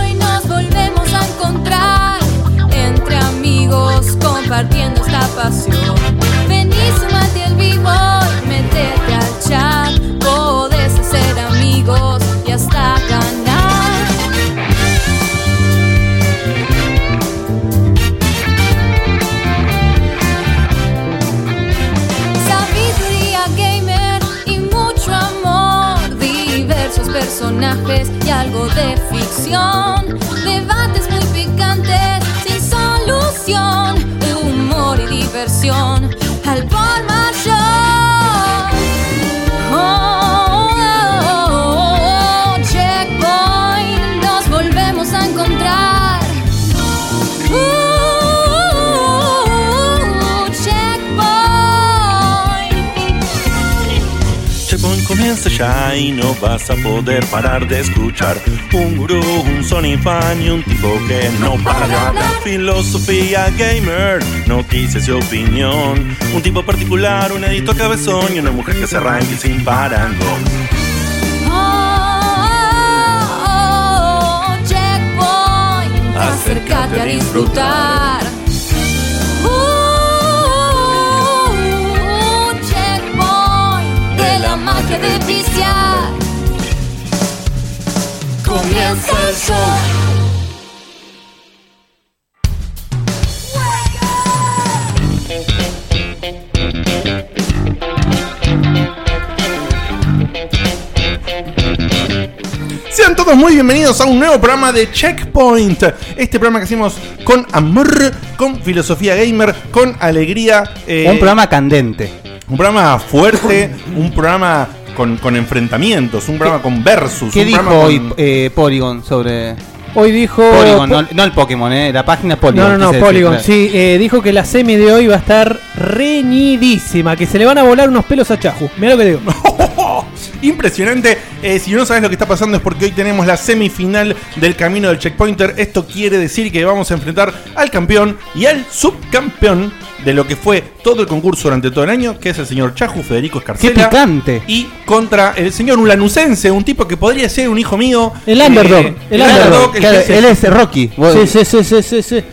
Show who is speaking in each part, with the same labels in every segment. Speaker 1: Hoy nos volvemos a encontrar entre amigos compartiendo esta pasión. Vení, sumate al vivo y métete al chat. Podés hacer amigos y hasta ganar. Sabiduría gamer y mucho amor, diversos personajes y algo de ficción, debates muy picantes sin solución, humor y diversión al por mayor. Oh, oh, oh, oh, checkpoint, nos volvemos a encontrar. Uh, checkpoint.
Speaker 2: Checkpoint comienza ya y no vas a poder parar de escuchar Un gurú, un Sony fan y un tipo que no para de hablar Filosofía gamer, noticias y opinión Un tipo particular, un editor cabezón y una mujer que se arranque sin parangón
Speaker 1: Oh, oh, oh, oh, checkpoint, acércate a disfrutar. Uh, checkpoint, de la magia de viciar. Comienza el show.
Speaker 3: Sean todos muy bienvenidos a un nuevo programa de Checkpoint. Este programa que hacemos con amor, con filosofía gamer, con alegría. eh,
Speaker 4: Un programa candente.
Speaker 3: un programa fuerte, un programa con, con enfrentamientos, un programa con versus.
Speaker 4: ¿Qué
Speaker 3: un
Speaker 4: dijo
Speaker 3: programa
Speaker 4: hoy
Speaker 3: con-
Speaker 4: eh, Polygon sobre
Speaker 5: Hoy dijo.
Speaker 4: Polygon? No, no el Pokémon, eh, la página Polygon.
Speaker 5: No, no, no,
Speaker 4: quise decir,
Speaker 5: Polygon,
Speaker 4: claro.
Speaker 5: sí. eh, dijo que la semi de hoy va a estar reñidísima, que se le van a volar unos pelos a Chahu. Mira lo que digo.
Speaker 3: Impresionante. Eh, si no sabes lo que está pasando es porque hoy tenemos la semifinal del camino del checkpointer. Esto quiere decir que vamos a enfrentar al campeón y al subcampeón de lo que fue todo el concurso durante todo el año, que es el señor Chaju Federico
Speaker 4: Qué
Speaker 3: Escarcela.
Speaker 4: picante.
Speaker 3: Y contra el señor Ulanucense, un tipo que podría ser un hijo mío. Eh,
Speaker 5: El underdog,
Speaker 3: el,
Speaker 5: el
Speaker 3: underdog.
Speaker 5: underdog,
Speaker 3: el
Speaker 4: Claro,
Speaker 3: que se-
Speaker 4: él es Rocky. vos-
Speaker 5: Sí, sí, sí, sí, sí. sí.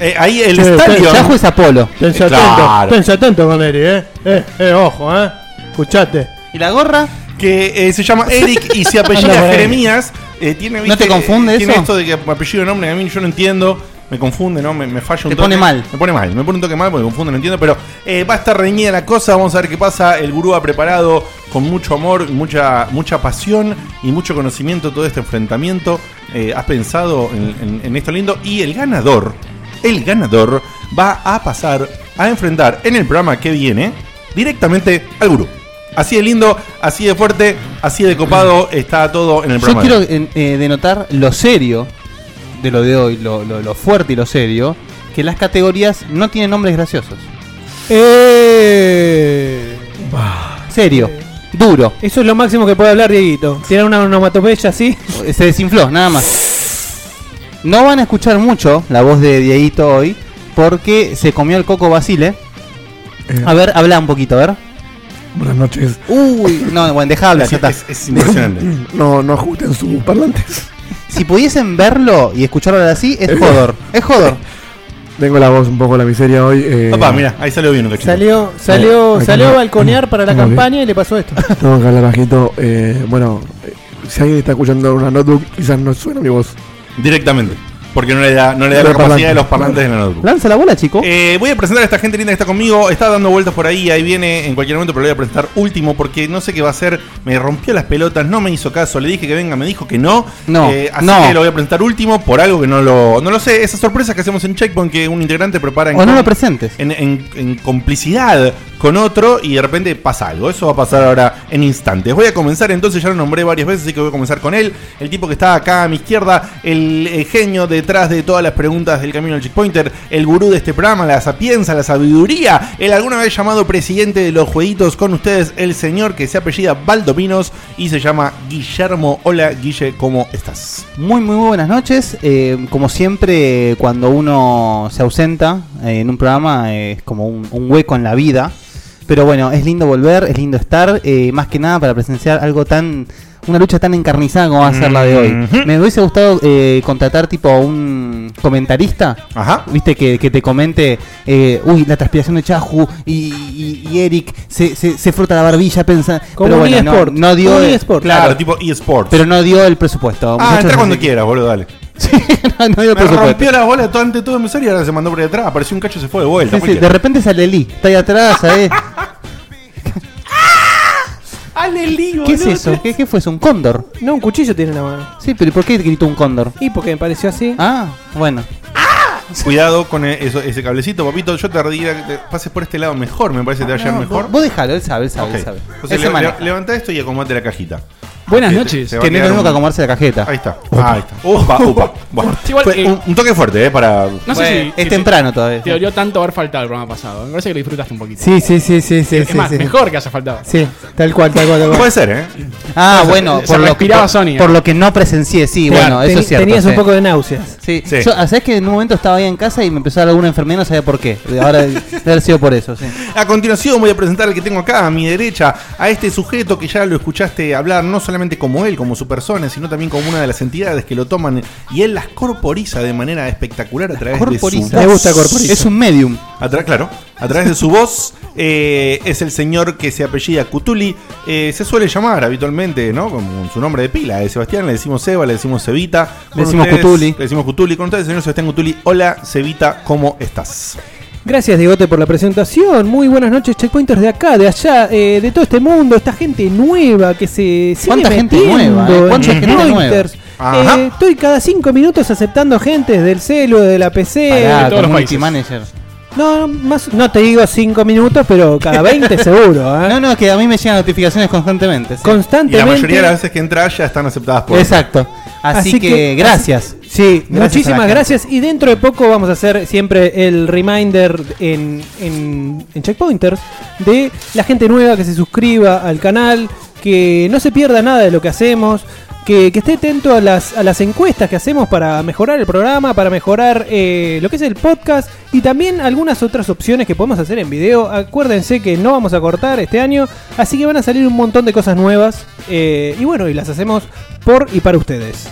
Speaker 3: eh, ahí el
Speaker 5: Sí,
Speaker 3: estadio.
Speaker 4: Yahu es Apolo.
Speaker 5: Tense
Speaker 3: Eh, claro.
Speaker 5: atento, tense atento con Eri, eh. Eh, eh, ojo, eh. Escuchate.
Speaker 4: ¿Y la gorra?
Speaker 3: que eh, se llama Eric y se
Speaker 5: Anda por
Speaker 3: apellida
Speaker 5: ahí.
Speaker 3: Jeremías. Eh, tiene,
Speaker 4: ¿No te confunde
Speaker 3: tiene
Speaker 4: eso?
Speaker 3: esto de que apellido y nombre, a mí yo no entiendo. Me confunde, ¿no? Me, me falla un
Speaker 4: Te pone
Speaker 3: toque.
Speaker 4: mal.
Speaker 3: Me pone mal, me pone un toque mal porque confundo, no entiendo. Pero eh, va a estar reñida la cosa, vamos a ver qué pasa. El gurú ha preparado con mucho amor, mucha, mucha pasión y mucho conocimiento todo este enfrentamiento. Eh, has pensado en, en- en esto lindo. Y el ganador, el ganador va a pasar a enfrentar en el programa que viene directamente al gurú. Así de lindo, así de fuerte, así de copado está todo en el
Speaker 4: Yo
Speaker 3: programa.
Speaker 4: quiero en- eh, denotar lo serio de lo de hoy, lo, lo- lo fuerte y lo serio, que las categorías no tienen nombres graciosos.
Speaker 5: Eh.
Speaker 4: Serio, duro.
Speaker 5: Eso es lo máximo que puede hablar Dieguito. Tirar una onomatopeya así.
Speaker 4: Eh, Se desinfló, nada más. No van a escuchar mucho la voz de Dieguito hoy porque se comió el coco Basile.
Speaker 3: Eh.
Speaker 4: A ver, habla un poquito, a ver.
Speaker 6: Buenas noches.
Speaker 4: Uy, no, bueno, deja hablar,
Speaker 3: Es,
Speaker 4: ya está.
Speaker 3: es- es impresionante.
Speaker 6: No, no ajusten sus parlantes.
Speaker 4: Si pudiesen verlo y escucharlo hablar así, es jodor. Es jodor.
Speaker 6: Tengo la voz un poco de la miseria hoy. eh,
Speaker 3: Papá, mira, ahí salió bien un cachito.
Speaker 5: Salió, salió,
Speaker 4: Eh,
Speaker 6: Ahí está.
Speaker 5: salió a balconear para la
Speaker 6: Muy bien.
Speaker 5: campaña y le pasó esto.
Speaker 6: Tengo que hablar bajito. eh, bueno, eh, si alguien está escuchando una notebook, quizás no suena mi voz.
Speaker 3: Directamente. Porque no le da, no le da
Speaker 6: Los
Speaker 3: la capacidad
Speaker 6: parlantes.
Speaker 3: de los parlantes de la notebook.
Speaker 4: Lanza la bola, chico.
Speaker 3: Eh, voy a presentar a esta gente linda que está conmigo. Está dando vueltas por ahí. Ahí viene en cualquier momento, pero lo voy a presentar último porque no sé qué va a hacer. Me rompió las pelotas, no me hizo caso. Le dije que venga, me dijo que no.
Speaker 4: No,
Speaker 3: Eh, así
Speaker 4: no.
Speaker 3: que lo voy a presentar último por algo que no lo, no lo sé. Esas sorpresas que hacemos en Checkpoint que un integrante prepara en,
Speaker 4: O no
Speaker 3: com-
Speaker 4: lo presentes.
Speaker 3: en, en- en complicidad con otro y de repente pasa algo. Eso va a pasar ahora en instantes. Voy a comenzar entonces, ya lo nombré varias veces, así que voy a comenzar con él. El tipo que está acá a mi izquierda, el eh, genio de detrás de todas las preguntas del camino al checkpointer, el gurú de este programa, la sapienza, la sabiduría, el alguna vez llamado presidente de los jueguitos con ustedes, el señor que se apellida Valdominos y se llama Guillermo. Hola, Guille, ¿cómo estás?
Speaker 4: Muy, muy buenas noches. Eh, como siempre, cuando uno se ausenta eh, en un programa, eh, es como un, un hueco en la vida. Pero bueno, es lindo volver, es lindo estar, eh, más que nada para presenciar algo tan. Una lucha tan encarnizada como va a ser la de hoy. Me hubiese gustado eh, contratar tipo a un comentarista,
Speaker 3: Ajá.
Speaker 4: viste, que, que te comente, eh, uy, la transpiración de Chahu y, y- y Eric se, se, se frota la barbilla pensando...
Speaker 5: Como un
Speaker 4: bueno, no,
Speaker 5: eSport,
Speaker 4: no dio...
Speaker 5: como un
Speaker 4: eh,
Speaker 5: eSport.
Speaker 3: Claro,
Speaker 4: Claro,
Speaker 3: tipo eSports.
Speaker 4: pero no dio el presupuesto.
Speaker 3: ah,
Speaker 4: muchachos,
Speaker 3: entra cuando
Speaker 4: así que-
Speaker 3: quieras, boludo, dale.
Speaker 4: no, no dio el
Speaker 3: Me
Speaker 4: presupuesto.
Speaker 3: rompió la bola todo, ante todo emisario y ahora se mandó por ahí atrás. Apareció un cacho y se fue de vuelta.
Speaker 4: Sí, sí, de repente sale Lee, está ahí atrás, ¿sabes? ¿Qué es eso? ¿Qué, ¿Qué fue eso? ¿Un cóndor?
Speaker 5: No, un cuchillo tiene en la mano.
Speaker 4: Sí, pero ¿y ¿por qué gritó un cóndor?
Speaker 5: Y porque me pareció así.
Speaker 4: Ah, bueno.
Speaker 3: Cuidado con e- eso- ese cablecito, papito. Yo te diría que te pases por este lado mejor, me parece que te va a llegar mejor.
Speaker 4: Vos dejalo, él sabe, él sabe,
Speaker 3: Ok.
Speaker 4: él sabe.
Speaker 3: Entonces,
Speaker 4: Él
Speaker 3: le-
Speaker 4: se maneja.
Speaker 3: le- levanta esto y acomodate la cajita.
Speaker 7: Buenas
Speaker 3: Te-
Speaker 7: noches.
Speaker 3: te va a
Speaker 4: que no es
Speaker 3: quedar
Speaker 4: lo mismo que
Speaker 3: un-
Speaker 4: acomodarse la cajeta.
Speaker 3: Ahí está. Ahí está. Upa, upa. Bueno,
Speaker 7: Igual,
Speaker 3: fue
Speaker 7: eh,
Speaker 3: un, un toque fuerte, ¿eh? Para.
Speaker 7: No sé si,
Speaker 4: Bueno, es
Speaker 7: si te-
Speaker 4: temprano
Speaker 7: te,
Speaker 4: todavía.
Speaker 7: dolió tanto haber faltado el programa pasado. Me parece que lo disfrutaste un poquito.
Speaker 5: Sí, sí, sí, sí, sí.
Speaker 7: es
Speaker 5: sí,
Speaker 7: más,
Speaker 5: sí.
Speaker 7: mejor que haya faltado.
Speaker 5: Sí, tal cual, tal cual, tal cual.
Speaker 3: Puede ser, ¿eh?
Speaker 4: Ah, bueno,
Speaker 7: se
Speaker 4: por lo, que,
Speaker 7: respiraba
Speaker 4: por,
Speaker 7: Sonia.
Speaker 4: por lo que no presencié, sí,
Speaker 7: Claro,
Speaker 4: bueno, eso
Speaker 5: Teni-
Speaker 4: es cierto.
Speaker 5: Tenías
Speaker 4: sí.
Speaker 5: un poco de náuseas.
Speaker 4: Sí,
Speaker 3: Sí.
Speaker 4: Yo, ¿sabes que en un momento estaba ahí en casa y me empezó a dar alguna enfermedad? No sabía por qué. De Ahora debe haber sido por eso, sí.
Speaker 3: A continuación voy a presentar al que tengo acá, a mi derecha, a este sujeto que ya lo escuchaste hablar no solamente como él, como su persona, sino también como una de las entidades que lo toman y él las corporiza de manera espectacular a través de su
Speaker 4: Corporiza.
Speaker 5: Me gusta
Speaker 3: voz.
Speaker 5: corporiza.
Speaker 4: Es un medium.
Speaker 3: A tra- claro, a través de su voz eh, es el señor que se apellida Cutuli. eh, se suele llamar habitualmente, ¿no? Con, con su nombre de pila. De Sebastián le decimos Seba, le decimos Cevita. Con
Speaker 4: decimos
Speaker 3: ustedes-
Speaker 4: Cutuli.
Speaker 3: Le decimos Cutuli. Con ustedes, señor Sebastián Cutuli. Hola, Cevita, ¿cómo estás?
Speaker 5: Gracias, Diegote, por la presentación. Muy buenas noches, checkpointers de acá, de allá, eh, de todo este mundo. Esta gente nueva que se sigue
Speaker 4: ¿Cuánta gente
Speaker 5: metiendo
Speaker 4: nueva, eh?
Speaker 5: en
Speaker 4: ¿Cuánta gente nueva?
Speaker 5: checkpointers.
Speaker 3: Ajá.
Speaker 5: Eh, estoy cada cinco minutos aceptando gente del celu, Eh, de la PC.
Speaker 4: Pará,
Speaker 7: de todos los países.
Speaker 4: community manager.
Speaker 5: No, más, no te digo cinco minutos, pero cada 20 seguro. ¿eh?
Speaker 4: No, no, es que a mí me llegan notificaciones constantemente. sí.
Speaker 3: Y
Speaker 5: Constantemente.
Speaker 3: la mayoría de las veces que entras ya están aceptadas por.
Speaker 4: Exacto. Así,
Speaker 5: Así
Speaker 4: que,
Speaker 5: que-
Speaker 4: gracias.
Speaker 5: Sí,
Speaker 4: Gracias a la
Speaker 5: muchísimas
Speaker 4: gente.
Speaker 5: gracias. Y dentro de poco vamos a hacer siempre el reminder en, en, en Checkpointers de la gente nueva que se suscriba al canal, que no se pierda nada de lo que hacemos, que, que esté atento a las, a las encuestas que hacemos para mejorar el programa, para mejorar eh, lo que es el podcast y también algunas otras opciones que podemos hacer en video. Acuérdense que no vamos a cortar este año, así que van a salir un montón de cosas nuevas eh, y bueno, y las hacemos por y para ustedes.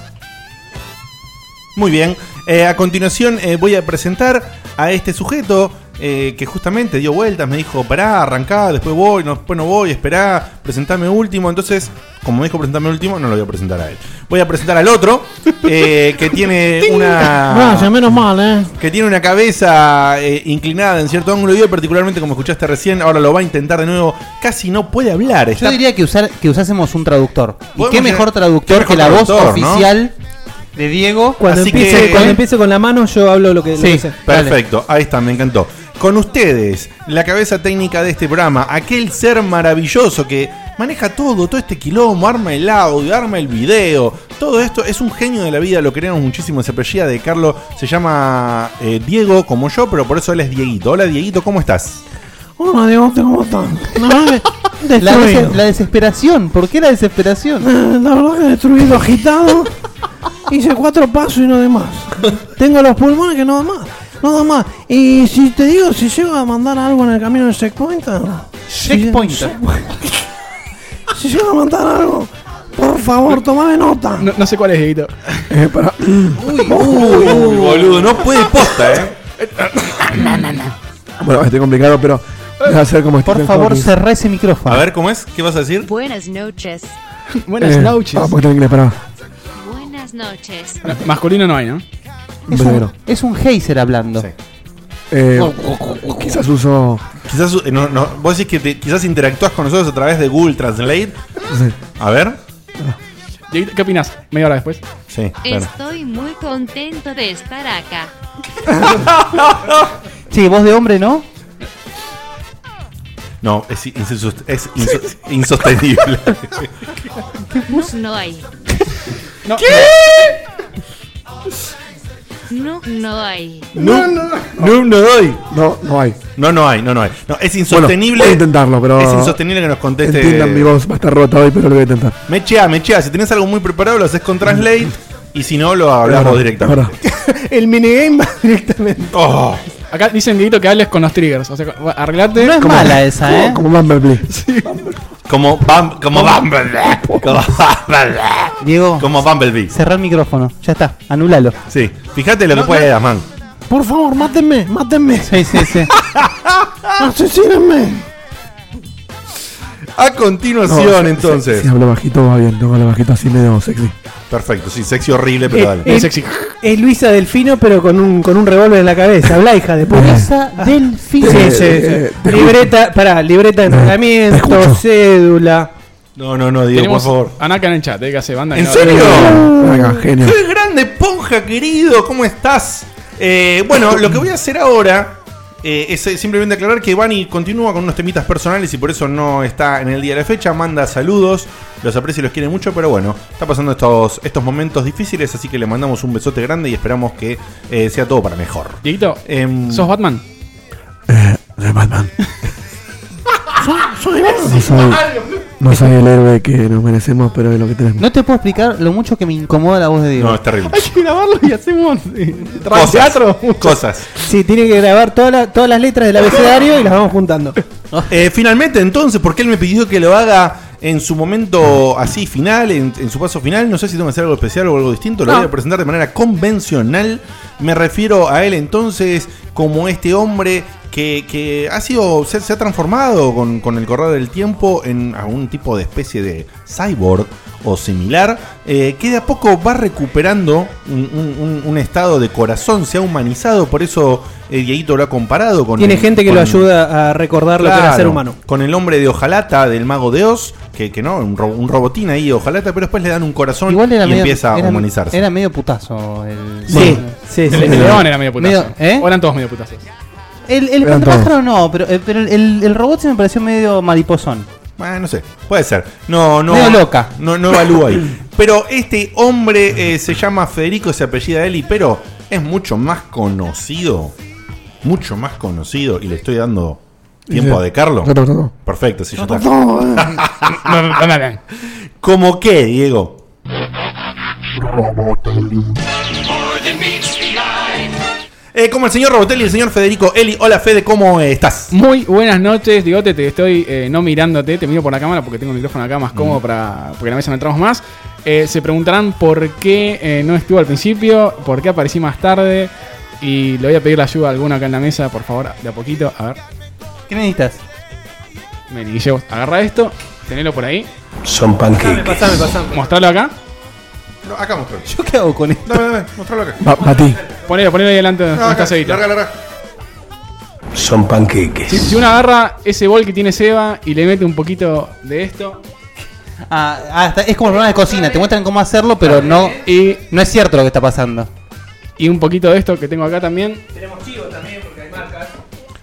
Speaker 3: Muy bien. Eh, a continuación eh, voy a presentar a este sujeto eh, que justamente dio vueltas, me dijo, pará, arrancá, después voy, no, después no voy, esperá, presentame último. Entonces, como me dijo presentame último, no lo voy a presentar a él. Voy a presentar al otro, eh, que tiene una...
Speaker 5: menos mal, eh.
Speaker 3: que tiene una cabeza eh, inclinada en cierto ángulo y hoy particularmente como escuchaste recién, ahora lo va a intentar de nuevo, casi no puede hablar.
Speaker 4: Yo
Speaker 3: Está
Speaker 4: diría que usar que usásemos un traductor. ¿Y
Speaker 3: Podemos
Speaker 4: qué
Speaker 3: ir-
Speaker 4: mejor
Speaker 3: qué
Speaker 4: traductor
Speaker 3: mejor
Speaker 4: que la voz
Speaker 3: traductor, ¿no?
Speaker 4: oficial de Diego? ¿eh?
Speaker 5: Cuando,
Speaker 3: Así
Speaker 5: empiece,
Speaker 3: que-
Speaker 5: cuando empiece con la mano, yo hablo lo que, lo
Speaker 4: Sí.
Speaker 5: que sé.
Speaker 3: Perfecto, ahí está, me encantó. Con ustedes, la cabeza técnica de este programa, aquel ser maravilloso que maneja todo, todo este quilombo, arma el audio, arma el video, todo esto es un genio de la vida, lo queremos muchísimo, se apellida de Carlos, se llama eh, Diego como yo, pero por eso él es Dieguito. Hola Dieguito, ¿cómo estás?
Speaker 5: Oh,
Speaker 8: Hola, Diego, ¿cómo están?
Speaker 4: La, des- la desesperación, ¿por qué la desesperación?
Speaker 5: Eh,
Speaker 8: La verdad que destruido, agitado. Ah, Hice cuatro pasos y no de más. Tengo los pulmones que no dan más. No dan más. Y si te digo, si llego a mandar algo en el camino del checkpoint. ah.
Speaker 4: Checkpoint.
Speaker 8: Si llego a mandar algo, por favor, tomame nota. Eh,
Speaker 7: No, no sé cuál es, Dieguito.
Speaker 3: Uy, boludo, no puede posta, eh.
Speaker 8: Bueno, este complicado, pero. Voy a hacer como
Speaker 4: Por
Speaker 8: Stephen
Speaker 4: favor,
Speaker 8: Hawking.
Speaker 4: cerrá ese micrófono.
Speaker 3: A ver, ¿cómo es? ¿Qué vas a decir?
Speaker 9: Buenas noches.
Speaker 7: Buenas
Speaker 8: Eh,
Speaker 7: noches.
Speaker 8: Ah, porque está en inglés, pará.
Speaker 9: Buenas noches.
Speaker 7: No, masculino no hay, ¿no?
Speaker 4: es,
Speaker 8: Verdadero.
Speaker 4: un, es un geyser hablando. Oh,
Speaker 3: Sí.
Speaker 8: Eh, quizás uso.
Speaker 3: Quizás, eh, no, no, vos decís que te- quizás interactúas con nosotros a través de Google Translate. A ver.
Speaker 7: Dieguito, ¿Qué opinas? Media hora después.
Speaker 3: Sí, claro.
Speaker 9: Estoy muy contento de estar acá.
Speaker 4: Sí, voz de hombre, ¿no?
Speaker 3: No, es, insus- es insu- insostenible.
Speaker 9: Mus no hay.
Speaker 7: No,
Speaker 10: No, no hay.
Speaker 3: No, no, no, doy.
Speaker 6: No, no hay.
Speaker 3: No, no hay, no, no hay. No, es
Speaker 6: Bueno,
Speaker 3: insostenible.
Speaker 6: voy a intentarlo, pero.
Speaker 3: Es insostenible que nos conteste.
Speaker 6: Entiendan mi voz, va a estar rota hoy, pero lo voy a intentar.
Speaker 3: Mechea, mechea. Si tenés algo muy preparado, lo haces con Translate. Y si no, lo hablamos
Speaker 6: Ahora,
Speaker 3: directamente.
Speaker 6: ahora.
Speaker 8: El minigame va directamente.
Speaker 3: Oh,
Speaker 7: Acá dicen, Dieguito, que hables con los triggers. O sea, arreglate.
Speaker 4: No es mala esa, ¿eh?
Speaker 6: Como Bumblebee.
Speaker 3: como, bam, como Bumblebee. Como Bumblebee.
Speaker 4: Diego,
Speaker 3: Como Bumblebee.
Speaker 4: cerrá el micrófono. Ya está, anulalo.
Speaker 3: Sí. Fíjate lo que puede dar, man.
Speaker 8: Por favor, mátenme, mátenme.
Speaker 4: Sí, sí, sí.
Speaker 8: Asesínenme.
Speaker 3: A
Speaker 6: No,
Speaker 3: continuación,
Speaker 6: si-
Speaker 3: entonces.
Speaker 6: Si, si hablo bajito, va bien. Tengo la bajito así medio sexy.
Speaker 3: Perfecto, sí, sexy horrible, pero
Speaker 5: Eh,
Speaker 3: dale.
Speaker 5: eh,
Speaker 7: Es sexy.
Speaker 5: Es Luisa Delfino, pero con un, con un revólver en la cabeza. Habla, hija de puta. Ah.
Speaker 4: Esa del fin.
Speaker 5: Sí, sí,
Speaker 6: eh,
Speaker 5: sí. Libreta, pará, libreta de
Speaker 6: te
Speaker 5: entrenamiento,
Speaker 6: escucho.
Speaker 5: cédula.
Speaker 3: No, no, no, Diego, por
Speaker 7: Tenemos
Speaker 3: favor.
Speaker 7: a Naka en el chat, eh, que hace banda.
Speaker 3: ¿En
Speaker 7: No,
Speaker 3: serio?
Speaker 6: Venga, genio.
Speaker 3: ¡Qué grande, Ponja, querido! ¿Cómo estás? Eh, bueno, lo que voy a hacer ahora eh, es eh, simplemente aclarar que Vani continúa con unos temitas personales y por eso no está en el día de la fecha. Manda saludos, los aprecia y los quiere mucho, pero bueno, está pasando estos, estos momentos difíciles, así que le mandamos un besote grande y esperamos que eh, sea todo para mejor.
Speaker 7: Dieguito,
Speaker 3: Em,
Speaker 7: sos Batman.
Speaker 6: Soy Batman.
Speaker 4: Ah,
Speaker 6: no, soy, no soy el héroe que nos merecemos, pero es lo que tenemos.
Speaker 4: No te puedo explicar lo mucho que me incomoda la voz de Diego.
Speaker 3: no, es terrible.
Speaker 7: Hay que grabarlo y hacemos.
Speaker 3: Cosas, Cosas.
Speaker 5: Sí, tiene que grabar toda la- todas las letras del abecedario y las vamos juntando.
Speaker 3: Eh, finalmente, entonces, porque él me pidió que lo haga en su momento así final, en, en su paso final. No sé si tengo que hacer algo especial o algo distinto. Lo voy a presentar de manera convencional. Me refiero a él entonces como este hombre que, que ha sido, se, se ha transformado con, con el correr del tiempo en algún tipo de especie de cyborg o similar, eh, que de a poco va recuperando un, un- un- un estado de corazón, se ha humanizado, por eso eh, Dieguito lo ha comparado con...
Speaker 5: Tiene
Speaker 3: el-
Speaker 5: gente que lo
Speaker 3: con-
Speaker 5: ayuda a recordar lo que era
Speaker 3: Claro,
Speaker 5: ser humano.
Speaker 3: Con el hombre de Ojalata del Mago de Oz, que, que no, un, ro- un robotín ahí de Ojalata, pero después le dan un corazón
Speaker 4: Igual era
Speaker 3: y
Speaker 4: medio,
Speaker 3: empieza
Speaker 4: era-
Speaker 3: a humanizarse.
Speaker 4: Era medio putazo el.
Speaker 5: Sí, sí, sí.
Speaker 7: El
Speaker 4: sí.
Speaker 7: león era medio putazo.
Speaker 4: Medio- ¿eh?
Speaker 7: O eran todos medio putazos.
Speaker 4: El, el
Speaker 6: Eran
Speaker 4: pájaro no, pero, eh, pero el, el robot se me pareció medio mariposón.
Speaker 3: Bueno, no sé, puede ser. No, no.
Speaker 4: Medio loca.
Speaker 3: No, no evalúo ahí. Pero este hombre eh, se llama Federico, se apellida Eli, pero es mucho más conocido. Mucho más conocido. Y le estoy dando tiempo
Speaker 6: Sí.
Speaker 3: a De Carlo.
Speaker 6: No, no, no, no.
Speaker 3: Perfecto, sí, ya está.
Speaker 7: Batman.
Speaker 3: ¿Cómo qué, Diego? Eh, como el señor Robotelli y el señor Federico Eli. Hola, Fede, ¿cómo eh, estás?
Speaker 7: Muy buenas noches, Digote, te estoy eh, no mirándote, te miro por la cámara porque tengo el micrófono acá más
Speaker 3: Mm.
Speaker 7: cómodo para porque en la mesa no entramos más. Eh, se preguntarán por qué eh, no estuve al principio, por qué aparecí más tarde y le voy a pedir la ayuda a alguno acá en la mesa, por favor, de a poquito. A ver,
Speaker 4: ¿Qué necesitas?
Speaker 7: vení, Guilleo, agarra esto, tenelo por ahí,
Speaker 11: Son pancakes.
Speaker 5: Pasame, pasame.
Speaker 7: mostralo acá,
Speaker 3: acá mostralo.
Speaker 4: ¿Yo qué hago con esto?
Speaker 3: Dame, dame, mostralo acá.
Speaker 6: Va,
Speaker 3: Ah,
Speaker 6: va a ti.
Speaker 7: ponelo, ponelo ahí adelante donde está Cevita.
Speaker 11: Son
Speaker 7: Si,
Speaker 11: panqueques.
Speaker 7: si uno agarra ese bol que tiene Seba y le mete un poquito de esto
Speaker 4: Ah, ah, está- es como el programa de cocina, te muestran cómo hacerlo, pero no,
Speaker 7: y,
Speaker 4: no es cierto lo que está pasando.
Speaker 7: y un poquito de esto que tengo acá también,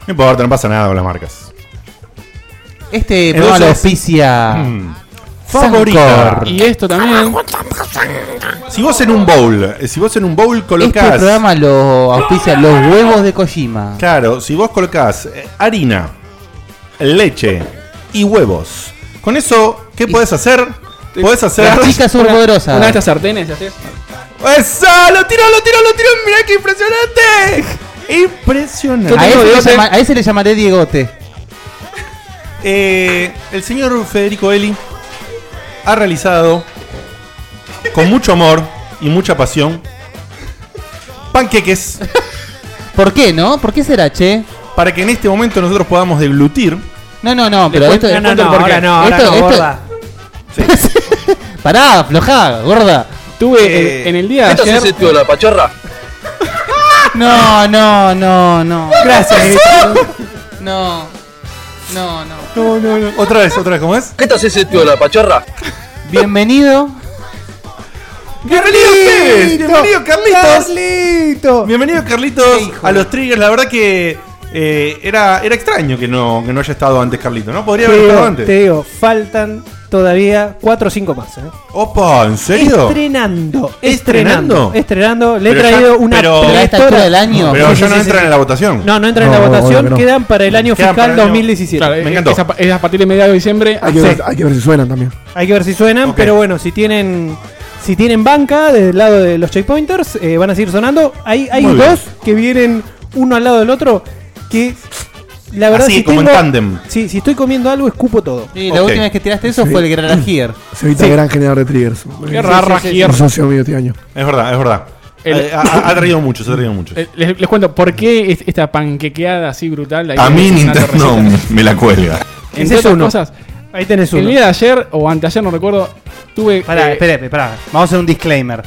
Speaker 3: No importa, no pasa nada con las marcas. Eh,
Speaker 4: Este programa lo
Speaker 3: Entonces-
Speaker 4: auspicia.
Speaker 3: Mm. Favorita.
Speaker 7: y esto
Speaker 3: Ah,
Speaker 7: también.
Speaker 3: Si vos en un bowl, eh, si vos en un bowl
Speaker 4: Este
Speaker 3: colocás.
Speaker 4: programa lo auspicia los huevos de Kojima.
Speaker 3: Claro, si vos colocás eh, harina, leche y huevos. Con eso, ¿qué podés hacer? Podés hacer.
Speaker 4: Las chicas
Speaker 7: Una-
Speaker 4: superpoderosas.
Speaker 7: Una de estas sartenes, ¿sí?
Speaker 3: ¡Eso! ¡Lo tiró, lo tiró, lo tiró! ¡Mirá qué impresionante! Impresionante.
Speaker 4: A ese, le
Speaker 7: Diegote.
Speaker 4: llama- a ese le llamaré Diegote.
Speaker 3: Eh, el señor Federico Eli ha realizado con mucho amor y mucha pasión panqueques
Speaker 4: ¿Por qué no? ¿Por qué será, che?
Speaker 3: para que en este momento nosotros podamos deglutir.
Speaker 4: No, no, no,
Speaker 7: Le
Speaker 4: pero
Speaker 7: cuento-
Speaker 4: esto.
Speaker 7: le
Speaker 5: No, no, no,
Speaker 7: el porqué.
Speaker 5: ahora no, ahora
Speaker 4: Esto-
Speaker 5: no,
Speaker 4: esto-
Speaker 5: gorda.
Speaker 4: Pará, aflojá, gorda.
Speaker 7: Tuve
Speaker 3: Eh,
Speaker 7: eh, en el día de ayer.
Speaker 11: la pachorra?
Speaker 4: No, no, no, no.
Speaker 5: Gracias, Dieguito.
Speaker 4: No. No, no.
Speaker 3: Otra vez, otra vez, ¿cómo es?
Speaker 11: ¿Qué estás ese tío de la pachorra?
Speaker 4: Bienvenido.
Speaker 3: ¡Bienvenido ustedes! ¡Bienvenido Carlitos!
Speaker 5: Carlito.
Speaker 3: Bienvenido Carlitos
Speaker 4: hijo
Speaker 3: a los Triggers, la verdad que Eh, era, era extraño que no, que no haya estado antes Carlito, ¿no? Podría
Speaker 5: Te
Speaker 3: haber estado
Speaker 5: digo,
Speaker 3: antes.
Speaker 5: te digo, faltan todavía 4 o 5 más. ¿eh?
Speaker 3: Opa, ¿en serio?
Speaker 5: Estrenando.
Speaker 3: ¿Estrenando?
Speaker 5: Estrenando. Estrenando. Le he
Speaker 3: Pero ya-
Speaker 5: traído una
Speaker 3: pero- Pero
Speaker 4: a esta
Speaker 5: prelectora.
Speaker 4: altura del año.
Speaker 3: Pero
Speaker 5: Sí,
Speaker 3: ya
Speaker 5: sí,
Speaker 3: no
Speaker 5: sí,
Speaker 3: entran
Speaker 5: sí.
Speaker 3: en la votación.
Speaker 5: No, no entran en
Speaker 6: No,
Speaker 5: la votación.
Speaker 6: obvio que no.
Speaker 5: Quedan para el año
Speaker 3: Quedan para
Speaker 5: fiscal
Speaker 3: el año-
Speaker 5: 2017.
Speaker 7: Claro,
Speaker 3: Me
Speaker 7: eh,
Speaker 3: encantó.
Speaker 7: Es a, pa- es a partir de mediados de diciembre.
Speaker 6: Hay que,
Speaker 7: Sí.
Speaker 6: ver, hay que ver si suenan también.
Speaker 5: Hay que ver si suenan,
Speaker 3: Ok.
Speaker 5: pero bueno, si tienen si tienen banca del lado de los checkpointers, eh, van a seguir sonando. Hay, hay
Speaker 3: Muy
Speaker 5: dos
Speaker 3: bien.
Speaker 5: que vienen uno al lado del otro que la verdad
Speaker 3: Así,
Speaker 5: si
Speaker 3: como en
Speaker 5: tengo-
Speaker 3: tándem.
Speaker 5: Sí, si estoy comiendo algo, escupo todo.
Speaker 4: Sí, la
Speaker 3: Ok.
Speaker 4: última vez que tiraste eso
Speaker 6: Sí. Mm.
Speaker 4: fue el Gran Gear.
Speaker 6: Se evita gran generador de triggers.
Speaker 7: Qué rara
Speaker 4: sí, sí,
Speaker 7: gier-
Speaker 6: Un socio mío este año.
Speaker 3: Es verdad, es verdad.
Speaker 7: El-
Speaker 3: Eh, ha, ha traído muchos, ha traído muchos.
Speaker 7: Eh, Les, les cuento, ¿por qué es- esta panquequeada así brutal? Ahí
Speaker 2: A
Speaker 7: en
Speaker 2: mí
Speaker 7: una
Speaker 2: Nintendo
Speaker 7: torrecita.
Speaker 2: me la cuelga.
Speaker 7: Entre
Speaker 5: Ese es
Speaker 7: otras
Speaker 5: uno.
Speaker 7: cosas,
Speaker 5: Ahí tenés
Speaker 7: el
Speaker 5: uno.
Speaker 7: día de ayer o anteayer, no recuerdo, tuve.
Speaker 4: Pará,
Speaker 7: eh,
Speaker 4: espérate, pará. Vamos a hacer un disclaimer.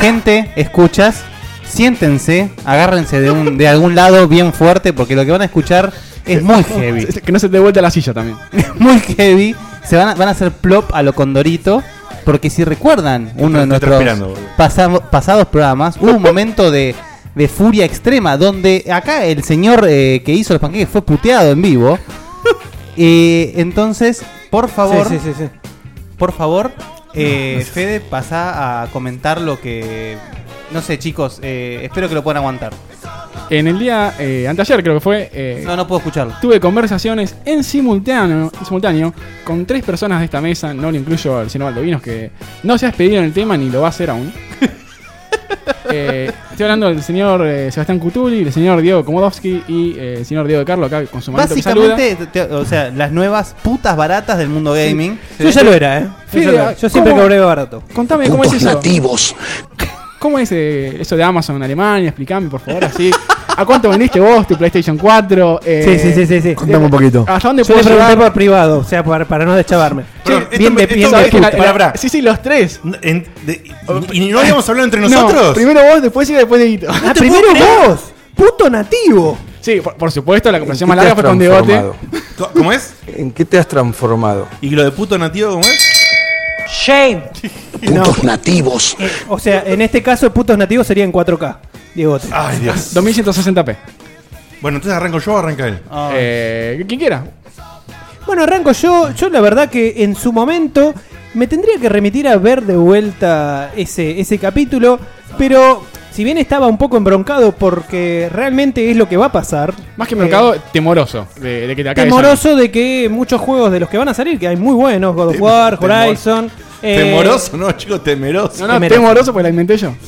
Speaker 4: Gente, escuchas, siéntense, agárrense de, un, de algún lado bien fuerte porque lo que van a escuchar es muy heavy.
Speaker 7: Que no se te vuelta la silla también.
Speaker 4: muy heavy. Se van a, van a hacer plop a lo condorito. Porque si recuerdan uno de
Speaker 3: Estoy
Speaker 4: nuestros
Speaker 3: transpirando, boludo.
Speaker 4: pasam- pasados programas, hubo un momento de, de furia extrema donde acá el señor eh, que hizo los panqueques fue puteado en vivo. Eh, entonces, por favor,
Speaker 5: Sí, sí, sí, sí.
Speaker 4: por favor, eh, Fede, pasa a comentar lo que... No sé, chicos, eh, espero que lo puedan aguantar.
Speaker 7: En el día eh, anteayer, creo que fue. eh,
Speaker 4: No, no puedo escucharlo.
Speaker 7: Tuve conversaciones en simultáneo, en simultáneo con tres personas de esta mesa, no le incluyo al señor Valdovinos, que no se ha despedido en el tema ni lo va a hacer aún. Eh, estoy hablando del señor eh, Sebastián Cutuli, del señor Diego Komodowski y eh, el señor Diego de Carlo acá con su manito que saluda.
Speaker 4: Básicamente, te- o sea, las nuevas putas baratas del mundo gaming.
Speaker 5: Yo ya lo era, ¿eh? Yo, ya lo era. Yo siempre
Speaker 7: ¿Cómo?
Speaker 5: cobré barato.
Speaker 7: Contame cómo es eso. ¿Cómo es eh, eso de Amazon en Alemania? Explícame, por favor, así. ¿A cuánto vendiste vos tu PlayStation 4? Eh,
Speaker 5: Sí, sí, sí, sí. sí.
Speaker 6: Contame un poquito.
Speaker 7: ¿Hasta dónde
Speaker 5: Yo le
Speaker 7: puedo
Speaker 5: pregunté
Speaker 7: llegar?
Speaker 5: por privado, o sea, para, para no deschavarme.
Speaker 3: Pero esto
Speaker 5: bien
Speaker 3: me-
Speaker 5: de
Speaker 3: esto
Speaker 5: bien
Speaker 3: me-
Speaker 5: de
Speaker 7: ¿Sabés que la-
Speaker 5: puta.
Speaker 3: pará,
Speaker 7: la-
Speaker 3: pará.
Speaker 7: Sí, sí, los tres.
Speaker 3: En- de- ¿Y no habíamos hablado entre nosotros?
Speaker 7: No, primero vos, después yo, después Dieguito.
Speaker 5: Ah, primero vos, puto nativo.
Speaker 7: Sí, por, por supuesto, la conversación más
Speaker 11: ¿En qué
Speaker 7: larga
Speaker 11: te
Speaker 7: fue con
Speaker 11: has
Speaker 7: Degote.
Speaker 11: transformado?
Speaker 3: Co- ¿Cómo es?
Speaker 11: ¿En qué te has transformado?
Speaker 3: ¿Y lo de puto nativo cómo es?
Speaker 5: Shame.
Speaker 11: Putos nativos.
Speaker 5: O sea, en este caso, putos nativos serían 4K. Diego.
Speaker 7: Ah.
Speaker 3: Ay, Dios.
Speaker 7: 2160p.
Speaker 3: Bueno, entonces arranco yo o arranca él.
Speaker 7: Eh, quien quiera.
Speaker 5: Bueno, arranco yo. Yo la verdad que en su momento me tendría que remitir a ver de vuelta ese, ese capítulo, pero si bien estaba un poco embroncado porque realmente es lo que va a pasar.
Speaker 7: Más que
Speaker 5: eh,
Speaker 7: mercado, temoroso de, de que te acabe
Speaker 5: Temoroso de que muchos juegos de los que van a salir, que hay muy buenos, God of
Speaker 3: Tem-
Speaker 5: War,
Speaker 3: temor-
Speaker 5: Horizon, eh,
Speaker 3: Temoroso, no, chico, temeroso.
Speaker 7: sangre. No, no,
Speaker 5: Temeroso.
Speaker 7: temoroso porque la inventé yo.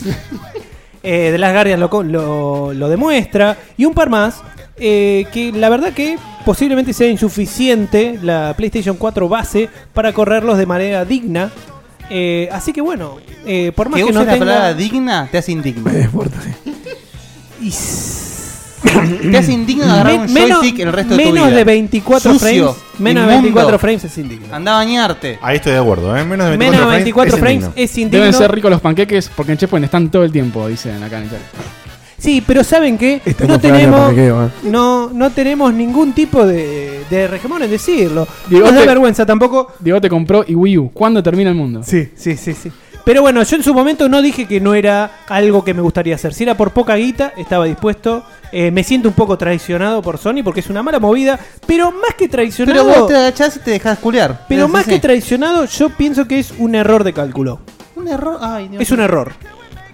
Speaker 5: eh, de las Guardians lo, co- lo, lo demuestra, y un par más, eh, que la verdad que posiblemente sea insuficiente la PlayStation 4 base para correrlos de manera digna. Eh, así que bueno, eh, por más
Speaker 4: que
Speaker 5: que,
Speaker 4: uses
Speaker 5: no
Speaker 4: la
Speaker 5: tenga...
Speaker 4: palabra digna, te hace indigno.
Speaker 6: Me desporta, sí.
Speaker 5: y s-
Speaker 4: te hace indigno de agarrar
Speaker 5: me-
Speaker 4: un
Speaker 5: menos
Speaker 4: joystick el resto de tu
Speaker 5: menos
Speaker 4: vida.
Speaker 5: de 24
Speaker 4: Sucio,
Speaker 5: frames. Menos de
Speaker 4: inmundo.
Speaker 5: 24 frames es indigno.
Speaker 4: Anda a bañarte.
Speaker 3: Ahí estoy de acuerdo, ¿eh? Menos de 24
Speaker 5: Menos de
Speaker 3: frames
Speaker 5: 24
Speaker 3: es
Speaker 5: frames
Speaker 3: indigno.
Speaker 5: es indigno.
Speaker 7: Deben ser ricos los panqueques porque en Checkpoint están todo el tiempo, dicen acá en Italia.
Speaker 5: Sí, pero ¿saben qué?
Speaker 6: Este
Speaker 5: no
Speaker 6: no fue año
Speaker 5: tenemos
Speaker 6: panquequeo, ¿eh?
Speaker 5: no, no tenemos ningún tipo de, de regimón en decirlo.
Speaker 7: Digo,
Speaker 5: no es
Speaker 7: te-
Speaker 5: vergüenza tampoco.
Speaker 7: Diegote compró y Wii U. ¿Cuándo termina el mundo?
Speaker 5: Sí, sí, sí, sí. Pero bueno, yo en su momento no dije que no era algo que me gustaría hacer. Si era por poca guita, estaba dispuesto. Eh, me siento un poco traicionado por Sony porque es una mala movida. Pero más que
Speaker 4: Pero
Speaker 5: traicionado.
Speaker 4: vos te agachás y te dejás culiar.
Speaker 5: pero
Speaker 4: Sí,
Speaker 5: más
Speaker 4: sí,
Speaker 5: que
Speaker 4: sí.
Speaker 5: traicionado, yo pienso que es un error de cálculo.
Speaker 4: Un error. Ay, Dios
Speaker 5: Es un
Speaker 4: mío.
Speaker 5: error.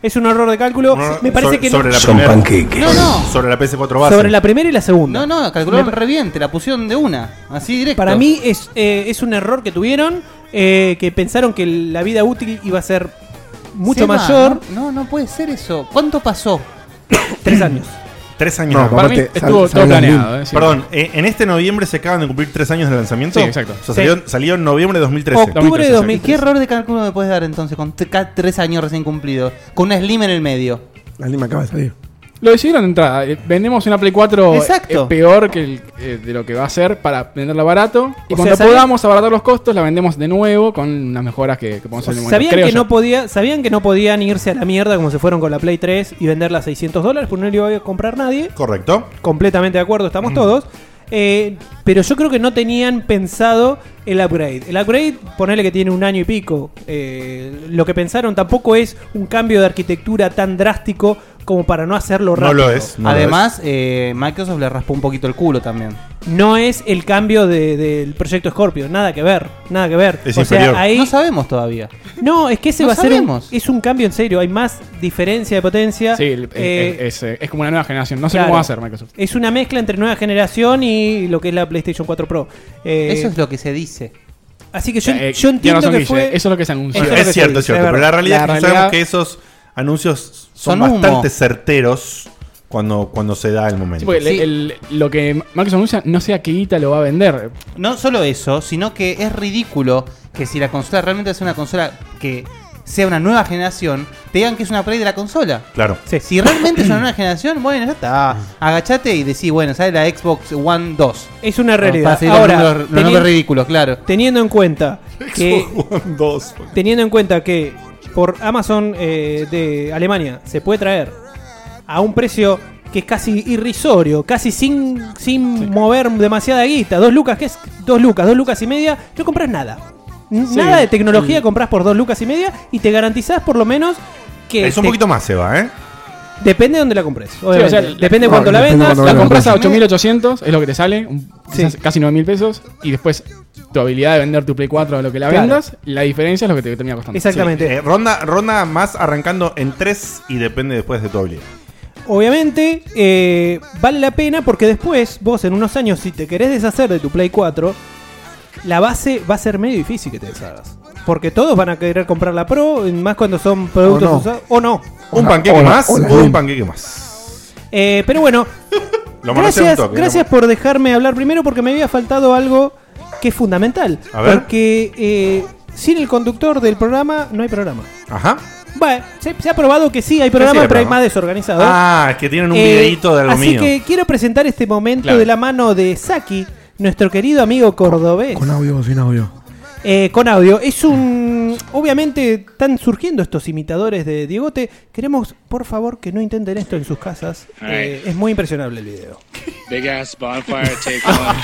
Speaker 5: Es un error de cálculo.
Speaker 3: No, no,
Speaker 5: me parece
Speaker 3: sobre-
Speaker 5: que no-
Speaker 3: sobre la
Speaker 11: Son
Speaker 3: primera-
Speaker 11: panqueques.
Speaker 4: No, no.
Speaker 3: Sobre la PS4 base.
Speaker 5: sobre la primera y la segunda.
Speaker 4: No, no, calcularon re bien, te la pusieron de una. Así directo.
Speaker 5: Para mí es, eh, es un error que tuvieron, eh, que pensaron que la vida útil iba a ser mucho
Speaker 4: Seba,
Speaker 5: mayor.
Speaker 4: No, no, no puede ser eso. ¿Cuánto pasó?
Speaker 5: Tres años.
Speaker 3: Tres años.
Speaker 6: No,
Speaker 3: de-
Speaker 7: Para
Speaker 6: Aparte,
Speaker 7: mí
Speaker 6: sal-
Speaker 7: estuvo todo
Speaker 6: salgan
Speaker 7: planeado. eh, sí.
Speaker 3: Perdón, eh, en este noviembre se acaban de cumplir tres años de lanzamiento.
Speaker 7: Sí, exacto.
Speaker 3: O sea, salió, salió en noviembre de 2013.
Speaker 5: Octubre de 2000.
Speaker 4: ¿Qué error de cálculo me puedes dar entonces con t- ca- tres años recién cumplidos? Con una slim en el medio.
Speaker 6: La lima acaba de salir.
Speaker 7: Lo decidieron de entrada. eh, Vendemos una Play 4
Speaker 4: Exacto.
Speaker 7: eh, peor que el, eh, de lo que va a ser para venderla barato. Y
Speaker 5: O
Speaker 7: cuando
Speaker 5: sea, ¿sabes?
Speaker 7: podamos abaratar los costos, la vendemos de nuevo con las mejoras que, que podemos hacer en el momento,
Speaker 5: ¿Sabían
Speaker 7: creo
Speaker 5: que,
Speaker 7: yo.
Speaker 5: no podía, ¿Sabían que no podían irse a la mierda como se fueron con la Play 3 y venderla a 600 dólares? Porque no le iba a comprar nadie.
Speaker 3: Correcto.
Speaker 7: Mm.
Speaker 5: Completamente de acuerdo, estamos todos. Eh, pero yo creo que no tenían pensado el upgrade. El upgrade, ponele que tiene un año y pico. Eh, lo que pensaron tampoco es un cambio de arquitectura tan drástico como para no hacerlo rápido.
Speaker 4: Además, eh, Microsoft le raspó un poquito el culo también.
Speaker 5: no es el cambio de- del proyecto Scorpio, nada que ver, nada que ver.
Speaker 4: Es
Speaker 5: o
Speaker 4: inferior.
Speaker 5: sea, ahí
Speaker 4: No sabemos todavía.
Speaker 5: No, es que ese
Speaker 4: No
Speaker 5: va a
Speaker 4: sabemos.
Speaker 5: ser un, es un cambio en serio, hay más diferencia de potencia.
Speaker 7: Sí, el- el-
Speaker 5: Eh,
Speaker 7: el- es, eh, es como una nueva generación. No sé
Speaker 5: claro.
Speaker 7: cómo va a ser Microsoft.
Speaker 5: Es una mezcla entre nueva generación y lo que es la PlayStation 4 Pro. Eh,
Speaker 4: Eso es lo que se dice.
Speaker 5: Así que yo,
Speaker 7: Eh,
Speaker 5: yo
Speaker 7: tiene
Speaker 5: entiendo
Speaker 7: razón,
Speaker 5: que
Speaker 7: Guille,
Speaker 5: fue.
Speaker 7: eso es lo que se anunció.
Speaker 5: eso
Speaker 3: es,
Speaker 5: lo que se
Speaker 3: cierto, es
Speaker 5: dice,
Speaker 3: cierto.
Speaker 5: es
Speaker 3: Pero la
Speaker 5: verdad.
Speaker 3: realidad
Speaker 7: La
Speaker 3: es que
Speaker 7: realidad-
Speaker 3: sabemos que esos anuncios son,
Speaker 4: Son humo.
Speaker 3: bastante certeros cuando, cuando se da el
Speaker 7: Sí,
Speaker 3: momento.
Speaker 7: porque el-
Speaker 4: Sí.
Speaker 7: el- lo que Microsoft anuncia, no sé a qué guita lo va a vender.
Speaker 4: No solo eso, sino que es ridículo que si la consola realmente es una consola que sea una nueva generación, te digan que es una play de la consola.
Speaker 3: Claro.
Speaker 4: Si realmente es una nueva generación, bueno, ya está. Agachate y decís, bueno, sale la Xbox One 2.
Speaker 5: Es una realidad.
Speaker 4: Para seguir los
Speaker 5: Ahora,
Speaker 4: números- los
Speaker 5: teni-
Speaker 4: nombres ridículos, claro.
Speaker 5: teniendo en cuenta que
Speaker 3: One, dos.
Speaker 5: teniendo en cuenta que por Amazon eh, de Alemania se puede traer a un precio que es casi irrisorio, casi sin, sin mover demasiada guita, dos lucas, ¿qué es? Dos lucas, dos lucas y media, no compras nada. N-
Speaker 7: Sí. Mm.
Speaker 5: Nada de tecnología compras por dos lucas y media y te garantizás por lo menos que...
Speaker 3: Es un
Speaker 5: te-
Speaker 3: poquito más, se va, ¿eh?
Speaker 5: Depende de dónde la compres.
Speaker 7: o
Speaker 5: obviamente.
Speaker 7: sea,
Speaker 5: depende de
Speaker 6: no,
Speaker 5: cuánto la
Speaker 6: depende
Speaker 5: vendas.
Speaker 6: cuánto
Speaker 7: La
Speaker 6: Bueno,
Speaker 7: compras a
Speaker 6: pues,
Speaker 7: 8800, es lo que te sale, un-
Speaker 5: Sí.
Speaker 7: quizás casi 9000 pesos. Y después tu habilidad de vender tu Play 4 a lo que la
Speaker 5: Claro.
Speaker 7: vendas, la diferencia es lo que te termina costando.
Speaker 5: Exactamente.
Speaker 3: Eh, ronda, ronda más arrancando en tres y depende después de tu habilidad.
Speaker 5: Obviamente eh, vale la pena porque después vos en unos años si te querés deshacer de tu Play 4, la base va a ser medio difícil que te deshagas. Porque todos van a querer comprar la Pro, más cuando son productos
Speaker 6: no.
Speaker 5: usados. O no.
Speaker 3: ¿Un panqueque
Speaker 6: hola,
Speaker 3: más?
Speaker 6: hola.
Speaker 3: o un panqueque más.
Speaker 5: Eh, pero bueno,
Speaker 3: Lo manoseo
Speaker 5: gracias,
Speaker 3: un toque,
Speaker 5: gracias
Speaker 3: ¿no?
Speaker 5: por dejarme hablar primero porque me había faltado algo que es fundamental.
Speaker 3: A ver.
Speaker 5: Porque eh, sin el conductor del programa no hay programa.
Speaker 3: Ajá.
Speaker 5: Bueno, se, se ha probado que sí hay
Speaker 3: sí hay
Speaker 5: programa, pero hay
Speaker 3: programa.
Speaker 5: más desorganizado.
Speaker 3: Ah, es que tienen un
Speaker 5: Eh,
Speaker 3: videito de algo
Speaker 5: así
Speaker 3: mío.
Speaker 5: que quiero presentar este momento
Speaker 7: Claro.
Speaker 5: de la mano de Saki, nuestro querido amigo cordobés,
Speaker 6: Con audio o sin audio.
Speaker 5: eh, con audio. Es un... Obviamente están surgiendo estos imitadores de Diegote. Queremos, por favor, que no intenten esto en sus casas. Eh, es muy impresionable el video.
Speaker 10: Big ass bonfire, take one.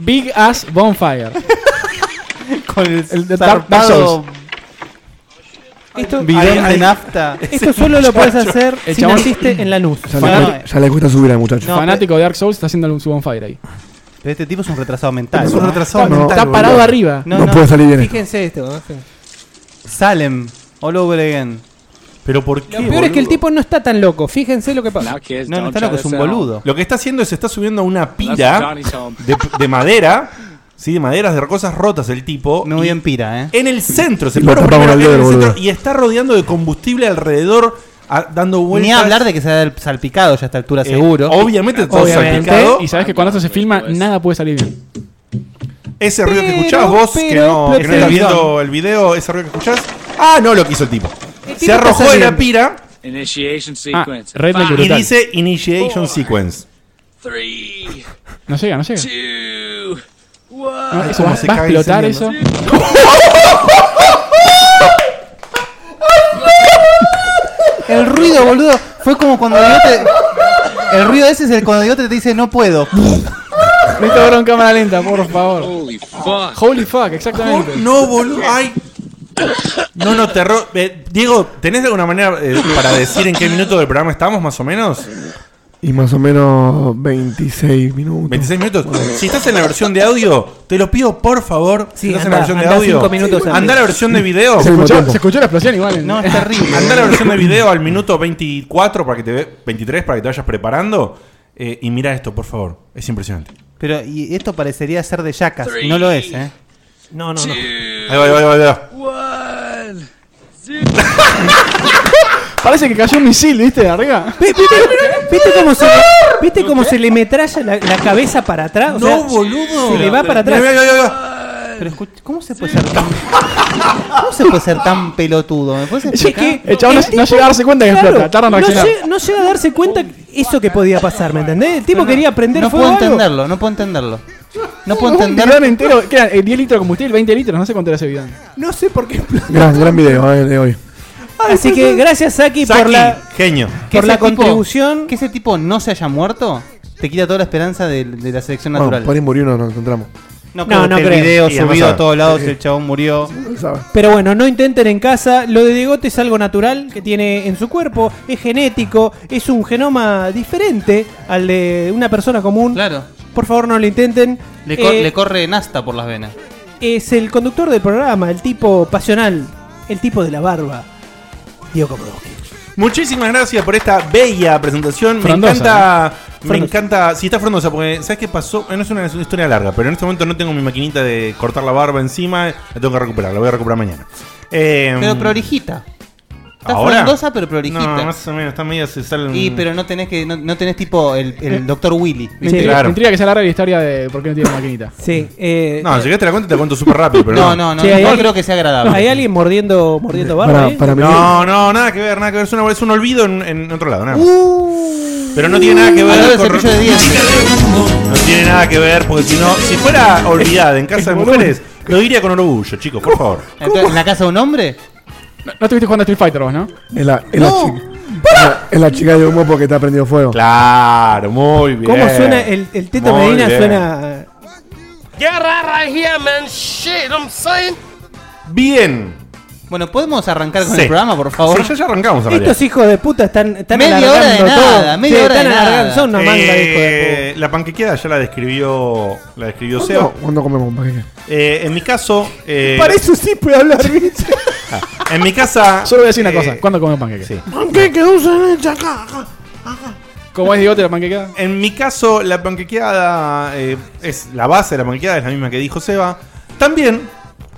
Speaker 7: Big Ass Bonfire.
Speaker 4: Con el,
Speaker 7: Dark- Dark Souls.
Speaker 5: Esto,
Speaker 4: bidón
Speaker 5: Ay,
Speaker 4: de
Speaker 5: ay,
Speaker 4: nafta.
Speaker 5: esto solo lo puedes hacer
Speaker 7: El
Speaker 5: si
Speaker 7: chabón-
Speaker 5: naciste en Lanús.
Speaker 6: Ya,
Speaker 4: Bueno,
Speaker 6: le, cuesta, ya le cuesta subir al muchacho.
Speaker 7: Fanático de Dark Souls está haciendo su Bonfire ahí.
Speaker 4: Pero este tipo es un retrasado mental.
Speaker 3: Es un
Speaker 4: ¿no?
Speaker 5: Ah.
Speaker 3: retrasado
Speaker 6: No.
Speaker 3: mental.
Speaker 7: Está
Speaker 3: boludo.
Speaker 7: parado arriba.
Speaker 6: No puede salir bien esto.
Speaker 5: Fíjense esto. ¿eh?
Speaker 4: Salem, all over again.
Speaker 3: Pero ¿por
Speaker 5: Lo
Speaker 3: qué?
Speaker 5: peor es que el
Speaker 3: boludo?
Speaker 5: tipo no está tan loco. Fíjense lo que pasa.
Speaker 10: Now, kids,
Speaker 4: No, no
Speaker 10: don't
Speaker 4: está
Speaker 10: try
Speaker 4: loco, es
Speaker 10: this
Speaker 4: un
Speaker 10: at home.
Speaker 4: boludo.
Speaker 3: Lo que está haciendo es está subiendo a una
Speaker 10: Unless
Speaker 3: pila
Speaker 10: Johnny's home.
Speaker 3: de, de madera, sí, de maderas, de cosas rotas el tipo.
Speaker 4: Me
Speaker 3: y
Speaker 4: voy en pira, eh.
Speaker 3: En el centro, se
Speaker 6: Y lo
Speaker 3: paró
Speaker 6: tapamos
Speaker 3: primero
Speaker 6: al
Speaker 3: en el
Speaker 6: dedo,
Speaker 3: centro
Speaker 6: boludo.
Speaker 3: y está rodeando de combustible alrededor, a- dando vueltas.
Speaker 4: Ni hablar de que se ha salpicado ya a esta altura,
Speaker 3: Eh,
Speaker 4: seguro.
Speaker 3: Obviamente todo
Speaker 5: Obviamente.
Speaker 3: salpicado.
Speaker 7: Y sabes que cuando esto se filma, nada puede salir bien.
Speaker 3: Ese ruido que
Speaker 5: Pero,
Speaker 3: escuchás vos, que
Speaker 5: pero,
Speaker 3: no, que
Speaker 5: pero,
Speaker 3: no estás
Speaker 5: pero,
Speaker 3: viendo el video, ese ruido que escuchás. Ah, no, lo que hizo el tipo. Se
Speaker 5: tipo
Speaker 3: arrojó de
Speaker 5: está
Speaker 3: la
Speaker 5: saliendo.
Speaker 3: pira
Speaker 10: Initiation
Speaker 7: Ah,
Speaker 10: sequence.
Speaker 7: Red Bull
Speaker 3: y
Speaker 7: brutal.
Speaker 3: dice Initiation Sequence.
Speaker 10: Three,
Speaker 7: No llega, no llega.
Speaker 10: two, one.
Speaker 7: No, eso
Speaker 3: ¿Cómo
Speaker 7: va,
Speaker 3: se
Speaker 7: va a
Speaker 3: cae
Speaker 7: explotar
Speaker 3: encendiendo?
Speaker 7: eso.
Speaker 4: El ruido, boludo, fue como cuando Diegote. El ruido ese es el cuando Diegote te dice no puedo.
Speaker 7: Necesito verlo en cámara lenta, por favor.
Speaker 10: Holy fuck.
Speaker 7: Holy fuck, exactamente.
Speaker 3: No, boludo. Ay. No, no, terror. Eh, Diego, ¿tenés alguna manera eh, para decir en qué minuto del programa estamos, más o menos?
Speaker 6: Y más o menos 26 minutos.
Speaker 3: 26 minutos. Si estás en la versión de audio, te lo pido por favor.
Speaker 5: Sí,
Speaker 3: si estás
Speaker 5: andá,
Speaker 3: en la versión
Speaker 5: andá
Speaker 3: de audio,
Speaker 5: cinco minutos antes.
Speaker 3: anda a la versión de video.
Speaker 6: Sí.
Speaker 7: ¿Se escuchó,
Speaker 6: tiempo.
Speaker 7: se escuchó la explosión igual.
Speaker 4: No, es terrible.
Speaker 3: Anda a la versión de video al minuto 24 para que te ve, 23 para que te vayas preparando. eh, y mira esto, por favor. Es impresionante.
Speaker 4: Pero y esto parecería ser de yacas, y no lo es, eh.
Speaker 5: No, no, no.
Speaker 3: Ahí va, ahí va, ahí va, ahí va.
Speaker 10: One.
Speaker 7: Parece que cayó un misil, ¿viste? De arriba.
Speaker 5: ¿Viste, viste- viste cómo se, le- viste cómo se le metralla la, la cabeza para atrás? O sea,
Speaker 3: boludo.
Speaker 5: se le va para atrás.
Speaker 3: Mira, mira, mira, mira.
Speaker 4: Pero escucha, ¿cómo se puede ser tan. ¿Cómo se puede ser tan pelotudo? ¿Me puedes
Speaker 5: Es
Speaker 4: explicar?
Speaker 5: que
Speaker 7: El chabón no-
Speaker 5: tipo-
Speaker 7: no llega a darse cuenta que explota, tarda en
Speaker 5: no,
Speaker 7: reaccionar.
Speaker 5: llega, no llega a darse cuenta eso que podía pasar, ¿me entendés? El tipo quería prender
Speaker 4: No
Speaker 5: fuego.
Speaker 4: puedo
Speaker 5: a algo.
Speaker 4: entenderlo, no puedo entenderlo. No puedo
Speaker 7: Un bidón
Speaker 4: entenderlo.
Speaker 7: entero, que eran eh, 10 litros de combustible, 20 litros, no sé cuánto era ese bidón.
Speaker 5: No sé por qué.
Speaker 6: Gran, gran video eh, el de hoy.
Speaker 7: Ah,
Speaker 5: Así que gracias, Saki, por
Speaker 3: Saki,
Speaker 5: la,
Speaker 3: genio.
Speaker 5: por la
Speaker 4: ese tipo-
Speaker 5: contribución.
Speaker 4: Que ese tipo no se haya muerto, te quita toda la esperanza de, de la selección
Speaker 6: Bueno,
Speaker 4: natural.
Speaker 6: por ahí murió y no nos encontramos.
Speaker 4: No creo que el este video
Speaker 3: ah.
Speaker 4: subido a todos lados, el chabón murió.
Speaker 5: Pero bueno, no intenten en casa. Lo de Diegote es algo natural que tiene en su cuerpo. Es genético. Es un genoma diferente al de una persona común.
Speaker 12: Claro.
Speaker 5: Por favor, no lo intenten.
Speaker 12: Le, cor-
Speaker 5: Eh,
Speaker 12: le corre nasta por las venas.
Speaker 5: es el conductor del programa, el tipo pasional, el tipo de la barba. Diego Komodowski.
Speaker 3: Muchísimas gracias por esta bella presentación.
Speaker 5: Frondosa,
Speaker 3: me encanta. Me
Speaker 5: Frondosa.
Speaker 3: encanta. Si está frondosa, porque ¿sabes qué pasó? Eh, No es una, es una historia larga, pero en este momento no tengo mi maquinita de cortar la barba encima. La tengo que recuperar, la voy a recuperar mañana. Eh,
Speaker 12: Pero prolijita. Está
Speaker 3: ¿ahora?
Speaker 12: frondosa, pero prolijita.
Speaker 3: No, más o menos, está medio se sale un-
Speaker 12: Y pero no tenés que no, no tenés tipo el,
Speaker 3: Eh.
Speaker 12: doctor Willy.
Speaker 3: Me intriga- Claro. me
Speaker 7: Tendría que ser larga la historia de por qué no tiene maquinita.
Speaker 5: Sí, eh,
Speaker 3: No, llegaste a la cuenta y te la cuento súper rápido, pero
Speaker 12: No, no, no,
Speaker 5: Che,
Speaker 12: no
Speaker 5: ¿hay alguien-
Speaker 12: creo que sea agradable.
Speaker 5: ¿Hay alguien mordiendo, mordiendo barba? ¿eh? ahí?
Speaker 3: no, no, nada que ver, nada que ver. Es, una- es un olvido en, en otro lado, nada más.
Speaker 12: Uh.
Speaker 3: Pero no tiene nada que ver con- No tiene nada que ver, porque si no, si fuera olvidada en casa de mujeres, lo diría con orgullo, chicos, por favor.
Speaker 12: Entonces, ¿En la casa de un hombre?
Speaker 7: No, no estuviste jugando a Street Fighter vos, ¿no?
Speaker 6: Es la, es la chica. Es la chica de humo porque te ha prendido fuego.
Speaker 3: Claro, muy bien.
Speaker 5: ¿Cómo suena el, el Teto
Speaker 3: Muy
Speaker 5: Medina?
Speaker 3: bien.
Speaker 5: Suena.
Speaker 13: Get right right here, man. Shit, I'm saying.
Speaker 3: Bien.
Speaker 12: Bueno, ¿podemos arrancar con
Speaker 3: Sí.
Speaker 12: el programa, por favor?
Speaker 3: Sí, ya, ya arrancamos en realidad.
Speaker 5: Estos hijos de puta están, están
Speaker 12: Media
Speaker 5: alargando
Speaker 12: hora de
Speaker 5: todo.
Speaker 12: nada, media
Speaker 5: Sí,
Speaker 12: hora de
Speaker 5: están
Speaker 7: Ah,
Speaker 12: nada.
Speaker 5: alargando, Son una manga, hijo de
Speaker 3: Eh, la panquequeada ya la describió la describió Seba.
Speaker 6: ¿Cuándo, cuándo comemos paquete?
Speaker 3: Eh, en mi caso, eh,
Speaker 6: Para eso sí puede hablar, ¿viste?
Speaker 3: en mi casa
Speaker 7: Solo voy a decir una
Speaker 3: eh,
Speaker 7: cosa. ¿Cuándo comemos panqueque?
Speaker 6: Aunque que usan el chacaca.
Speaker 7: ¿Cómo es Diegote la panquequeada?
Speaker 3: En mi caso, la panquequeada eh, es la base de la panquequeada, es la misma que dijo Seba. También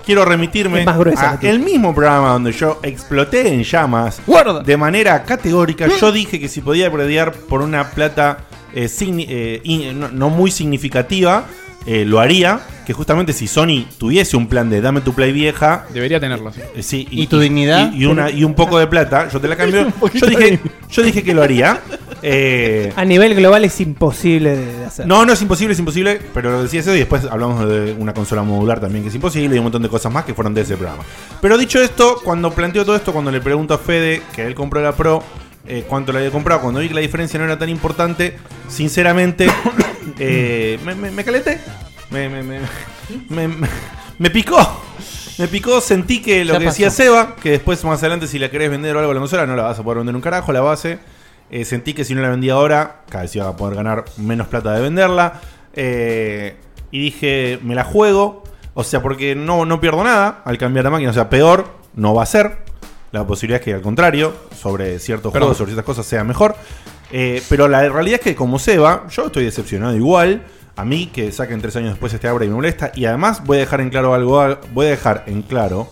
Speaker 3: quiero remitirme
Speaker 5: Es más gruesa
Speaker 3: a
Speaker 5: que tú.
Speaker 3: el mismo programa donde yo exploté en llamas
Speaker 12: Guarda. Mm.
Speaker 3: de manera categórica. Yo dije que si podía prediar por una plata eh, signi- eh, in- no, no muy significativa, eh, lo haría. Que justamente si Sony tuviese un plan de dame tu play vieja,
Speaker 7: Debería tenerlo, sí.
Speaker 3: eh, sí,
Speaker 12: ¿Y tu dignidad?
Speaker 3: Y, y una, y un poco de plata, yo te la cambio. Yo dije, yo dije que lo haría. Eh,
Speaker 5: puta. A nivel global es imposible de, de hacer.
Speaker 3: no, no es imposible, es imposible, pero lo decía eso y después hablamos de una consola modular también que es imposible y un montón de cosas más que fueron de ese programa. Pero dicho esto, cuando planteo todo esto, cuando le pregunto a Fede, que él compró la Pro, eh, cuánto la había comprado, cuando vi que la diferencia no era tan importante, sinceramente, eh, me, me- me calenté. Me, me- me- me- me- me picó. Me picó, sentí que lo
Speaker 12: Ya
Speaker 3: que decía
Speaker 12: pasó.
Speaker 3: Seba, que después más adelante si la querés vender o algo a la consola, no la vas a poder vender un carajo, la base. Eh, sentí que si no la vendía ahora, cada vez iba a poder ganar menos plata de venderla. Eh, y dije, me la juego. O sea, porque no, no pierdo nada al cambiar la máquina. O sea, peor no va a ser. La posibilidad es que al contrario, sobre ciertos
Speaker 7: Perdón.
Speaker 3: juegos, sobre ciertas cosas, sea mejor. Eh, pero la realidad es que como Seba, yo estoy decepcionado igual. A mí que saquen tres años después este abra y me molesta. Y además voy a dejar en claro algo. al- Voy a dejar en claro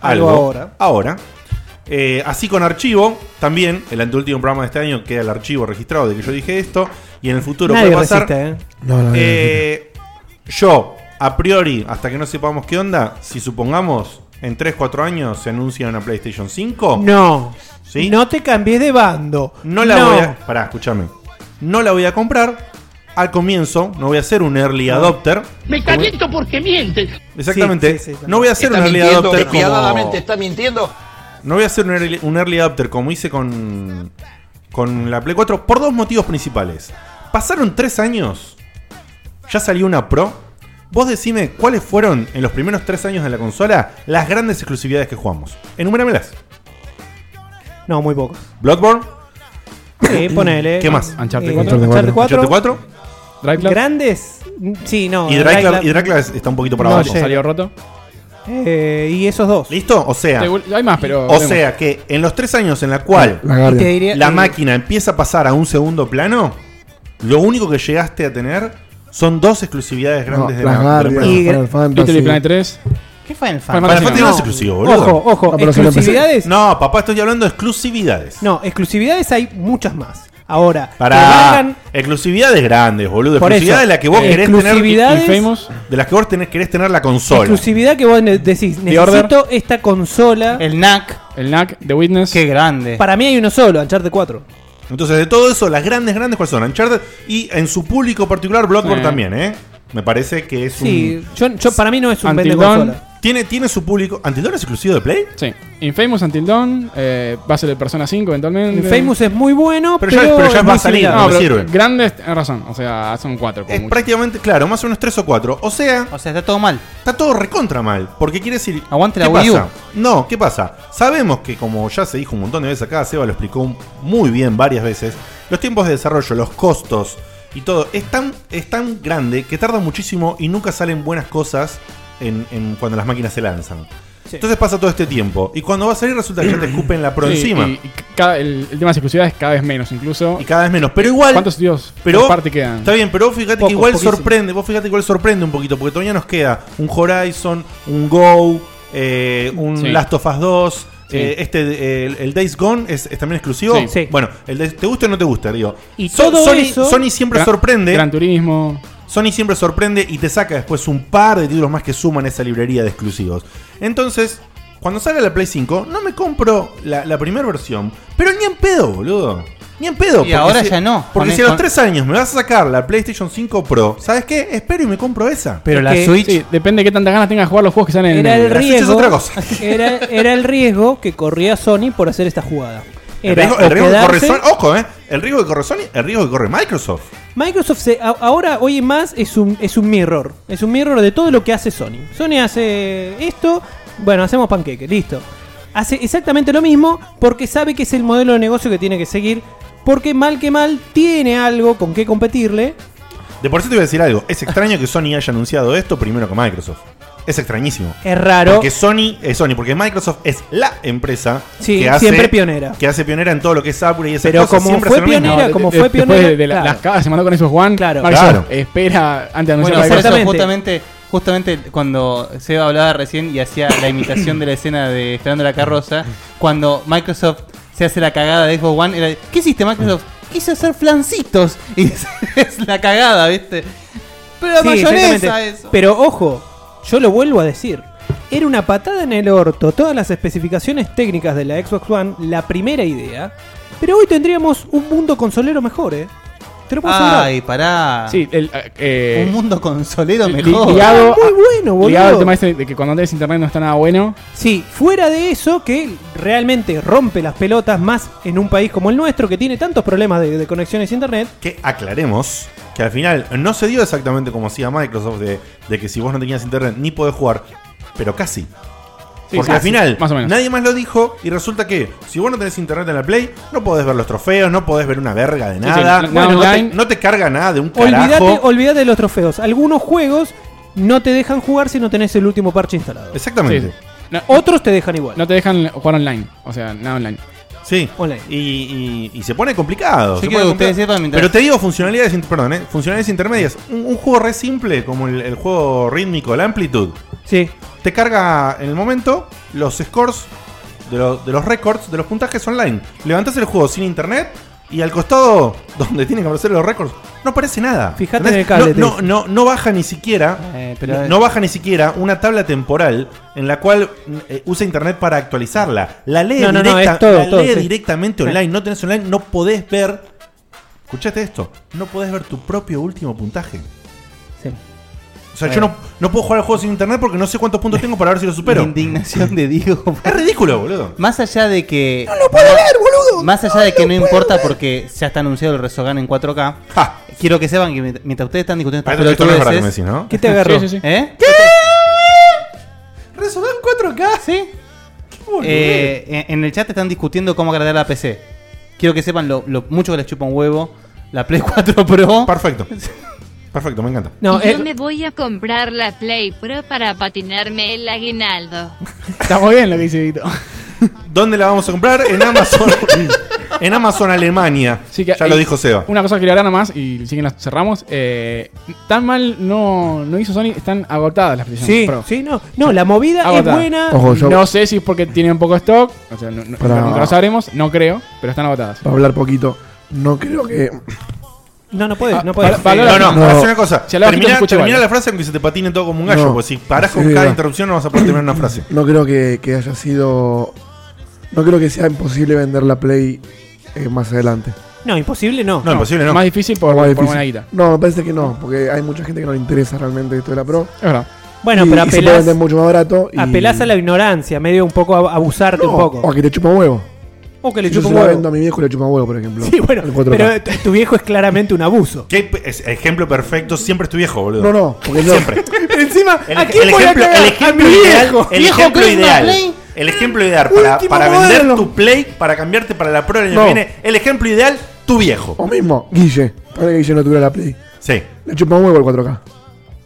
Speaker 3: algo,
Speaker 5: Algo ahora.
Speaker 3: Ahora. Eh, así con archivo, también el anteúltimo programa de este año queda el archivo registrado de que yo dije esto. Y en el futuro
Speaker 5: Nadie
Speaker 3: puede pasar.
Speaker 5: resiste, ¿eh?
Speaker 6: No, no, no.
Speaker 3: Eh, yo, a priori, hasta que no sepamos qué onda, si supongamos en 3-4 años se anuncia una PlayStation 5,
Speaker 5: No.
Speaker 3: ¿sí?
Speaker 5: No te cambies de bando.
Speaker 3: No la voy a. Pará, escúchame. No la voy a comprar. Al comienzo, no voy a ser un early adopter.
Speaker 13: Me caliento porque mientes.
Speaker 3: Exactamente.
Speaker 5: Sí, sí, sí, también.
Speaker 3: no voy a ser un early adopter como.
Speaker 11: está mintiendo.
Speaker 3: No voy a ser un early, un early adopter como hice con. Con la Play 4. Por dos motivos principales. Pasaron tres años. Ya salió una Pro. Vos decime cuáles fueron en los primeros tres años de la consola las grandes exclusividades que jugamos. Enuméramelas.
Speaker 5: No, muy poco.
Speaker 3: Bloodborne,
Speaker 5: Sí, ponele.
Speaker 3: ¿Qué más?
Speaker 7: Uncharted
Speaker 5: Eh,
Speaker 7: cuatro.
Speaker 5: Uncharted cuatro.
Speaker 3: Uncharted 4
Speaker 7: Drive Club.
Speaker 5: ¿Grandes? Sí, no.
Speaker 3: y
Speaker 5: Drake
Speaker 3: Dracula,
Speaker 5: Lab-
Speaker 3: y Dracula está un poquito para
Speaker 7: No,
Speaker 3: abajo.
Speaker 7: salió roto.
Speaker 5: eh, y esos dos.
Speaker 3: ¿Listo? O sea,
Speaker 7: Hay más, pero.
Speaker 3: o sea que en los tres años en la cual
Speaker 6: La
Speaker 5: Y te
Speaker 6: guardia.
Speaker 5: diría,
Speaker 3: la
Speaker 5: eh,
Speaker 3: máquina empieza a pasar a un segundo plano, lo único que llegaste a tener son dos exclusividades
Speaker 6: No,
Speaker 3: grandes de
Speaker 6: la
Speaker 3: la, de la
Speaker 6: guardia.
Speaker 3: Play.
Speaker 5: Y-
Speaker 6: Final
Speaker 7: Little
Speaker 6: Fantasy.
Speaker 7: Big Planet 3.
Speaker 12: ¿Qué fue el
Speaker 7: Final
Speaker 12: fan?
Speaker 3: Para
Speaker 7: Fantasy
Speaker 3: Fantasy
Speaker 7: no.
Speaker 3: no es exclusivo, boludo.
Speaker 5: Ojo, ojo.
Speaker 6: No, pero se lo empecé.
Speaker 5: exclusividades.
Speaker 3: No, papá, estoy hablando de exclusividades.
Speaker 5: No, exclusividades hay muchas más. Ahora,
Speaker 3: Para
Speaker 5: que valgan-
Speaker 3: exclusividades grandes, boludo.
Speaker 5: Por
Speaker 3: Exclusividades
Speaker 5: eso.
Speaker 3: de las que vos querés tener.
Speaker 5: Exclusividades-
Speaker 7: Infamous.
Speaker 3: De las que vos tenés, querés tener la consola.
Speaker 5: exclusividad que vos ne- decís, necesito esta consola.
Speaker 12: El NAC.
Speaker 7: El NAC. The Witness.
Speaker 12: Qué grande.
Speaker 5: Para mí hay uno solo, Uncharted 4.
Speaker 3: Entonces, de todo eso, las grandes, grandes, ¿cuáles son? Uncharted y en su público particular, Bloodborne
Speaker 7: Sí.
Speaker 3: también, ¿eh? Me parece que es
Speaker 5: Sí,
Speaker 3: un.
Speaker 5: yo, yo- para mí no es un
Speaker 7: Until
Speaker 5: vende
Speaker 7: Dawn.
Speaker 5: consola.
Speaker 3: Tiene, tiene su público. ¿Antildor es exclusivo de Play?
Speaker 7: Sí. Infamous Until Dawn, eh, va a ser el Persona 5 eventualmente.
Speaker 5: Infamous es muy bueno,
Speaker 3: Pero ya- pero pero ya es va a muy salir, similar. no me sirve.
Speaker 7: Grandes, tenés razón. O sea, son cuatro. por
Speaker 3: Es
Speaker 7: mucho.
Speaker 3: prácticamente, claro, más o menos 3 o 4. O sea. O sea, está todo mal. Está todo recontra mal. Porque quiere decir. Aguante
Speaker 12: la Wii U.
Speaker 3: No, ¿qué pasa? Sabemos que, como ya se dijo un montón de veces acá, Seba lo explicó muy bien varias veces. Los tiempos de desarrollo, los costos y todo es tan, es tan grande que tarda muchísimo y nunca salen buenas cosas en, en cuando las máquinas se lanzan. Entonces pasa todo este tiempo. Y cuando va a salir resulta que ya te escupen la pro
Speaker 7: Sí,
Speaker 3: encima.
Speaker 7: Y, y cada- el, el tema de exclusividad es cada vez menos, incluso. Y
Speaker 3: cada vez menos. Pero igual.
Speaker 7: ¿Cuántos tíos
Speaker 3: Pero
Speaker 7: por parte quedan?
Speaker 3: Está bien, pero vos fíjate
Speaker 7: Pocos,
Speaker 3: que igual
Speaker 7: poquísimos.
Speaker 3: sorprende, vos fíjate que igual sorprende un poquito, porque todavía nos queda un Horizon, un Go, eh, un
Speaker 2: Sí.
Speaker 3: Last of Us 2.
Speaker 2: Sí.
Speaker 3: eh, este, eh, el, el Days Gone es, es también exclusivo.
Speaker 7: Sí. Sí.
Speaker 3: Bueno, el Days- ¿te gusta o no te gusta? Digo.
Speaker 5: Y
Speaker 3: So-
Speaker 5: todo
Speaker 3: Sony,
Speaker 5: eso-
Speaker 3: Sony siempre
Speaker 7: Gran-
Speaker 3: sorprende.
Speaker 7: Gran Turismo.
Speaker 3: Sony siempre sorprende y te saca después un par de títulos más que suman esa librería de exclusivos. Entonces, cuando salga la Play 5, no me compro la, la primera versión. Pero ni en pedo, boludo. Ni en pedo.
Speaker 12: Y
Speaker 3: porque
Speaker 12: ahora
Speaker 3: si-
Speaker 12: ya no.
Speaker 3: Porque
Speaker 12: Con
Speaker 3: si a los
Speaker 12: esto-
Speaker 3: 3 años me vas a sacar la PlayStation 5 Pro, ¿sabes qué? Espero y me compro esa.
Speaker 7: Es que- sí, depende de qué tantas ganas tengas de jugar los juegos que salen en
Speaker 5: Era el
Speaker 7: la Switch.
Speaker 5: riesgo.
Speaker 3: es otra cosa.
Speaker 5: Era, era el riesgo que corría Sony por hacer esta jugada.
Speaker 3: El
Speaker 5: Era
Speaker 3: riesgo, el
Speaker 5: o
Speaker 3: riesgo que corre
Speaker 5: quedarse-
Speaker 3: Sony- ojo, ¿eh? El riesgo que corre Sony, el riesgo que corre Microsoft.
Speaker 5: Microsoft se- a- ahora, hoy en más, es un, es un mirror. Es un mirror de todo lo que hace Sony. Sony hace esto, bueno, hacemos panqueque, listo. Hace exactamente lo mismo porque sabe que es el modelo de negocio que tiene que seguir. Porque mal que mal tiene algo con qué competirle.
Speaker 3: De por sí te voy a decir algo. Es extraño que Sony haya anunciado esto primero que Microsoft. Es extrañísimo.
Speaker 5: Es raro.
Speaker 3: Porque Sony, eh, Sony, porque Microsoft es la empresa
Speaker 5: Sí,
Speaker 3: que hace,
Speaker 5: siempre pionera.
Speaker 3: Que hace pionera en todo lo que es Apple y esas
Speaker 5: Pero
Speaker 3: cosas,
Speaker 5: como
Speaker 3: siempre
Speaker 5: fue
Speaker 3: hace lo mismo.
Speaker 5: pionera, No, como
Speaker 7: De- después de, de la- las cagadas se mandó con esos One, claro.
Speaker 3: Claro.
Speaker 7: espera antes de anunciar
Speaker 12: Bueno,
Speaker 7: la
Speaker 12: por eso
Speaker 7: cosa.
Speaker 12: justamente, justamente cuando Seba hablaba recién y hacía la imitación de la escena de Esperando la Carroza, cuando Microsoft se hace la cagada de Xbox One, era, ¿qué hiciste Microsoft? Quise hacer flancitos. Y es la cagada, ¿viste? Pero la
Speaker 5: Sí,
Speaker 12: mayonesa
Speaker 5: exactamente.
Speaker 12: eso.
Speaker 5: Pero ojo, yo lo vuelvo a decir. Era una patada en el orto todas las especificaciones técnicas de la Xbox One, la primera idea. Pero hoy tendríamos un mundo consolero mejor, ¿eh? Te lo puedo asegurar.
Speaker 12: Ay, pará.
Speaker 7: Sí, el, eh,
Speaker 12: Un mundo consolero
Speaker 7: li-
Speaker 12: mejor.
Speaker 7: Ligado,
Speaker 5: Muy bueno, boludo.
Speaker 7: ligado al tema ese de que cuando tenés internet no está nada bueno.
Speaker 5: Sí, fuera de eso, que realmente rompe las pelotas más en un país como el nuestro, que tiene tantos problemas de, de conexiones a internet.
Speaker 3: Que aclaremos que al final no se dio exactamente como hacía Microsoft de, de que si vos no tenías internet ni podés jugar, pero casi.
Speaker 2: Sí,
Speaker 3: Porque
Speaker 2: casi,
Speaker 3: al final
Speaker 2: más o menos.
Speaker 3: nadie más lo dijo y resulta que si vos no tenés internet en la Play, no podés ver los trofeos, no podés ver una verga de
Speaker 5: sí,
Speaker 3: nada,
Speaker 5: no-
Speaker 3: no,
Speaker 5: no
Speaker 3: te,
Speaker 5: online.
Speaker 3: no te carga nada de un carajo.
Speaker 5: Olvídate, olvídate de los trofeos. Algunos juegos no te dejan jugar si no tenés el último parche instalado.
Speaker 3: Exactamente.
Speaker 5: Otros te dejan igual.
Speaker 7: No te dejan jugar online. O sea, nada online.
Speaker 3: Sí. Y, y- y se pone complicado.
Speaker 7: Yo
Speaker 3: se
Speaker 7: quiero
Speaker 3: pone
Speaker 7: que ustedes
Speaker 3: complicado.
Speaker 7: sepan mientras-
Speaker 3: Pero te digo, funcionalidades, inter- perdón, eh, funcionalidades intermedias. Un, un juego re simple, como el, el juego rítmico, la amplitud.
Speaker 5: Sí.
Speaker 3: Te carga en el momento los scores de, lo- de los récords, de los puntajes online. Levantás el juego sin internet y al costado, donde tienen que aparecer los récords, no aparece nada.
Speaker 5: Fijate
Speaker 3: ¿Entendés?
Speaker 5: en el cable, te Eh,
Speaker 3: No, no, no, no baja ni siquiera.
Speaker 5: pero-
Speaker 3: no- no baja ni siquiera una tabla temporal en la cual eh, usa internet para actualizarla. La lee,
Speaker 5: No, no, no,
Speaker 3: directa-
Speaker 5: es todo,
Speaker 3: la
Speaker 5: todo,
Speaker 3: lee
Speaker 5: sí.
Speaker 3: directamente
Speaker 5: Sí.
Speaker 3: online. No tenés online, no podés ver. Escuchate esto: no podés ver tu propio último puntaje.
Speaker 5: Sí.
Speaker 3: O sea, yo no, no puedo jugar al juego sin internet porque no sé cuántos puntos tengo para ver si lo supero.
Speaker 12: La indignación de Diego.
Speaker 3: Es ridículo, boludo.
Speaker 12: Más allá de que. ¡No
Speaker 3: lo puedo ver, boludo!
Speaker 12: Más allá de que no, importa porque ya está anunciado el Resogan en 4K. Quiero que sepan que mient- mientras ustedes están discutiendo estas
Speaker 3: Parece que esto no es verdad
Speaker 12: pelotudeces-
Speaker 3: que me decís, ¿no?
Speaker 5: ¿Qué te agarró? Sí, sí, sí.
Speaker 12: ¿Eh?
Speaker 3: ¿Resonan 4K?
Speaker 12: Sí.
Speaker 3: Oh,
Speaker 12: Eh, en- en el chat están discutiendo cómo agradar la PC. Quiero que sepan lo, lo mucho que les chupa un huevo la Play 4 Pro.
Speaker 3: Perfecto. Perfecto, me encanta.
Speaker 5: No,
Speaker 1: eh,
Speaker 14: Yo me voy a comprar la Play Pro para patinarme el aguinaldo.
Speaker 7: Está muy bien lo que dice Vito.
Speaker 3: ¿Dónde la vamos a comprar? En Amazon. en Amazon Alemania. ya lo
Speaker 7: Eh,
Speaker 3: dijo Seba.
Speaker 7: Una cosa que le hará nomás y siguen las cerramos. eh, tan mal no, no hizo Sony, están agotadas las peticiones.
Speaker 5: Sí, sí, no. No, la movida es buena.
Speaker 6: Ojo, yo-
Speaker 7: No sé si es porque tienen poco stock. O sea, no, no-
Speaker 6: Para-
Speaker 7: nunca lo sabremos. No creo, pero están agotadas.
Speaker 6: Para hablar poquito. No creo que.
Speaker 5: No, no
Speaker 3: Ah,
Speaker 5: puedes, no
Speaker 7: puedes.
Speaker 3: No, no, no,
Speaker 6: No.
Speaker 3: haz una cosa.
Speaker 6: Si hablabas bajito,
Speaker 3: Termina,
Speaker 6: se escucha
Speaker 3: termina
Speaker 6: igual.
Speaker 3: la frase aunque se te patine todo como un gallo.
Speaker 6: No.
Speaker 3: Pues si parás con
Speaker 6: Sí,
Speaker 3: cada
Speaker 6: va.
Speaker 3: interrupción no vas a poder terminar una frase.
Speaker 6: No creo que, que haya sido. No creo que sea imposible vender la Play eh, más adelante.
Speaker 5: No, imposible no.
Speaker 3: No, imposible no.
Speaker 7: Más difícil
Speaker 6: Más
Speaker 7: por, por
Speaker 6: difícil.
Speaker 7: buena guita.
Speaker 6: No, me parece que no, porque hay mucha gente que no le interesa realmente esto de la Pro.
Speaker 7: Es verdad.
Speaker 5: Bueno,
Speaker 6: y,
Speaker 5: pero
Speaker 6: y se puede
Speaker 5: apelás,
Speaker 6: vender mucho más barato. y-
Speaker 5: apelás a la ignorancia, medio un poco a- abusarte
Speaker 6: No,
Speaker 5: un poco.
Speaker 6: O a que te chupa huevo.
Speaker 5: O que le
Speaker 6: Yo se
Speaker 5: chupa un
Speaker 6: la
Speaker 5: huevo.
Speaker 6: vendo a mi viejo y le chupa huevo, por ejemplo.
Speaker 5: Sí, bueno,
Speaker 6: El 4K.
Speaker 5: pero tu tu viejo es claramente un abuso.
Speaker 3: ¿Qué es- ejemplo perfecto? Siempre es tu viejo, boludo.
Speaker 6: No, no, porque no.
Speaker 3: Siempre.
Speaker 5: Encima,
Speaker 3: El,
Speaker 5: ¿a
Speaker 3: ej-
Speaker 5: quién
Speaker 3: el
Speaker 5: voy
Speaker 3: ejemplo,
Speaker 5: a cagar?
Speaker 3: el
Speaker 5: A
Speaker 3: ejemplo
Speaker 5: mi
Speaker 3: ideal.
Speaker 5: viejo.
Speaker 3: El
Speaker 5: Viejo
Speaker 3: ejemplo
Speaker 5: Christmas
Speaker 3: ideal.
Speaker 5: Play.
Speaker 3: El ejemplo ideal para,
Speaker 5: Último
Speaker 3: para vender
Speaker 5: modelo.
Speaker 3: tu play, para cambiarte para la pro del año
Speaker 6: No.
Speaker 3: que viene. El ejemplo ideal, tu viejo.
Speaker 6: O mismo, Guille. Para que Guille no tuviera la Play.
Speaker 3: Sí.
Speaker 6: Le chupa huevo el 4K.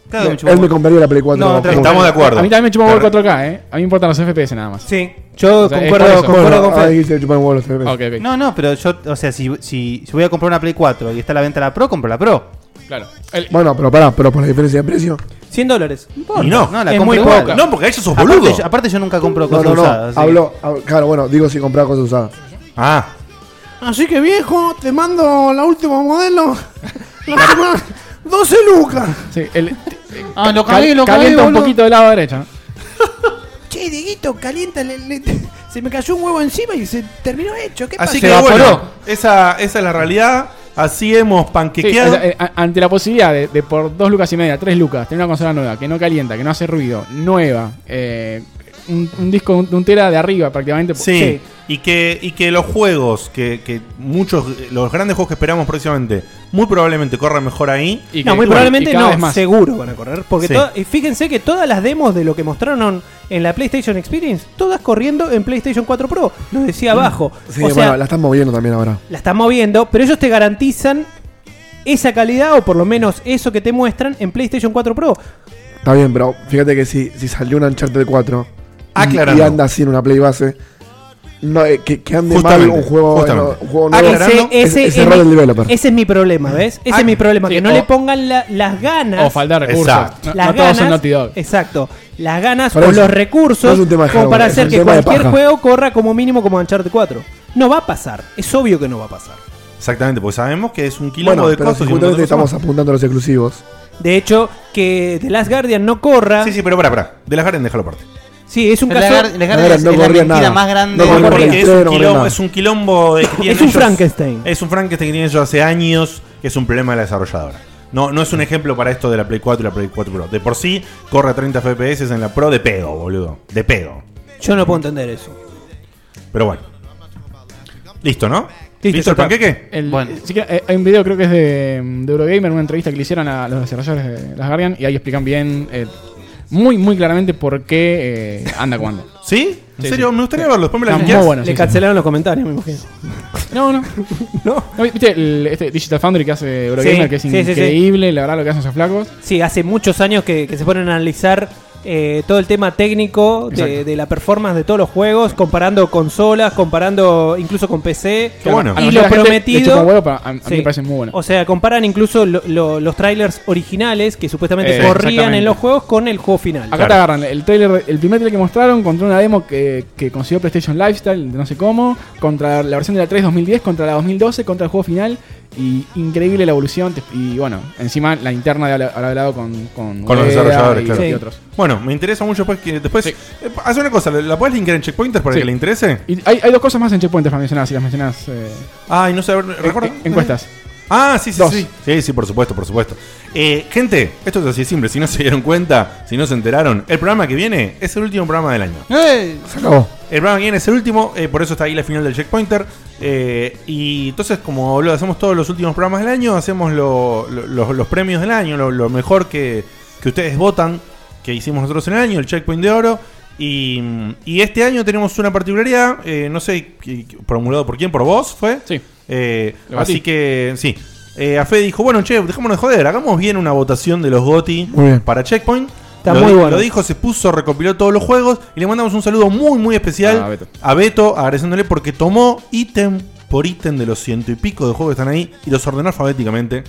Speaker 7: Claro que me chupa
Speaker 6: Él
Speaker 7: huevo.
Speaker 6: me compraría la Play 4.
Speaker 7: A mí también me chupa huevo el 4K, ¿eh? A mí me importan los FPS nada más.
Speaker 5: Sí,
Speaker 12: yo concuerdo- concuerdo con Fede.
Speaker 6: Ahí Guille le chupa huevo los FPS.
Speaker 12: No, no, pero yo, o sea, si, si, si voy a comprar una Play 4 y está a la venta la Pro, compro la Pro.
Speaker 7: Claro.
Speaker 6: Bueno, pero pará, pero por la diferencia de precio.
Speaker 5: 100 dólares.
Speaker 12: Y
Speaker 6: no,
Speaker 12: no la
Speaker 6: es
Speaker 12: compro
Speaker 6: muy
Speaker 12: igual.
Speaker 6: poca. No, porque ahí sos
Speaker 12: Aparte
Speaker 6: boludo.
Speaker 12: yo- Aparte, yo nunca compro
Speaker 6: No,
Speaker 12: cosas
Speaker 6: no, no.
Speaker 12: usadas. así
Speaker 6: Hablo, hab- claro, bueno, digo si compraba cosas usadas.
Speaker 3: Ah.
Speaker 8: Así que viejo, te mando la última modelo. La semana- 12 lucas.
Speaker 7: Sí, el,
Speaker 12: Ah, lo
Speaker 8: cagué, lo cagué,
Speaker 7: Calienta un
Speaker 8: boludo.
Speaker 7: poquito del lado derecho.
Speaker 8: Che, Dieguito, calienta. le- le- se me cayó un huevo encima y se terminó hecho. ¿Qué
Speaker 3: Así
Speaker 8: pasa?
Speaker 3: que bueno, esa, esa es la realidad. Así hemos
Speaker 7: Sí,
Speaker 3: panquequeado.
Speaker 7: o sea, eh, a- ante la posibilidad de, de por dos lucas y media, tres lucas, tener una consola nueva, que no calienta, que no hace ruido, nueva, eh, un, un disco de un tera de arriba prácticamente.
Speaker 3: Sí. Y que, y que los juegos, que, que muchos, los grandes juegos que esperamos próximamente, muy probablemente corran mejor ahí.
Speaker 5: no, muy probablemente no,
Speaker 3: seguro.
Speaker 5: seguro van a correr. Porque
Speaker 3: Sí.
Speaker 5: to- y fíjense que todas las demos de lo que mostraron en la PlayStation Experience, todas corriendo en PlayStation 4 Pro. Lo decía abajo.
Speaker 6: Sí,
Speaker 5: o
Speaker 6: bueno,
Speaker 5: sea,
Speaker 6: la están moviendo también ahora.
Speaker 5: la están moviendo, pero ellos te garantizan esa calidad o por lo menos eso que te muestran en PlayStation 4 Pro.
Speaker 6: Está bien, pero fíjate que si, si salió un Uncharted 4 y- y,
Speaker 5: Aclarando.
Speaker 6: anda así en una Play base, no, eh, que, que ande mal
Speaker 3: Justamente,
Speaker 6: un juego,
Speaker 3: justamente.
Speaker 6: un juego
Speaker 5: Ah,
Speaker 6: nuevo.
Speaker 5: ese,
Speaker 6: es,
Speaker 5: ese
Speaker 6: es
Speaker 5: es
Speaker 6: error
Speaker 5: mi-
Speaker 6: del developer.
Speaker 5: ese es mi problema, ¿ves? Ese es mi problema, que no
Speaker 7: o-
Speaker 5: le pongan la- las ganas.
Speaker 7: O falta de recursos.
Speaker 5: Exacto.
Speaker 7: No-
Speaker 5: Las
Speaker 7: no todos son
Speaker 5: ganas-
Speaker 7: Naughty Dog.
Speaker 5: Exacto. Las ganas
Speaker 7: Pero
Speaker 5: o
Speaker 7: es-
Speaker 5: los
Speaker 7: no es
Speaker 5: recursos
Speaker 7: un tema de
Speaker 5: como
Speaker 7: hardware,
Speaker 5: para
Speaker 7: es
Speaker 5: hacer
Speaker 7: un
Speaker 5: que
Speaker 7: tema de
Speaker 5: cualquier
Speaker 7: paja.
Speaker 5: juego corra como mínimo como Uncharted 4. No va a pasar. Es obvio que no va a pasar.
Speaker 3: Exactamente, porque sabemos que es un quilombo
Speaker 6: Bueno,
Speaker 3: de
Speaker 6: pero
Speaker 3: cosas.
Speaker 6: si
Speaker 3: y un montón
Speaker 6: justamente
Speaker 3: de cosas
Speaker 6: estamos
Speaker 3: más.
Speaker 6: apuntando a los exclusivos.
Speaker 5: De hecho, que The Last Guardian no corra. Sí,
Speaker 3: sí, pero pará, pará. De las Guardian, déjalo aparte.
Speaker 5: Sí, es un
Speaker 12: Pero
Speaker 5: caso.
Speaker 12: The Last Guardian- The Last Guardian es- No es la corría mentira nada. más grande No corría
Speaker 3: Porque
Speaker 12: nada.
Speaker 3: es, un
Speaker 12: No corría
Speaker 3: quilombo,
Speaker 12: nada.
Speaker 3: es un quilombo de que tienen
Speaker 5: Es un
Speaker 3: ellos-
Speaker 5: Frankenstein.
Speaker 3: Es un Frankenstein que tienen ellos hace años, que es un problema de la desarrolladora. No, no es un ejemplo para esto de la Play 4 y la Play 4 Pro. De por sí, corre a 30 FPS en la Pro de pedo, boludo. De pedo.
Speaker 5: Yo no puedo entender eso.
Speaker 3: Pero bueno. Listo, ¿no?
Speaker 7: Listo,
Speaker 3: ¿Listo,
Speaker 7: ya
Speaker 3: el
Speaker 7: está.
Speaker 3: panqueque?
Speaker 7: El- sí que eh, hay- hay un video, creo que es de, de Eurogamer, una entrevista que le hicieron a los desarrolladores de Las Guardian y ahí explican bien, eh, muy, muy claramente por qué eh, anda cuando.
Speaker 3: ¿Sí? ¿En
Speaker 7: Sí,
Speaker 3: serio?
Speaker 7: sí.
Speaker 3: Me gustaría verlo. Después me la
Speaker 7: Está
Speaker 3: linkeás.
Speaker 7: muy bueno,
Speaker 5: Le
Speaker 7: sí, sí.
Speaker 5: cancelaron los comentarios, me imagino.
Speaker 7: No, no.
Speaker 5: no.
Speaker 7: ¿Viste el- este Digital Foundry que hace Eurogamer,
Speaker 5: Sí,
Speaker 7: que es
Speaker 5: sí, sí, sí.
Speaker 7: increíble, la verdad, lo que hacen esos flacos?
Speaker 5: Sí, hace muchos años que, que se ponen a analizar eh, todo el tema técnico de,
Speaker 7: Exacto.
Speaker 5: de la performance de todos los juegos, comparando consolas, comparando incluso con PC.
Speaker 7: Qué bueno. A la
Speaker 5: Y
Speaker 7: mayoría de la
Speaker 5: lo
Speaker 7: gente le chupa
Speaker 5: prometido.
Speaker 7: un huevo, pero a- a mí
Speaker 5: Sí.
Speaker 7: me parece muy bueno.
Speaker 5: O sea, comparan incluso lo- lo- los trailers originales que supuestamente
Speaker 7: Eh,
Speaker 5: corrían
Speaker 7: exactamente.
Speaker 5: en los juegos con el juego final.
Speaker 7: Acá te agarran el trailer, el primer trailer que mostraron contra una demo que, que consiguió PlayStation Lifestyle, de no sé cómo, contra la versión de la 3 2010, contra la 2012, contra el juego final. Y increíble la evolución. te- Y bueno, encima la interna de habla- habrá hablado con, con,
Speaker 3: Con los
Speaker 7: Ueda
Speaker 3: desarrolladores,
Speaker 7: y-
Speaker 3: claro.
Speaker 7: y otros.
Speaker 3: Bueno, me interesa mucho después que. Después, Eh, hace una cosa, ¿la- ¿la podés linkear en checkpointers para
Speaker 7: Sí.
Speaker 3: que le interese?
Speaker 7: Y hay, hay dos cosas más en checkpoints para mencionar, si las mencionas. Eh,
Speaker 3: Ay, Ah, no sé, a ver, ¿recuerdan?
Speaker 7: encuestas.
Speaker 3: Ah, sí, sí, sí. Sí, sí, por supuesto, por supuesto. Eh, gente, esto es así de simple. Si no se dieron cuenta, si no se enteraron, el programa que viene es el último programa del año.
Speaker 6: Se acabó.
Speaker 3: El programa que viene es el último, eh, por eso está ahí la final del checkpointer. Eh, y entonces, como lo hacemos todos los últimos programas del año, hacemos lo- lo- lo- los premios del año, lo, lo mejor que, que ustedes votan, que hicimos nosotros en el año, el checkpoint de oro. Y, y este año tenemos una particularidad, eh, no sé, qui- promulgado por quién, por vos, ¿fue? Eh,
Speaker 7: Sí. Lo batí.
Speaker 3: así que, sí. Eh, a Fe dijo, bueno, che, dejémonos de joder, hagamos bien una votación de los GOTI
Speaker 6: Muy bien.
Speaker 3: para checkpoint.
Speaker 5: Está
Speaker 3: lo,
Speaker 5: muy
Speaker 3: di-
Speaker 5: bueno.
Speaker 3: lo dijo, se puso, recopiló todos los juegos y le mandamos un saludo muy, muy especial
Speaker 7: A Ah, Beto.
Speaker 3: a Beto, agradeciéndole porque tomó ítem por ítem de los ciento y pico de juegos que están ahí y los ordenó alfabéticamente.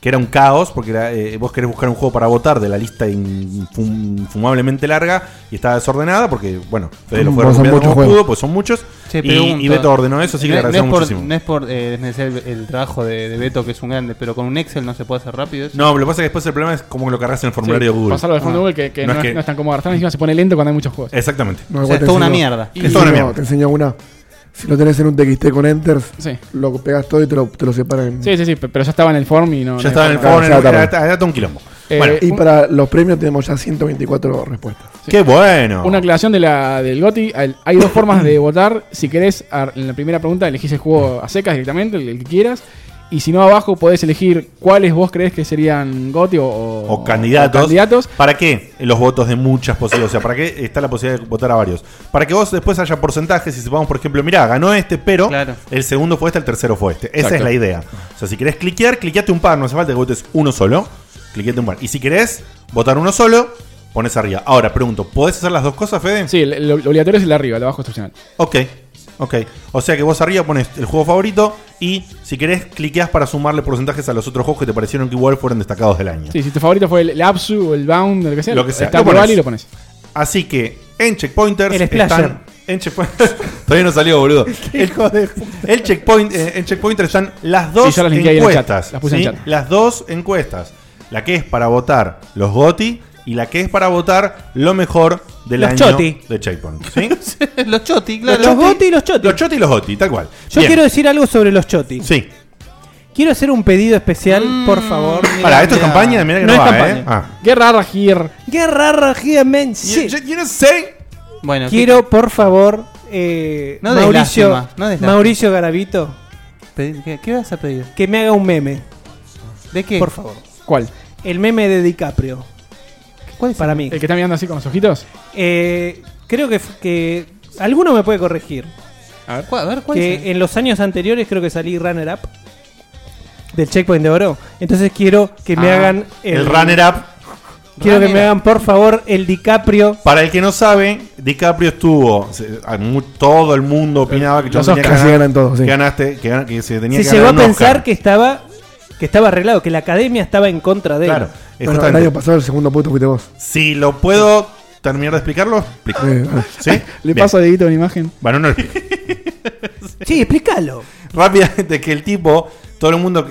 Speaker 3: Que era un caos, porque era, eh, vos querés buscar un juego para votar de la lista infum- infumablemente larga y estaba desordenada porque, bueno, Fede lo fue
Speaker 6: Vos Mm, son
Speaker 3: recopilando
Speaker 6: muchos
Speaker 3: como
Speaker 6: juegos.
Speaker 3: pudo, pues son muchos.
Speaker 12: Che,
Speaker 3: y,
Speaker 12: pregunto.
Speaker 3: y Beto ordenó eso, así que le
Speaker 12: No es-
Speaker 3: agradecemos
Speaker 12: no es por,
Speaker 3: muchísimo.
Speaker 12: No es por eh, desmerecer el, el trabajo de, de Beto, que es un grande, pero con un Excel no se puede hacer rápido. eso.
Speaker 3: No, pero lo que pasa es que después el problema es cómo lo cargas en el formulario
Speaker 7: Sí,
Speaker 3: de Google.
Speaker 7: Pasarlo de fondo de Google, que, que no, es, no es tan cómodo. Encima se pone lento cuando hay muchos juegos.
Speaker 3: Exactamente.
Speaker 6: No, igual te enseño-
Speaker 3: Es toda una
Speaker 6: no,
Speaker 3: mierda.
Speaker 6: Te enseño una. Si lo tenés en un TXT con Enters,
Speaker 7: Sí.
Speaker 6: lo pegas todo y te lo, te lo separan.
Speaker 7: Sí, sí, sí, pe- pero ya estaba en el form y no.
Speaker 3: Ya estaba en el form,
Speaker 6: Ah, ya
Speaker 3: era,
Speaker 6: tarde.
Speaker 3: era- era todo un quilombo.
Speaker 7: Eh,
Speaker 6: y
Speaker 7: un-
Speaker 6: para los premios tenemos ya 124 respuestas.
Speaker 3: ¡Qué bueno!
Speaker 7: Una aclaración de la, del GOTI. Al- Hay dos formas de votar. Si querés, ar- en la primera pregunta elegís el juego a secas directamente, el, el que quieras. Y si no, abajo podés elegir cuáles vos creés que serían GOTI o, o-
Speaker 3: O candidatos.
Speaker 7: o candidatos.
Speaker 3: ¿Para qué los votos de muchas posibilidades? O sea, ¿para qué está la posibilidad de votar a varios? Para que vos después haya porcentajes y sepamos, por ejemplo, mirá, ganó este, pero el segundo fue este, el tercero fue este. Esa
Speaker 15: Exacto.
Speaker 3: es la idea. O sea, si querés cliquear, cliqueate un par, no hace falta que votes uno solo. Cliqueate un par. Y si querés votar uno solo, pones arriba. Ahora, pregunto, ¿podés hacer las dos cosas, Fede?
Speaker 7: Sí, lo, obligatorio es el de arriba, el abajo es opcional.
Speaker 3: Ok, ok. O sea que vos arriba pones el juego favorito y si querés cliqueás para sumarle porcentajes a los otros juegos que te parecieron que igual fueron destacados del año.
Speaker 7: Sí, si tu favorito fue el, el Absu o el Bound, lo que sea.
Speaker 3: Lo que sea.
Speaker 7: Está
Speaker 3: Lo
Speaker 7: global
Speaker 3: pones.
Speaker 7: y lo pones.
Speaker 3: Así que en Checkpointers
Speaker 7: El Splasher.
Speaker 3: están. En Checkpointers. Todavía no salió, boludo. El, el checkpoint, eh, en Checkpointer están las dos
Speaker 7: Sí, yo las linké ahí en el
Speaker 3: encuestas.
Speaker 7: chat, las puse en
Speaker 3: ¿sí?
Speaker 7: el chat.
Speaker 3: Las dos encuestas. La que es para votar los GOTI y la que es para votar lo mejor del
Speaker 5: Los
Speaker 3: año
Speaker 5: Choti.
Speaker 3: de Checkpoint. ¿sí?
Speaker 4: los choti,
Speaker 5: Los
Speaker 4: claro.
Speaker 5: choti y los choti.
Speaker 3: Los choti y los goti, tal cual.
Speaker 5: Yo
Speaker 3: Bien.
Speaker 5: quiero decir algo sobre los choti.
Speaker 3: Sí.
Speaker 5: Quiero hacer un pedido especial, por favor.
Speaker 7: Mm.
Speaker 3: Pará, ¿esto es campaña? Mirá que no
Speaker 5: es
Speaker 3: va,
Speaker 5: campaña.
Speaker 3: ¿eh? Ah.
Speaker 7: Qué rara here.
Speaker 5: Qué rara here, men. Sí.
Speaker 3: Yo, no sé.
Speaker 4: Bueno,
Speaker 5: quiero, por favor, eh,
Speaker 4: No des
Speaker 5: Mauricio,
Speaker 4: lástima, no des lástima.
Speaker 5: Mauricio Garavito,
Speaker 4: Pedí- ¿Qué, qué vas a pedir?
Speaker 5: que me haga un meme.
Speaker 4: ¿De qué?
Speaker 5: Por favor.
Speaker 7: ¿Cuál?
Speaker 5: El meme de DiCaprio.
Speaker 4: ¿Cuál es
Speaker 5: Para mí.
Speaker 7: ¿El que está mirando así con los ojitos?
Speaker 5: Eh, creo que, f- que alguno me puede corregir.
Speaker 7: A ver.
Speaker 4: a ver, ¿cuál
Speaker 5: que
Speaker 4: es
Speaker 5: en los años anteriores creo que salí runner up del checkpoint de oro. Entonces quiero que me
Speaker 3: Ah,
Speaker 5: hagan
Speaker 3: el runner-up.
Speaker 5: Quiero que
Speaker 3: Runner-up.
Speaker 5: me hagan por favor el DiCaprio.
Speaker 3: Para el que no sabe, DiCaprio estuvo. se- a mu- todo el mundo opinaba que
Speaker 6: Los
Speaker 3: John
Speaker 6: Oscars.
Speaker 3: tenía que
Speaker 6: Casi
Speaker 3: ganar,
Speaker 6: ganan todos, sí.
Speaker 3: que ganaste, que, gana- que se tenía
Speaker 5: Se
Speaker 3: que
Speaker 5: llegó
Speaker 3: ganar
Speaker 5: a
Speaker 3: un
Speaker 5: pensar
Speaker 3: Oscar.
Speaker 5: que estaba que estaba arreglado, que la academia estaba en contra de
Speaker 3: Claro, eh,
Speaker 5: él.
Speaker 6: Bueno, el
Speaker 3: justamente.
Speaker 6: año pasado el segundo puesto fuiste vos. Eh,
Speaker 3: Si lo puedo terminar de explicarlo, explico. ¿Sí?
Speaker 7: Le
Speaker 3: Bien.
Speaker 7: paso a Dieguito una imagen.
Speaker 3: Bueno, no lo explico.
Speaker 5: Sí, explícalo.
Speaker 3: Rápidamente, que el tipo, todo el mundo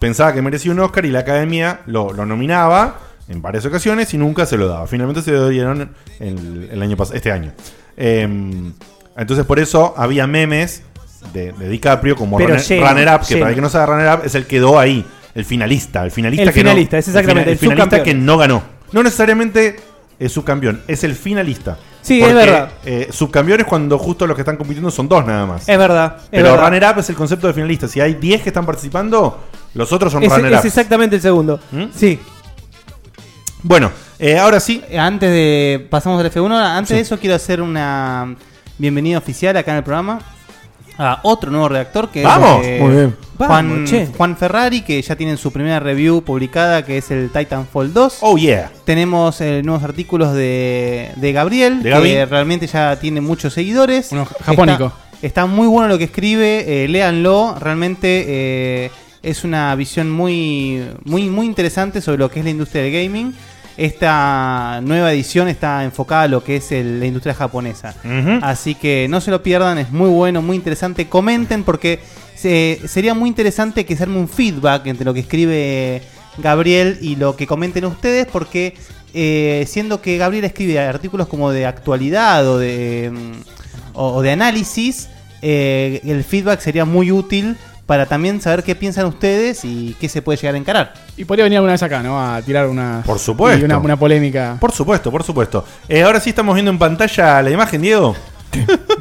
Speaker 3: pensaba que merecía un Oscar y la academia lo, lo nominaba en varias ocasiones y nunca se lo daba. Finalmente se lo dieron el, el año pas- este año. Em, entonces, por eso había memes de, de DiCaprio como
Speaker 5: Pero
Speaker 3: runner,
Speaker 5: lleno,
Speaker 3: runner up, que
Speaker 5: lleno.
Speaker 3: para el que no sabe runner up es el que quedó ahí, el finalista. El finalista,
Speaker 5: El
Speaker 3: que no-
Speaker 5: finalista, es exactamente,
Speaker 3: El,
Speaker 5: el
Speaker 3: fina- el finalista que
Speaker 5: subcampeón.
Speaker 3: no ganó. No necesariamente es subcampeón, es el finalista.
Speaker 5: Sí, es verdad.
Speaker 3: eh, subcampeón es cuando justo los que están compitiendo son dos nada más.
Speaker 5: Es verdad, es
Speaker 3: Pero
Speaker 5: verdad.
Speaker 3: runner up es el concepto de finalista. Si hay 10 que están participando, los otros son
Speaker 5: Es, e-
Speaker 3: runner
Speaker 5: es
Speaker 3: up. ¿Mm?
Speaker 5: exactamente el segundo. Sí.
Speaker 3: Bueno, eh, ahora sí.
Speaker 4: Eh, Antes de. Pasamos al F1. Antes de eso, quiero hacer una bienvenida oficial acá en el programa a otro nuevo redactor que
Speaker 3: ¡Vamos!
Speaker 4: es eh,
Speaker 3: Muy bien.
Speaker 4: Juan,
Speaker 3: Vamos, che.
Speaker 4: Juan Ferrari, que ya tienen su primera review publicada, que es el Titanfall 2.
Speaker 3: Oh, yeah.
Speaker 4: Tenemos eh, nuevos artículos de, de Gabriel,
Speaker 7: De Gaby.
Speaker 4: que realmente ya tiene muchos seguidores.
Speaker 7: japónico.
Speaker 4: Está, está muy bueno lo que escribe, eh, léanlo. Realmente eh, es una visión muy, muy, muy interesante sobre lo que es la industria del gaming. Esta nueva edición está enfocada a lo que es el- la industria japonesa.
Speaker 3: Ujú.
Speaker 4: Así que no se lo pierdan, es muy bueno, muy interesante. Comenten porque se- sería muy interesante que se arme un feedback entre lo que escribe Gabriel y lo que comenten ustedes porque eh, siendo que Gabriel escribe artículos como de actualidad o de, mm, o, o de análisis, eh, el feedback sería muy útil para también saber qué piensan ustedes y qué se puede llegar a encarar.
Speaker 7: Y podría venir alguna vez acá, ¿no? A tirar una.
Speaker 3: Por supuesto.
Speaker 7: Y una, una polémica.
Speaker 3: Por supuesto, por supuesto. Eh, ahora sí estamos viendo en pantalla la imagen, Diego.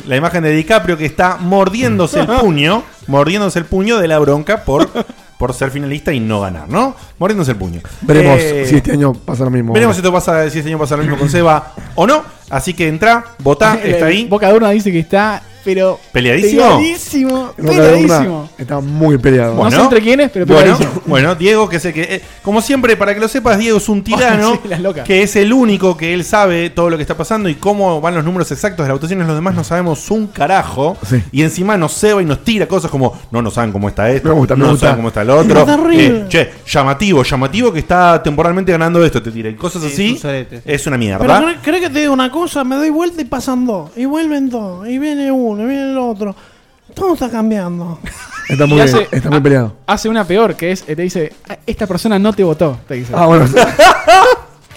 Speaker 3: la imagen de DiCaprio que está mordiéndose el puño, mordiéndose el puño de la bronca por, por ser finalista y no ganar, ¿no? Mordiéndose el puño.
Speaker 6: Veremos
Speaker 3: Eh,
Speaker 6: si este año pasa lo mismo.
Speaker 3: Veremos si, esto pasa, si este año pasa lo mismo con Seba o no. Así que entra, votá, está ahí.
Speaker 7: Boca Durna dice que está, pero.
Speaker 3: ¿Peleadísimo?
Speaker 7: Peleadísimo.
Speaker 6: Boca Durna
Speaker 7: Peleadísimo.
Speaker 6: Está muy peleado.
Speaker 3: Bueno.
Speaker 7: No sé entre quiénes, pero
Speaker 3: Bueno,
Speaker 7: peleadísimo.
Speaker 3: bueno, Diego, que sé que. eh, como siempre, para que lo sepas, Diego es un tirano
Speaker 7: Sí, las locas.
Speaker 3: que es el único que él sabe todo lo que está pasando y cómo van los números exactos de las votaciones. Los demás no sabemos un carajo. Y encima nos ceba y nos tira cosas como: no, no saben cómo está esto,
Speaker 6: Me gusta, me
Speaker 3: no
Speaker 6: gusta.
Speaker 3: saben cómo está el otro. Eh,
Speaker 6: Está horrible.
Speaker 3: che, llamativo, llamativo que está temporalmente ganando esto, te tira. Y cosas
Speaker 4: Sí,
Speaker 3: así.
Speaker 4: es un sorete, sí.
Speaker 3: Es una
Speaker 16: Pero
Speaker 3: mierda.
Speaker 16: cre- creo que te digo una cosa, me doy vuelta y pasan dos, y vuelven dos, y viene uno, y viene el otro. Todo está cambiando.
Speaker 6: Está muy,
Speaker 7: Y
Speaker 6: bien,
Speaker 7: hace-
Speaker 6: está muy peleado.
Speaker 7: Hace una peor, que es, eh, te dice, "Ah, esta persona no te votó. Te dice.
Speaker 6: Ah, bueno.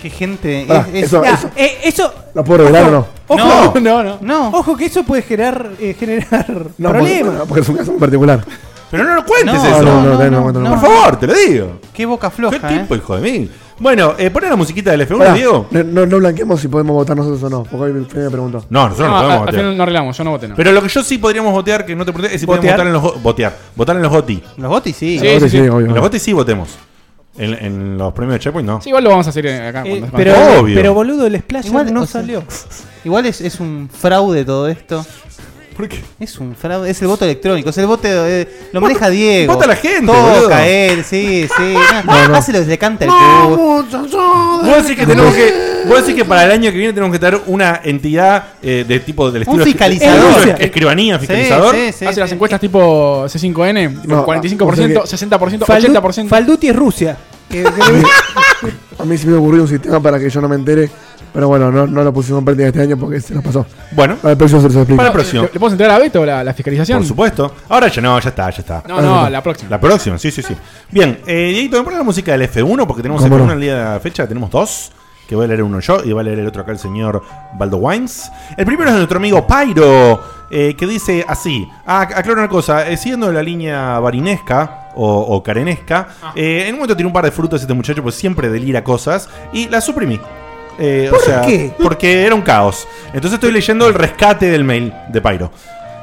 Speaker 4: Qué gente.
Speaker 6: Ah,
Speaker 4: es- es-
Speaker 6: eso-
Speaker 4: Ah,
Speaker 6: eso-
Speaker 5: Eh, eso.
Speaker 6: ¿Lo puedo revelar o no?
Speaker 5: Ojo,
Speaker 7: no, no, no.
Speaker 5: Ojo que eso puede generar, eh, generar
Speaker 6: No, porque,
Speaker 5: problemas.
Speaker 6: no, porque es un caso muy particular.
Speaker 3: Pero no lo cuentes
Speaker 4: No,
Speaker 3: eso.
Speaker 6: no, no, no, no, no, no.
Speaker 3: Por favor, te lo digo.
Speaker 4: Qué boca floja.
Speaker 7: eh.
Speaker 3: ¿Qué tipo, hijo de mí? Bueno, eh, poné la musiquita del F1,
Speaker 6: Pará,
Speaker 3: Diego.
Speaker 6: No, no, no blanqueemos si podemos votar nosotros o no, porque hoy Fede me preguntó.
Speaker 3: No, nosotros no,
Speaker 7: No,
Speaker 3: podemos
Speaker 7: al- al
Speaker 3: votar.
Speaker 7: final no arreglamos, yo no voté, no.
Speaker 3: Pero lo que yo sí podríamos votear, que no te pregunté, es si podemos
Speaker 7: ¿Votear?
Speaker 3: votar en los go- votear. Votar en los GOTI.
Speaker 4: Los gotis sí.
Speaker 7: Sí, Los gotis sí, sí, sí. obvio.
Speaker 3: En los GOTI sí votemos. En, en los premios de Checkpoint no.
Speaker 7: Sí, igual lo vamos a hacer eh, acá.
Speaker 4: Eh,
Speaker 7: cuando-
Speaker 4: pero-
Speaker 7: cuando-
Speaker 3: Obvio. pero,
Speaker 4: boludo, el Splash
Speaker 5: Igual,
Speaker 4: no
Speaker 5: o sea,
Speaker 4: salió. Igual es, es un fraude todo esto.
Speaker 3: ¿Por qué?
Speaker 4: Es un fraude, es el voto electrónico, es el voto eh, lo maneja Diego.
Speaker 3: vota la gente,
Speaker 4: Toca
Speaker 3: boludo.
Speaker 4: él, sí, sí.
Speaker 3: No, no.
Speaker 4: Hace lo que le canta el culo.
Speaker 6: muchachos!
Speaker 3: Vos
Speaker 4: eh,
Speaker 3: decís que tenemos que. Vos decís que para el año que viene tenemos que tener una entidad eh, de tipo del estilo. escri-
Speaker 7: fiscalizador.
Speaker 3: escri- Escribanía, fiscalizador.
Speaker 7: Hace las encuestas tipo C5N, tipo
Speaker 3: No,
Speaker 7: 45%,
Speaker 6: o sea
Speaker 7: 60%,
Speaker 6: Faldu-
Speaker 7: 80%. Falduti es Rusia.
Speaker 6: A mí se me ocurrió un sistema para que yo no me entere, pero bueno, no, no lo pusimos en práctica este año porque se nos pasó.
Speaker 3: Bueno.
Speaker 6: Para el próximo se los explico.
Speaker 3: Para el próximo.
Speaker 7: ¿Le podemos entregar a Beto la, la fiscalización?
Speaker 3: Por supuesto. Ahora ya no, ya está, ya está.
Speaker 7: No, no, la próxima.
Speaker 3: La próxima, sí, sí, sí. Bien, eh, Dieguito, ¿me pones la música del F1? Porque tenemos
Speaker 6: ¿Cómo
Speaker 3: F1
Speaker 6: no?
Speaker 3: en el día de la fecha, tenemos dos. Que voy a leer uno yo y va a leer el otro acá el señor Baldo Wines. El primero es de nuestro amigo Pyro, eh, que dice así: ah, aclaro una cosa, eh, siguiendo la línea barinesca o, o carenesca,
Speaker 7: Ah.
Speaker 3: eh, en un momento tiene un par de frutas este muchacho, pues siempre delira cosas, y la suprimí. Eh, o
Speaker 8: ¿Por
Speaker 3: sea,
Speaker 8: qué?
Speaker 3: Porque era un caos. Entonces estoy leyendo el rescate del mail de Pyro.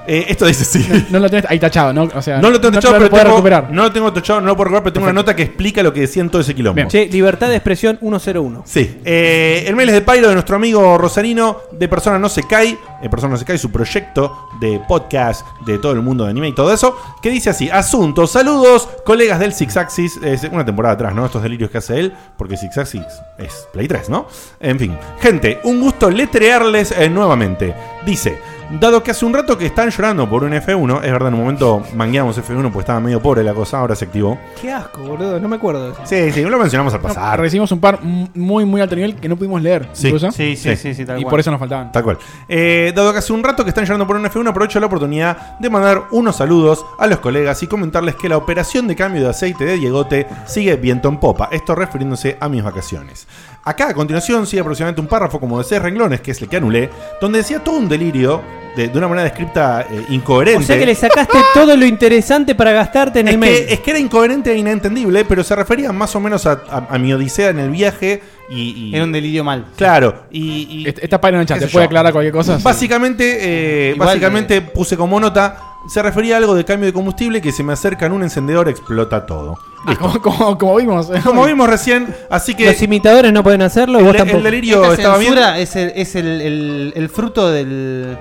Speaker 3: Eh, esto dice sí.
Speaker 7: No lo tenés ahí tachado, ¿no? O sea,
Speaker 3: No lo tengo tachado,
Speaker 7: lo
Speaker 3: pero
Speaker 7: podés
Speaker 3: tengo-
Speaker 7: recuperar.
Speaker 3: No lo tengo tachado, no lo puedo recuperar, pero tengo una nota que explica lo que decía en todo ese quilombo.
Speaker 5: Che, libertad de expresión 101.
Speaker 3: Sí. Eh, el mail es de Pairo, de nuestro amigo Rosarino, de Persona No Se Cae. eh, Persona No Se Cae, su proyecto de podcast de todo el mundo de anime y todo eso. Que dice así: Asunto, saludos, colegas del Six Axis. Es una temporada atrás, ¿no? Estos delirios que hace él, porque Six Axis es Play 3, ¿no? En fin. Gente, un gusto letrearles eh, nuevamente. Dice. Dado que hace un rato que están llorando por un F1, es verdad, en un momento mangueamos F1 porque estaba medio pobre la cosa, ahora se activó.
Speaker 5: Qué asco, boludo, no me acuerdo.
Speaker 3: Sí, sí, lo mencionamos al pasar.
Speaker 7: Recibimos un par m- muy, muy alto nivel que no pudimos leer.
Speaker 3: Sí.
Speaker 7: incluso.
Speaker 3: Sí, sí, sí, sí, tal
Speaker 7: Y
Speaker 3: cual.
Speaker 7: por eso nos faltaban.
Speaker 3: Tal cual. Eh, dado que hace un rato que están llorando por un F1, aprovecho la oportunidad de mandar unos saludos a los colegas y comentarles que la operación de cambio de aceite de Diegote sigue viento en popa. Esto refiriéndose a mis vacaciones. Acá a continuación sigue aproximadamente un párrafo como de seis renglones, que es el que anulé, donde decía todo un delirio de, de una manera descripta eh, incoherente.
Speaker 5: O sea que le sacaste todo lo interesante para gastarte en el
Speaker 3: Es
Speaker 5: mail.
Speaker 3: que, es que era incoherente e inentendible, pero se refería más o menos a, a- a mi odisea en el viaje y...
Speaker 4: Era un delirio mal.
Speaker 3: Claro, y...
Speaker 7: Esta página en el chat,
Speaker 3: qué
Speaker 7: ¿te
Speaker 3: sé
Speaker 7: puede
Speaker 3: yo.
Speaker 7: aclarar cualquier cosa?
Speaker 3: Básicamente, eh,
Speaker 7: Igual,
Speaker 3: básicamente puse como nota, se refería a algo de cambio de combustible que se me acerca en un encendedor, explota todo.
Speaker 7: como, como- como vimos.
Speaker 3: Como vimos recién, así que...
Speaker 5: Los imitadores no pueden hacerlo,
Speaker 3: El-
Speaker 5: vos
Speaker 3: el
Speaker 5: tampoco.
Speaker 3: delirio
Speaker 5: Esta
Speaker 3: estaba bien.
Speaker 5: censura-
Speaker 4: Es el, es el, el- el fruto del,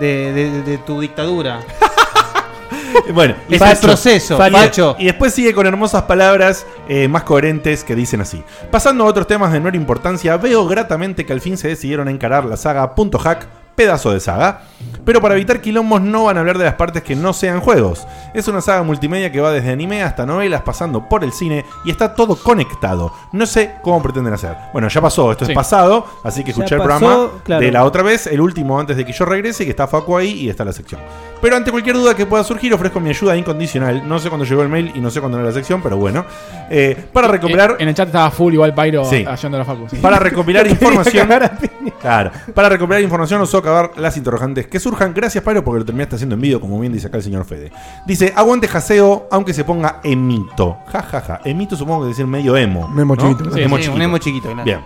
Speaker 4: de, de- de tu dictadura.
Speaker 3: Eh, Bueno,
Speaker 4: Y
Speaker 3: es
Speaker 4: para el
Speaker 3: eso.
Speaker 4: proceso,
Speaker 3: Facho.
Speaker 4: facho.
Speaker 3: Y después sigue con hermosas palabras eh, más coherentes que dicen así. Pasando a otros temas de menor importancia, veo gratamente que al fin se decidieron a encarar la saga punto .hack, pedazo de saga. Pero para evitar quilombos no van a hablar de las partes que no sean juegos. Es una saga multimedia que va desde anime hasta novelas, pasando por el cine y está todo conectado. No sé cómo pretenden hacer. Bueno, ya pasó, esto
Speaker 7: Sí.
Speaker 3: es pasado, así que
Speaker 7: Ya
Speaker 3: escuché el
Speaker 7: pasó,
Speaker 3: programa
Speaker 7: claro.
Speaker 3: de la otra vez, el último antes de que yo regrese, que está Facu ahí y está la sección. Pero ante cualquier duda que pueda surgir, ofrezco mi ayuda incondicional. No sé cuándo llegó el mail y no sé cuándo era la sección, pero bueno. Eh, para recopilar.
Speaker 7: En el chat estaba full igual Pyro
Speaker 3: Sí.
Speaker 7: ayudando a la facu. sí.
Speaker 3: Para recopilar información. Claro. Para recopilar información, os acabar las interrogantes que surjan. Gracias, Pablo, porque lo terminaste haciendo en vídeo, como bien dice acá el señor Fede. Dice, aguante jaseo, aunque se ponga emito. Ja, ja, ja. Emito supongo que decir medio emo.
Speaker 6: Memo
Speaker 3: ¿no?
Speaker 6: chiquito. Sí, sí, un emo
Speaker 4: chiquito, claro.
Speaker 3: Bien.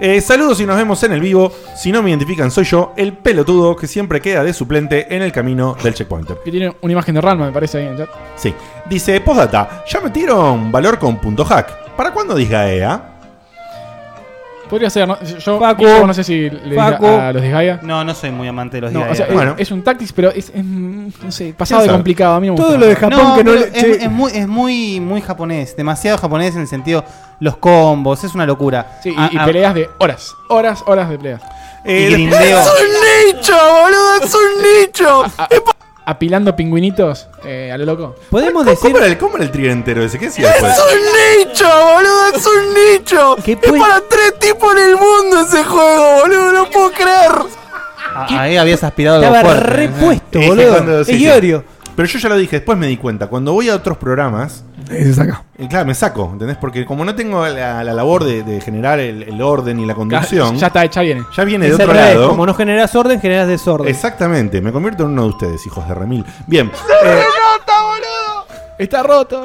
Speaker 3: Eh, saludos y nos vemos en el vivo. Si no me identifican, soy yo, el pelotudo que siempre queda de suplente en el camino del checkpointer.
Speaker 7: Que tiene una imagen de Ranma, me parece ahí en el chat.
Speaker 3: Sí. Dice, postdata, ya metieron valor con punto hack. ¿Para cuándo disgaea?
Speaker 7: Podría ser, ¿no? Yo
Speaker 4: Facu.
Speaker 7: yo no sé si le diga
Speaker 4: Facu.
Speaker 7: a los Disgaea.
Speaker 4: No, no soy muy amante de los
Speaker 7: No,
Speaker 4: Disgaea.
Speaker 7: o sea, eh, es-
Speaker 4: Bueno.
Speaker 7: es, un Tactics, pero es, es, mm, no sé, pasado de
Speaker 4: sabe?
Speaker 7: complicado. A mí no me gusta.
Speaker 4: No, pero es, es muy, es muy, muy japonés, demasiado japonés en el sentido los combos, es una locura.
Speaker 7: Sí, y- y peleas de horas, horas, horas de peleas.
Speaker 4: Y grindeo.
Speaker 7: un nicho, boludo! ¡Es un nicho! apilando pingüinitos eh, a lo loco.
Speaker 5: Podemos
Speaker 3: ¿Cómo, decir... era el, ¿Cómo era el trío entero ese? ¿Qué decía después?
Speaker 10: un nicho, boludo! ¡Es un nicho! Es para tres tipos en el mundo ese juego, boludo, no puedo creer.
Speaker 4: A- Ah, Ahí habías aspirado
Speaker 5: Estaba
Speaker 4: algo fuerte.
Speaker 5: repuesto,
Speaker 3: Es que
Speaker 5: boludo.
Speaker 3: cuando- sí,
Speaker 5: es
Speaker 3: sí.
Speaker 5: Iorio.
Speaker 3: Pero yo ya lo dije, después me di cuenta. Cuando voy a otros programas. eh,
Speaker 6: se saca.
Speaker 3: claro, me saco, ¿entendés? Porque como no tengo la, la labor de, de generar el, el orden y la conducción.
Speaker 7: Ya está, ya viene.
Speaker 3: Ya viene de
Speaker 5: Es al
Speaker 3: otro
Speaker 5: revés,
Speaker 3: lado.
Speaker 5: Como no generas orden, generas desorden. Eh,
Speaker 3: Exactamente, me convierto en uno de Eh, ustedes, hijos de Remil. Bien,
Speaker 7: Está roto.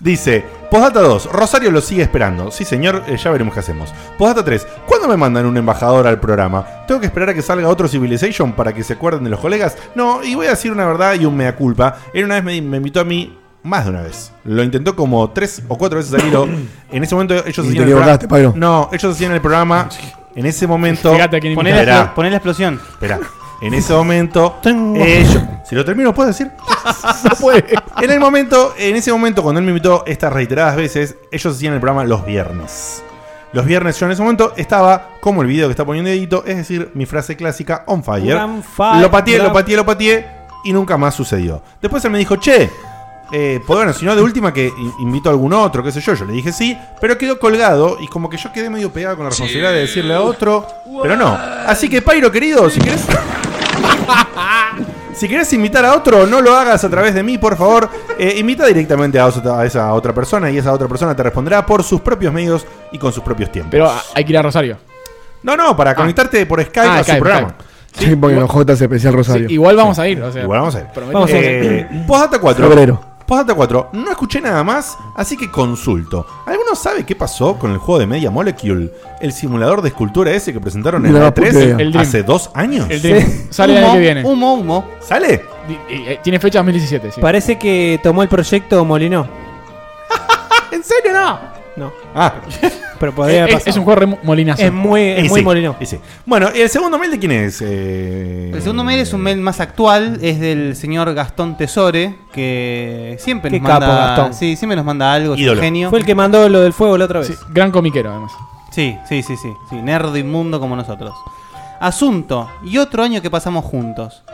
Speaker 3: dice, Postdata 2. Rosario lo sigue esperando. Sí, señor, eh, ya veremos qué hacemos. Postdata 3. ¿Cuándo me mandan un embajador al programa? ¿Tengo que esperar a que salga otro Civilization para que se acuerden de los colegas? No, y voy a decir una verdad y un mea culpa. Él una vez me, me invitó a mí más de una vez. Lo intentó como tres o cuatro veces al hilo. En ese momento ellos
Speaker 6: Y
Speaker 3: hacían
Speaker 6: te equivocaste, Pairo.
Speaker 3: programa. No, ellos hacían el programa. En ese momento.
Speaker 4: Fíjate a quién Poné la
Speaker 3: Esperá.
Speaker 4: explo- poné la explosión.
Speaker 3: Esperá. En ese momento. ellos- si lo termino, ¿puedo decir? En el momento, en ese momento, cuando él me invitó estas reiteradas veces, ellos hacían el programa los viernes. Los viernes yo en ese momento estaba, como el video que está poniendo Edito, es decir, mi frase clásica, on fire.
Speaker 5: Gran fa-
Speaker 3: Lo pateé,
Speaker 5: gran-
Speaker 3: lo pateé, lo pateé y nunca más sucedió. Después él me dijo, che, eh, pues bueno, si no de última que in- invito a algún otro, qué sé yo, yo le dije sí, pero quedó colgado y como que yo quedé medio pegado con la responsabilidad de decirle a otro, pero no. Así que Pairo querido, si querés... Si querés invitar a otro, no lo hagas a través de mí, por favor. Eh, invita directamente a, otra- a esa otra persona y esa otra persona te responderá por sus propios medios y con sus propios tiempos.
Speaker 7: Pero ah, hay que ir a Rosario.
Speaker 3: No, no, para conectarte por Skype
Speaker 7: Ah,
Speaker 3: a su
Speaker 7: Skype,
Speaker 3: programa.
Speaker 7: Skype.
Speaker 6: Sí, porque los J es especial Rosario.
Speaker 7: Sí, igual vamos a ir. O sea,
Speaker 3: Igual vamos a Eh, ir.
Speaker 7: prometo.
Speaker 3: Vamos a ir. Postdata 4.
Speaker 6: Febrero.
Speaker 3: Postdata 4. No escuché nada más, así que consulto. ¿Alguno sabe qué pasó con el juego de Media Molecule? El simulador de escultura ese que presentaron en
Speaker 6: No,
Speaker 3: la
Speaker 6: puta idea.
Speaker 3: 3
Speaker 6: El Dream.
Speaker 3: hace dos años.
Speaker 7: El Dream. Sale el año que viene.
Speaker 4: Humo, humo.
Speaker 3: ¿Sale?
Speaker 7: Y- y- eh, Tiene fecha 2017, sí.
Speaker 5: Parece que tomó el proyecto Molinó.
Speaker 7: ¿En serio no?
Speaker 5: No.
Speaker 3: Ah.
Speaker 5: Pero podría
Speaker 7: Eh,
Speaker 5: haber
Speaker 7: Es-
Speaker 5: pasado.
Speaker 7: es un juego re mo- molinazo.
Speaker 5: Es muy, es
Speaker 3: Y
Speaker 5: muy
Speaker 3: sí,
Speaker 5: molino.
Speaker 3: y sí. Bueno, ¿y el segundo mail de quién es? Eh,
Speaker 4: El segundo mail es un mail más actual, es del señor Gastón Tesore, que siempre
Speaker 5: Qué
Speaker 4: nos manda,
Speaker 5: capo, Gastón.
Speaker 4: Sí, siempre nos manda algo, es un genio.
Speaker 5: Fue el que mandó lo del fuego la otra vez.
Speaker 7: gran comiquero, además.
Speaker 4: Sí, sí, sí, sí, sí, nerd inmundo como nosotros. Asunto, y otro año que pasamos juntos.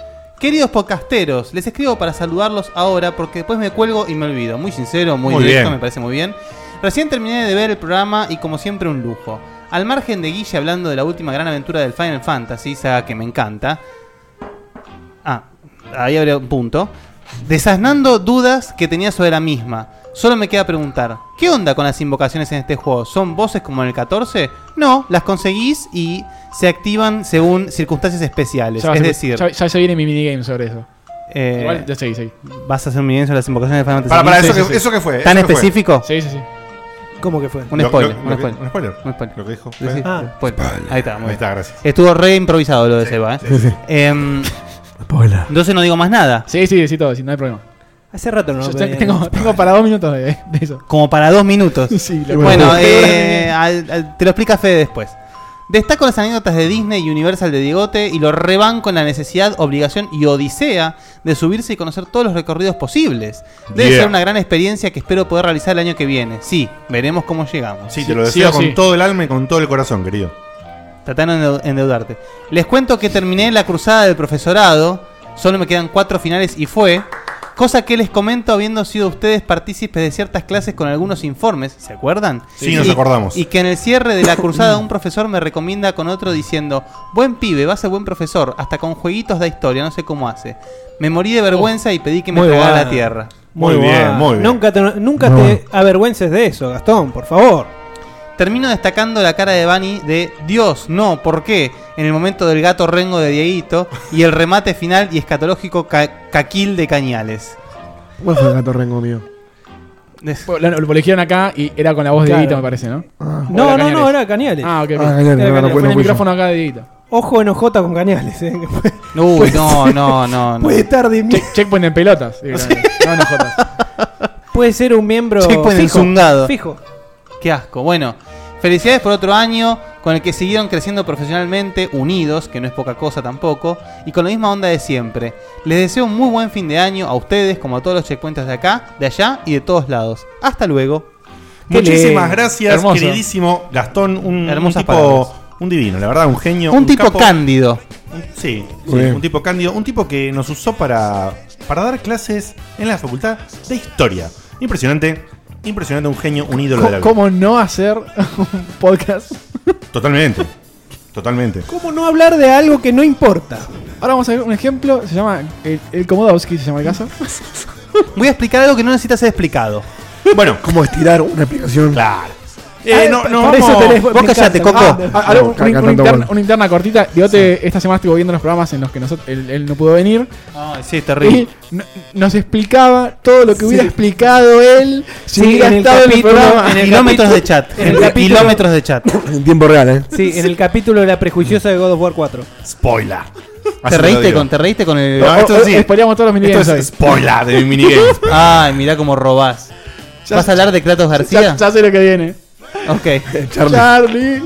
Speaker 4: Queridos podcasteros, les escribo para saludarlos ahora porque después me cuelgo y me olvido. Muy sincero, muy,
Speaker 12: Muy
Speaker 4: directo,
Speaker 12: bien.
Speaker 4: me parece muy bien. Recién terminé de ver el programa y como siempre un lujo. Al margen de Guille hablando de la última gran aventura del Final Fantasy, saga que me encanta. Ah, ahí habría un punto. Desasnando dudas que tenía sobre la misma. Solo me queda preguntar, ¿qué onda con las invocaciones en este juego? ¿Son voces como en el 14? No, las conseguís y se activan según circunstancias especiales.
Speaker 7: Ya va a
Speaker 4: es
Speaker 7: ser-
Speaker 4: decir,
Speaker 7: ya, ya se viene mi minigame sobre eso.
Speaker 4: eh,
Speaker 7: Igual, ya seguí, seguí.
Speaker 4: ¿vas a hacer un video sobre las invocaciones de Final Fantasy?
Speaker 7: Para, para,
Speaker 4: XV?
Speaker 7: eso que- eso que fue,
Speaker 4: ¿Tan
Speaker 7: eso que fue.
Speaker 4: específico?
Speaker 7: Sí, sí, sí.
Speaker 5: ¿Cómo que fue?
Speaker 4: Un
Speaker 3: Lo-
Speaker 4: spoiler,
Speaker 3: lo-
Speaker 4: un
Speaker 3: lo que-
Speaker 4: spoiler.
Speaker 3: un spoiler. Lo que dijo.
Speaker 4: Sí, sí,
Speaker 3: Ah.
Speaker 4: spoiler. Ahí está, muy
Speaker 3: Ahí está,
Speaker 4: bien.
Speaker 3: gracias.
Speaker 4: Estuvo re improvisado lo de Seba, ¿eh? Em, entonces no digo más nada.
Speaker 7: Sí, sí, sí, todo, sí, no hay problema.
Speaker 5: Hace rato no
Speaker 7: Yo
Speaker 5: lo
Speaker 7: te-
Speaker 5: pedía.
Speaker 7: tengo, tengo para dos minutos de, de eso.
Speaker 4: Como para dos minutos.
Speaker 7: la-
Speaker 4: bueno,
Speaker 7: Bueno,
Speaker 4: eh, al- al- te lo explica Fede después. Destaco las anécdotas de Disney y Universal de Digote y lo rebanco en la necesidad, obligación y odisea de subirse y conocer todos los recorridos posibles. Debe
Speaker 3: Yeah.
Speaker 4: ser una gran experiencia que espero poder realizar el año que viene. Sí, veremos cómo llegamos.
Speaker 3: Sí, te lo deseo con todo el alma y con todo el corazón, querido.
Speaker 4: Trataron de endeudarte. Les cuento que terminé la cruzada del profesorado. Solo me quedan cuatro finales y fue. Cosa que les comento habiendo sido ustedes partícipes de ciertas clases con algunos informes. ¿Se acuerdan?
Speaker 3: Sí,
Speaker 4: Y-
Speaker 3: nos acordamos.
Speaker 4: Y que en el cierre de la cruzada un profesor me recomienda con otro diciendo, buen pibe, va a ser buen profesor, hasta con jueguitos de historia, no sé cómo hace. Me morí de vergüenza y pedí que me
Speaker 5: Muy
Speaker 4: pegara
Speaker 5: bueno.
Speaker 4: la tierra.
Speaker 5: Muy Muy bien, bueno. muy bien. Nunca te- nunca te avergüences de eso, Gastón, por favor.
Speaker 4: Termino destacando la cara de Bani de Dios, no, ¿por qué? En el momento del gato rengo de Dieguito y el remate final y escatológico ca- caquil de Cañales.
Speaker 6: ¿Cuál fue el gato rengo mío?
Speaker 7: Lo, lo eligieron acá y era con la voz
Speaker 5: Claro.
Speaker 7: de Edito, me parece, ¿no?
Speaker 5: No, no, no, era Cañales.
Speaker 7: Ah, ok. ok.
Speaker 6: Ah, Cañales,
Speaker 7: Era
Speaker 6: no, no,
Speaker 7: Cañales.
Speaker 6: no,
Speaker 7: Fue
Speaker 6: no,
Speaker 7: el
Speaker 6: no,
Speaker 7: micrófono acá de Edito.
Speaker 5: Ojo en OJ con Cañales, eh. que puede-
Speaker 4: Uy,
Speaker 5: puede
Speaker 4: no,
Speaker 5: ser-
Speaker 4: no, no, no.
Speaker 5: Puede estar de
Speaker 7: Check- checkpoint en pelotas. digo, No, no, jodas.
Speaker 5: Puede ser un miembro
Speaker 4: Checkpoint
Speaker 5: fijo,
Speaker 4: enzungado.
Speaker 5: fijo.
Speaker 4: Qué asco. Bueno, felicidades por otro año con el que siguieron creciendo profesionalmente, unidos, que no es poca cosa tampoco, y con la misma onda de siempre. Les deseo un muy buen fin de año a ustedes, como a todos los checkpointas de acá, de allá y de todos lados. Hasta luego. Qué
Speaker 3: Muchísimas
Speaker 4: lindo.
Speaker 3: gracias,
Speaker 4: Hermoso.
Speaker 3: queridísimo Gastón. Un, un
Speaker 4: Hermosas palabras.
Speaker 3: tipo, un divino, la verdad, un genio.
Speaker 4: Un tipo cándido.
Speaker 3: Un- Sí, sí,
Speaker 6: Muy bien.
Speaker 3: un tipo cándido. Un tipo que nos usó para, para dar clases en la facultad de historia. Impresionante, impresionante, un genio, un ídolo de la
Speaker 7: ¿Cómo,
Speaker 3: vida.
Speaker 7: cómo no hacer un podcast?
Speaker 3: Totalmente, totalmente.
Speaker 5: ¿Cómo no hablar de algo que no importa?
Speaker 7: Ahora vamos a ver un ejemplo. Se llama el, el Komodowski, se llama el caso.
Speaker 4: Voy a explicar algo que no necesita ser explicado.
Speaker 3: Bueno,
Speaker 6: ¿cómo estirar una explicación?
Speaker 3: Claro. Eh, no, no, vamos. Vos callate, Coco.
Speaker 7: Ah, ah,
Speaker 3: No,
Speaker 7: un-
Speaker 3: caca,
Speaker 7: un-
Speaker 3: tanto
Speaker 7: una, interna,
Speaker 3: bueno.
Speaker 7: una interna cortita. Diote, esta semana estuvo viendo los programas en los que nosotros, él, él no pudo venir.
Speaker 4: Ah, sí, es terrible.
Speaker 7: Y no- nos explicaba todo lo que hubiera explicado él si
Speaker 5: Sí,
Speaker 7: hubiera
Speaker 5: en el
Speaker 7: estado en el
Speaker 5: capítulo-
Speaker 7: programa.
Speaker 5: en el Kilómetros capítulo- de chat. en el capítulo- Kilómetros
Speaker 4: de chat.
Speaker 6: En tiempo real, ¿eh?
Speaker 5: Sí, en el capítulo de la prejuiciosa de God of War 4.
Speaker 3: Spoiler.
Speaker 4: ¿Te reíste, con, ¿Te reíste con el.?
Speaker 5: No, esto
Speaker 4: eh,
Speaker 5: sí.
Speaker 7: Spoileamos todos los minigames
Speaker 4: Esto es
Speaker 7: hoy.
Speaker 4: spoiler de mi minigame. Ay, mirá cómo robás. ¿Vas a hablar de Kratos García?
Speaker 7: Ya, ya sé lo que viene.
Speaker 4: Ok.
Speaker 7: Charlie.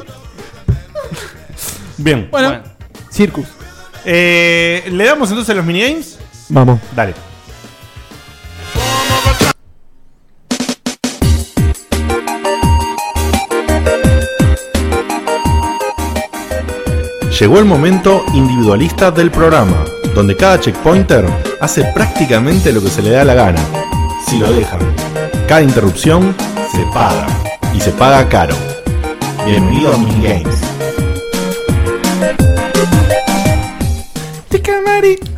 Speaker 3: Bien.
Speaker 7: Bueno.
Speaker 5: Circus.
Speaker 3: Eh, ¿Le damos entonces a los minigames?
Speaker 6: Vamos.
Speaker 3: Dale. Llegó el momento individualista del programa, donde cada checkpointer hace prácticamente lo que se le da la gana, si lo dejan. Cada interrupción se paga, y se paga caro. Bienvenido a Minigames.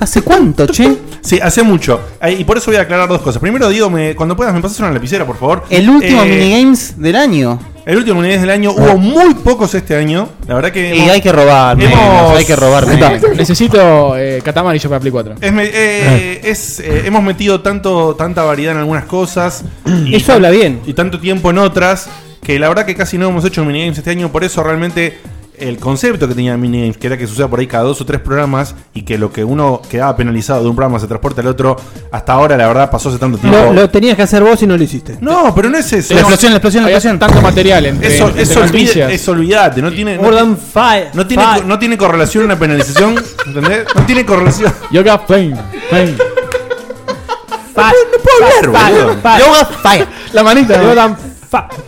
Speaker 4: ¿Hace cuánto, che?
Speaker 3: Sí, hace mucho. Eh, Y por eso voy a aclarar dos cosas. Primero, Diego, me, cuando puedas, me pasas una lapicera, por favor.
Speaker 4: El último
Speaker 3: Eh,
Speaker 4: minigames del año.
Speaker 3: El último minigames del año. Hubo muy pocos este año. La verdad que.
Speaker 4: Y hay que robar, menos, hay que robar menos.
Speaker 7: Necesito eh, Katamari yo para Play 4.
Speaker 3: Es me- eh, es, eh, hemos metido tanto, tanta variedad en algunas cosas. Y
Speaker 5: Eso habla bien.
Speaker 3: Y tanto tiempo en otras. Que la verdad que casi no hemos hecho minigames este año. Por eso realmente el concepto que tenía minigames, que era que suceda por ahí cada dos o tres programas. Y que lo que uno quedaba penalizado de un programa se transporta al otro. Hasta ahora, la verdad, pasó hace tanto tiempo.
Speaker 5: Lo, lo tenías que hacer vos y no lo hiciste.
Speaker 3: No, pero no es eso.
Speaker 5: La explosión, la
Speaker 7: explosión, la Había explosión. tanto material entre-
Speaker 3: eso,
Speaker 7: entre
Speaker 3: eso, olvide-
Speaker 7: noticias.
Speaker 3: eso olvidate, no tiene. No,
Speaker 5: More than
Speaker 3: tiene-
Speaker 5: five.
Speaker 3: no tiene,
Speaker 5: five.
Speaker 3: co- no tiene correlación una penalización, ¿entendés? No tiene correlación.
Speaker 7: Yoga Pain, Pain.
Speaker 5: Five.
Speaker 3: No puedo hablar, boludo.
Speaker 4: Yoga Fire.
Speaker 7: La manita.
Speaker 5: More than five.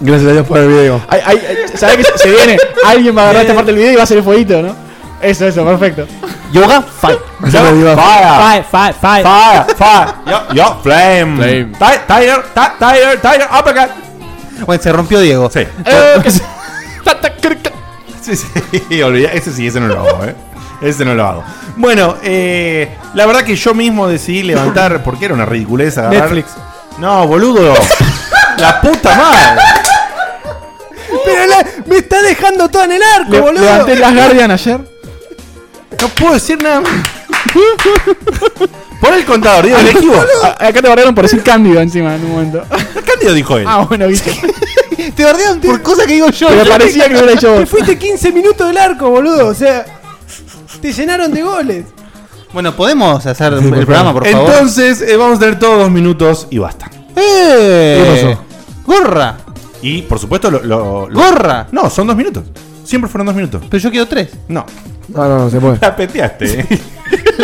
Speaker 6: Gracias a Dios por el video.
Speaker 7: Ay, ay, ay, ¿Sabés que se- se viene? Alguien va a agarrar esta parte del video y va a hacer el fueguito, ¿no? Eso, eso, perfecto.
Speaker 4: Yoga Fire.
Speaker 6: Gracias a Dios.
Speaker 5: Five, five, five.
Speaker 3: Fire, fire, yo, yo, flame.
Speaker 7: Flame.
Speaker 3: Em, Ti- Tiger, ti- tiger, tiger, uppercut. Eh,
Speaker 4: Bueno, se rompió Diego.
Speaker 3: Sí.
Speaker 7: Eh,
Speaker 3: Sí, sí, olvidá- ese sí, ese no lo hago, eh. Ese no lo hago. Bueno, eh, la verdad que yo mismo decidí levantar, porque era una ridiculez agarrar.
Speaker 5: Netflix.
Speaker 3: No, boludo. La puta madre.
Speaker 8: Pero la- me está dejando todo en el arco,
Speaker 7: Le-
Speaker 8: boludo.
Speaker 7: levanté las Guardian ayer.
Speaker 3: No puedo decir nada más. Pon el contador, Diego, el equipo.
Speaker 7: A- Ah, Acá te bardearon por decir Cándido encima en un momento.
Speaker 3: Cándido dijo él.
Speaker 7: Ah, bueno, viste.
Speaker 4: Te bardearon por cosas que digo yo.
Speaker 7: Pero parecía que lo hubiera hecho
Speaker 8: Te
Speaker 7: vos.
Speaker 8: fuiste 15 minutos del arco, boludo. O sea, te llenaron de goles.
Speaker 4: Bueno, ¿podemos hacer el programa, por favor?
Speaker 3: Entonces, eh, vamos a tener todos dos minutos y basta.
Speaker 4: ¡Eh! ¡Gorra!
Speaker 3: Y, por supuesto, lo. lo- lo-
Speaker 4: ¡Gorra!
Speaker 3: No, son dos minutos. Siempre fueron dos minutos.
Speaker 4: Pero yo quiero tres.
Speaker 3: No.
Speaker 6: No, no, no se puede.
Speaker 3: La peteaste, eh.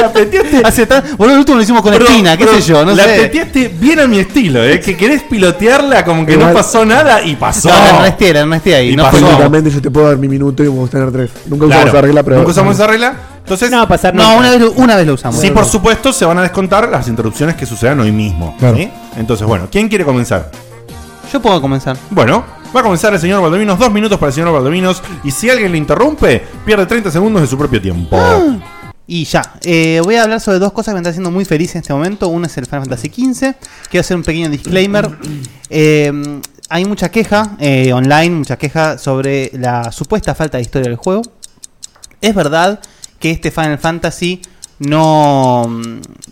Speaker 4: Hace tan- Boludo, el último lo hicimos con
Speaker 3: Pero-
Speaker 4: espina, qué
Speaker 3: pero
Speaker 4: sé yo, no
Speaker 3: la
Speaker 4: sé.
Speaker 3: peteaste bien a mi estilo, eh. Que querés pilotearla como que
Speaker 6: Igual-
Speaker 3: no pasó nada y pasó.
Speaker 4: No, no, no esté, no esté ahí.
Speaker 3: Y
Speaker 4: No
Speaker 3: pasó.
Speaker 4: fue-
Speaker 6: Técnicamente yo te puedo dar mi minuto y vos tener tres. Nunca usamos
Speaker 3: Claro.
Speaker 6: esa regla, pero.
Speaker 3: Nunca usamos esa regla. Entonces,
Speaker 5: No va a pasar
Speaker 4: No,
Speaker 5: nunca.
Speaker 4: una vez, lo- una vez lo usamos.
Speaker 3: sí, por supuesto, se van a descontar las interrupciones que sucedan hoy mismo.
Speaker 6: Claro.
Speaker 3: ¿sí? Entonces, bueno, ¿quién quiere comenzar?
Speaker 4: Yo puedo comenzar.
Speaker 3: Bueno, va a comenzar el señor Valdominos, dos minutos para el señor Valdominos, y si alguien le interrumpe, pierde 30 segundos de su propio tiempo.
Speaker 4: Y ya, eh, voy a hablar sobre dos cosas que me están haciendo muy feliz en este momento. Una es el Final Fantasy XV. Quiero hacer un pequeño disclaimer. Eh, hay mucha queja eh, online, mucha queja sobre la supuesta falta de historia del juego. Es verdad que este Final Fantasy no,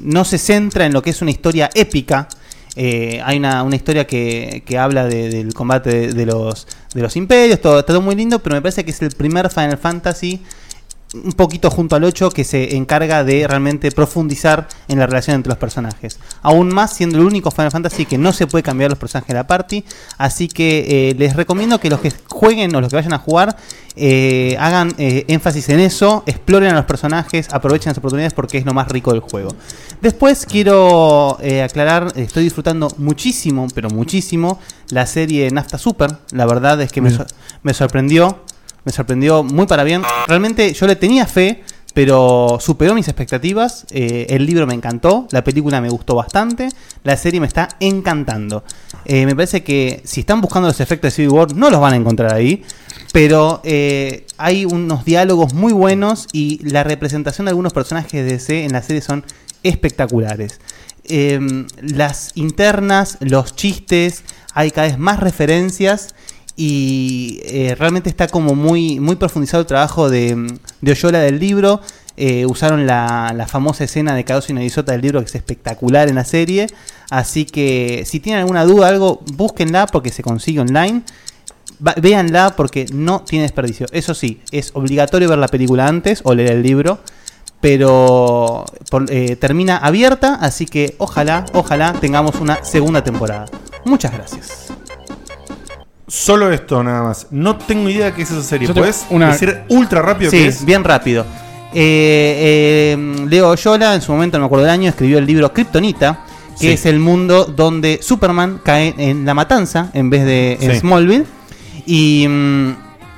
Speaker 4: no se centra en lo que es una historia épica. Eh, hay una, una historia que, que habla de- del combate de, de los, de los imperios, todo, está todo muy lindo, pero me parece que es el primer Final Fantasy un poquito junto al 8 que se encarga de realmente profundizar en la relación entre los personajes. Aún más siendo el único Final Fantasy que no se puede cambiar los personajes de la party. Así que eh, les recomiendo que los que jueguen o los que vayan a jugar eh, hagan eh, énfasis en eso, exploren a los personajes, aprovechen las oportunidades porque es lo más rico del juego. Después quiero eh, aclarar, eh, estoy disfrutando muchísimo, pero muchísimo, la serie Nafta Super. La verdad es que me, sor- me sorprendió. Me sorprendió muy para bien. Realmente yo le tenía fe, pero superó mis expectativas. Eh, el libro me encantó, la película me gustó bastante, la serie me está encantando. Eh, me parece que si están buscando los efectos de Civil War, no los van a encontrar ahí. Pero eh, hay unos diálogos muy buenos y la representación de algunos personajes de DC en la serie son espectaculares. eh, las internas, los chistes, hay cada vez más referencias y eh, realmente está como muy, muy profundizado el trabajo de, de Oyola del libro. Eh, usaron la, la famosa escena de Caduce y Narizota del libro que es espectacular en la serie. Así que si tienen alguna duda, algo, búsquenla porque se consigue online. Va- véanla porque no tiene desperdicio. Eso sí, es obligatorio ver la película antes o leer el libro. Pero por- eh, termina abierta, así que ojalá, ojalá tengamos una segunda temporada. Muchas gracias.
Speaker 3: Solo esto nada más. No tengo idea de qué es esa serie.
Speaker 4: Yo tengo
Speaker 3: ¿Puedes
Speaker 4: una-
Speaker 3: decir ultra rápido
Speaker 4: Sí,
Speaker 3: qué es?
Speaker 4: bien rápido. Eh, eh, Leo Oyola, en su momento, no me acuerdo del año, escribió el libro Kryptonita, que
Speaker 12: Sí.
Speaker 4: es el mundo donde Superman cae en la matanza en vez de en
Speaker 12: Sí.
Speaker 4: Smallville. Y. mm,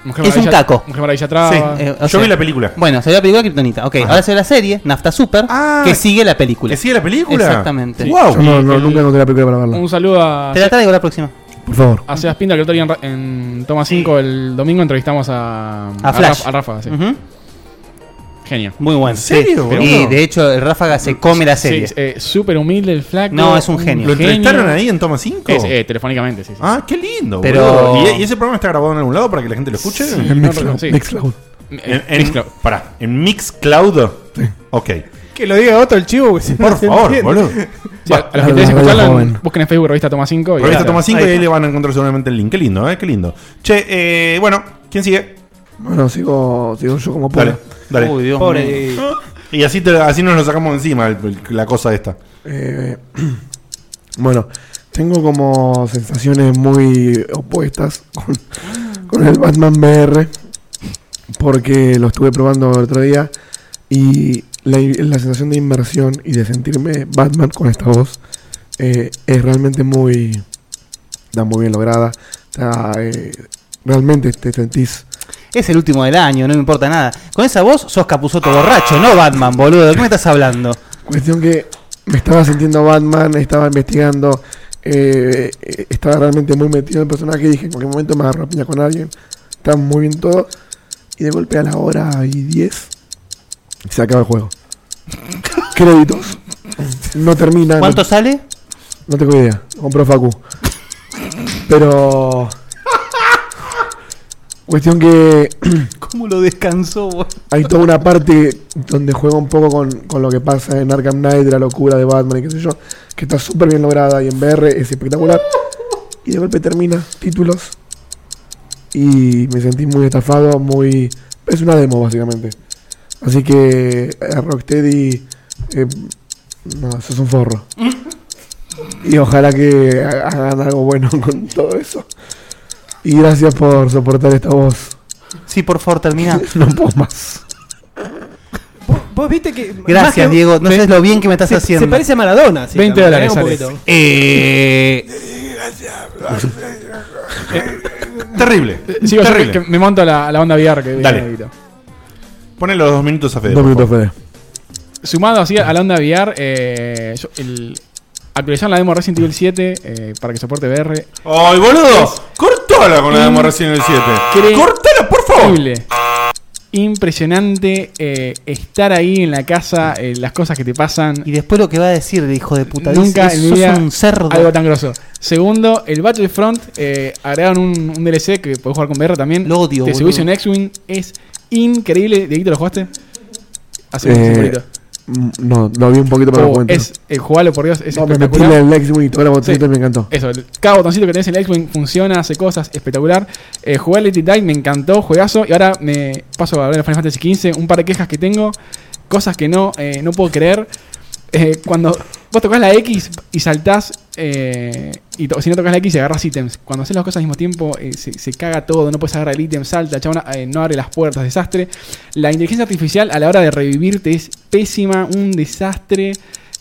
Speaker 7: Mujer
Speaker 4: es un
Speaker 7: Maravilla-
Speaker 4: caco.
Speaker 7: Mujer Maravilla traba.
Speaker 4: eh, o
Speaker 7: Yo vi la película.
Speaker 4: Bueno, salió la película Kryptonita. Ok,
Speaker 7: Ajá. Ah,
Speaker 4: ahora salió la serie, Nafta Super, que sigue la película.
Speaker 3: ¿Que sigue la película?
Speaker 4: Exactamente.
Speaker 6: Yo no, no, nunca encontré la película para verla.
Speaker 7: Un saludo a.
Speaker 4: Te la traigo la próxima.
Speaker 6: Por favor.
Speaker 7: A Sebas Pinda, que el otro día en, Ra- en Toma 5 el domingo entrevistamos a.
Speaker 4: A Flash.
Speaker 7: Rafa, a Rafa, sí.
Speaker 4: Ujú.
Speaker 7: Genio.
Speaker 4: Muy bueno.
Speaker 7: serio,
Speaker 4: Sí,
Speaker 7: boludo?
Speaker 4: Y de hecho, el Ráfaga se come la
Speaker 7: Sí,
Speaker 4: serie.
Speaker 7: eh, Súper humilde el flaco.
Speaker 4: No, es un genio. ¿Lo entrevistaron ahí en Toma 5?
Speaker 7: Es, eh, telefónicamente, sí. sí.
Speaker 3: Ah, qué lindo.
Speaker 7: Pero-
Speaker 3: boludo. ¿Y, y ese programa está grabado en algún lado para que la gente lo escuche?
Speaker 7: Sí, En no, Mixcloud, no, sí. Mixcloud.
Speaker 3: En, en- pará, ¿en Mixcloud. Ok.
Speaker 5: Que lo diga otro el chivo.
Speaker 3: Por favor, boludo.
Speaker 7: Sí, a- a los que interese escucharlo, en- busquen en Facebook Revista Toma 5. y-
Speaker 3: Revista
Speaker 7: Claro.
Speaker 3: Toma 5 y ahí
Speaker 7: está.
Speaker 3: le van a encontrar seguramente el link. Qué lindo, ¿eh? Qué lindo. Che, eh, bueno, ¿quién sigue?
Speaker 6: Bueno, sigo, sigo yo como
Speaker 3: Dale,
Speaker 6: puedo.
Speaker 3: dale. Pobre. Y así, te- así nos lo sacamos encima el- el- la cosa esta.
Speaker 6: Eh, bueno, tengo como sensaciones muy opuestas con, con el Batman VR. Porque lo estuve probando el otro día. Y la, la sensación de inmersión y de sentirme Batman con esta voz eh, es realmente muy. Está muy bien lograda. Está, eh, realmente te sentís.
Speaker 4: Es el último del año, no me importa nada. Con esa voz sos capuzoto borracho, no Batman, boludo. ¿De qué me estás hablando?
Speaker 6: Cuestión que me estaba sintiendo Batman, estaba investigando, eh, eh, estaba realmente muy metido en el personaje y dije, en cualquier momento me agarro a piña con alguien. Está muy bien todo. Y de golpe a la hora y 10 se acaba el juego. Créditos. No termina.
Speaker 4: ¿Cuánto
Speaker 6: no-
Speaker 4: sale?
Speaker 6: No tengo idea. Compró Facu. Pero... Cuestión que
Speaker 4: ¿Cómo lo descansó, boludo?
Speaker 6: hay toda una parte donde juega un poco con, con lo que pasa en Arkham Knight, de la locura de Batman y qué sé yo, que está súper bien lograda y en VR es espectacular. Y de golpe termina, títulos. Y me sentí muy estafado, muy... Es una demo básicamente. Así que a Rocksteady... eh, no, eso es un forro. Y ojalá que ha- hagan algo bueno con todo eso. Y gracias por soportar esta voz.
Speaker 4: Sí, por favor, termina.
Speaker 6: no puedo más.
Speaker 5: Vos viste que. más
Speaker 4: Gracias,
Speaker 5: que-
Speaker 4: Diego. No sabes lo bien que me estás
Speaker 5: se-
Speaker 4: haciendo.
Speaker 5: Se parece a Maradona. sí, también, ¿eh? Un poquito.
Speaker 4: Eh,
Speaker 3: Terrible.
Speaker 7: Sigo Eh, yo,
Speaker 3: Terrible.
Speaker 7: que me monto a la, a la onda VR que
Speaker 3: Dale. Ponle los dos minutos a Fede.
Speaker 6: Dos
Speaker 3: por
Speaker 6: minutos,
Speaker 3: favor.
Speaker 6: Fede.
Speaker 7: Sumado así a la onda VR, eh, yo- el, actualizaron la demo Resident Evil 7 eh, para que soporte VR.
Speaker 3: ¡Ay, boludo! ¡Cortala con la demo Resident Evil 7! ¡Cortala, por favor!
Speaker 7: Impresionante eh, estar ahí en la casa, eh, las cosas que te pasan.
Speaker 4: Y después lo que va a decir el hijo de puta.
Speaker 7: Nunca
Speaker 4: dice,
Speaker 7: en mi
Speaker 4: sos
Speaker 7: vida
Speaker 4: un cerdo.
Speaker 7: algo tan grosso. Segundo, el Battlefront eh, agregaron un, un DLC que podés jugar con VR también. Lo odio. Te subís
Speaker 4: boludo.
Speaker 7: un X-Wing, es increíble. ¿De lo jugaste? Hace
Speaker 6: Eh,
Speaker 7: un poquito.
Speaker 6: mm, No, lo vi un poquito para
Speaker 7: Oh,
Speaker 6: lo cuento.
Speaker 7: es, eh, jugalo por Dios, es
Speaker 6: No, me metí en
Speaker 7: espectacular.
Speaker 6: el X-Wing y toda la botonita
Speaker 7: Sí.
Speaker 6: y me encantó.
Speaker 7: Eso, el- cada botoncito que tenés en el X-Wing funciona, hace cosas, espectacular. Eh, jugué al Let It Die, me encantó, juegazo. Y ahora me paso a hablar de Final Fantasy XV, un par de quejas que tengo, cosas que no, eh, no puedo creer. Eh, cuando vos tocas la X y saltás, eh, y to- si no tocas la X y agarras ítems. Cuando haces las cosas al mismo tiempo, eh, se, se caga todo, no puedes agarrar el ítem, salta, chabona, eh, no abre las puertas, desastre. La inteligencia artificial a la hora de revivirte es pésima, un desastre.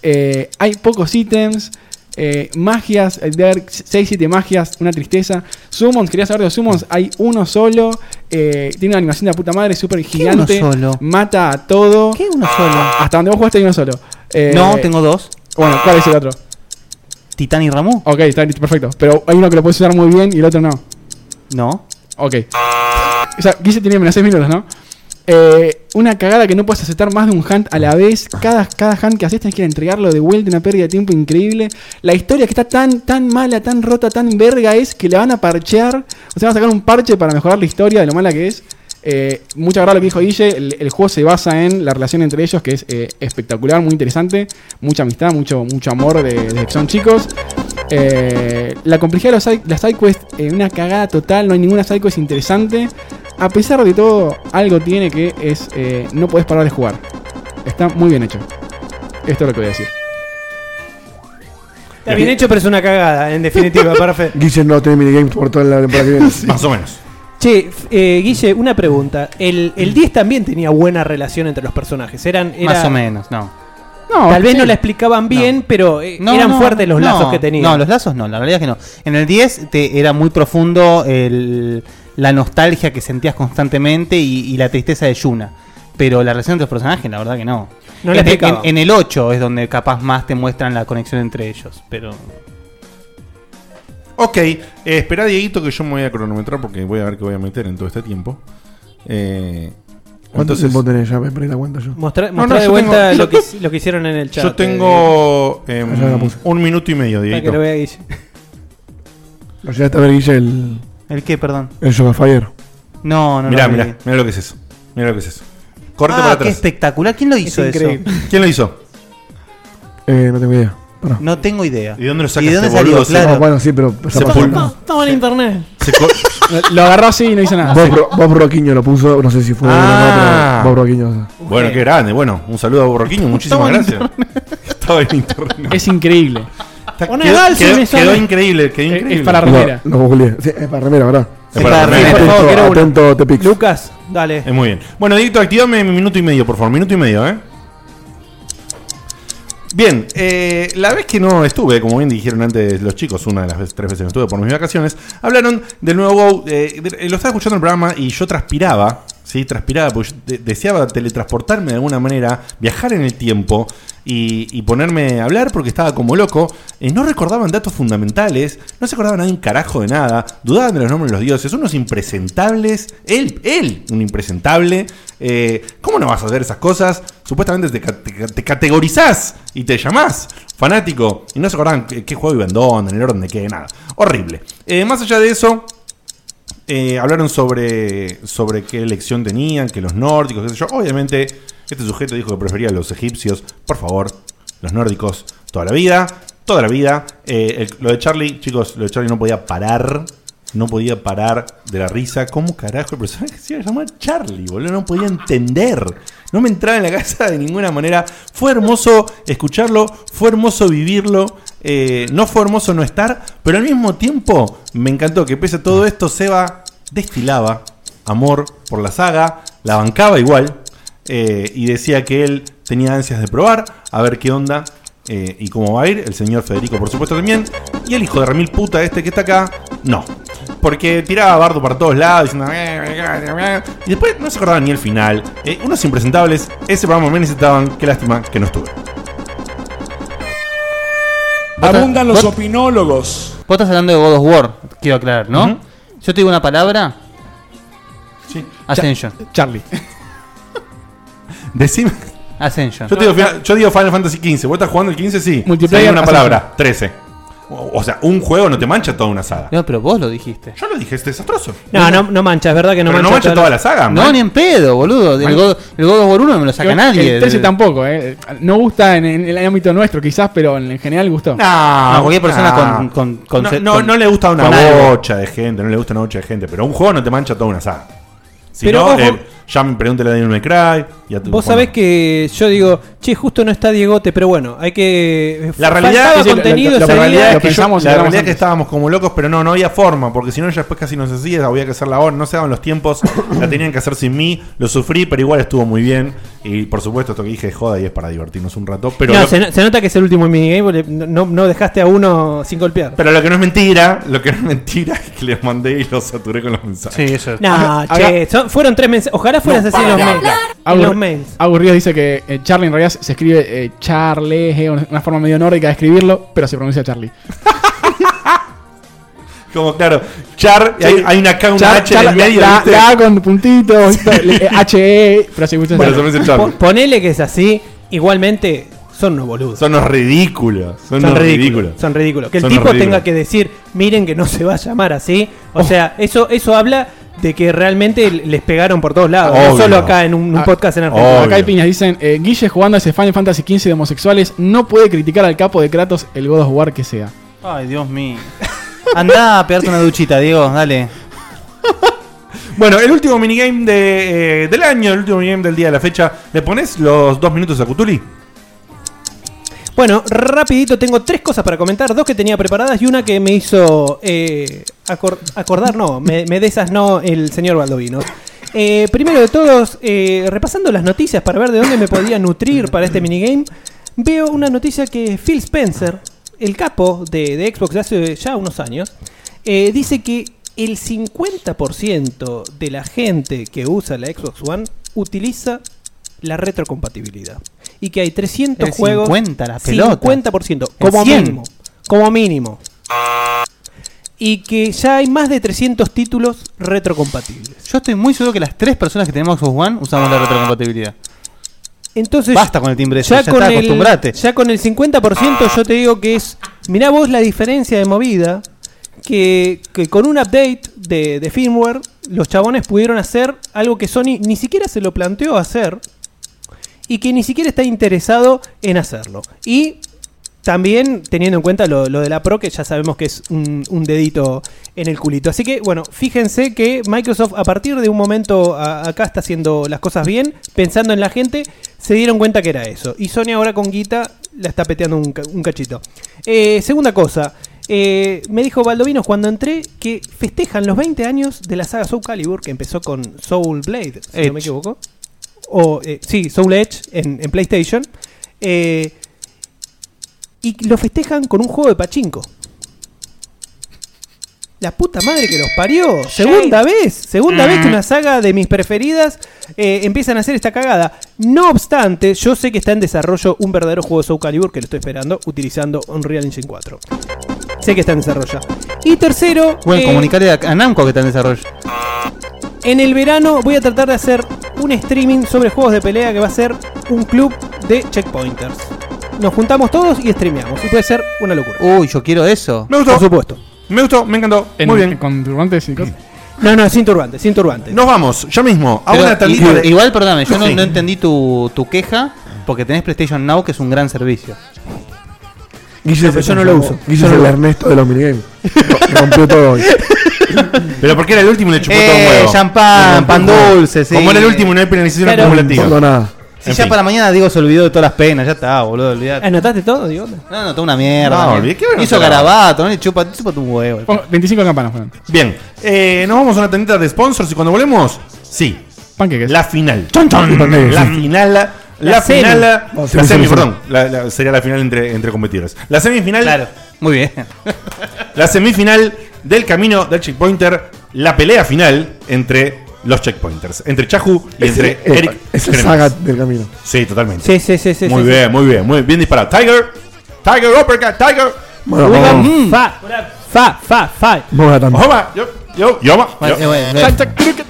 Speaker 7: Eh, hay pocos ítems. Eh, magias, eh, debe haber 6, 7 magias, una tristeza. Summons, quería saber de los summons, hay uno solo. eh, tiene una animación de la puta madre, súper gigante.
Speaker 4: uno solo?
Speaker 7: Mata a todo.
Speaker 4: ¿Qué uno solo?
Speaker 7: Hasta donde vos jugaste hay uno solo. Eh,
Speaker 4: No, tengo dos.
Speaker 7: Bueno, ¿cuál es el otro?
Speaker 4: ¿Titán y Ramú?
Speaker 7: Ok, está listo, perfecto. Pero hay uno que lo puedes usar muy bien y el otro no.
Speaker 4: No.
Speaker 7: Ok. O sea, quise tenía menos 6 minutos, ¿no? eh, una cagada que no puedes aceptar más de un hunt a la vez. Cada, cada hunt que haces tenés que ir a entregarlo de vuelta, una pérdida de tiempo increíble. La historia que está tan, tan mala, tan rota, tan verga es que la van a parchear. O sea, van a sacar un parche para mejorar la historia de lo mala que es. Eh, mucha verdad lo que dijo Guille, el, el juego se basa en la relación entre ellos, que es eh, espectacular, muy interesante, mucha amistad, mucho, mucho amor de- desde que son chicos. Eh, la complejidad de los side- las sidequests, eh, una cagada total, no hay ninguna sidequest interesante. A pesar de todo, algo tiene que es eh, no podés parar de jugar. Está muy bien hecho. Esto es lo que voy a decir.
Speaker 5: Está bien hecho, pero es una cagada, en definitiva, perfecto.
Speaker 6: Guille no tiene minigames por toda la temporada que viene.
Speaker 3: Más o menos.
Speaker 5: Che, f- eh, Guille, una pregunta. El, el 10 también tenía buena relación entre los personajes. Eran, era-
Speaker 4: Más o menos, no.
Speaker 5: No, Tal vez
Speaker 4: sí.
Speaker 5: no la explicaban bien, pero eh, eran fuertes los
Speaker 4: no,
Speaker 5: lazos que tenían.
Speaker 4: No, los lazos no, la realidad es que no. En el 10 te, era muy profundo el- la nostalgia que sentías constantemente y, y la tristeza de Yuna. Pero la relación entre los personajes, la verdad que no.
Speaker 5: No la
Speaker 4: en, en-
Speaker 5: explicaba.
Speaker 4: en el 8 es donde capaz más te muestran la conexión entre ellos, pero...
Speaker 3: Ok, eh, esperá, Dieguito, que yo me voy a cronometrar porque voy a ver qué voy a meter en todo este tiempo. Eh,
Speaker 6: ¿Cuánto tiempo tenés ya? Me perdí la cuenta yo.
Speaker 5: Mostrá-
Speaker 3: No, no,
Speaker 5: mostrá de
Speaker 3: yo
Speaker 5: vuelta
Speaker 3: tengo-
Speaker 5: lo, que, hic- lo que hicieron en el chat. eh,
Speaker 3: Yo tengo em,
Speaker 6: Allá la puse.
Speaker 3: un minuto y medio,
Speaker 5: Para que
Speaker 3: Dieguito.
Speaker 5: lo vea Guille.
Speaker 6: Lo llegaste a ver, Guille, el.
Speaker 4: ¿El qué, perdón?
Speaker 6: El Yoga Fire.
Speaker 4: No, no,
Speaker 3: Mirá,
Speaker 4: no.
Speaker 3: mirá, mirá lo que es eso. Mirá lo que es eso. Corte
Speaker 4: Ah,
Speaker 3: para
Speaker 4: qué
Speaker 3: atrás.
Speaker 4: espectacular. ¿Quién lo hizo eso? increíble.
Speaker 3: ¿Quién lo hizo?
Speaker 6: Eh, no tengo idea.
Speaker 4: No tengo idea.
Speaker 3: ¿Y dónde lo
Speaker 4: ¿Y
Speaker 3: sacaste,
Speaker 4: de dónde salió?
Speaker 3: boludo? Ah,
Speaker 4: Claro.
Speaker 6: No, bueno, sí, pero. ya
Speaker 3: Se
Speaker 6: pasó.
Speaker 3: pul-
Speaker 6: Vos,
Speaker 5: Estaba en internet.
Speaker 7: Lo agarró así y no hizo nada.
Speaker 6: Ro- Bob Roquiño lo puso, no sé si fue.
Speaker 3: Ah.
Speaker 6: o no, pero Bob Roquiño.
Speaker 3: Bueno, qué grande. Bueno, un saludo a Borroquiño. Muchísimas gracias. Estaba en internet.
Speaker 7: Es increíble. Eh,
Speaker 5: Poné
Speaker 3: quedó,
Speaker 5: Galsi,
Speaker 3: quedó-
Speaker 5: me sale.
Speaker 3: quedó increíble, quedó
Speaker 5: Es- es
Speaker 3: increíble.
Speaker 5: para
Speaker 6: Lo, lo googleé. Sí, es para remera, ¿verdad?
Speaker 3: Es para para remera. remera, por favor,
Speaker 6: Atento,
Speaker 3: quiero una.
Speaker 6: atento, te pico.
Speaker 5: Lucas, dale.
Speaker 3: Es muy bien. Bueno, Dieguito, activame mi minuto y medio, por favor. Minuto y medio, ¿eh? Bien, eh, la vez que no estuve, como bien dijeron antes los chicos, una de las veces- tres veces que no estuve por mis vacaciones, hablaron del nuevo WoW. eh, de- lo estaba escuchando el programa y yo transpiraba, ¿sí? Transpiraba porque yo de- deseaba teletransportarme de alguna manera, viajar en el tiempo y, y ponerme a hablar porque estaba como loco. Eh, no recordaban datos fundamentales, no se acordaba nadie un carajo de nada, dudaban de los nombres de los dioses, unos impresentables. Él, él, un impresentable. Eh, ¿Cómo no vas a hacer esas cosas? Supuestamente te, ca- te ca- te categorizás y te llamás fanático. Y no se acordaban qué, qué juego iba en dónde, en el orden de qué, nada. Horrible. Eh, más allá de eso, eh, hablaron sobre, sobre qué elección tenían, que los nórdicos, qué sé yo. Obviamente, este sujeto dijo que prefería a los egipcios. Por favor, los nórdicos toda la vida, toda la vida. Eh, el- lo de Charlie, chicos, lo de Charlie no podía parar. No podía parar de la risa. ¿Cómo carajo el personaje se iba a llamar Charlie, boludo? No podía entender. No me entraba en la casa de ninguna manera. Fue hermoso escucharlo, fue hermoso vivirlo. eh, no fue hermoso no estar, pero al mismo tiempo me encantó que pese a todo esto, Seba destilaba amor por la saga, la bancaba igual eh, y decía que él tenía ansias de probar, a ver qué onda eh, y cómo va a ir. El señor Federico, por supuesto, también. Y el hijo de Ramil puta este que está acá, no. Porque tiraba bardo para todos lados, diciendo... Y después no se acordaba ni el final. Eh, unos impresentables, ese programa me necesitaban, qué lástima que no estuve.
Speaker 4: Abundan los
Speaker 11: opinólogos.
Speaker 4: Vos estás hablando de God of War, quiero aclarar, ¿no? Yo te digo una palabra.
Speaker 3: Sí.
Speaker 4: Ascension.
Speaker 7: Charlie.
Speaker 3: Decime.
Speaker 4: Ascension.
Speaker 3: Yo, te digo, fina- yo digo Final Fantasy XV, vos estás jugando el 15, sí.
Speaker 4: Multiplayer,
Speaker 3: Sale una
Speaker 4: ascenso.
Speaker 3: palabra, 13. O, o sea, un juego no te mancha toda una saga.
Speaker 4: No, pero vos lo dijiste.
Speaker 3: Yo lo dije, es desastroso.
Speaker 5: No, no, no mancha, es verdad que no
Speaker 3: Pero no
Speaker 5: mancha.
Speaker 3: mancha toda la saga,
Speaker 4: No, ni en pedo, boludo. El God, el God of War 1 no me lo saca
Speaker 7: El-
Speaker 4: nadie.
Speaker 7: El 13 tampoco, eh. No gusta en, en el ámbito nuestro, quizás, pero en, en general gustó.
Speaker 3: No,
Speaker 4: cualquier persona
Speaker 3: no.
Speaker 4: con- con- con-
Speaker 3: Ah, no,
Speaker 4: con-
Speaker 3: no, no le gusta una
Speaker 4: con algo.
Speaker 3: bocha de gente, no le gusta una bocha de gente, pero un juego no te mancha toda una saga. Si
Speaker 5: Pero
Speaker 3: no,
Speaker 5: ojo-
Speaker 3: eh, ya me pregúntale a Daniel McCray. Y a tu-
Speaker 5: Vos sabés que yo digo, che, justo no está Diegote, pero bueno, hay que. eh,
Speaker 3: La realidad,
Speaker 5: Faltaba contenido
Speaker 3: la, la
Speaker 5: ese día.
Speaker 3: realidad es que, yo-
Speaker 7: pensamos y
Speaker 3: la
Speaker 7: hablamos
Speaker 3: realidad es que
Speaker 7: antes.
Speaker 3: estábamos como locos, pero no, no había forma, porque si no ya después casi no se hacía, había que hacer la hora, no se daban los tiempos, la tenían que hacer sin mí, lo sufrí, pero igual estuvo muy bien. Y por supuesto esto que dije es joda y es para divertirnos un rato, pero
Speaker 5: No,
Speaker 3: lo-
Speaker 5: se, no- se nota que es el último minigame, porque no, no dejaste a uno sin golpear.
Speaker 3: pero lo que no es mentira, lo que no es mentira es que les mandé y los saturé con los mensajes. Ah,
Speaker 4: Sí, eso
Speaker 5: No, che, son- fueron tres mensajes. Ojalá fueras así en los mails. En los mails.
Speaker 7: Aburrido dice que eh, Charlie en realidad se escribe eh, Charlie, eh, una una forma medio nórdica de escribirlo, pero se pronuncia Charlie.
Speaker 3: Como claro, Char, y hay, hay una K, una
Speaker 7: Char-
Speaker 3: H
Speaker 7: Char-
Speaker 3: en el medio.
Speaker 7: La,
Speaker 3: ¿viste?
Speaker 7: la A con puntitos, le- HE, pero se escucha
Speaker 3: Bueno, se me dice Char.
Speaker 5: Po- Ponele que es así, igualmente son unos boludos.
Speaker 3: Son unos ridículos. Son, unos ridículos.
Speaker 5: Son ridículos. Que el
Speaker 3: Son
Speaker 5: tipo
Speaker 3: unos ridículos. Oh.
Speaker 5: tenga que decir, miren que no se va a llamar así. O sea, eso, eso habla de que realmente les pegaron por todos lados. No
Speaker 7: Obvio.
Speaker 5: solo acá en un, un
Speaker 7: Ah,
Speaker 5: podcast en Argentina.
Speaker 7: Acá hay piñas, dicen, eh, Guille jugando a ese Final Fantasy XV de homosexuales no puede criticar al capo de Kratos el God of War que sea.
Speaker 4: Ay, Dios mío. Andá a pegarte una duchita, Diego, dale.
Speaker 3: Bueno, el último minigame de, eh, del año, el último minigame del día de la fecha. ¿Le pones los dos minutos a Cutuli?
Speaker 5: Bueno, rapidito tengo tres cosas para comentar, dos que tenía preparadas y una que me hizo eh, acor- acordar, no, me, me desasnó el señor Baldovino. Eh, primero de todos, eh, repasando las noticias para ver de dónde me podía nutrir para este minigame, veo una noticia que Phil Spencer, el capo de, de Xbox de hace ya unos años, eh, dice que el 50% de la gente que usa la Xbox One utiliza la retrocompatibilidad. Y que hay 300
Speaker 4: El
Speaker 5: juegos.
Speaker 4: 50, la pelota.
Speaker 5: 50%,
Speaker 4: El
Speaker 5: como
Speaker 4: 100.
Speaker 5: mínimo. Como mínimo. Y que ya hay más de 300 títulos retrocompatibles.
Speaker 4: Yo estoy muy seguro que las tres personas que tenemos Xbox One usamos la retrocompatibilidad.
Speaker 5: Entonces,
Speaker 4: Basta con el timbre ese, ya
Speaker 5: con
Speaker 4: está,
Speaker 5: el-
Speaker 4: acostumbrate.
Speaker 5: ya con el 50% yo te digo que es, mirá vos la diferencia de movida, que, que con un update de, de firmware los chabones pudieron hacer algo que Sony ni siquiera se lo planteó hacer y que ni siquiera está interesado en hacerlo. Y también teniendo en cuenta lo, lo de la Pro, que ya sabemos que es un, un dedito en el culito. Así que, bueno, fíjense que Microsoft a partir de un momento a- acá está haciendo las cosas bien, pensando en la gente, se dieron cuenta que era eso. Y Sony ahora con Guita la está peteando un, ca- un cachito. Eh, segunda cosa, eh, me dijo Baldovinos cuando entré que festejan los 20 años de la saga Soul Calibur, que empezó con Soul Blade, si
Speaker 12: Edge.
Speaker 5: no me equivoco. O, eh, sí, Soul Edge en, en PlayStation. Eh, y lo festejan con un juego de pachinko. La puta madre que los parió. Segunda vez, segunda vez que una saga de mis preferidas eh, empiezan a hacer esta cagada. No obstante, yo sé que está en desarrollo un verdadero juego de Soul Calibur que lo estoy esperando utilizando Unreal Engine 4. Sé que está en desarrollo. Y tercero,
Speaker 4: Bueno,
Speaker 5: eh,
Speaker 4: comunicarle a, a Namco que está en desarrollo.
Speaker 5: en el verano voy a tratar de hacer un streaming sobre juegos de pelea que va a ser un club de checkpointers. Nos juntamos todos y streameamos. Y puede ser una locura.
Speaker 4: Uy, yo quiero eso.
Speaker 3: Me gustó.
Speaker 5: Por supuesto.
Speaker 3: Me gustó, me encantó.
Speaker 5: En-
Speaker 3: Muy bien.
Speaker 7: Con turbantes y cosas.
Speaker 5: No, no, sin turbante, sin turbante.
Speaker 3: Nos vamos, ya mismo,
Speaker 4: Pero igual, igual, perdóname, yo no, no entendí tu, tu queja porque tenés PlayStation Now, que es un gran servicio.
Speaker 6: Guille
Speaker 4: No,
Speaker 6: se
Speaker 4: pero yo no lo uso.
Speaker 6: Guille
Speaker 4: Yo
Speaker 6: es
Speaker 4: no
Speaker 6: el
Speaker 4: lo-
Speaker 6: Ernesto de los minigames. Ro- rompió todo hoy.
Speaker 3: Pero porque era el último y le chupó todo un
Speaker 4: Eh,
Speaker 3: huevo.
Speaker 4: champán, pan dulce, sí.
Speaker 3: Como era el último y no hay penalización
Speaker 4: Claro.
Speaker 3: acumulativa.
Speaker 4: No pasó nada. Si
Speaker 3: En
Speaker 4: ya
Speaker 3: fin.
Speaker 4: para mañana Diego se olvidó de todas las penas, ya está, boludo, olvidate.
Speaker 5: ¿Anotaste todo, Diego?
Speaker 4: No, anotó una mierda.
Speaker 3: No,
Speaker 4: también.
Speaker 3: olvidé, ¿qué voy a
Speaker 4: Hizo
Speaker 3: anotar?
Speaker 4: garabato, no le chupa, chupa tu huevo.
Speaker 7: 25 campanas fueron.
Speaker 3: Bien, eh, nos vamos a una tendita de sponsors y cuando volvemos, sí. La final.
Speaker 2: Panqueques.
Speaker 3: La final. La,
Speaker 2: La semi.
Speaker 3: final.
Speaker 2: No,
Speaker 3: La
Speaker 2: semi,
Speaker 3: semi,
Speaker 2: semi,
Speaker 3: perdón. La- la- sería la final entre, entre competidores. La semifinal. Claro.
Speaker 4: Muy bien.
Speaker 3: La semifinal del camino del checkpointer. La pelea final entre los checkpointers. Entre Chahu y
Speaker 6: Es
Speaker 3: entre
Speaker 6: el-
Speaker 3: Eric.
Speaker 6: Es el
Speaker 3: Kremer.
Speaker 6: saga del camino.
Speaker 3: Sí, totalmente.
Speaker 5: Sí, sí, sí, sí,
Speaker 3: Muy
Speaker 6: sí,
Speaker 3: bien, muy bien, muy bien disparado. Tiger, Tiger, Uppercut, Tiger.
Speaker 6: Bueno, Oiga, vamos.
Speaker 5: Fa, fa, fa, fa.
Speaker 6: Boga también.
Speaker 3: Oba, yo, yo, yo, oba,
Speaker 6: Bueno,
Speaker 3: yo.
Speaker 6: bueno, bueno.
Speaker 3: Tac, tac, turuc.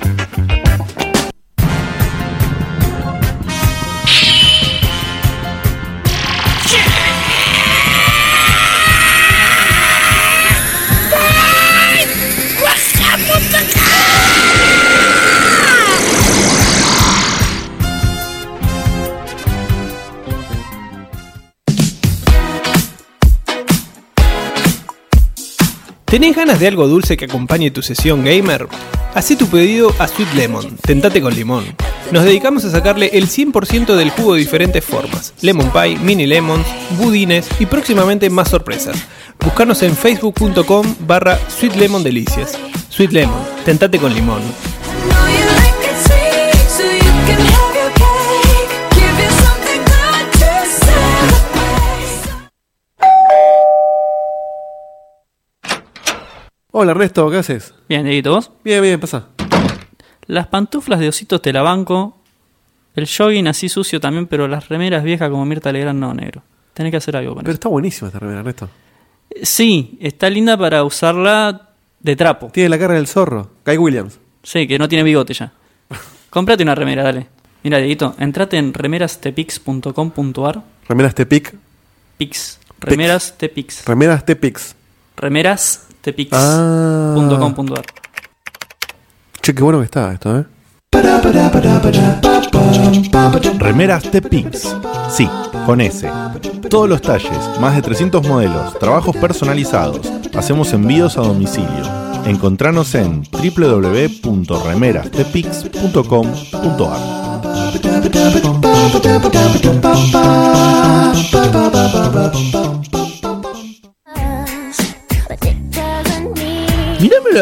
Speaker 5: ¿Tenés ganas de algo dulce que acompañe tu sesión gamer? Hacé tu pedido a Sweet Lemon, tentate con limón. Nos dedicamos a sacarle el 100% del jugo de diferentes formas: lemon pie, mini lemons, budines y próximamente más sorpresas. Buscanos en facebook.com barra Sweet Lemon Delicias. Sweet Lemon, tentate con limón.
Speaker 1: Hola, Ernesto, ¿qué haces?
Speaker 17: Bien, Dieguito, ¿vos?
Speaker 1: Bien, bien, pasa.
Speaker 17: Las pantuflas de ositos te la banco. El jogging así sucio también, pero las remeras viejas como Mirta Legrand no, negro. Tenés que hacer algo con
Speaker 1: este
Speaker 17: Eh,
Speaker 1: Pero está buenísima esta remera, Ernesto.
Speaker 17: eso. Sí, está linda para usarla De trapo.
Speaker 1: Tiene la cara del zorro. Kai Williams.
Speaker 17: Sí, que no tiene bigote ya. Cómprate una remera, dale. Mira, Dieguito, entrate en remerastepix.com.ar.
Speaker 1: Remeras Tepic.
Speaker 17: Pix. Remeras Tepix.
Speaker 1: Remeras Tepix.
Speaker 17: Remeras
Speaker 1: Ah. Che, qué bueno que está esto, ¿eh?
Speaker 3: Remeras Tepix. Sí, con S. Todos los talles, más de 300 modelos, trabajos personalizados. Hacemos envíos a domicilio. Encontranos en www.remerastepix.com.ar. Mirámelo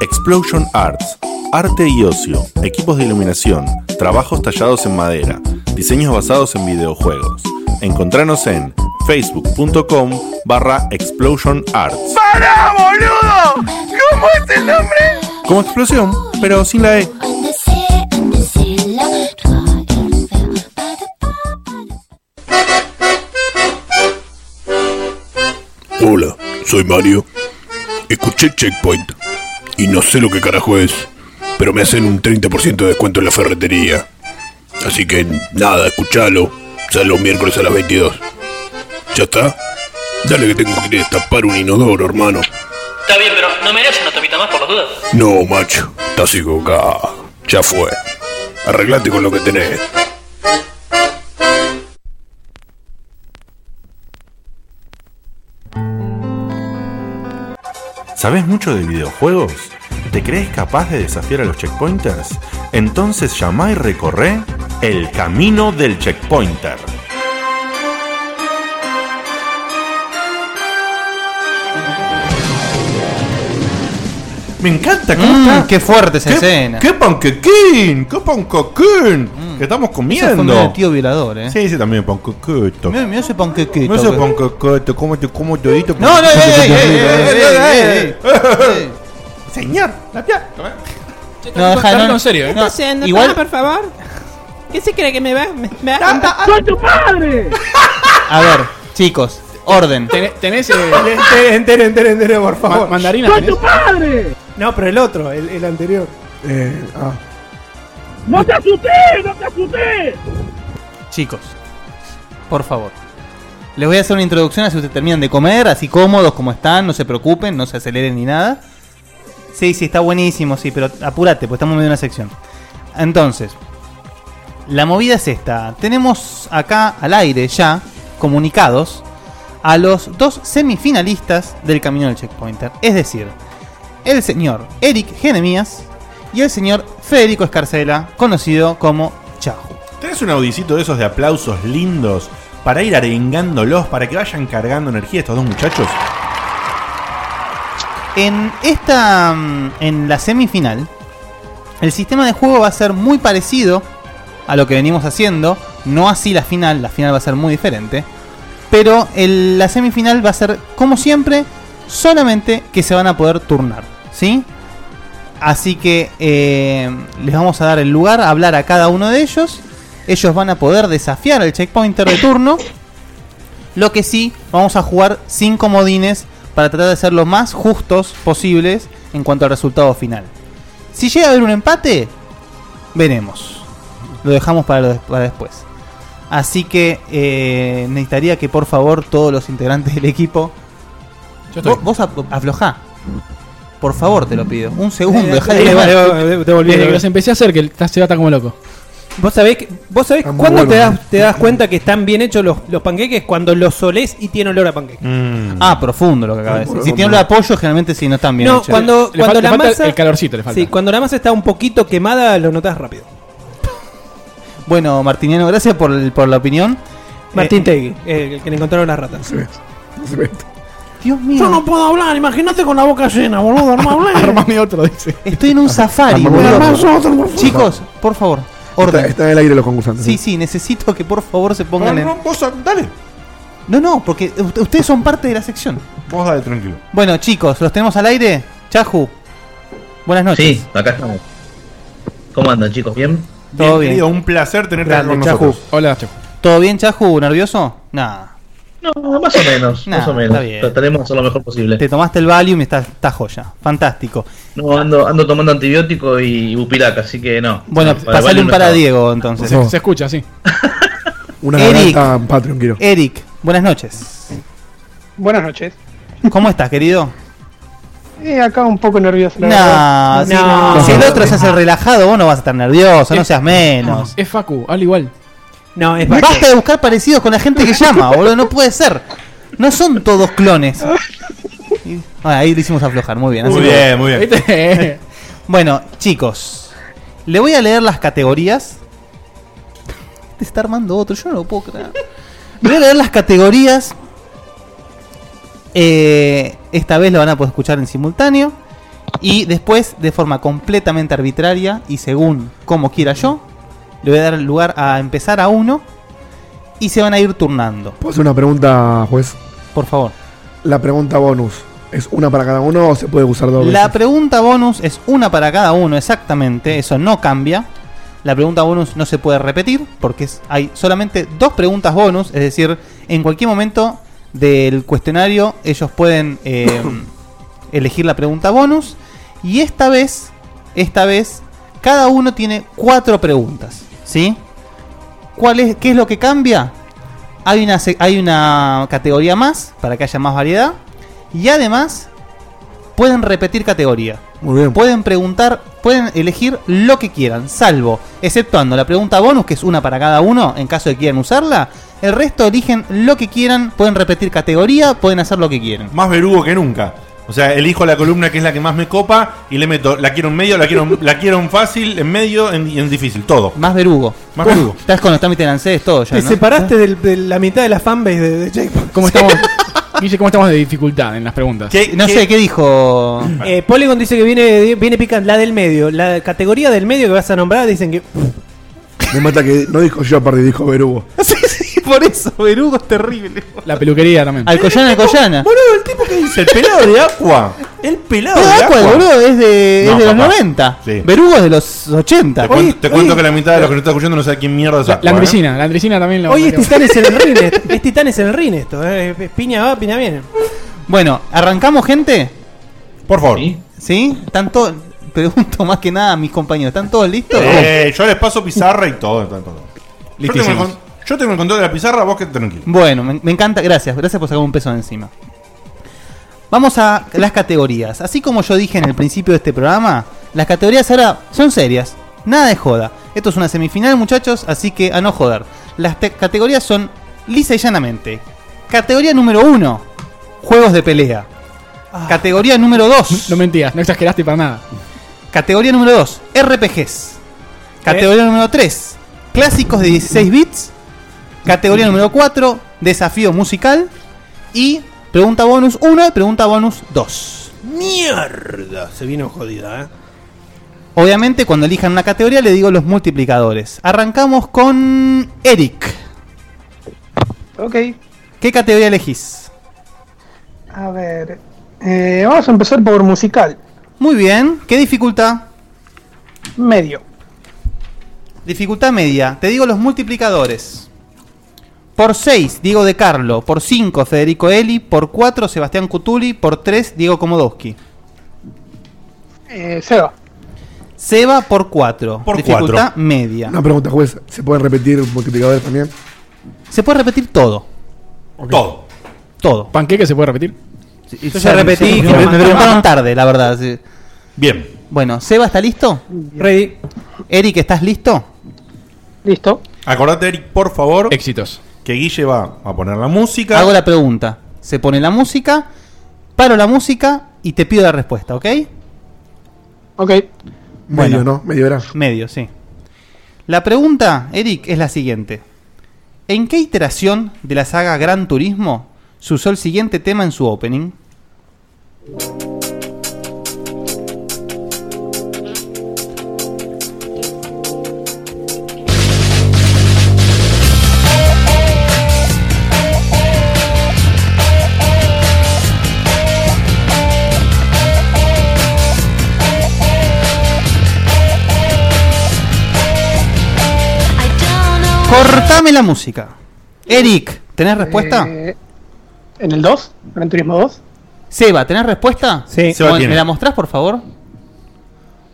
Speaker 3: Explosion Arts. Arte y ocio, equipos de iluminación, trabajos tallados en madera, diseños basados en videojuegos. Encontranos en facebook.com barra Explosion Arts.
Speaker 10: ¡Para, boludo! ¿Cómo es el nombre?
Speaker 3: Como explosión, pero sin la E.
Speaker 18: Hola, soy Mario. Escuché Checkpoint y no sé lo que carajo es, pero me hacen un 30% de descuento en la ferretería. Así que nada, escuchalo. Sale los miércoles a las 22. ¿Ya está? Dale que tengo que ir a destapar un inodoro, hermano.
Speaker 19: Está bien, pero no merece una tapita más por los dudas.
Speaker 18: No, macho, estás equivocado. Ya fue. Arreglate con lo que tenés.
Speaker 3: ¿Sabes mucho de videojuegos? ¿Te crees capaz de desafiar a los checkpointers? Entonces llama y recorre el camino del checkpointer. Me encanta, ¿cómo
Speaker 4: Mm,
Speaker 3: está?
Speaker 4: qué fuerte esa
Speaker 3: ¿Qué-
Speaker 4: escena.
Speaker 3: ¡Qué panquequín! ¡Qué panquequín! Que estamos
Speaker 4: Eso fue medio de
Speaker 3: comiendo.
Speaker 4: tío violador, eh.
Speaker 3: Sí, sí, también panquequito.
Speaker 4: Mirá, mirá ese panquequito.
Speaker 3: No se
Speaker 4: que-
Speaker 3: panquequito, como te como todito.
Speaker 4: No, no, no,
Speaker 3: Eh, Señor, la pia.
Speaker 4: No, deja, no, no. No, igual-
Speaker 20: por favor. ¿Qué se cree que me va, me, me va
Speaker 3: Ah,
Speaker 20: a contar?
Speaker 10: ¡Soy tu padre!
Speaker 4: A ver, chicos, orden.
Speaker 6: eh,
Speaker 7: ¿Tenés?
Speaker 8: Entero, entero, entero, entero, por favor.
Speaker 7: mandarina
Speaker 8: ¡Soy
Speaker 7: tenés?
Speaker 8: tu padre! No, pero el otro, el, el anterior.
Speaker 6: Eh, ah.
Speaker 10: ¡No te asustes! ¡No te asustes!
Speaker 4: Chicos, por favor. Les voy a hacer una introducción así ustedes terminan de comer, así cómodos como están, no se preocupen, no se aceleren ni nada. Sí, sí, está buenísimo, sí, pero apúrate, pues estamos en medio de una sección. Entonces, la movida es esta. Tenemos acá al aire ya, comunicados, a los dos semifinalistas del Camino del Checkpointer. Es decir, el señor Eric Genemías y el señor Federico Escarcela, conocido como Chaju.
Speaker 3: ¿Tenés un audicito de esos de aplausos lindos para ir arengándolos, para que vayan cargando energía estos dos muchachos?
Speaker 4: En esta. mm, En la semifinal. El sistema de juego va a ser muy parecido a lo que venimos haciendo. No así la final. La final va a ser muy diferente. Pero el- la semifinal va a ser, como siempre, solamente que se van a poder turnar. ¿Sí? Así que eh, les vamos a dar el lugar a hablar a cada uno de ellos. Ellos van a poder desafiar al checkpointer de turno. Lo que sí, vamos a jugar sin comodines para tratar de ser lo más justos posibles en cuanto al resultado final. Si llega a haber un empate, veremos. Lo dejamos para, lo des- para después. Así que eh, necesitaría que por favor todos los integrantes del equipo... Vos, vos af- aflojá. Por favor, te lo pido. Un segundo, dejá de
Speaker 7: Eh, Desde
Speaker 4: grabar.
Speaker 7: que los empecé a hacer que el Taz se va tan como loco.
Speaker 5: ¿Vos sabés, que- vos sabés
Speaker 7: Ah, muy
Speaker 5: cuándo
Speaker 7: bueno.
Speaker 5: te, das, te das cuenta que están bien hechos los, los panqueques? Cuando los solés y tiene olor a panqueque.
Speaker 4: Ah, profundo lo que acaba de decir. Si tiene olor de apoyo, generalmente sí, no están bien
Speaker 5: no,
Speaker 4: hechos.
Speaker 5: cuando,
Speaker 4: Le
Speaker 5: cuando la
Speaker 4: falta- le falta
Speaker 5: masa.
Speaker 4: el calorcito le falta.
Speaker 5: Sí, cuando la masa está un poquito quemada, lo notas rápido.
Speaker 4: Bueno, Martiniano, gracias por, el- por la opinión.
Speaker 5: Martín
Speaker 4: Eh,
Speaker 5: Tegui, el, el que le encontraron las ratas.
Speaker 4: Dios mío.
Speaker 8: Yo no puedo hablar, imagínate con la boca llena, boludo. Armable.
Speaker 7: Armame otro, dice.
Speaker 4: Estoy en un safari,
Speaker 3: Ah,
Speaker 6: Armame
Speaker 4: boludo.
Speaker 6: otro, por favor.
Speaker 4: Chicos, por favor, orden.
Speaker 6: Está, está en el aire los concursantes.
Speaker 4: Sí, sí, necesito que por favor se pongan
Speaker 6: No,
Speaker 4: en.
Speaker 6: no,
Speaker 4: dale. No, no, porque u- ustedes son parte de la sección.
Speaker 3: Vos dale tranquilo.
Speaker 4: Bueno, chicos, ¿los tenemos al aire? Chaju. Buenas noches.
Speaker 21: Sí, acá estamos. ¿Cómo andan, chicos? ¿Bien?
Speaker 4: Todo bien.
Speaker 3: querido, un placer tenerte
Speaker 4: Grande,
Speaker 3: con
Speaker 4: Chacu.
Speaker 3: nosotros.
Speaker 7: Hola, Chacu.
Speaker 4: ¿Todo bien, Chaju? ¿Nervioso? Nada.
Speaker 21: No, más o menos,
Speaker 4: Nah,
Speaker 21: más o
Speaker 4: está
Speaker 21: menos.
Speaker 4: bien.
Speaker 21: Trataremos de hacer lo mejor posible.
Speaker 4: Te tomaste el Valium y está, está joya. Fantástico.
Speaker 21: No, ando, ando tomando antibiótico y bupilac, así que no.
Speaker 4: Bueno,
Speaker 21: No,
Speaker 4: pasale
Speaker 21: Valium
Speaker 4: un
Speaker 21: no
Speaker 4: para
Speaker 21: estaba.
Speaker 4: Diego, entonces.
Speaker 7: Se, se escucha, sí.
Speaker 6: Una
Speaker 4: Eric.
Speaker 6: garganta en Patreon, quiero.
Speaker 4: Eric, buenas noches.
Speaker 16: Buenas noches.
Speaker 4: ¿Cómo estás, querido?
Speaker 16: Eh, acá un poco nervioso. la
Speaker 4: Nah,
Speaker 16: verdad.
Speaker 4: si- si el otro se hace el relajado, vos no vas a estar nervioso, no seas menos.
Speaker 7: Ah, Es Facu, al igual.
Speaker 4: No,
Speaker 7: es
Speaker 4: Basta
Speaker 7: Vaque.
Speaker 4: de buscar parecidos con la gente que llama, boludo, no puede ser. No son todos clones. Y- ah, ahí lo hicimos aflojar, muy bien.
Speaker 3: Muy
Speaker 4: así
Speaker 3: bien,
Speaker 4: que-
Speaker 3: muy bien.
Speaker 7: ¿Viste?
Speaker 4: bueno, chicos, le voy a leer las categorías. Te está armando otro, yo no lo puedo creer. Le Voy a leer las categorías. Eh, esta vez lo van a poder escuchar en simultáneo. Y después, de forma completamente arbitraria y según como quiera yo, le voy a dar lugar a empezar a uno y se van a ir turnando.
Speaker 6: ¿Puedo hacer una pregunta, juez?
Speaker 4: Por favor.
Speaker 6: La pregunta bonus. ¿Es una para cada uno o se puede usar doble?
Speaker 4: La pregunta bonus es una para cada uno, exactamente, eso no cambia. La pregunta bonus no se puede repetir porque es- hay solamente dos preguntas bonus, es decir, en cualquier momento del cuestionario ellos pueden eh, elegir la pregunta bonus y esta vez, esta vez, cada uno tiene cuatro preguntas, ¿sí? ¿Cuál es, ¿Qué es lo que cambia? Hay una, se- hay una categoría más para que haya más variedad y además pueden repetir categoría. Pueden preguntar, pueden elegir lo que quieran, salvo, exceptuando la pregunta bonus, que es una para cada uno, en caso de que quieran usarla. El resto eligen lo que quieran, pueden repetir categoría, pueden hacer lo que quieran.
Speaker 3: Más verugo que nunca. O sea, elijo la columna que es la que más me copa y le meto, la quiero en medio, la quiero, la quiero en fácil, en medio en- y en difícil, todo.
Speaker 4: Más verugo.
Speaker 3: Más verugo.
Speaker 4: Estás con los trámites de ANSES, todo ya.
Speaker 5: Te
Speaker 4: ¿no?
Speaker 5: separaste del- de la mitad de la fanbase de, de Checkpoint.
Speaker 7: ¿Cómo estamos? Guille, ¿cómo estamos de dificultad en las preguntas?
Speaker 4: No sé, ¿qué dijo?
Speaker 5: Eh, Polygon dice que viene, viene picante la del medio. La categoría del medio que vas a nombrar dicen que.
Speaker 6: Me mata que no dijo yo, aparte dijo Berugo.
Speaker 4: Por eso, verugo es terrible.
Speaker 7: La peluquería también.
Speaker 4: Alcoyana, Alcoyana.
Speaker 3: Boludo, el tipo que dice, el pelado de agua. El pelado
Speaker 4: Pero
Speaker 3: de
Speaker 4: Aqua,
Speaker 3: agua.
Speaker 4: boludo, es de,
Speaker 3: No,
Speaker 4: es de los
Speaker 3: papá.
Speaker 4: 90.
Speaker 3: Sí.
Speaker 4: Verugo es de los 80.
Speaker 3: Te cuento, te cuento que la mitad de los que nos está escuchando no sabe quién mierda es
Speaker 7: La
Speaker 3: Aqua, ¿eh?
Speaker 7: Andricina, la Andricina también la
Speaker 5: Hoy es
Speaker 4: este
Speaker 5: titanes en el rin. eh. Es titanes en el rin esto. eh. Es piña va, piña viene.
Speaker 4: Bueno, ¿arrancamos, gente?
Speaker 3: Por favor.
Speaker 4: ¿Sí? ¿Están todos- Pregunto más que nada a mis compañeros. ¿Están todos listos?
Speaker 3: Eh, yo les paso pizarra y todo. está todo. Yo, tengo el, con- yo tengo el control de la pizarra, vos que tranquilo.
Speaker 4: Bueno, me, me encanta. Gracias, gracias por sacar un peso de encima. Vamos a las categorías. Así como yo dije en el principio de este programa, las categorías ahora son serias. Nada de joda. Esto es una semifinal, muchachos, así que a no joder. Las te- categorías son lisa y llanamente. Categoría número uno, juegos de pelea. Categoría número 2.
Speaker 7: Ah. No mentías, no exageraste para nada.
Speaker 4: Categoría número 2, RPGs. Categoría
Speaker 7: Eh.
Speaker 4: número 3, clásicos de 16 bits. Categoría número 4, desafío musical. Y pregunta bonus 1 y pregunta bonus 2.
Speaker 8: Mierda. Se vino jodida, eh.
Speaker 4: Obviamente, cuando elijan una categoría, le digo los multiplicadores. Arrancamos con Eric.
Speaker 16: Ok,
Speaker 4: ¿Qué categoría elegís?
Speaker 16: a ver. eh, vamos a empezar por musical.
Speaker 4: Muy bien, ¿qué dificultad?
Speaker 16: Medio.
Speaker 4: Dificultad media. Te digo los multiplicadores. Por 6, Diego De Carlo. Por 5, Federico Eli. Por 4, Sebastián Cutuli. Por 3, Diego Komodowski.
Speaker 16: Eh, Seba.
Speaker 4: Seba por 4.
Speaker 6: Por
Speaker 4: dificultad
Speaker 6: cuatro.
Speaker 4: media.
Speaker 6: Una pregunta, juez. ¿Se pueden repetir multiplicadores también?
Speaker 4: Se puede repetir todo.
Speaker 3: Todo.
Speaker 4: Todo.
Speaker 7: ¿Panqueque se puede repetir?
Speaker 4: Yo ya repetí, que me, me preguntaron tarde, la verdad.
Speaker 3: Bien.
Speaker 4: Bueno, Seba, ¿está listo?
Speaker 5: Ready.
Speaker 4: Eric, ¿estás listo?
Speaker 16: Listo.
Speaker 3: Acordate, Eric, por favor.
Speaker 7: Éxitos.
Speaker 3: Que Guille va a poner la música.
Speaker 4: Hago la pregunta. Se pone la música, paro la música y te pido la respuesta, ¿ok?
Speaker 16: Ok.
Speaker 4: Bueno.
Speaker 6: Medio, ¿no? Medio era.
Speaker 4: Medio, sí. La pregunta, Eric, es la siguiente. ¿En qué iteración de la saga Gran Turismo se usó el siguiente tema en su opening. Cortame la música. Eric, ¿tenés respuesta?
Speaker 16: Eh, ¿En el 2? ¿Gran Turismo 2?
Speaker 4: Seba, ¿tenés respuesta?
Speaker 16: Sí. Seba
Speaker 4: Bueno,
Speaker 16: tiene.
Speaker 4: ¿Me la mostrás, por favor?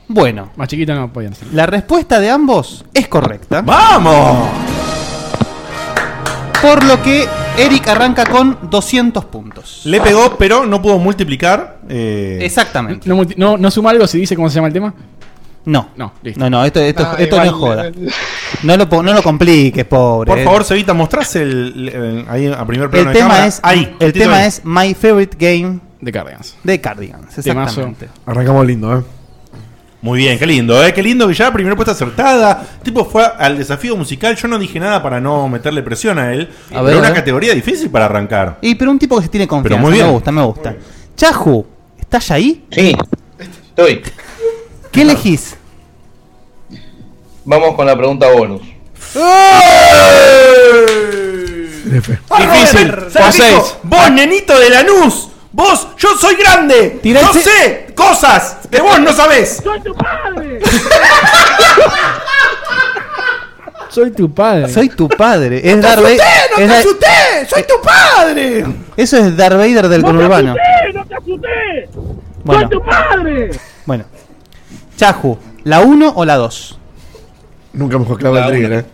Speaker 4: Bueno.
Speaker 7: Más chiquita no podían ser.
Speaker 4: La respuesta de ambos es correcta.
Speaker 3: ¡Vamos!
Speaker 4: Por lo que Eric arranca con 200 puntos.
Speaker 3: Le pegó, pero no pudo multiplicar. eh,
Speaker 4: Eh, Exactamente.
Speaker 7: ¿No, multi- no, no suma algo si dice cómo se llama el tema?
Speaker 4: No.
Speaker 7: No, listo.
Speaker 4: No, no, esto, esto,
Speaker 7: Ah,
Speaker 4: esto no es
Speaker 7: igual.
Speaker 4: joda. No lo, po- no lo compliques, pobre.
Speaker 3: Por favor, Sevita, mostrás el, el- ahí a primer plano
Speaker 4: el
Speaker 3: de cámara.
Speaker 4: tema, es,
Speaker 3: Ahí,
Speaker 4: el
Speaker 3: título
Speaker 4: tema
Speaker 3: ahí.
Speaker 4: es My Favorite Game
Speaker 7: de Cardigans.
Speaker 4: De Cardigans, exactamente.
Speaker 3: Arrancamos lindo, ¿eh? Muy bien, qué lindo, ¿eh? Qué lindo que ya primera puesta acertada. Tipo fue al desafío musical. Yo no dije nada para no meterle presión a él.
Speaker 4: A ver,
Speaker 3: pero
Speaker 4: a
Speaker 3: una
Speaker 4: ver.
Speaker 3: categoría difícil para arrancar.
Speaker 4: Y pero un tipo que se tiene confianza.
Speaker 3: muy bien.
Speaker 4: Me gusta, me gusta. Chahu, ¿estás ahí?
Speaker 21: Sí, estoy.
Speaker 4: ¿Qué elegís?
Speaker 21: Vamos con la pregunta bonus.
Speaker 3: Difícil.
Speaker 10: Vos
Speaker 3: seis. Vos, nenito de Lanús. Vos, yo soy grande. yo sé cosas que vos no sabés.
Speaker 10: ¡Soy tu padre!
Speaker 7: Soy tu padre.
Speaker 4: Soy tu padre. Es Darth
Speaker 10: ¡Usted,
Speaker 4: Vader.
Speaker 10: no
Speaker 4: es
Speaker 10: te
Speaker 4: Dar-
Speaker 10: asusté! ¡Soy tu padre!
Speaker 4: Eso es Darth Vader del conurbano.
Speaker 10: ¡No te asusté!
Speaker 4: Bueno.
Speaker 10: ¡Soy tu padre!
Speaker 4: Bueno. Chahu, ¿la 1 o la 2?
Speaker 6: Nunca mejor clavo el trigger, eh.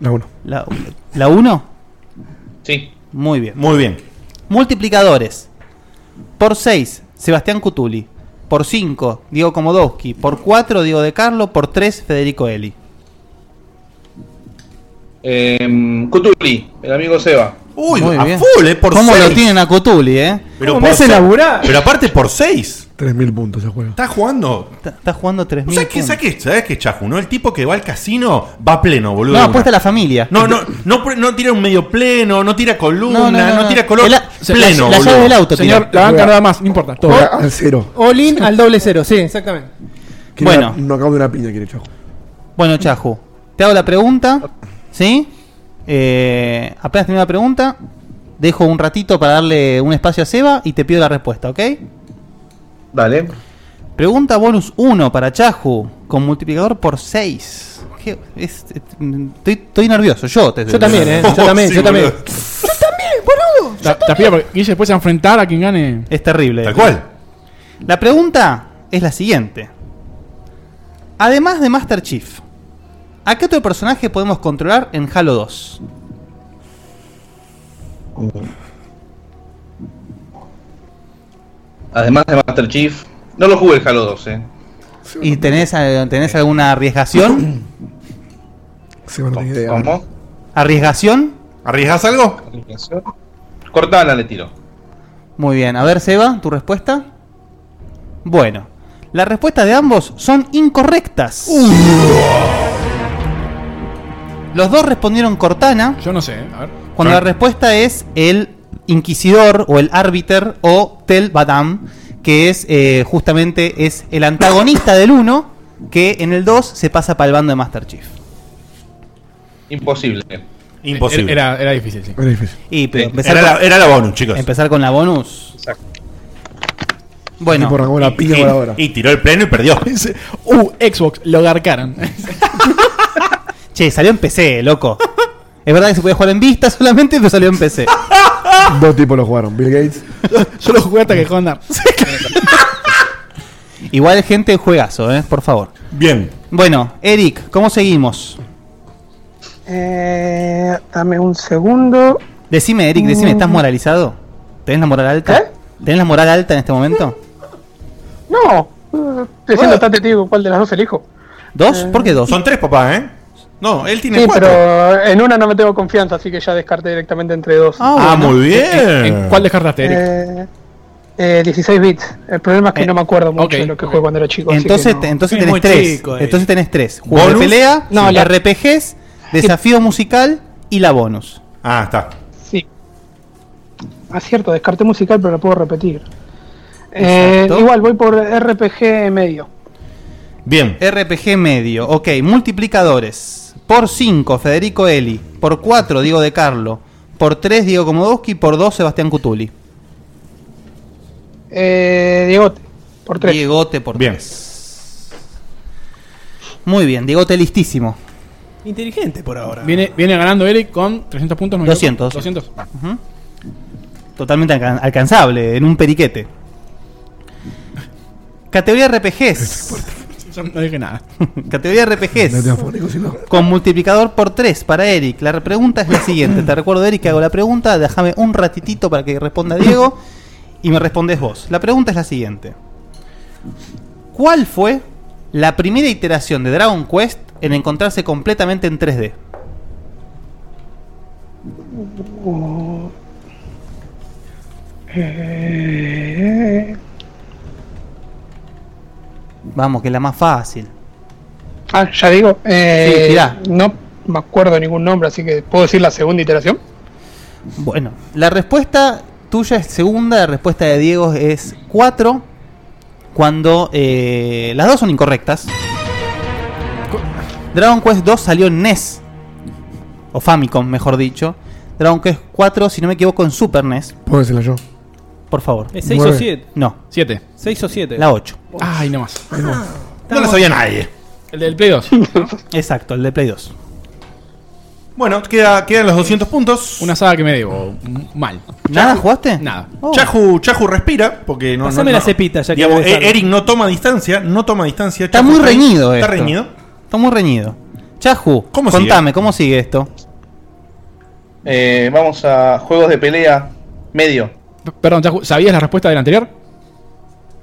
Speaker 6: La 1.
Speaker 4: ¿La 1?
Speaker 21: Sí.
Speaker 4: Muy bien.
Speaker 3: Muy bien.
Speaker 4: Multiplicadores. Por 6, Sebastián Cutuli. Por 5, Diego Komodowski. Por 4, Diego De Carlo. Por 3, Federico Eli.
Speaker 21: Eh, Cutuli, el amigo Seba.
Speaker 3: Uy,
Speaker 4: Muy
Speaker 3: a
Speaker 4: bien.
Speaker 3: full, eh, por
Speaker 4: ¿Cómo
Speaker 3: seis.
Speaker 4: lo tienen a Cutuli, eh?
Speaker 3: Pero, por se- pero aparte por 6.
Speaker 6: 3.000 puntos se juega.
Speaker 3: Está jugando.
Speaker 4: Está jugando 3.000
Speaker 3: ¿Sabes qué, ¿sabes qué, ¿Sabes qué, Chafu? ¿No? El tipo que va al casino va pleno, boludo.
Speaker 4: No,
Speaker 3: de
Speaker 4: apuesta a
Speaker 3: una.
Speaker 4: la familia.
Speaker 3: No, no, no, pre- no tira un medio pleno, no tira columna, no, tira color.
Speaker 4: El a-
Speaker 3: pleno,
Speaker 4: la, la llave
Speaker 3: boludo.
Speaker 4: del auto,
Speaker 7: Señor,
Speaker 4: tira.
Speaker 7: la banca no da más, no importa. Todo.
Speaker 6: Juega al cero.
Speaker 5: All in al doble cero, sí, exactamente.
Speaker 6: bueno. No acabo de una piña, quiere Chajo.
Speaker 4: Bueno, Chahu, te hago la pregunta. ¿Sí? Eh, apenas tengo la pregunta, dejo un ratito para darle un espacio a Seba y te pido la respuesta, ¿ok?
Speaker 21: Dale.
Speaker 4: Pregunta bonus 1 para Chahu, con multiplicador por 6. Qué- es- es- estoy, estoy nervioso, yo. te-
Speaker 5: Yo también, ¿eh? Yo también, yo también.
Speaker 7: Ta- Tapia, porque Guille después se va a enfrentar a quien gane.
Speaker 4: Es terrible.
Speaker 3: Tal cual.
Speaker 4: La pregunta es la siguiente. Además de Master Chief, ¿a qué otro personaje podemos controlar en Halo 2?
Speaker 21: Además de Master Chief. No lo jugué el Halo 2, eh.
Speaker 4: ¿Y tenés, eh, tenés alguna arriesgación?
Speaker 21: ¿Cómo?
Speaker 4: ¿Arriesgación?
Speaker 3: ¿Arriesgas algo?
Speaker 21: Cortala le tiro.
Speaker 4: Muy bien, a ver Seba, tu respuesta. Bueno, las respuestas de ambos son incorrectas.
Speaker 7: Uh.
Speaker 4: Los dos respondieron Cortana.
Speaker 7: Yo no sé, a ver.
Speaker 4: Cuando la respuesta es el Inquisidor o el Árbiter o Tel Badam, que es eh, justamente es el antagonista del 1, que en el 2 se pasa para el bando de Master Chief.
Speaker 21: Imposible.
Speaker 3: Imposible.
Speaker 7: Era, era difícil, sí.
Speaker 6: Era difícil.
Speaker 4: Y, pero
Speaker 21: Sí.
Speaker 4: empezar
Speaker 3: Era
Speaker 4: con-
Speaker 3: la- era la bonus, chicos.
Speaker 4: Empezar con la bonus.
Speaker 21: Exacto.
Speaker 4: Bueno.
Speaker 3: Y- y- Y tiró el pleno y perdió.
Speaker 7: Uh, Xbox, lo garcaron.
Speaker 4: Che, salió en PC, loco. Es verdad que se podía jugar en vista solamente, pero salió en PC.
Speaker 6: Dos tipos lo jugaron. Bill Gates.
Speaker 7: Yo lo jugué hasta que dejó andar.
Speaker 4: Igual gente, juegazo, ¿eh? Por favor.
Speaker 3: Bien.
Speaker 4: Bueno, Eric, ¿cómo seguimos?
Speaker 16: Eh, dame un segundo.
Speaker 4: Decime, Eric, decime, ¿estás
Speaker 16: Mm.
Speaker 4: moralizado? ¿Tenés la moral alta?
Speaker 16: ¿Eh?
Speaker 4: ¿Tenés la moral alta en este momento?
Speaker 16: No, eh, estoy siendo bastante tío cuál de las dos elijo.
Speaker 4: ¿Dos? ¿Por qué dos?
Speaker 3: Son tres, papá, ¿eh? No, él tiene
Speaker 16: sí,
Speaker 3: cuatro.
Speaker 16: pero en una no me tengo confianza, así que ya descarté directamente entre dos.
Speaker 3: Ah, bueno. muy bien.
Speaker 7: ¿En- en cuál descartaste, Eric?
Speaker 16: Eh, eh, 16 bits. El problema es que
Speaker 4: Eh,
Speaker 16: no me acuerdo mucho
Speaker 4: ok,
Speaker 16: de lo que jugué cuando era chico. así
Speaker 4: Entonces,
Speaker 16: que
Speaker 4: te-
Speaker 16: no.
Speaker 4: entonces tenés tres. entonces tenés tres. Juegos de
Speaker 16: ¿Bonus?
Speaker 4: pelea,
Speaker 16: No,
Speaker 4: no,
Speaker 16: la-
Speaker 4: RPGs, desafío musical y la bonus.
Speaker 3: Ah, está.
Speaker 16: Sí. acierto, Ah, descarté musical, pero lo puedo repetir. Eh,
Speaker 4: Exacto.
Speaker 16: igual, voy por RPG medio.
Speaker 3: Bien.
Speaker 4: RPG medio. Ok, multiplicadores. Por 5, Federico Eli. Por 4, Diego De Carlo. Por 3, Diego Komodowski. Por 2, Sebastián Cutuli.
Speaker 16: Eh, Diegote, por tres.
Speaker 4: Diegote por 3. Muy bien, Diegote listísimo.
Speaker 5: Inteligente por ahora.
Speaker 7: Viene, viene ganando Eric con 300 puntos. ¿no me equivoco?
Speaker 4: 200.
Speaker 7: 200.
Speaker 4: Totalmente alca- alcanzable, en un periquete. Categoría RPGs.
Speaker 7: Yo no dije nada.
Speaker 4: Categoría RPGs.
Speaker 7: No te afónico, si no.
Speaker 4: Con multiplicador por 3 para Eric. La pregunta es la siguiente. Te recuerdo, Eric, que hago la pregunta. Déjame un ratitito para que responda Diego. Y me respondes vos. La pregunta es la siguiente. ¿Cuál fue la primera iteración de Dragon Quest en encontrarse completamente en 3D?
Speaker 16: Uh, eh,
Speaker 4: Vamos, que es la más fácil.
Speaker 16: ah, ya digo. eh,
Speaker 4: Sí, tirá.
Speaker 16: No me acuerdo ningún nombre, así que puedo decir la segunda iteración.
Speaker 4: Bueno, la respuesta tuya es segunda, la respuesta de Diego es 4. Cuando eh, las dos son incorrectas. Dragon Quest 2 salió en NES. O Famicom, mejor dicho. Dragon Quest 4, si no me equivoco, en Super NES.
Speaker 6: Puedo decirla yo.
Speaker 4: Por favor.
Speaker 5: ¿Es seis o Nueve. siete?
Speaker 4: No.
Speaker 7: 7.
Speaker 5: 6 o 7.
Speaker 4: La 8.
Speaker 7: Ay, no más.
Speaker 3: No lo sabía nadie.
Speaker 7: El del Play 2.
Speaker 4: Exacto, el de Play 2.
Speaker 3: Bueno, queda, quedan los 200 puntos.
Speaker 7: Una saga que me debo mal.
Speaker 4: ¿Nada jugaste? Oh.
Speaker 7: Nada.
Speaker 3: Chahu, Chahu respira, porque no. no-
Speaker 7: Pásame
Speaker 3: no-
Speaker 7: la cepita, ya que
Speaker 3: digamos, E-
Speaker 7: debe estar.
Speaker 3: Eric no toma distancia, no toma distancia.
Speaker 4: Está
Speaker 3: Chahu
Speaker 4: muy reñido
Speaker 3: Está
Speaker 4: esto.
Speaker 3: reñido.
Speaker 4: Está muy reñido. Chahu,
Speaker 3: ¿Cómo sigue?
Speaker 4: contame, ¿cómo sigue esto?
Speaker 21: Eh, vamos a juegos de pelea medio.
Speaker 7: Perdón, Chacu, ¿sabías la respuesta del anterior?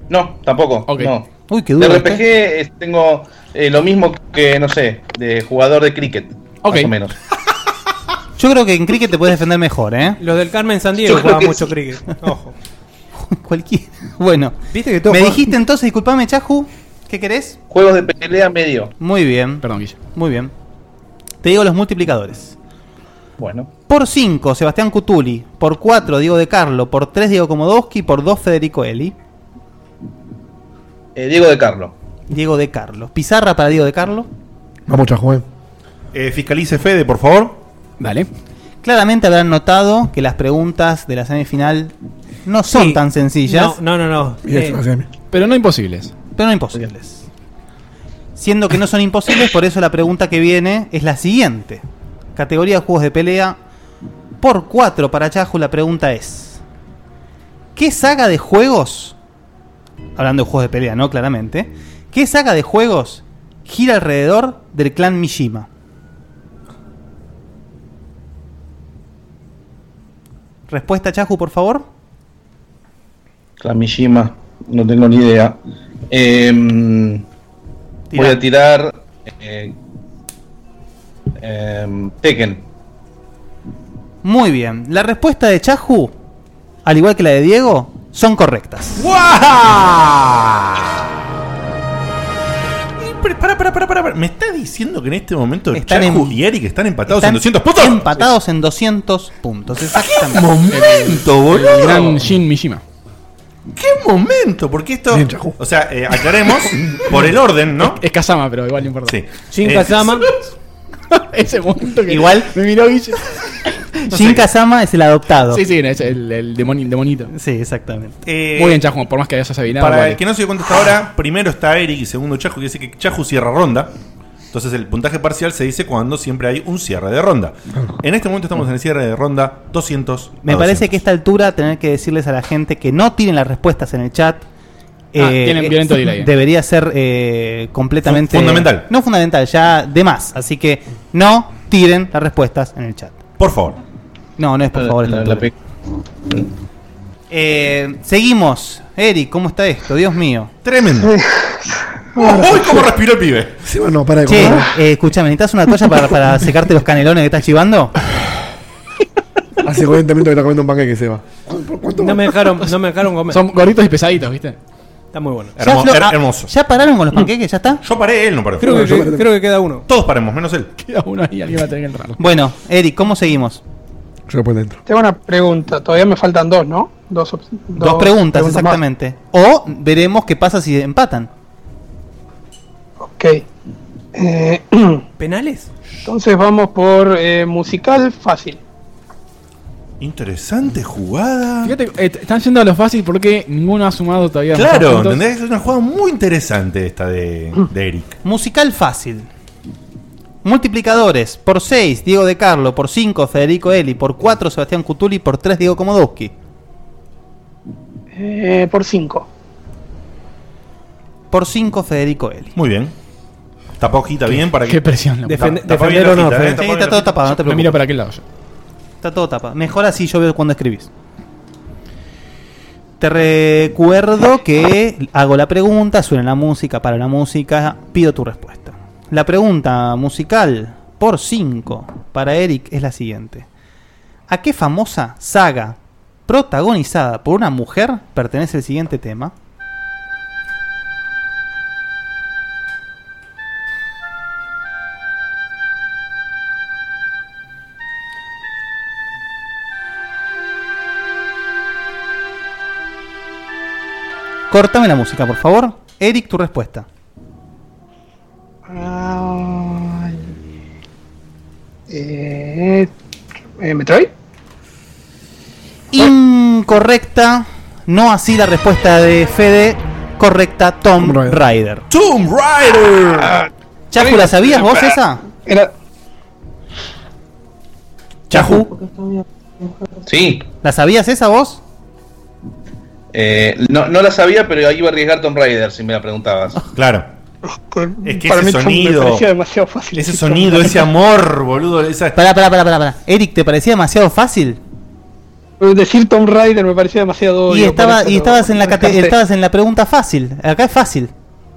Speaker 21: No, tampoco. No.
Speaker 4: Uy, qué
Speaker 21: De
Speaker 4: duro.
Speaker 21: RPG eh, tengo eh, lo mismo que, no sé, de jugador de cricket. Más o menos.
Speaker 4: Yo creo que en cricket te puedes defender mejor, ¿eh?
Speaker 5: Los del Carmen San
Speaker 4: Yo
Speaker 5: Diego
Speaker 4: creo
Speaker 5: jugaban
Speaker 4: que
Speaker 5: mucho
Speaker 4: sí.
Speaker 5: cricket. Ojo.
Speaker 4: Cualquier. Bueno.
Speaker 5: Viste que todo
Speaker 4: Me
Speaker 5: juega-
Speaker 4: dijiste entonces, disculpame, Chahu, ¿qué querés?
Speaker 21: Juegos de pelea medio.
Speaker 4: Muy bien.
Speaker 7: Perdón, Guille.
Speaker 4: Muy bien. Te digo los multiplicadores.
Speaker 21: Bueno.
Speaker 4: Por 5, Sebastián Cutuli. Por 4, Diego De Carlo. Por 3, Diego Komodowski. Por 2, Federico Eli.
Speaker 21: Eh, Diego de Carlo.
Speaker 4: Diego De Carlo. Pizarra para Diego De Carlo.
Speaker 6: Vamos, Chajué.
Speaker 3: Eh, fiscalice Fede, por favor.
Speaker 7: Dale.
Speaker 4: Claramente habrán notado que las preguntas de la semifinal no son tan sencillas.
Speaker 5: No, no, no. Eh,
Speaker 7: Eh, Pero no imposibles.
Speaker 4: Pero no imposibles. Siendo que no son imposibles, por eso la pregunta que viene es la siguiente. Categoría de juegos de pelea. Por 4 para Yahoo la pregunta es. ¿Qué saga de juegos? Hablando de juegos de pelea, ¿no? Claramente. ¿Qué saga de juegos gira alrededor del clan Mishima? Respuesta, Chahu, por favor.
Speaker 21: Clamishima, no tengo ni idea. Em, voy a tirar. eh, em, Tekken.
Speaker 4: Muy bien. La respuesta de Chahu, al igual que la de Diego, son correctas.
Speaker 3: Ah. Para, para, para, para. ¿Me estás diciendo que en este momento
Speaker 4: Están
Speaker 3: Chahu
Speaker 4: en-
Speaker 3: y Eric están empatados
Speaker 4: Están
Speaker 3: en 200 puntos?
Speaker 4: Empatados en 200 puntos, exactamente.
Speaker 3: momento, boludo!
Speaker 7: El gran Shin Mishima.
Speaker 3: ¡Qué momento! Porque esto. O sea, eh, aclaremos por el orden, ¿no?
Speaker 7: Es Kazama, pero igual no importa.
Speaker 3: Sí.
Speaker 7: Shin
Speaker 3: Eh,
Speaker 7: Kazama. Ese momento que.
Speaker 4: Igual-
Speaker 7: Me miró Guille.
Speaker 4: Shin Kazama es el adoptado.
Speaker 7: Sí, sí, es el, el demoni- el demonito.
Speaker 4: Sí, exactamente.
Speaker 3: Eh,
Speaker 7: Muy bien, Chajo, por más que hayas adivinado.
Speaker 3: Para
Speaker 7: vale.
Speaker 3: el que no se dio cuenta hasta ahora, primero está Eric y segundo Chahu, que dice que Chahu cierra ronda. Entonces el puntaje parcial se dice cuando siempre hay un cierre de ronda. En este momento estamos en el cierre de ronda 200. a
Speaker 4: Me parece que a esta altura tener que decirles a la gente que no tienen las respuestas en el chat.
Speaker 7: Ah,
Speaker 4: eh,
Speaker 7: tienen violento delay.
Speaker 4: Debería ser eh, completamente.
Speaker 3: Fun- fundamental.
Speaker 4: No fundamental, ya de más. Así que no tiren las respuestas en el chat.
Speaker 3: Por favor.
Speaker 4: No, no es por favor. a esta altura. Eh, seguimos. Eric, ¿cómo está esto? Dios mío.
Speaker 3: Tremendo. ¡Uy, cómo respiró el pibe!
Speaker 6: Sí, bueno, para de
Speaker 4: Che,
Speaker 6: comer.
Speaker 4: eh, escuchame, ¿necesitas una toalla para, para secarte los canelones que estás chivando?
Speaker 6: Hace 40 minutos que está comiendo un panqueque, Seba.
Speaker 5: No me dejaron, no me dejaron comer.
Speaker 7: Son gorditos y pesaditos, ¿viste?
Speaker 5: Está muy bueno. ah,
Speaker 4: Ya Hermo- aflo- her-
Speaker 3: hermoso. Mm.
Speaker 4: ¿Ya pararon con los panqueques? ¿Ya está?
Speaker 3: Yo paré, él no paró.
Speaker 5: Creo que- que- creo que queda uno.
Speaker 3: Todos paremos, menos él.
Speaker 7: Queda uno ahí, alguien va a tener que entrarlo.
Speaker 4: Bueno, Eric, ¿cómo seguimos?
Speaker 6: Se lo pone dentro.
Speaker 16: Tengo una pregunta, todavía me faltan dos, ¿no? Dos, op-
Speaker 4: Dos, preguntas,
Speaker 16: más.
Speaker 4: exactamente. O veremos qué pasa si empatan.
Speaker 16: Ok. ¿Penales? Eh, Entonces vamos por eh, musical fácil.
Speaker 3: Interesante jugada.
Speaker 7: Fíjate, eh, t- están yendo a lo fácil porque ninguno ha sumado todavía.
Speaker 3: Claro,
Speaker 7: puntos.
Speaker 3: ¿entendés? Es una jugada muy interesante esta de, de Eric.
Speaker 4: Musical fácil. Multiplicadores. Por 6, Diego De Carlo. Por 5, Federico Eli. Por 4, Sebastián Cutuli. Por 3, Diego Komodowski.
Speaker 16: Eh, por cinco.
Speaker 4: Por 5, Federico Eli.
Speaker 3: Muy bien. Tapa hojita bien para que.
Speaker 4: qué presión, la
Speaker 3: Defen-
Speaker 4: puta.
Speaker 3: tapa bien
Speaker 4: Defender
Speaker 3: la
Speaker 4: o no,
Speaker 3: hojita,
Speaker 4: Fede.
Speaker 3: eh, tapa
Speaker 4: Sí,
Speaker 3: bien
Speaker 4: está
Speaker 3: la
Speaker 4: todo
Speaker 3: hojita.
Speaker 4: tapado, no te
Speaker 3: Me
Speaker 4: preocupes.
Speaker 3: miro
Speaker 7: para aquel lado
Speaker 4: Está todo tapado. Mejor así yo veo cuando escribís. Te recuerdo que hago la pregunta, suena la música, para la música, pido tu respuesta. La pregunta musical por 5 para Eric es la siguiente. ¿A qué famosa saga protagonizada por una mujer pertenece el siguiente tema? Córtame la música, por favor. Eric, tu respuesta.
Speaker 16: Ay. Eh, eh, ¿Metroid?
Speaker 4: Incorrecta. No así la respuesta de Fede. Correcta, Tom Rider.
Speaker 3: ¡Tomb Raider!
Speaker 4: Chacu, ¿la sabías vos esa?
Speaker 16: Era...
Speaker 4: Chahu,
Speaker 21: Sí,
Speaker 4: ¿la sabías esa vos?
Speaker 21: eh, no, no la sabía, pero ahí iba a arriesgar Tomb Raider si me la preguntabas.
Speaker 4: Ah.
Speaker 3: Claro. Es que
Speaker 21: Para
Speaker 3: ese
Speaker 21: mí Tomb me
Speaker 3: sonido.
Speaker 21: parecía
Speaker 16: demasiado fácil.
Speaker 3: Ese sonido, ese amor, boludo. Esa...
Speaker 4: Pará, pará, pará, pará, pará. Eric, ¿te parecía demasiado fácil?
Speaker 16: Decir Tomb Raider me parecía demasiado.
Speaker 4: Y,
Speaker 16: obvio, por
Speaker 4: estaba,
Speaker 16: eso
Speaker 4: y
Speaker 16: lo-
Speaker 4: estabas, en la
Speaker 16: lo
Speaker 4: cate-
Speaker 16: descarté.
Speaker 4: estabas en la pregunta fácil. Acá es fácil.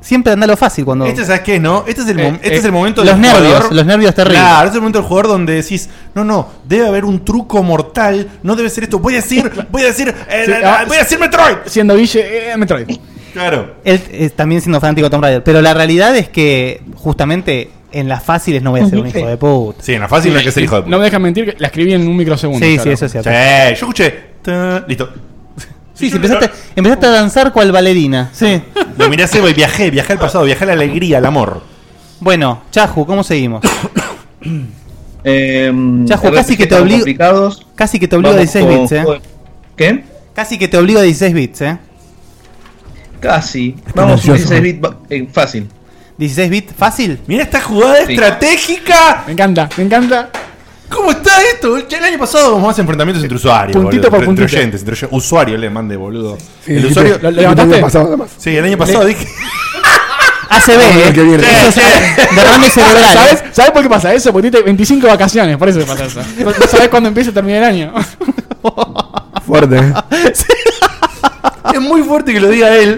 Speaker 4: Siempre anda lo fácil cuando.
Speaker 3: Este, ¿sabes qué, no? Este es el, mom-
Speaker 4: Eh,
Speaker 3: este
Speaker 4: eh,
Speaker 3: es el momento
Speaker 4: los
Speaker 3: del
Speaker 4: nervios,
Speaker 3: jugador-
Speaker 4: los nervios terribles.
Speaker 3: Claro, este es el momento del jugador donde decís, no, no, debe haber un truco mortal, no debe ser esto. Voy a decir, voy a decir, eh,
Speaker 7: Sí,
Speaker 3: la- la-
Speaker 7: ah,
Speaker 3: voy a decir Metroid.
Speaker 7: Siendo Guille, eh, Metroid.
Speaker 3: Claro.
Speaker 4: Él eh, también siendo fanático de Tomb Raider. Pero la realidad es que, justamente, en las fáciles no voy a ser un
Speaker 7: Sí.
Speaker 4: hijo de puta.
Speaker 3: Sí, en la fácil no hay que ser hijo de puta.
Speaker 7: No me dejan mentir, que la escribí en un microsegundo.
Speaker 4: Sí,
Speaker 7: claro.
Speaker 4: sí, eso es cierto.
Speaker 3: Sí, yo escuché. ta, listo.
Speaker 4: Sí, sí, empezaste, empezaste a danzar cual bailarina. Sí.
Speaker 3: Lo miré a Seba y viajé, viajé al pasado, viajé a la alegría, al amor.
Speaker 4: Bueno, Chahu, ¿cómo seguimos?
Speaker 21: Eh,
Speaker 4: Chahu, casi que te
Speaker 21: estaban
Speaker 4: obligo.
Speaker 21: complicados.
Speaker 4: Casi que te obligo a
Speaker 21: Vamos
Speaker 4: 16 bits,
Speaker 21: con-
Speaker 4: eh.
Speaker 21: ¿Qué?
Speaker 4: Casi que te obligo a 16 bits, eh.
Speaker 21: Casi. Vamos,
Speaker 4: ansioso,
Speaker 21: 16 bit ba- eh, fácil.
Speaker 4: 16 bits fácil.
Speaker 3: Mira esta jugada
Speaker 21: Sí.
Speaker 3: estratégica.
Speaker 7: Me encanta, me encanta.
Speaker 3: ¿Cómo está esto? Ya El año pasado hubo más enfrentamientos entre usuarios.
Speaker 7: Puntito por
Speaker 3: entre- entre
Speaker 7: puntito.
Speaker 3: oyentes, entre oyen- Usuario le mandé, boludo.
Speaker 7: Sí, sí, sí, ¿lo- lo levantaste?
Speaker 3: año pasado, además. Sí, el año pasado dije.
Speaker 7: Ah,
Speaker 4: ACB, eh.
Speaker 3: Eso es-
Speaker 4: derrame cerebral.
Speaker 7: ¿Sabes, ¿Sabes por qué pasa eso? Porque tuviste 25 vacaciones, por eso que pasa eso. No no sabes cuándo empieza y termina el año.
Speaker 6: Fuerte, ¿eh?
Speaker 3: Es muy fuerte que lo diga él.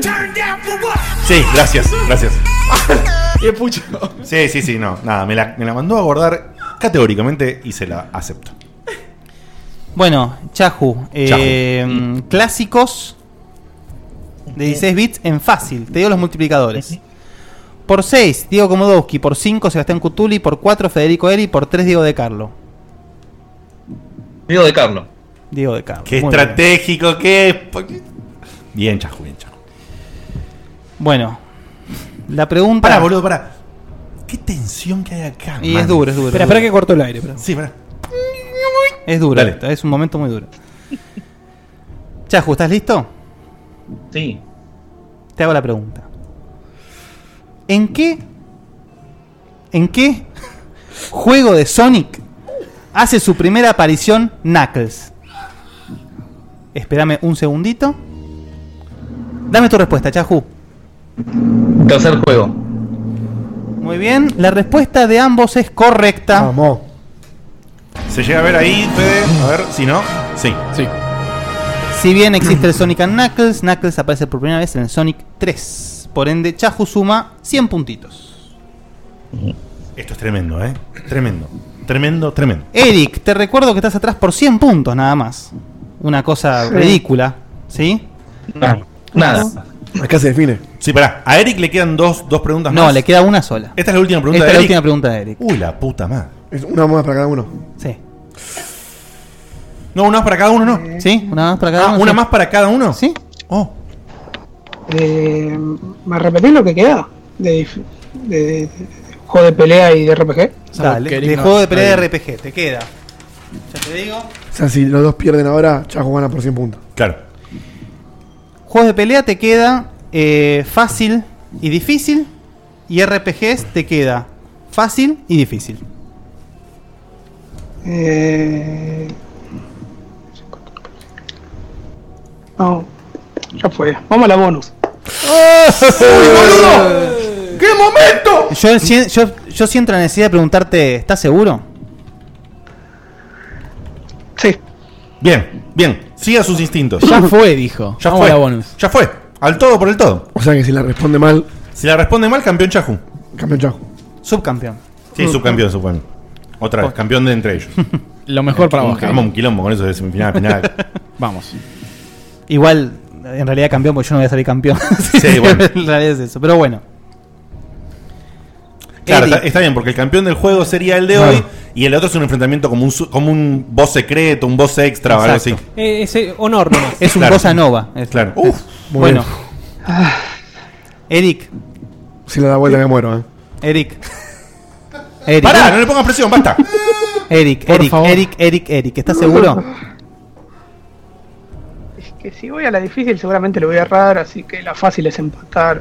Speaker 3: Sí, gracias, gracias.
Speaker 7: Qué pucho.
Speaker 3: Sí, sí, sí, no. Nada, me la, me la mandó a guardar categóricamente y se la acepto.
Speaker 4: Bueno, Chahu, eh, clásicos de 16 bits en fácil. Te digo los multiplicadores. Por 6, Diego Komodowski. Por 5, Sebastián Cutuli. Por 4, Federico Eri. Por 3, Diego De Carlo.
Speaker 21: Diego de Carlos.
Speaker 4: Diego De Carlo.
Speaker 3: Qué
Speaker 4: Muy bien.
Speaker 3: estratégico, qué. po- qué- Bien, Chajo, bien, Chajo.
Speaker 4: Bueno, la pregunta.
Speaker 3: Pará, boludo, pará. Qué tensión que hay acá.
Speaker 4: Y es duro, es
Speaker 5: Espera,
Speaker 4: duro. es duro.
Speaker 5: espera que corto el aire. espera.
Speaker 3: Sí, pará.
Speaker 4: Es duro,
Speaker 3: Dale.
Speaker 4: esto, es un momento muy duro. Chahu, ¿estás listo?
Speaker 21: Sí.
Speaker 4: Te hago la pregunta. ¿En qué? ¿En qué juego de Sonic hace su primera aparición Knuckles? Espérame un segundito. Dame tu respuesta, Chahu.
Speaker 21: Tercer juego.
Speaker 4: Muy bien, la respuesta de ambos es correcta.
Speaker 6: Vamos.
Speaker 3: Se llega a ver ahí, Fede. A ver, si no. Sí.
Speaker 7: Sí.
Speaker 4: Si bien existe el Sonic and Knuckles, Knuckles aparece por primera vez en el Sonic 3. Por ende, Chahu suma 100 puntitos.
Speaker 3: Esto es tremendo, ¿eh? Tremendo. Tremendo, tremendo.
Speaker 4: Eric, te recuerdo que estás atrás por 100 puntos nada más. Una cosa
Speaker 3: Sí.
Speaker 4: ridícula, ¿sí?
Speaker 3: Ah.
Speaker 21: Nada.
Speaker 6: Acá se define.
Speaker 3: Sí, pará. A Eric le quedan dos, dos preguntas
Speaker 4: No,
Speaker 3: más.
Speaker 4: le queda una sola.
Speaker 3: Esta es la última pregunta
Speaker 4: Esta es
Speaker 3: de
Speaker 4: la
Speaker 3: Eric.
Speaker 4: última pregunta de Eric.
Speaker 3: Uy, la puta madre.
Speaker 6: Es una más para cada uno.
Speaker 4: Sí.
Speaker 3: No, una más para cada uno, ¿no?
Speaker 4: ¿Sí? ¿Una más para cada
Speaker 3: Ah,
Speaker 4: uno?
Speaker 3: ¿una
Speaker 4: sí.
Speaker 3: más para cada uno?
Speaker 4: Sí.
Speaker 3: Oh.
Speaker 16: Eh, ¿Me repetís lo que queda? De, dif- de, de- de juego de pelea y de RPG.
Speaker 4: Dale, de juego de pelea de RPG, te queda. Ya te digo.
Speaker 6: O sea, si los dos pierden ahora, Chaco gana por 100 puntos.
Speaker 3: Claro.
Speaker 4: Juegos de pelea te queda eh, fácil y difícil. Y RPGs te queda fácil y difícil.
Speaker 16: Eh, no, ya fue. Vamos a la bonus.
Speaker 3: ¡Qué momento!
Speaker 4: Yo, si- yo, yo siento la necesidad de preguntarte, ¿estás seguro?
Speaker 3: Bien, bien. Siga sus instintos.
Speaker 4: Ya
Speaker 7: fue, dijo.
Speaker 3: Ya
Speaker 7: Vamos
Speaker 3: fue.
Speaker 7: a la bonus.
Speaker 3: Ya fue. Al todo por el todo.
Speaker 6: O sea que si la responde mal.
Speaker 3: Si la responde mal, campeón Chahu.
Speaker 6: Campeón Chahu.
Speaker 4: Subcampeón.
Speaker 3: Sí, subcampeón, subcampeón. Otra
Speaker 4: Oh.
Speaker 3: vez, campeón de entre ellos.
Speaker 7: Lo mejor para vos,
Speaker 3: Vamos un quilombo con eso de semifinal a final.
Speaker 7: Vamos.
Speaker 4: Igual, en realidad campeón, porque yo no voy a salir campeón.
Speaker 3: Sí, bueno.
Speaker 4: en realidad es eso. Pero bueno.
Speaker 3: Claro,
Speaker 4: Eddie.
Speaker 3: está, está bien, porque el campeón del juego sería el de hoy y el otro es un enfrentamiento como un, su- como un boss secreto, un boss extra o algo así.
Speaker 5: Eh, ese honor nomás.
Speaker 4: Es un
Speaker 3: Claro.
Speaker 4: bossa nova. Es-
Speaker 3: Claro.
Speaker 4: es-
Speaker 3: Uf, muy
Speaker 4: bueno.
Speaker 3: bien.
Speaker 4: Eric.
Speaker 6: Ah. Si le da vuelta me muero, eh.
Speaker 4: Eric. Eric.
Speaker 3: Pará, no le pongas presión, basta.
Speaker 4: Eric,
Speaker 3: Por
Speaker 4: Eric,
Speaker 3: favor.
Speaker 4: Eric, Eric, Eric. ¿Estás seguro?
Speaker 16: Es que si voy a la difícil seguramente lo voy a errar, así que la fácil es empatar.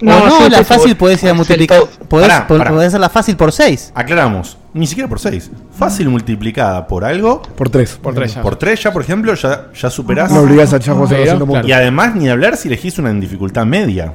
Speaker 4: No, no,
Speaker 16: sí,
Speaker 4: la
Speaker 16: estoy
Speaker 4: fácil
Speaker 16: seguro.
Speaker 4: podés ir a multiplicar. Podés,
Speaker 3: Pará,
Speaker 4: po-
Speaker 3: pará.
Speaker 4: podés hacerla fácil por 6.
Speaker 3: Aclaramos, ni siquiera por 6. Fácil multiplicada por algo.
Speaker 6: Por 3.
Speaker 3: Por 3 ya. Por 3 ya, por ejemplo, ya, ya superás.
Speaker 6: No obligás a Chajo a hacer
Speaker 3: Pero,
Speaker 6: 200 puntos.
Speaker 3: Y además, ni hablar si elegís una en dificultad media.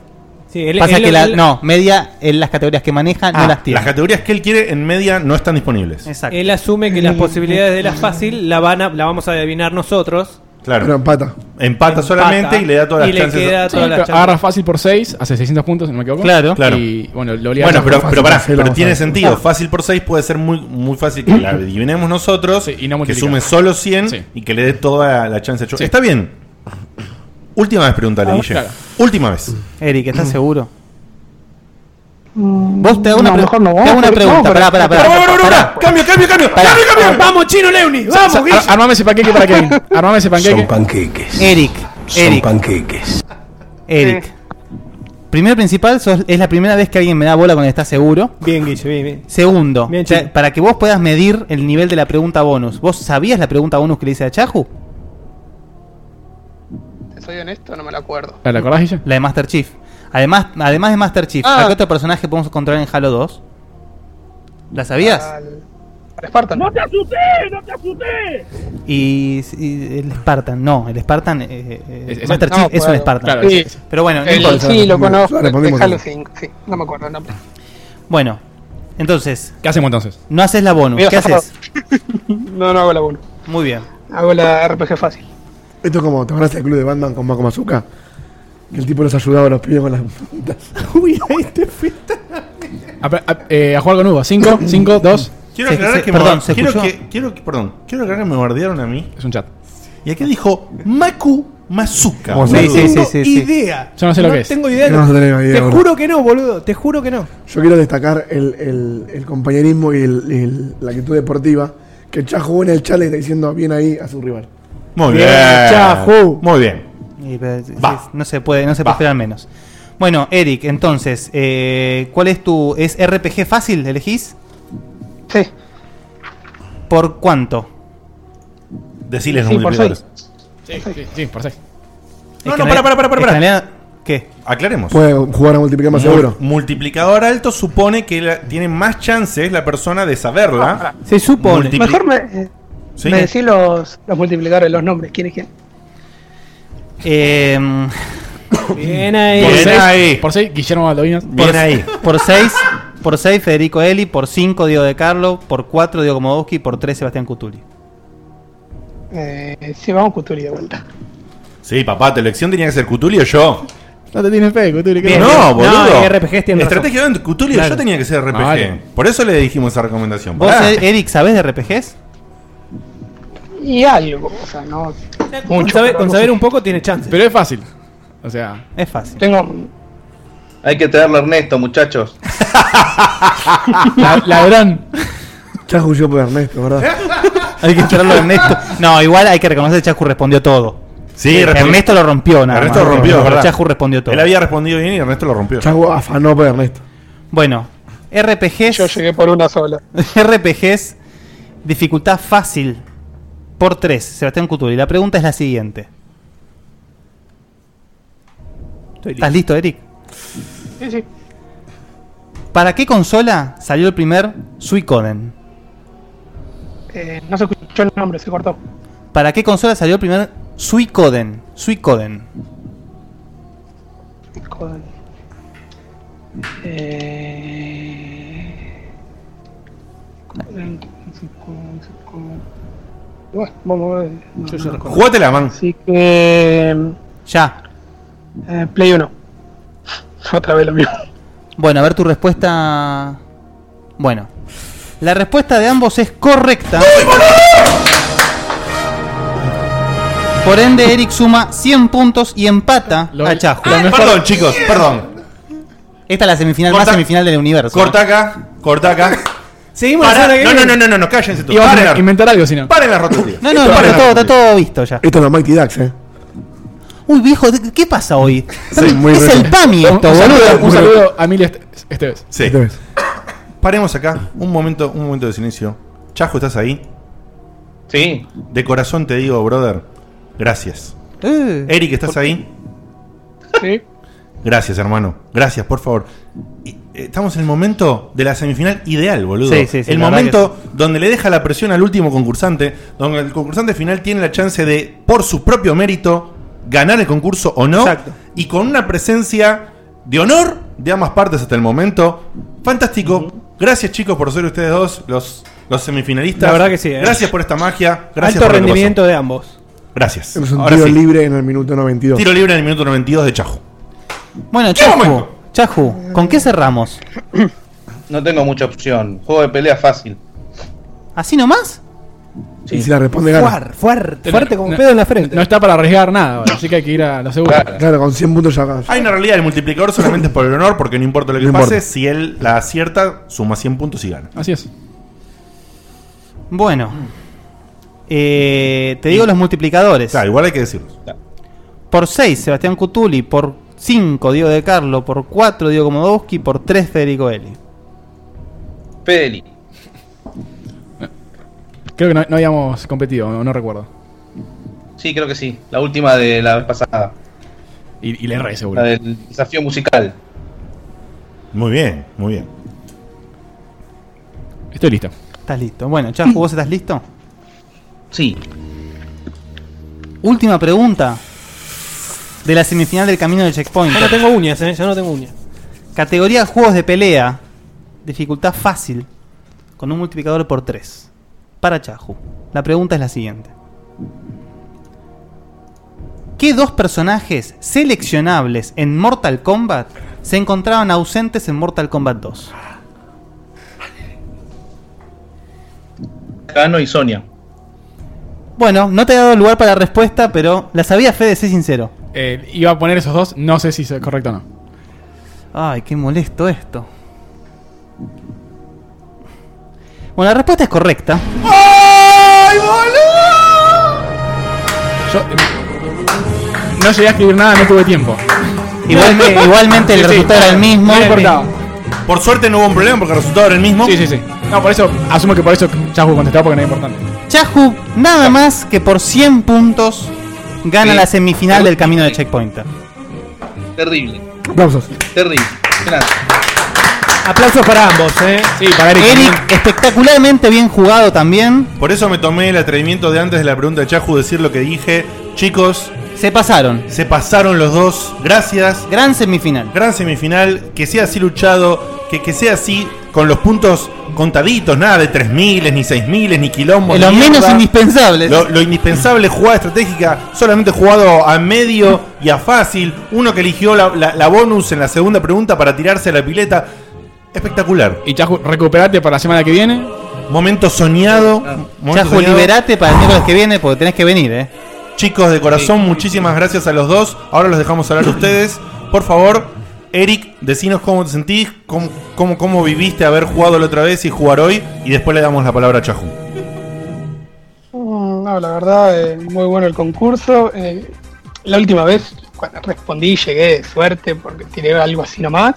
Speaker 4: Pasa que la, no, media en las categorías que maneja
Speaker 3: Ah,
Speaker 4: no las tiene.
Speaker 3: las categorías que él quiere en media no están disponibles.
Speaker 5: Él asume que las posibilidades de la fácil la, van a- la vamos a adivinar nosotros.
Speaker 3: Claro.
Speaker 6: Pero empata.
Speaker 3: Empata solamente y le da todas las chances.
Speaker 7: Sí, agarra fácil por 6, hace 600 puntos, si no me equivoco.
Speaker 3: Claro.
Speaker 7: Y bueno, lo obliga a
Speaker 3: bueno,
Speaker 7: Chaco.
Speaker 3: pero, pero pará,
Speaker 7: Fácil,
Speaker 3: pero
Speaker 7: vamos a
Speaker 3: tiene
Speaker 7: ver.
Speaker 3: sentido. Fácil por 6 puede ser muy, muy fácil que la adivinemos nosotros, que
Speaker 7: multiplicar.
Speaker 3: sume solo 100 y que le dé toda la chance a Cho- Está bien. Última vez pregúntale,
Speaker 4: Ah,
Speaker 3: Guille.
Speaker 4: claro.
Speaker 3: Última vez.
Speaker 4: Eric, ¿estás seguro?
Speaker 16: Mm,
Speaker 4: Vos te hago una,
Speaker 16: no,
Speaker 4: pre-
Speaker 16: mejor no,
Speaker 4: te hago una
Speaker 16: pero-
Speaker 4: pregunta.
Speaker 16: no, pero-
Speaker 4: pará, pará, pará.
Speaker 16: Pará, pará, pará.
Speaker 3: ¡Cambio, cambio, cambio!
Speaker 4: ¡Cambio, cambio!
Speaker 5: ¡Vamos, Chino Leuni!
Speaker 7: Sa- sa- ar- Armame ese panqueque para Kevin. Armame ese panqueque.
Speaker 4: Son
Speaker 11: panqueques.
Speaker 4: Eric.
Speaker 11: Son
Speaker 4: Eric.
Speaker 11: panqueques.
Speaker 4: Eric. Primero principal, sos- es la primera vez que alguien me da bola cuando estás seguro.
Speaker 5: Bien, Guille, bien, bien.
Speaker 4: Segundo,
Speaker 5: Bien,
Speaker 4: o sea,
Speaker 5: chico.
Speaker 4: para que vos puedas medir el nivel de la pregunta bonus. ¿Vos sabías la pregunta bonus que le hice a Chahu?
Speaker 16: Te soy honesto, no me Ah, la acuerdo.
Speaker 7: ¿La acordás, Guille?
Speaker 4: La de Master Chief. Además, además de Master Chief,
Speaker 16: Ah.
Speaker 4: ¿a qué otro personaje podemos controlar en Halo 2? ¿La
Speaker 5: Ah,
Speaker 4: sabías?
Speaker 16: Para Spartan. ¡No te asustes! ¡No te
Speaker 4: Y, y el Spartan, no, el Spartan, eh, eh,
Speaker 16: Es- es-
Speaker 4: Master
Speaker 16: no,
Speaker 4: Chief es un
Speaker 16: claro.
Speaker 4: Spartan.
Speaker 16: Claro, sí, sí.
Speaker 4: Pero bueno, no
Speaker 16: El,
Speaker 4: importa.
Speaker 16: sí, lo conozco.
Speaker 4: Respondimos
Speaker 16: De Halo
Speaker 4: bien.
Speaker 16: 5, sí. No me acuerdo el nombre.
Speaker 4: Bueno, entonces.
Speaker 7: ¿Qué hacemos entonces?
Speaker 4: No haces la bonus,
Speaker 16: Mira,
Speaker 4: ¿qué haces?
Speaker 16: no, no hago la bonus.
Speaker 4: Muy bien.
Speaker 16: Hago la RPG fácil.
Speaker 6: Esto es como, ¿te acuerdas del club de Batman con Mako Mazuka? Que el tipo los ayudaba a los pibes con las puntas.
Speaker 7: Uy, ahí
Speaker 4: este
Speaker 7: te fuiste. A, a- eh, a jugar con Hugo. 5, 5, 2.
Speaker 3: Quiero aclarar que me bar- quiero que- quiero que- perdón, quiero aclarar que me bardearon a mí.
Speaker 7: Es un chat.
Speaker 3: Y aquí dijo Maku Mazuka.
Speaker 7: Como
Speaker 3: boludo.
Speaker 7: sí, sí, sí, sí, sí.
Speaker 5: Idea.
Speaker 7: Yo no sé lo que es.
Speaker 5: tengo idea.
Speaker 6: No tenemos idea,
Speaker 5: te
Speaker 6: boludo.
Speaker 5: juro que no, boludo. Te juro que no.
Speaker 6: Yo quiero destacar el, el- el compañerismo y el- el- la actitud deportiva que Chajo jugó en el chat le está diciendo bien ahí a su rival.
Speaker 3: Muy bien.
Speaker 4: Bien, Chahu.
Speaker 3: Eh, Muy bien.
Speaker 4: Y, pero, es- no se puede, no se puede esperar menos. Bueno, Eric, entonces, eh, ¿cuál es tu. ¿Es RPG fácil? ¿Elegís?
Speaker 16: Sí.
Speaker 4: ¿Por cuánto?
Speaker 3: Deciles los Sí, por multiplicadores.
Speaker 7: Sí, sí, sí, por 6.
Speaker 3: No, no, pará, pará, pará, pará.
Speaker 4: ¿Qué?
Speaker 3: Aclaremos.
Speaker 6: Puede jugar a multiplicar más
Speaker 3: Mul-
Speaker 6: seguro.
Speaker 3: Multiplicador alto supone que la- tiene más chances la persona de saberla.
Speaker 5: Se supone.
Speaker 3: Multipli-
Speaker 16: Mejor me, eh,
Speaker 3: Sí.
Speaker 16: me decís los, los multiplicadores, los nombres. ¿Quién es quién?
Speaker 4: Em,
Speaker 5: Bien ahí.
Speaker 7: Por
Speaker 5: Bien
Speaker 7: seis-
Speaker 5: ahí.
Speaker 7: Por 6, Guillermo Baldovinas.
Speaker 4: por, Por 6, por seis, Federico Eli. Por 5, Diego De Carlo. Por 4, Diego Komodowski. Por 3, Sebastián Cutuli.
Speaker 16: Eh, sí, vamos Cutuli de vuelta.
Speaker 3: Sí, papá, tu elección tenía que ser Cutulio yo.
Speaker 7: No te tienes fe, Cutuli.
Speaker 3: Bien. No, boludo. Estrategia
Speaker 4: razón.
Speaker 3: de Cutulio
Speaker 4: Este Claro.
Speaker 3: yo tenía que ser RPG.
Speaker 4: Ah, vale.
Speaker 3: Por eso le dijimos esa recomendación.
Speaker 4: ¿Vos,
Speaker 3: Pará.
Speaker 4: eh, Eric, sabés de RPGs?
Speaker 16: Y algo, o sea, no.
Speaker 5: Con
Speaker 16: mucho,
Speaker 5: saber,
Speaker 16: pero
Speaker 5: con
Speaker 16: algo
Speaker 5: saber
Speaker 16: sí.
Speaker 5: un poco tiene chance.
Speaker 7: Pero es fácil. O sea.
Speaker 4: Es fácil.
Speaker 16: Tengo.
Speaker 21: Hay que traerlo a Ernesto, muchachos.
Speaker 7: La- Ladrón.
Speaker 6: Chajo huyó por Ernesto, ¿verdad?
Speaker 4: Hay que entrarlo a Ernesto. No, igual hay que reconocer que Chacu respondió todo.
Speaker 3: Sí,
Speaker 4: Eh,
Speaker 3: respondió-
Speaker 4: Ernesto lo rompió. Nada
Speaker 3: Ernesto
Speaker 4: más.
Speaker 3: lo rompió, es verdad.
Speaker 4: Chacu respondió todo.
Speaker 3: Él había respondido bien y Ernesto lo rompió.
Speaker 6: Chaco afanó por Ernesto.
Speaker 4: Bueno, RPGs. Yo llegué por una sola. RPGs, dificultad fácil. Por tres, Sebastián Cutuli. La pregunta es la siguiente. ¿Estás listo, Eric?
Speaker 16: Sí, sí.
Speaker 4: ¿Para qué consola salió el primer Suicoden?
Speaker 16: Eh, no se escuchó el nombre, se cortó.
Speaker 4: ¿Para qué consola salió el primer Suicoden? Suicoden.
Speaker 16: Joder. Eh... Joder, sí, como- sí, como- Bueno, vamos a ver. No, no me acuerdo.
Speaker 3: Jugátela, man.
Speaker 16: Así que.
Speaker 4: Ya.
Speaker 16: eh, Play 1. Otra vez lo mismo.
Speaker 4: Bueno, a ver tu respuesta. Bueno. La respuesta de ambos es correcta. Por ende, Eric suma 100 puntos y empata a Chasco.
Speaker 3: Ah, Perdón, chicos, perdón.
Speaker 4: Esta es la semifinal
Speaker 3: Corta-
Speaker 4: más semifinal del universo.
Speaker 3: Corta acá, corta acá.
Speaker 4: Seguimos
Speaker 3: Pará,
Speaker 4: la semana que
Speaker 3: no, no,
Speaker 4: viene.
Speaker 3: no, no, no, no, cállense todos.
Speaker 4: Y vamos a
Speaker 3: Paren la-
Speaker 7: Inventar algo, si no.
Speaker 3: Paren la rotonda.
Speaker 4: No, no, no, está todo, está todo visto ya.
Speaker 6: Esto es los Mighty Ducks, eh.
Speaker 4: Uy, viejo, ¿de- ¿qué pasa hoy?
Speaker 6: Soy muy
Speaker 4: es
Speaker 6: raro.
Speaker 4: el PAMI esto,
Speaker 6: Un saludo,
Speaker 4: boludo.
Speaker 6: un saludo.
Speaker 7: A Emilio este, este vez.
Speaker 3: Sí. Paremos acá. Un momento, un momento de silencio. Chajo, ¿estás ahí?
Speaker 21: Sí.
Speaker 3: De corazón te digo, brother. Gracias.
Speaker 4: Eh.
Speaker 3: Eric, ¿estás ahí?
Speaker 16: Sí.
Speaker 3: Gracias, hermano. Gracias, por favor. Y, eh, Estamos en el momento de la semifinal ideal, boludo.
Speaker 4: Sí, sí, sí,
Speaker 3: el
Speaker 4: la verdad
Speaker 3: momento donde le deja la presión al último concursante, donde el concursante final tiene la chance de, por su propio mérito, ganar el concurso o no. Y con una presencia de honor de ambas partes hasta el momento. Fantástico. Gracias, chicos, por ser ustedes dos los, los semifinalistas.
Speaker 5: La verdad que sí, eh.
Speaker 3: Gracias por esta magia. Gracias por
Speaker 5: Alto
Speaker 3: lo que
Speaker 5: rendimiento de ambos.
Speaker 3: pasó. Gracias.
Speaker 6: Es un
Speaker 3: Ahora
Speaker 6: tiro
Speaker 3: sí.
Speaker 6: libre en el minuto 92.
Speaker 3: Tiro libre en el minuto 92 de Chajo.
Speaker 4: Bueno, Chajo, Chajo, ¿con qué cerramos?
Speaker 21: No tengo mucha opción. Juego de pelea fácil.
Speaker 4: ¿Así nomás?
Speaker 6: Y si la responde gana.
Speaker 4: fuerte,
Speaker 7: fuerte como pedo en la frente. No está para arriesgar nada, ahora, así que hay que ir a lo seguro.
Speaker 6: Claro, con 100 puntos ya gana.
Speaker 3: Hay una realidad, el multiplicador solamente es por el honor, porque no importa lo que
Speaker 6: No
Speaker 3: pase,
Speaker 6: importa.
Speaker 3: si él la acierta, suma 100 puntos y gana.
Speaker 7: Así es.
Speaker 4: Bueno, eh, te digo los multiplicadores.
Speaker 3: igual hay que decirlos.
Speaker 4: Por 6, Sebastián Cutuli. Por 5, Diego de Carlo. Por 4, Diego Komodowski. Por 3, Federico Eli.
Speaker 21: Peli.
Speaker 7: Creo que no, no habíamos competido, no, no recuerdo.
Speaker 21: Sí, creo que sí. La última de la vez pasada.
Speaker 7: Y, le R seguro.
Speaker 21: La del desafío musical.
Speaker 3: Muy bien, muy bien.
Speaker 7: Estoy listo.
Speaker 4: Estás listo. Bueno, Chafu, ¿vos estás listo?
Speaker 21: Sí.
Speaker 4: Última pregunta de la semifinal del camino del checkpoint.
Speaker 5: Ya no tengo uñas, eh, ya no tengo uñas.
Speaker 4: Categoría juegos de pelea. Dificultad fácil. Con un multiplicador por 3. Para Chahu. La pregunta es la siguiente. ¿Qué dos personajes seleccionables en Mortal Kombat se encontraban ausentes en Mortal Kombat 2?
Speaker 21: Cano y Sonia.
Speaker 4: Bueno, no te he dado lugar para la respuesta, pero la sabía Fede, sé sincero.
Speaker 7: Eh, iba a poner esos dos, no sé si es correcto o no.
Speaker 4: Ay, qué molesto esto. Bueno, la respuesta es correcta.
Speaker 10: ¡Ay, boludo!
Speaker 7: Yo eh, no llegué a escribir nada, no tuve tiempo.
Speaker 4: Igualme- igualmente el resultado era el mismo.
Speaker 7: No importaba.
Speaker 3: Por suerte no hubo un problema porque el resultado era el mismo.
Speaker 7: Sí, sí, sí. No, por eso, asumo que por eso Chahu contestaba porque no era importante.
Speaker 4: Chahu, nada más que por 100 puntos, gana
Speaker 21: Sí.
Speaker 4: la semifinal del camino de Checkpointer.
Speaker 21: Terrible.
Speaker 6: Aplausos.
Speaker 21: Terrible. Gracias.
Speaker 5: Aplausos para ambos, eh.
Speaker 7: Sí, para
Speaker 4: Eric. espectacularmente bien jugado también.
Speaker 3: Por eso me tomé el atrevimiento de antes de la pregunta de Chahu decir lo que dije. Chicos,
Speaker 4: se pasaron.
Speaker 3: Se pasaron los dos. Gracias.
Speaker 4: Gran semifinal.
Speaker 3: Gran semifinal. Que sea así luchado. Que, que sea así con los puntos contaditos. Nada de 3.000, ni 6.000, ni quilombos.
Speaker 4: Lo
Speaker 3: ni mierda.
Speaker 4: menos indispensable.
Speaker 3: Lo, lo indispensable, jugada estratégica, solamente jugado a medio y a fácil. Uno que eligió la, la- la bonus en la segunda pregunta para tirarse a la pileta. Espectacular.
Speaker 7: Y Chahu, recuperate para la semana que viene.
Speaker 3: Momento soñado. momento
Speaker 4: Chahu,
Speaker 3: soñado.
Speaker 4: liberate para el miércoles que viene porque tenés que venir, eh.
Speaker 3: Chicos de corazón, muchísimas gracias a los dos. Ahora los dejamos hablar ustedes. Por favor, Eric, decinos cómo te sentís, cómo, cómo, cómo viviste haber jugado la otra vez y jugar hoy. Y después le damos la palabra a Chahu.
Speaker 16: no, la verdad, eh, muy bueno el concurso. Eh, la última vez, cuando respondí, llegué de suerte porque tiré algo así nomás.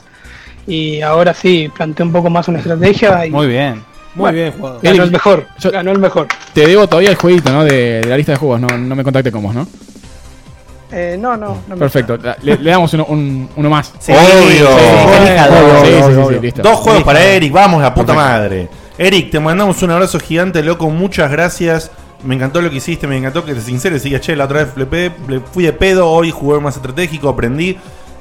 Speaker 16: Y ahora sí, planteé un poco más una estrategia. Y,
Speaker 4: Muy bien.
Speaker 5: Muy bien jugado.
Speaker 16: Ganó el mejor. Ganó el mejor.
Speaker 7: Te debo todavía el jueguito, ¿no? De, de la lista de juegos, no, no me contacte con vos, ¿no?
Speaker 16: Eh, no, no, no me-
Speaker 7: Perfecto. Le, le damos uno, un- uno más.
Speaker 3: Sí, Obvio.
Speaker 5: Ah,
Speaker 7: Sí, sí, sí, sí,
Speaker 3: Obvio.
Speaker 7: listo.
Speaker 3: Dos juegos
Speaker 7: Listo.
Speaker 3: para Eric, vamos, la puta
Speaker 7: Perfecto.
Speaker 3: madre. Eric, te mandamos un abrazo gigante, loco, muchas gracias. Me encantó lo que hiciste, me encantó que te sinceres. Y che, la otra vez le, pe- le fui de pedo, hoy jugué más estratégico, aprendí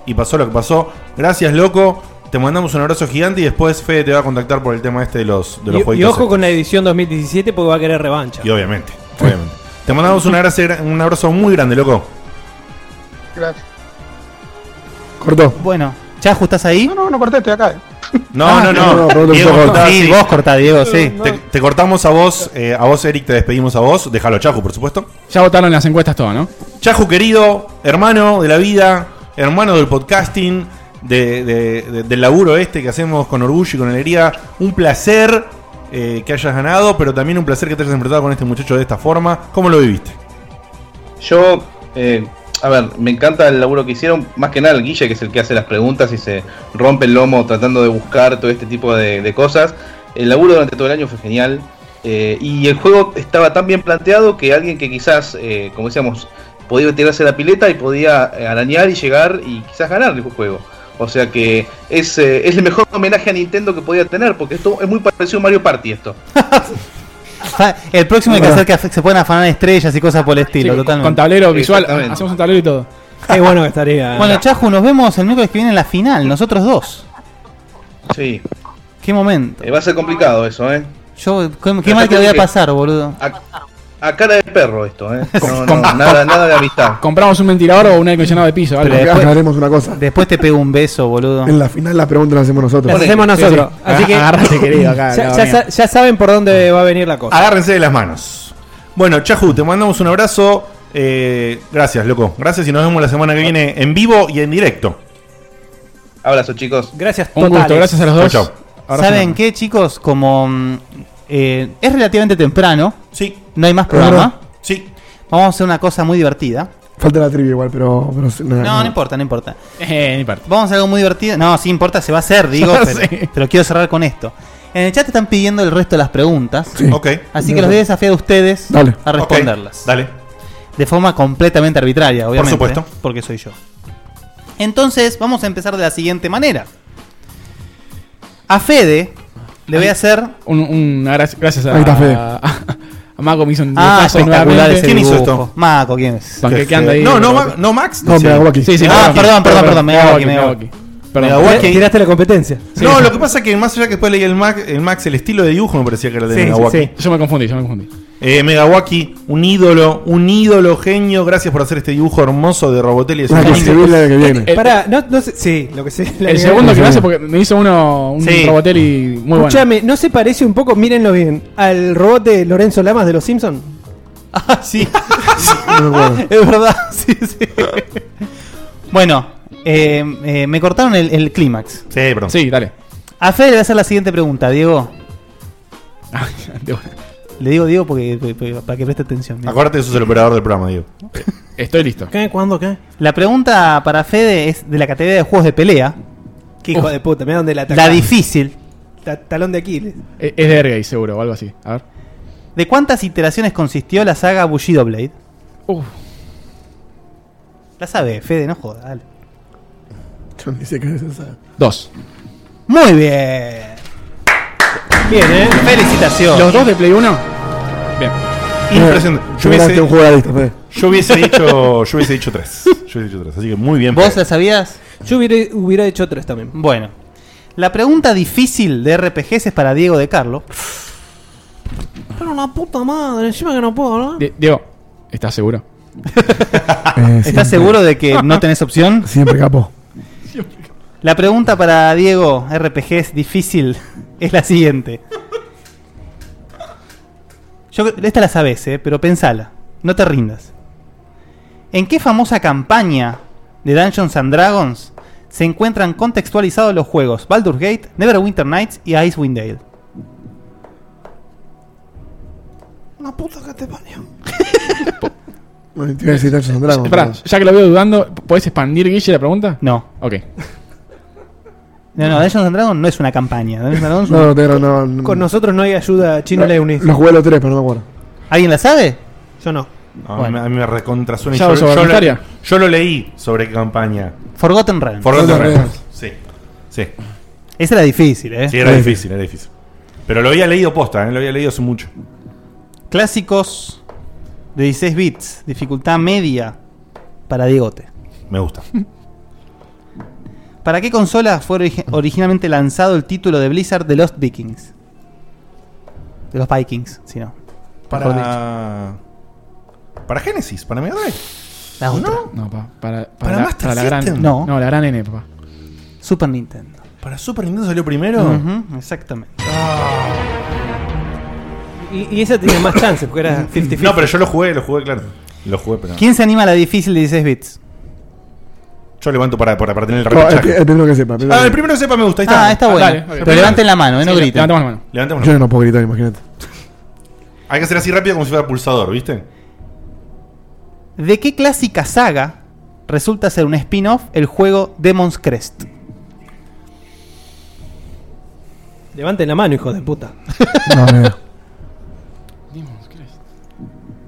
Speaker 3: y pasó lo que pasó. Gracias, loco. Te mandamos un abrazo gigante y después Fede te va a contactar por el tema este de los, de los
Speaker 5: Y,
Speaker 3: jueguitos.
Speaker 5: y ojo con la edición 2017 porque va a querer revancha.
Speaker 3: Y obviamente, obviamente. Te mandamos un abrazo, un abrazo muy grande, loco.
Speaker 16: Gracias.
Speaker 6: Cortó.
Speaker 4: Bueno, ¿ya estás ahí?
Speaker 16: No, no, no corté, estoy acá.
Speaker 3: No,
Speaker 4: Ah,
Speaker 3: no, no.
Speaker 4: no, no, no,
Speaker 3: Diego,
Speaker 4: no, no,
Speaker 3: cortá,
Speaker 4: sí, vos cortá, Diego, sí.
Speaker 3: Te, te cortamos a vos, eh, a vos, Eric, te despedimos a vos. Déjalo, Chahu, por supuesto.
Speaker 7: Ya votaron las encuestas todo, ¿no?
Speaker 3: Chahu, querido, hermano de la vida, hermano del podcasting, de- de- de- del laburo este que hacemos con orgullo y con alegría. Un placer eh, que hayas ganado, pero también un placer que te hayas enfrentado con este muchacho de esta forma. ¿Cómo lo viviste?
Speaker 21: Yo, eh, a ver, me encanta el laburo que hicieron, más que nada el Guille, que es el que hace las preguntas y se rompe el lomo tratando de buscar todo este tipo de, de cosas. El laburo durante todo el año fue genial. eh, y el juego estaba tan bien planteado que alguien que quizás, eh, como decíamos, podía tirarse la pileta y podía eh, arañar y llegar y quizás ganar el juego. O sea que es, eh, es el mejor homenaje a Nintendo que podía tener, porque esto es muy parecido a Mario Party esto.
Speaker 4: Ajá, El próximo hay que hacer que af- se puedan afanar estrellas y cosas por el estilo,
Speaker 7: Sí, con-
Speaker 4: totalmente.
Speaker 7: con tablero visual. Hacemos un tablero y todo.
Speaker 5: Qué bueno que estaría.
Speaker 4: Bueno, Chahu, nos vemos el miércoles que viene en la final, nosotros dos.
Speaker 21: Sí.
Speaker 4: Qué momento.
Speaker 21: Eh, va a ser complicado eso, ¿eh?
Speaker 4: Yo, qué, qué mal que voy a pasar, boludo.
Speaker 21: A, a cara de perro esto, ¿eh? No, no, nada, nada de amistad.
Speaker 7: Compramos un ventilador o un aire acondicionado de piso. Algo.
Speaker 4: Pero después-
Speaker 7: Acá-
Speaker 6: Haremos una cosa.
Speaker 4: Después te pego un beso, boludo.
Speaker 6: En la final las preguntas las hacemos nosotros.
Speaker 5: Las hacemos nosotros. Así que. ya, ya sa- ya saben por dónde va a venir la cosa.
Speaker 3: Agárrense de las manos. Bueno, Chahu, te mandamos un abrazo. Eh, gracias, loco. Gracias y nos vemos la semana que viene en vivo y en directo.
Speaker 21: Abrazo, chicos.
Speaker 5: Gracias,
Speaker 21: Un gusto, totales. gracias a los dos.
Speaker 3: Chau, chau. Abrazo
Speaker 4: ¿Saben
Speaker 3: enorme.
Speaker 4: qué, chicos? Como mm, eh, es relativamente temprano,
Speaker 3: sí.
Speaker 4: no hay más
Speaker 6: Claro.
Speaker 4: programa.
Speaker 3: Sí.
Speaker 4: Vamos a hacer una cosa muy divertida.
Speaker 6: Falta la trivia igual, pero. pero sí, nada,
Speaker 4: No, no
Speaker 6: nada.
Speaker 4: importa, no importa.
Speaker 7: no importa.
Speaker 4: Vamos a hacer algo muy divertido. No, sí importa, se va a hacer, digo,
Speaker 6: Ya
Speaker 4: pero, pero quiero cerrar con esto. En el chat están pidiendo el resto de las preguntas.
Speaker 3: Ok.
Speaker 4: Así que los voy a desafiar a ustedes
Speaker 6: Dale.
Speaker 4: a responderlas.
Speaker 3: Ok, Dale.
Speaker 4: De forma completamente arbitraria, obviamente. ¿eh?
Speaker 3: Por supuesto.
Speaker 4: Porque soy yo. Entonces, vamos a empezar de la siguiente manera. A Fede le voy a hacer.
Speaker 7: Un, un- gra- gracias a,
Speaker 4: Ahí está Fede.
Speaker 7: a, a Mago me hizo un
Speaker 4: Ah,
Speaker 7: dibujazo
Speaker 4: espectacular
Speaker 7: nuevamente.
Speaker 4: ese ¿Quién hizo dibujo? esto? Mago, ¿quién es?
Speaker 7: Panquequeando ahí.
Speaker 3: No, no, Ma- no, Max. dice.
Speaker 7: Sí, sí,
Speaker 4: ah,
Speaker 7: Megawaki.
Speaker 4: perdón, perdón, perdón. Me hago aquí, me hago
Speaker 7: Megawaki.
Speaker 4: aquí.
Speaker 7: Perdón.
Speaker 3: Megawaki.
Speaker 5: Tiraste la competencia.
Speaker 3: No, lo que pasa es que más allá que después leí el Max, el, Max, el estilo de dibujo me parecía que era el de
Speaker 5: Sí,
Speaker 3: Megawaki.
Speaker 5: sí,
Speaker 7: Yo me confundí, yo me confundí.
Speaker 3: Eh, Megawaki, un ídolo, un ídolo genio. Gracias por hacer este dibujo hermoso de Robotelli. Es un genio.
Speaker 7: El-
Speaker 4: Ah,
Speaker 5: Pará, no, no sé. Sí, lo que sé. la
Speaker 7: El
Speaker 5: que-
Speaker 7: segundo que me hace porque me hizo uno un
Speaker 5: Sí.
Speaker 7: Robotelli muy bueno.
Speaker 5: Escúchame, ¿no se parece un poco, mírenlo bien, al robot de Lorenzo Lamas de los Simpsons?
Speaker 4: Ah, sí.
Speaker 5: no me acuerdo.
Speaker 4: es verdad, sí, sí. Bueno, eh, eh, me cortaron el, el clímax.
Speaker 3: Sí, perdón.
Speaker 7: Sí, dale.
Speaker 4: A Fede le voy a hacer la siguiente pregunta, Diego.
Speaker 7: Diego.
Speaker 4: le digo Diego porque, porque- para que preste atención. mira.
Speaker 3: Acuérdate que sos el operador del programa, Diego.
Speaker 7: eh, Estoy listo.
Speaker 5: ¿Qué? ¿Cuándo? ¿Qué?
Speaker 4: La pregunta para Fede es de la categoría de juegos de pelea.
Speaker 5: Qué hijo de puta, mira dónde la
Speaker 4: La difícil.
Speaker 5: Ta- talón de Aquiles.
Speaker 7: Es E, es de Ergay, seguro, o algo así. A ver.
Speaker 4: ¿De cuántas iteraciones consistió la saga Bushido Blade?
Speaker 7: Uf.
Speaker 4: La sabe, Fede, no jodas. dale.
Speaker 6: Yo ni sé qué es esa.
Speaker 7: Dos.
Speaker 4: Muy bien.
Speaker 5: Bien, ¿eh?
Speaker 4: Felicitaciones.
Speaker 7: ¿Los dos de Play 1? Bien.
Speaker 3: Impresionante. Yo hubiese,
Speaker 6: Eh, un juego de la lista, Fede.
Speaker 3: yo hubiese dicho, yo hubiese dicho tres. Yo hubiese dicho tres. Así que muy bien.
Speaker 4: ¿Vos
Speaker 3: Fede.
Speaker 4: la sabías?
Speaker 5: Yo hubiera, hubiera hecho tres también.
Speaker 4: Bueno. La pregunta difícil de RPGs es para Diego de Carlo.
Speaker 8: Pero la puta madre, encima que no puedo hablar.
Speaker 7: Di- Diego, ¿estás seguro?
Speaker 6: Eh,
Speaker 4: ¿Estás seguro de que no tenés opción?
Speaker 6: Siempre capo.
Speaker 4: La pregunta para Diego, RPGs difícil, es la siguiente. Yo, creo- esta la sabes, eh, pero pensala. No te rindas. ¿En qué famosa campaña de Dungeons and Dragons se encuentran contextualizados los juegos Baldur's Gate, Neverwinter Nights y Icewind Dale?
Speaker 8: La puta que te parió.
Speaker 6: Bueno, te iba a decir Dungeons and Dragons,
Speaker 7: Espera,
Speaker 6: pero-
Speaker 7: ya que lo veo dudando, ¿puedes expandir, Guille, la pregunta?
Speaker 4: No.
Speaker 7: Ok.
Speaker 4: No, no, Dungeons and Dragons no es una campaña. Dungeons and Dragons-
Speaker 6: No, no, pero no, no.
Speaker 5: Con nosotros no hay ayuda chino
Speaker 6: No,
Speaker 5: Leonis.
Speaker 6: Los jugué los tres, pero no me acuerdo.
Speaker 4: ¿Alguien la sabe?
Speaker 5: Yo no.
Speaker 3: No, a mí me- A mí me recontra suena. y
Speaker 5: Ya
Speaker 3: Yo,
Speaker 5: vos
Speaker 3: yo lo,
Speaker 5: voluntaria.
Speaker 3: yo lo leí sobre campaña.
Speaker 4: Forgotten Realms.
Speaker 3: Forgotten
Speaker 4: Forgotten
Speaker 3: Realms. Sí. Sí.
Speaker 4: Esa era difícil, ¿eh?
Speaker 3: Sí, era difícil, era difícil. Pero lo había leído posta, ¿eh? lo había leído hace mucho.
Speaker 4: Clásicos de 16 bits, dificultad media para Diegote.
Speaker 3: Me gusta.
Speaker 4: ¿Para qué consola fue origi- originalmente lanzado el título de Blizzard de Lost Vikings? De los Vikings, si no. Mejor dicho.
Speaker 3: Para. Para Genesis, para Mega Drive.
Speaker 4: La otra.
Speaker 3: ¿No?
Speaker 7: No, pa- para, para,
Speaker 3: ¿Para
Speaker 7: la,
Speaker 3: Master
Speaker 7: para la gran.
Speaker 3: System?
Speaker 7: No. la gran N, papá.
Speaker 4: Super Nintendo.
Speaker 3: ¿Para Super Nintendo salió primero? Ah.
Speaker 4: Ujú, exactamente.
Speaker 5: Y, y esa tenía más chances porque era 50-50.
Speaker 3: No, pero yo lo jugué, lo jugué, claro. Lo jugué, pero.
Speaker 4: ¿Quién se anima a la difícil de 16 bits?
Speaker 3: Yo levanto para, para, para tener el
Speaker 4: No,
Speaker 3: repechaje.
Speaker 4: el pri- el primero
Speaker 6: Oh, que sepa,
Speaker 3: ah, el primero que sepa me gusta. Ahí está.
Speaker 4: Ah, está bueno. Pero levanten la mano, eh, no
Speaker 3: Sí,
Speaker 4: griten.
Speaker 3: levantemos la mano. Levantemos la
Speaker 6: Yo
Speaker 3: mano.
Speaker 6: no puedo gritar, imagínate.
Speaker 3: Hay que hacer así rápido como si fuera pulsador, ¿viste?
Speaker 4: ¿De qué clásica saga resulta ser un spin-off el juego Demon's Crest?
Speaker 5: Levanten la mano, hijo de puta.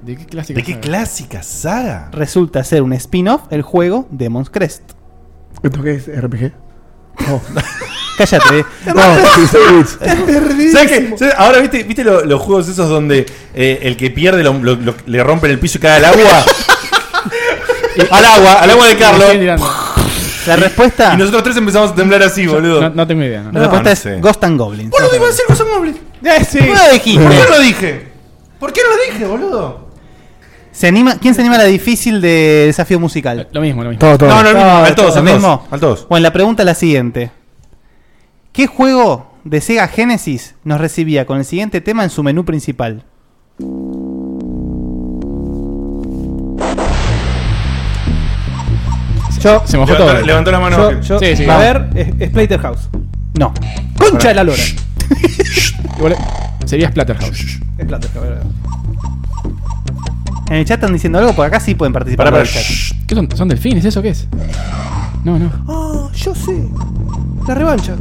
Speaker 7: ¿De qué clásica?
Speaker 3: ¿De qué clásica saga?
Speaker 4: Resulta ser un spin-off el juego Demon's Crest. Oh.
Speaker 6: ¿Esto qué es? ¿RPG?
Speaker 4: Cállate.
Speaker 3: ¿Sabes qué? ¿Sabes? Ahora, ¿viste, viste lo- los juegos esos donde eh, el que pierde lo- lo- lo- le rompen el piso y cae al agua? al agua, al agua de Carlos.
Speaker 4: La respuesta.
Speaker 3: Y nosotros tres empezamos a temblar así, boludo.
Speaker 7: No, no tengo idea.
Speaker 4: La respuesta es Ghost and Goblins.
Speaker 3: ¿Por qué iba a decir que son móviles?
Speaker 8: Eh,
Speaker 4: ¿Por qué lo dijiste?
Speaker 3: ¿Por qué lo dije? ¿Por qué lo dije, boludo?
Speaker 4: ¿Se anima, ¿Quién se anima a la difícil de desafío musical?
Speaker 7: Lo mismo, lo mismo.
Speaker 3: Todo, todo. No, no, lo mismo, al todos, al
Speaker 4: ¿Lo
Speaker 3: todos,
Speaker 4: mismo? Bueno, la pregunta es la siguiente. ¿Qué juego de Sega Genesis nos recibía con el siguiente tema en su menú principal?
Speaker 5: Yo,
Speaker 7: Se mojó Levantó- todo. levantó la mano,
Speaker 5: Yo,
Speaker 7: Ángel.
Speaker 5: yo-
Speaker 7: Sí, sí.
Speaker 5: a
Speaker 7: No.
Speaker 5: ver, es, es Splatterhouse.
Speaker 4: No.
Speaker 5: Concha de la lora.
Speaker 7: Igual, sería Splatterhouse.
Speaker 5: Splatterhouse. ¿verdad?
Speaker 4: En el chat están diciendo algo, por acá sí pueden participar.
Speaker 7: Pará,
Speaker 4: por
Speaker 7: pará,
Speaker 4: el chat.
Speaker 7: ¿Qué son, ¿Son delfines? ¿Eso qué es? No, no.
Speaker 8: Ah, yo sé. La revancha.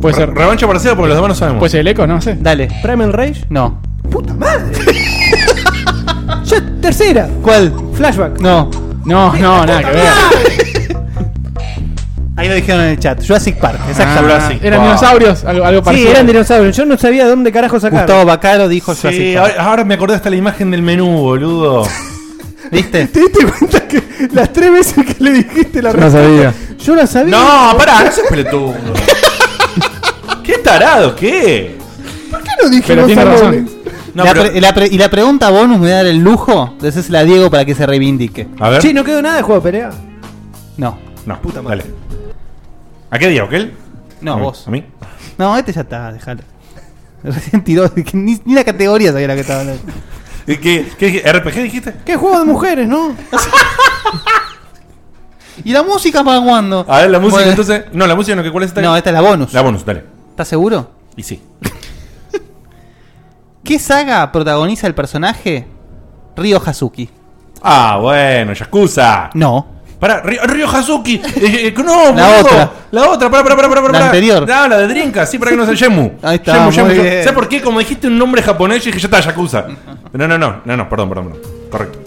Speaker 7: Puede ser.
Speaker 3: Revancha parecida porque los demás no sabemos.
Speaker 7: Puede ser el eco, no sé.
Speaker 4: Dale.
Speaker 5: Primal Rage.
Speaker 4: No.
Speaker 5: Ya, tercera.
Speaker 4: ¿Cuál?
Speaker 5: Flashback.
Speaker 4: No.
Speaker 7: No, no, nada que ver.
Speaker 4: Ahí lo dijeron en el chat. Jurassic Park.
Speaker 3: Ah,
Speaker 4: Exactamente.
Speaker 7: Ah, eran dinosaurios, algo, algo
Speaker 5: Sí,
Speaker 7: parecido.
Speaker 5: eran dinosaurios. Yo no sabía de dónde carajo sacar.
Speaker 4: Gustavo Bacaro dijo
Speaker 3: Sí, ahora, ahora me acordé hasta la imagen del menú, boludo.
Speaker 4: ¿Viste?
Speaker 8: ¿Te diste cuenta que las tres veces que le dijiste la
Speaker 3: No
Speaker 8: respuesta- Yo la sabía.
Speaker 3: No, pará, no seas pelotudo. ¿Qué tarado? ¿Qué?
Speaker 8: ¿Por qué no dije no sé dónde?
Speaker 3: No,
Speaker 4: La
Speaker 3: pero-
Speaker 4: pre- la pre- y la pregunta bonus me da el lujo de hacérsela a Diego para que se reivindique.
Speaker 3: A ver.
Speaker 5: Che, no quedó nada de juego de pelea.
Speaker 4: No.
Speaker 3: No, dale. ¿A qué día, Oquel?
Speaker 4: No,
Speaker 3: ¿A mí?
Speaker 4: vos.
Speaker 3: ¿A mí?
Speaker 4: No, este ya está, dejalo. Recién tiró, que ni, ni la categoría sabía la que estaba hablando.
Speaker 3: ¿Y ¿Qué, qué, ¿RPG dijiste?
Speaker 8: ¿Qué juego de mujeres, no?
Speaker 4: ¿Y la música para cuándo?
Speaker 3: A ver, Ah, la música
Speaker 4: Bueno,
Speaker 3: entonces. No, la música no, que ¿cuál es esta?
Speaker 4: No, esta es la bonus.
Speaker 3: La bonus, dale.
Speaker 4: ¿Estás seguro?
Speaker 3: Y sí.
Speaker 4: ¿Qué saga protagoniza el personaje Ryo Hazuki?
Speaker 3: Ah, bueno, Yakuza.
Speaker 4: No.
Speaker 3: Pará, Ry- Ryo Hazuki. Eh, eh, no,
Speaker 4: La
Speaker 3: boludo.
Speaker 4: otra.
Speaker 3: La otra, pará, pará, pará, pará.
Speaker 4: La
Speaker 3: pará.
Speaker 4: anterior.
Speaker 3: No, la de Drinka, sí, para que no sea Yemu.
Speaker 4: Ahí está,
Speaker 3: Yemu,
Speaker 4: muy
Speaker 3: Yemu, Yemu.
Speaker 4: bien.
Speaker 3: ¿Sabes por qué? Como dijiste un nombre japonés, yo dije, ya está, Yakuza. No, no, no, no, no, perdón, perdón, perdón. Correcto.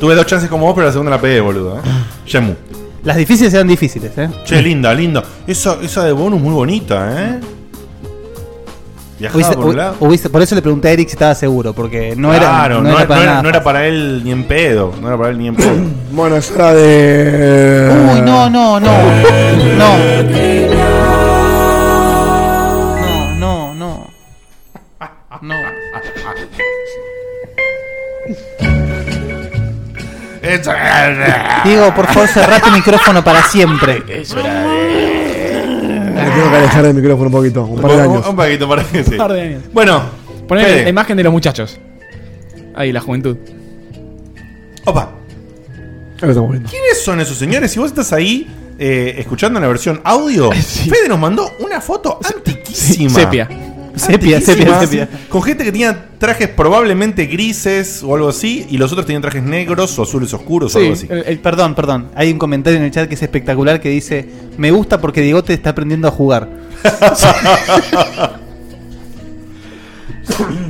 Speaker 3: Tuve dos chances como vos, pero la segunda la pegué, boludo. ¿eh? Yemu.
Speaker 4: Las difíciles eran difíciles, ¿eh?
Speaker 3: Che, linda, linda. Esa, esa de bonus muy bonita, ¿eh? Viajaba
Speaker 4: Hubiese-
Speaker 3: por un
Speaker 4: hubi-
Speaker 3: lado.
Speaker 4: hubiese- por eso le pregunté a Eric si estaba seguro, porque no era,
Speaker 3: Claro,
Speaker 4: no era para nada.
Speaker 3: no era para él ni en pedo. No era para él ni en pedo.
Speaker 6: Bueno, es hora de.
Speaker 4: Uy, no, no, no. No. No, no, no. No. Diego, por favor, cerrá tu micrófono para siempre.
Speaker 6: Me tengo que alejar del micrófono un poquito, un par de
Speaker 3: Un-
Speaker 6: años.
Speaker 3: Un paquito para que sí.
Speaker 7: Un par de años.
Speaker 3: Bueno,
Speaker 7: Poneme
Speaker 3: Fede.
Speaker 7: la imagen de los muchachos. Ahí, la juventud.
Speaker 3: Opa.
Speaker 6: Ahora estamos viendo.
Speaker 3: ¿Quiénes son esos señores? Si vos estás ahí eh, escuchando en la versión audio, Fede nos mandó una foto antiquísima.
Speaker 7: sepia.
Speaker 4: Sepia, sepia, sepia.
Speaker 3: Con gente que tenía trajes probablemente grises o algo así, y los otros tenían trajes negros o azules oscuros o algo así.
Speaker 4: Perdón, perdón. Hay un comentario en el chat que es espectacular que dice: Me gusta porque Diegote está aprendiendo a jugar.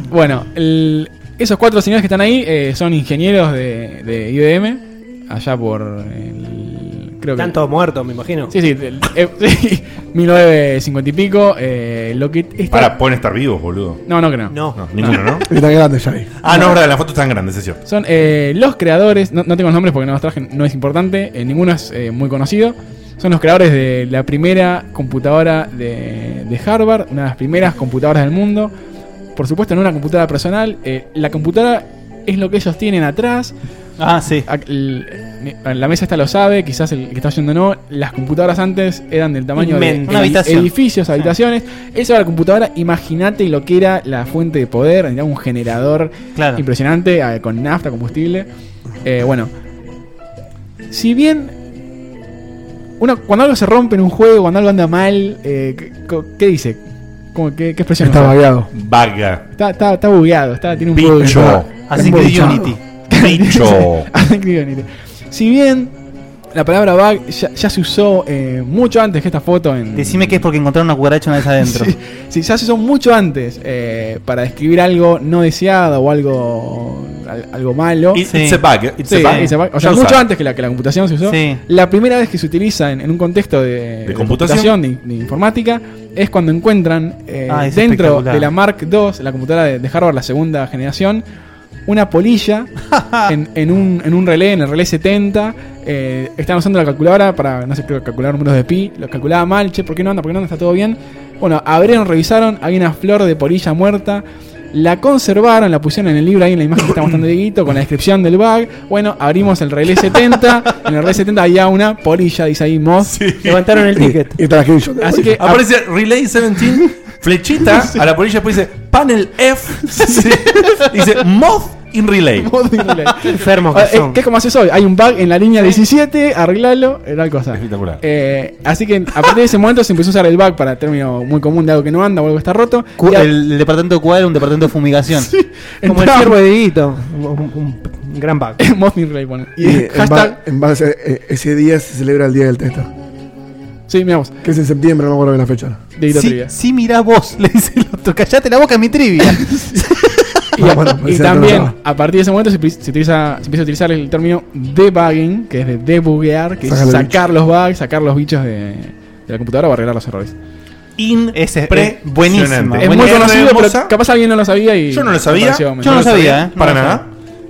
Speaker 7: Bueno, el- esos cuatro señores que están ahí eh, son ingenieros de, de IBM, allá por el... Creo que...
Speaker 5: Están todos muertos, me imagino.
Speaker 7: Sí, sí, del- eh, sí, 1950 y pico. eh, lo que está-
Speaker 3: Para, pueden estar vivos, boludo.
Speaker 7: No, no que no.
Speaker 3: ninguno, ¿no?
Speaker 6: Están grandes ya ahí.
Speaker 3: Ah, no, es verdad, las fotos están grandes, es cierto.
Speaker 7: Son eh, los creadores, no, no tengo los nombres porque no los traje, no es importante, eh, ninguno es eh, muy conocido. Son los creadores de la primera computadora de, de Harvard, una de las primeras computadoras del mundo. Por supuesto, no una computadora personal. eh, la computadora es lo que ellos tienen atrás. eh,
Speaker 4: Ah, sí.
Speaker 7: La mesa esta lo sabe, quizás el que está oyendo no. Las computadoras antes eran del tamaño de
Speaker 4: Inmenso. Una habitación.
Speaker 7: edificios, habitaciones. Esa era la computadora. Imagínate lo que era la fuente de poder. Era un generador impresionante eh, con nafta, combustible. Eh, bueno, si bien uno- cuando algo se rompe en un juego, cuando algo anda mal, eh, ¿qué, co- qué dice? ¿Cómo- qué, qué expresión?
Speaker 6: Está
Speaker 7: usa?
Speaker 6: vagueado.
Speaker 3: Vaga.
Speaker 7: Está, está, está bugueado, está, tiene un bug.
Speaker 3: Bicho.
Speaker 7: Está-
Speaker 3: Assassin's
Speaker 7: está
Speaker 3: Creed
Speaker 7: embochado.
Speaker 3: Unity. Bicho.
Speaker 7: Assassin's Creed Unity. Si bien la palabra bug ya, ya se usó eh, mucho antes que esta foto en...
Speaker 4: Decime que es porque encontraron una cucaracha una vez adentro.
Speaker 7: Sí, sí, ya se usó mucho antes eh, para describir algo no deseado o algo al- algo malo.
Speaker 3: It's- it's a bug, it's
Speaker 7: Sí,
Speaker 3: a bug.
Speaker 7: it's a bug. O
Speaker 3: Ya
Speaker 7: sea,
Speaker 3: lo
Speaker 7: mucho
Speaker 3: sabe.
Speaker 7: antes que la, que la computación se usó.
Speaker 3: Sí.
Speaker 7: La primera vez que se utiliza en, en un contexto de, de
Speaker 3: computación.
Speaker 7: de, de informática es cuando encuentran eh,
Speaker 4: Ah, es
Speaker 7: dentro
Speaker 4: espectacular.
Speaker 7: de la Mark II, la computadora de, de Harvard, la segunda generación, una polilla en, en un, en un relé, en el relé 70. eh, estaban usando la calculadora para, no sé, creo que calcular números de pi. Lo calculaba mal, che, ¿por qué no anda? ¿Por qué no anda? ¿Está todo bien? Bueno, abrieron, revisaron, hay una flor de polilla muerta. La conservaron, la pusieron en el libro ahí en la imagen que está mostrando Dieguito con la descripción del bug. Bueno, abrimos el relé 70. En el relé 70 había una polilla, dice ahí Moss. Levantaron el ticket. Así que
Speaker 3: aparece Relay 17, flechita a la polilla, después dice Panel F. dice Moth in Relay.
Speaker 7: Moth in Relay.
Speaker 3: Qué enfermos que
Speaker 7: Ah, eh,
Speaker 3: son.
Speaker 7: ¿Qué es como haces hoy? Hay un bug en la línea 17, arreglalo, era algo cosa.
Speaker 3: Espectacular.
Speaker 7: Eh, así que a partir de ese momento se empezó a usar el bug para término muy común de algo que no anda o algo que está roto.
Speaker 4: Cu-
Speaker 7: Y a-
Speaker 4: El, el departamento de cuadro era un departamento de fumigación.
Speaker 5: Como el
Speaker 7: Entramos.
Speaker 5: ciervo de Dieguito. Un, un- un gran bug. eh,
Speaker 7: Moth in Relay, pone.
Speaker 6: Y
Speaker 7: Y
Speaker 6: en,
Speaker 7: hashtag
Speaker 6: ba- en base eh, ese día se celebra el Día del Testa.
Speaker 7: Sí, miramos.
Speaker 6: Que es en septiembre, no me acuerdo bien la fecha.
Speaker 7: Dieguito
Speaker 4: Sí,
Speaker 7: Trivia.
Speaker 4: sí, mirá vos, le dice el otro. Callate la boca, es mi trivia.
Speaker 7: Y, a- y también, a partir de ese momento se, pri- se utiliza, se empieza a utilizar el término debugging, que es de debuguear, que
Speaker 4: Sácalo,
Speaker 7: es sacar los bugs, sacar los bichos de, de la computadora o arreglar los errores.
Speaker 4: Ese es buenísima.
Speaker 7: Es muy
Speaker 3: Buenísima.
Speaker 7: conocido,
Speaker 3: Hermosa.
Speaker 7: pero capaz alguien no lo sabía y...
Speaker 3: Yo no lo
Speaker 7: me
Speaker 3: sabía.
Speaker 7: pareció- me
Speaker 3: lo
Speaker 7: pareció- No
Speaker 3: Para
Speaker 7: lo
Speaker 3: nada.
Speaker 7: sabía.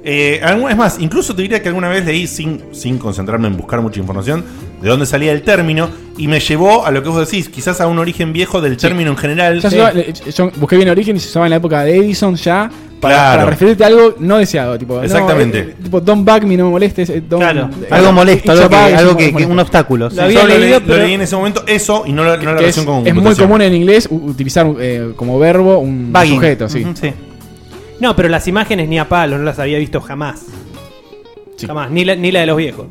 Speaker 3: Eh, algún- es más, incluso te diría que alguna vez leí, sin, sin concentrarme en buscar mucha información, de dónde salía el término, y me llevó a lo que vos decís, quizás a un origen viejo del término en general.
Speaker 7: Ya se usaba- le- yo busqué bien origen y se usaba en la época de Edison ya para,
Speaker 3: Claro.
Speaker 7: para referirte a algo no deseado. Tipo, no,
Speaker 3: Exactamente.
Speaker 7: eh, tipo, don't bug me, no me molestes. eh, don't-
Speaker 4: Claro.
Speaker 7: eh,
Speaker 4: Algo molesto,
Speaker 7: it's
Speaker 4: algo
Speaker 7: a
Speaker 4: que-
Speaker 7: bug, es
Speaker 4: algo
Speaker 7: un-
Speaker 4: que- que
Speaker 7: molesto.
Speaker 4: un obstáculo,
Speaker 3: Sí, yo lo, leí, lo leí en ese momento, eso, y no la, no la
Speaker 7: Que es,
Speaker 3: relación con
Speaker 7: es muy
Speaker 3: computación.
Speaker 7: común en inglés u- utilizar eh, como verbo un
Speaker 5: Bugging.
Speaker 7: sujeto, sí.
Speaker 5: Ujú, No, pero las imágenes ni a palos, no las había visto jamás. Jamás, ni la, ni la de los viejos.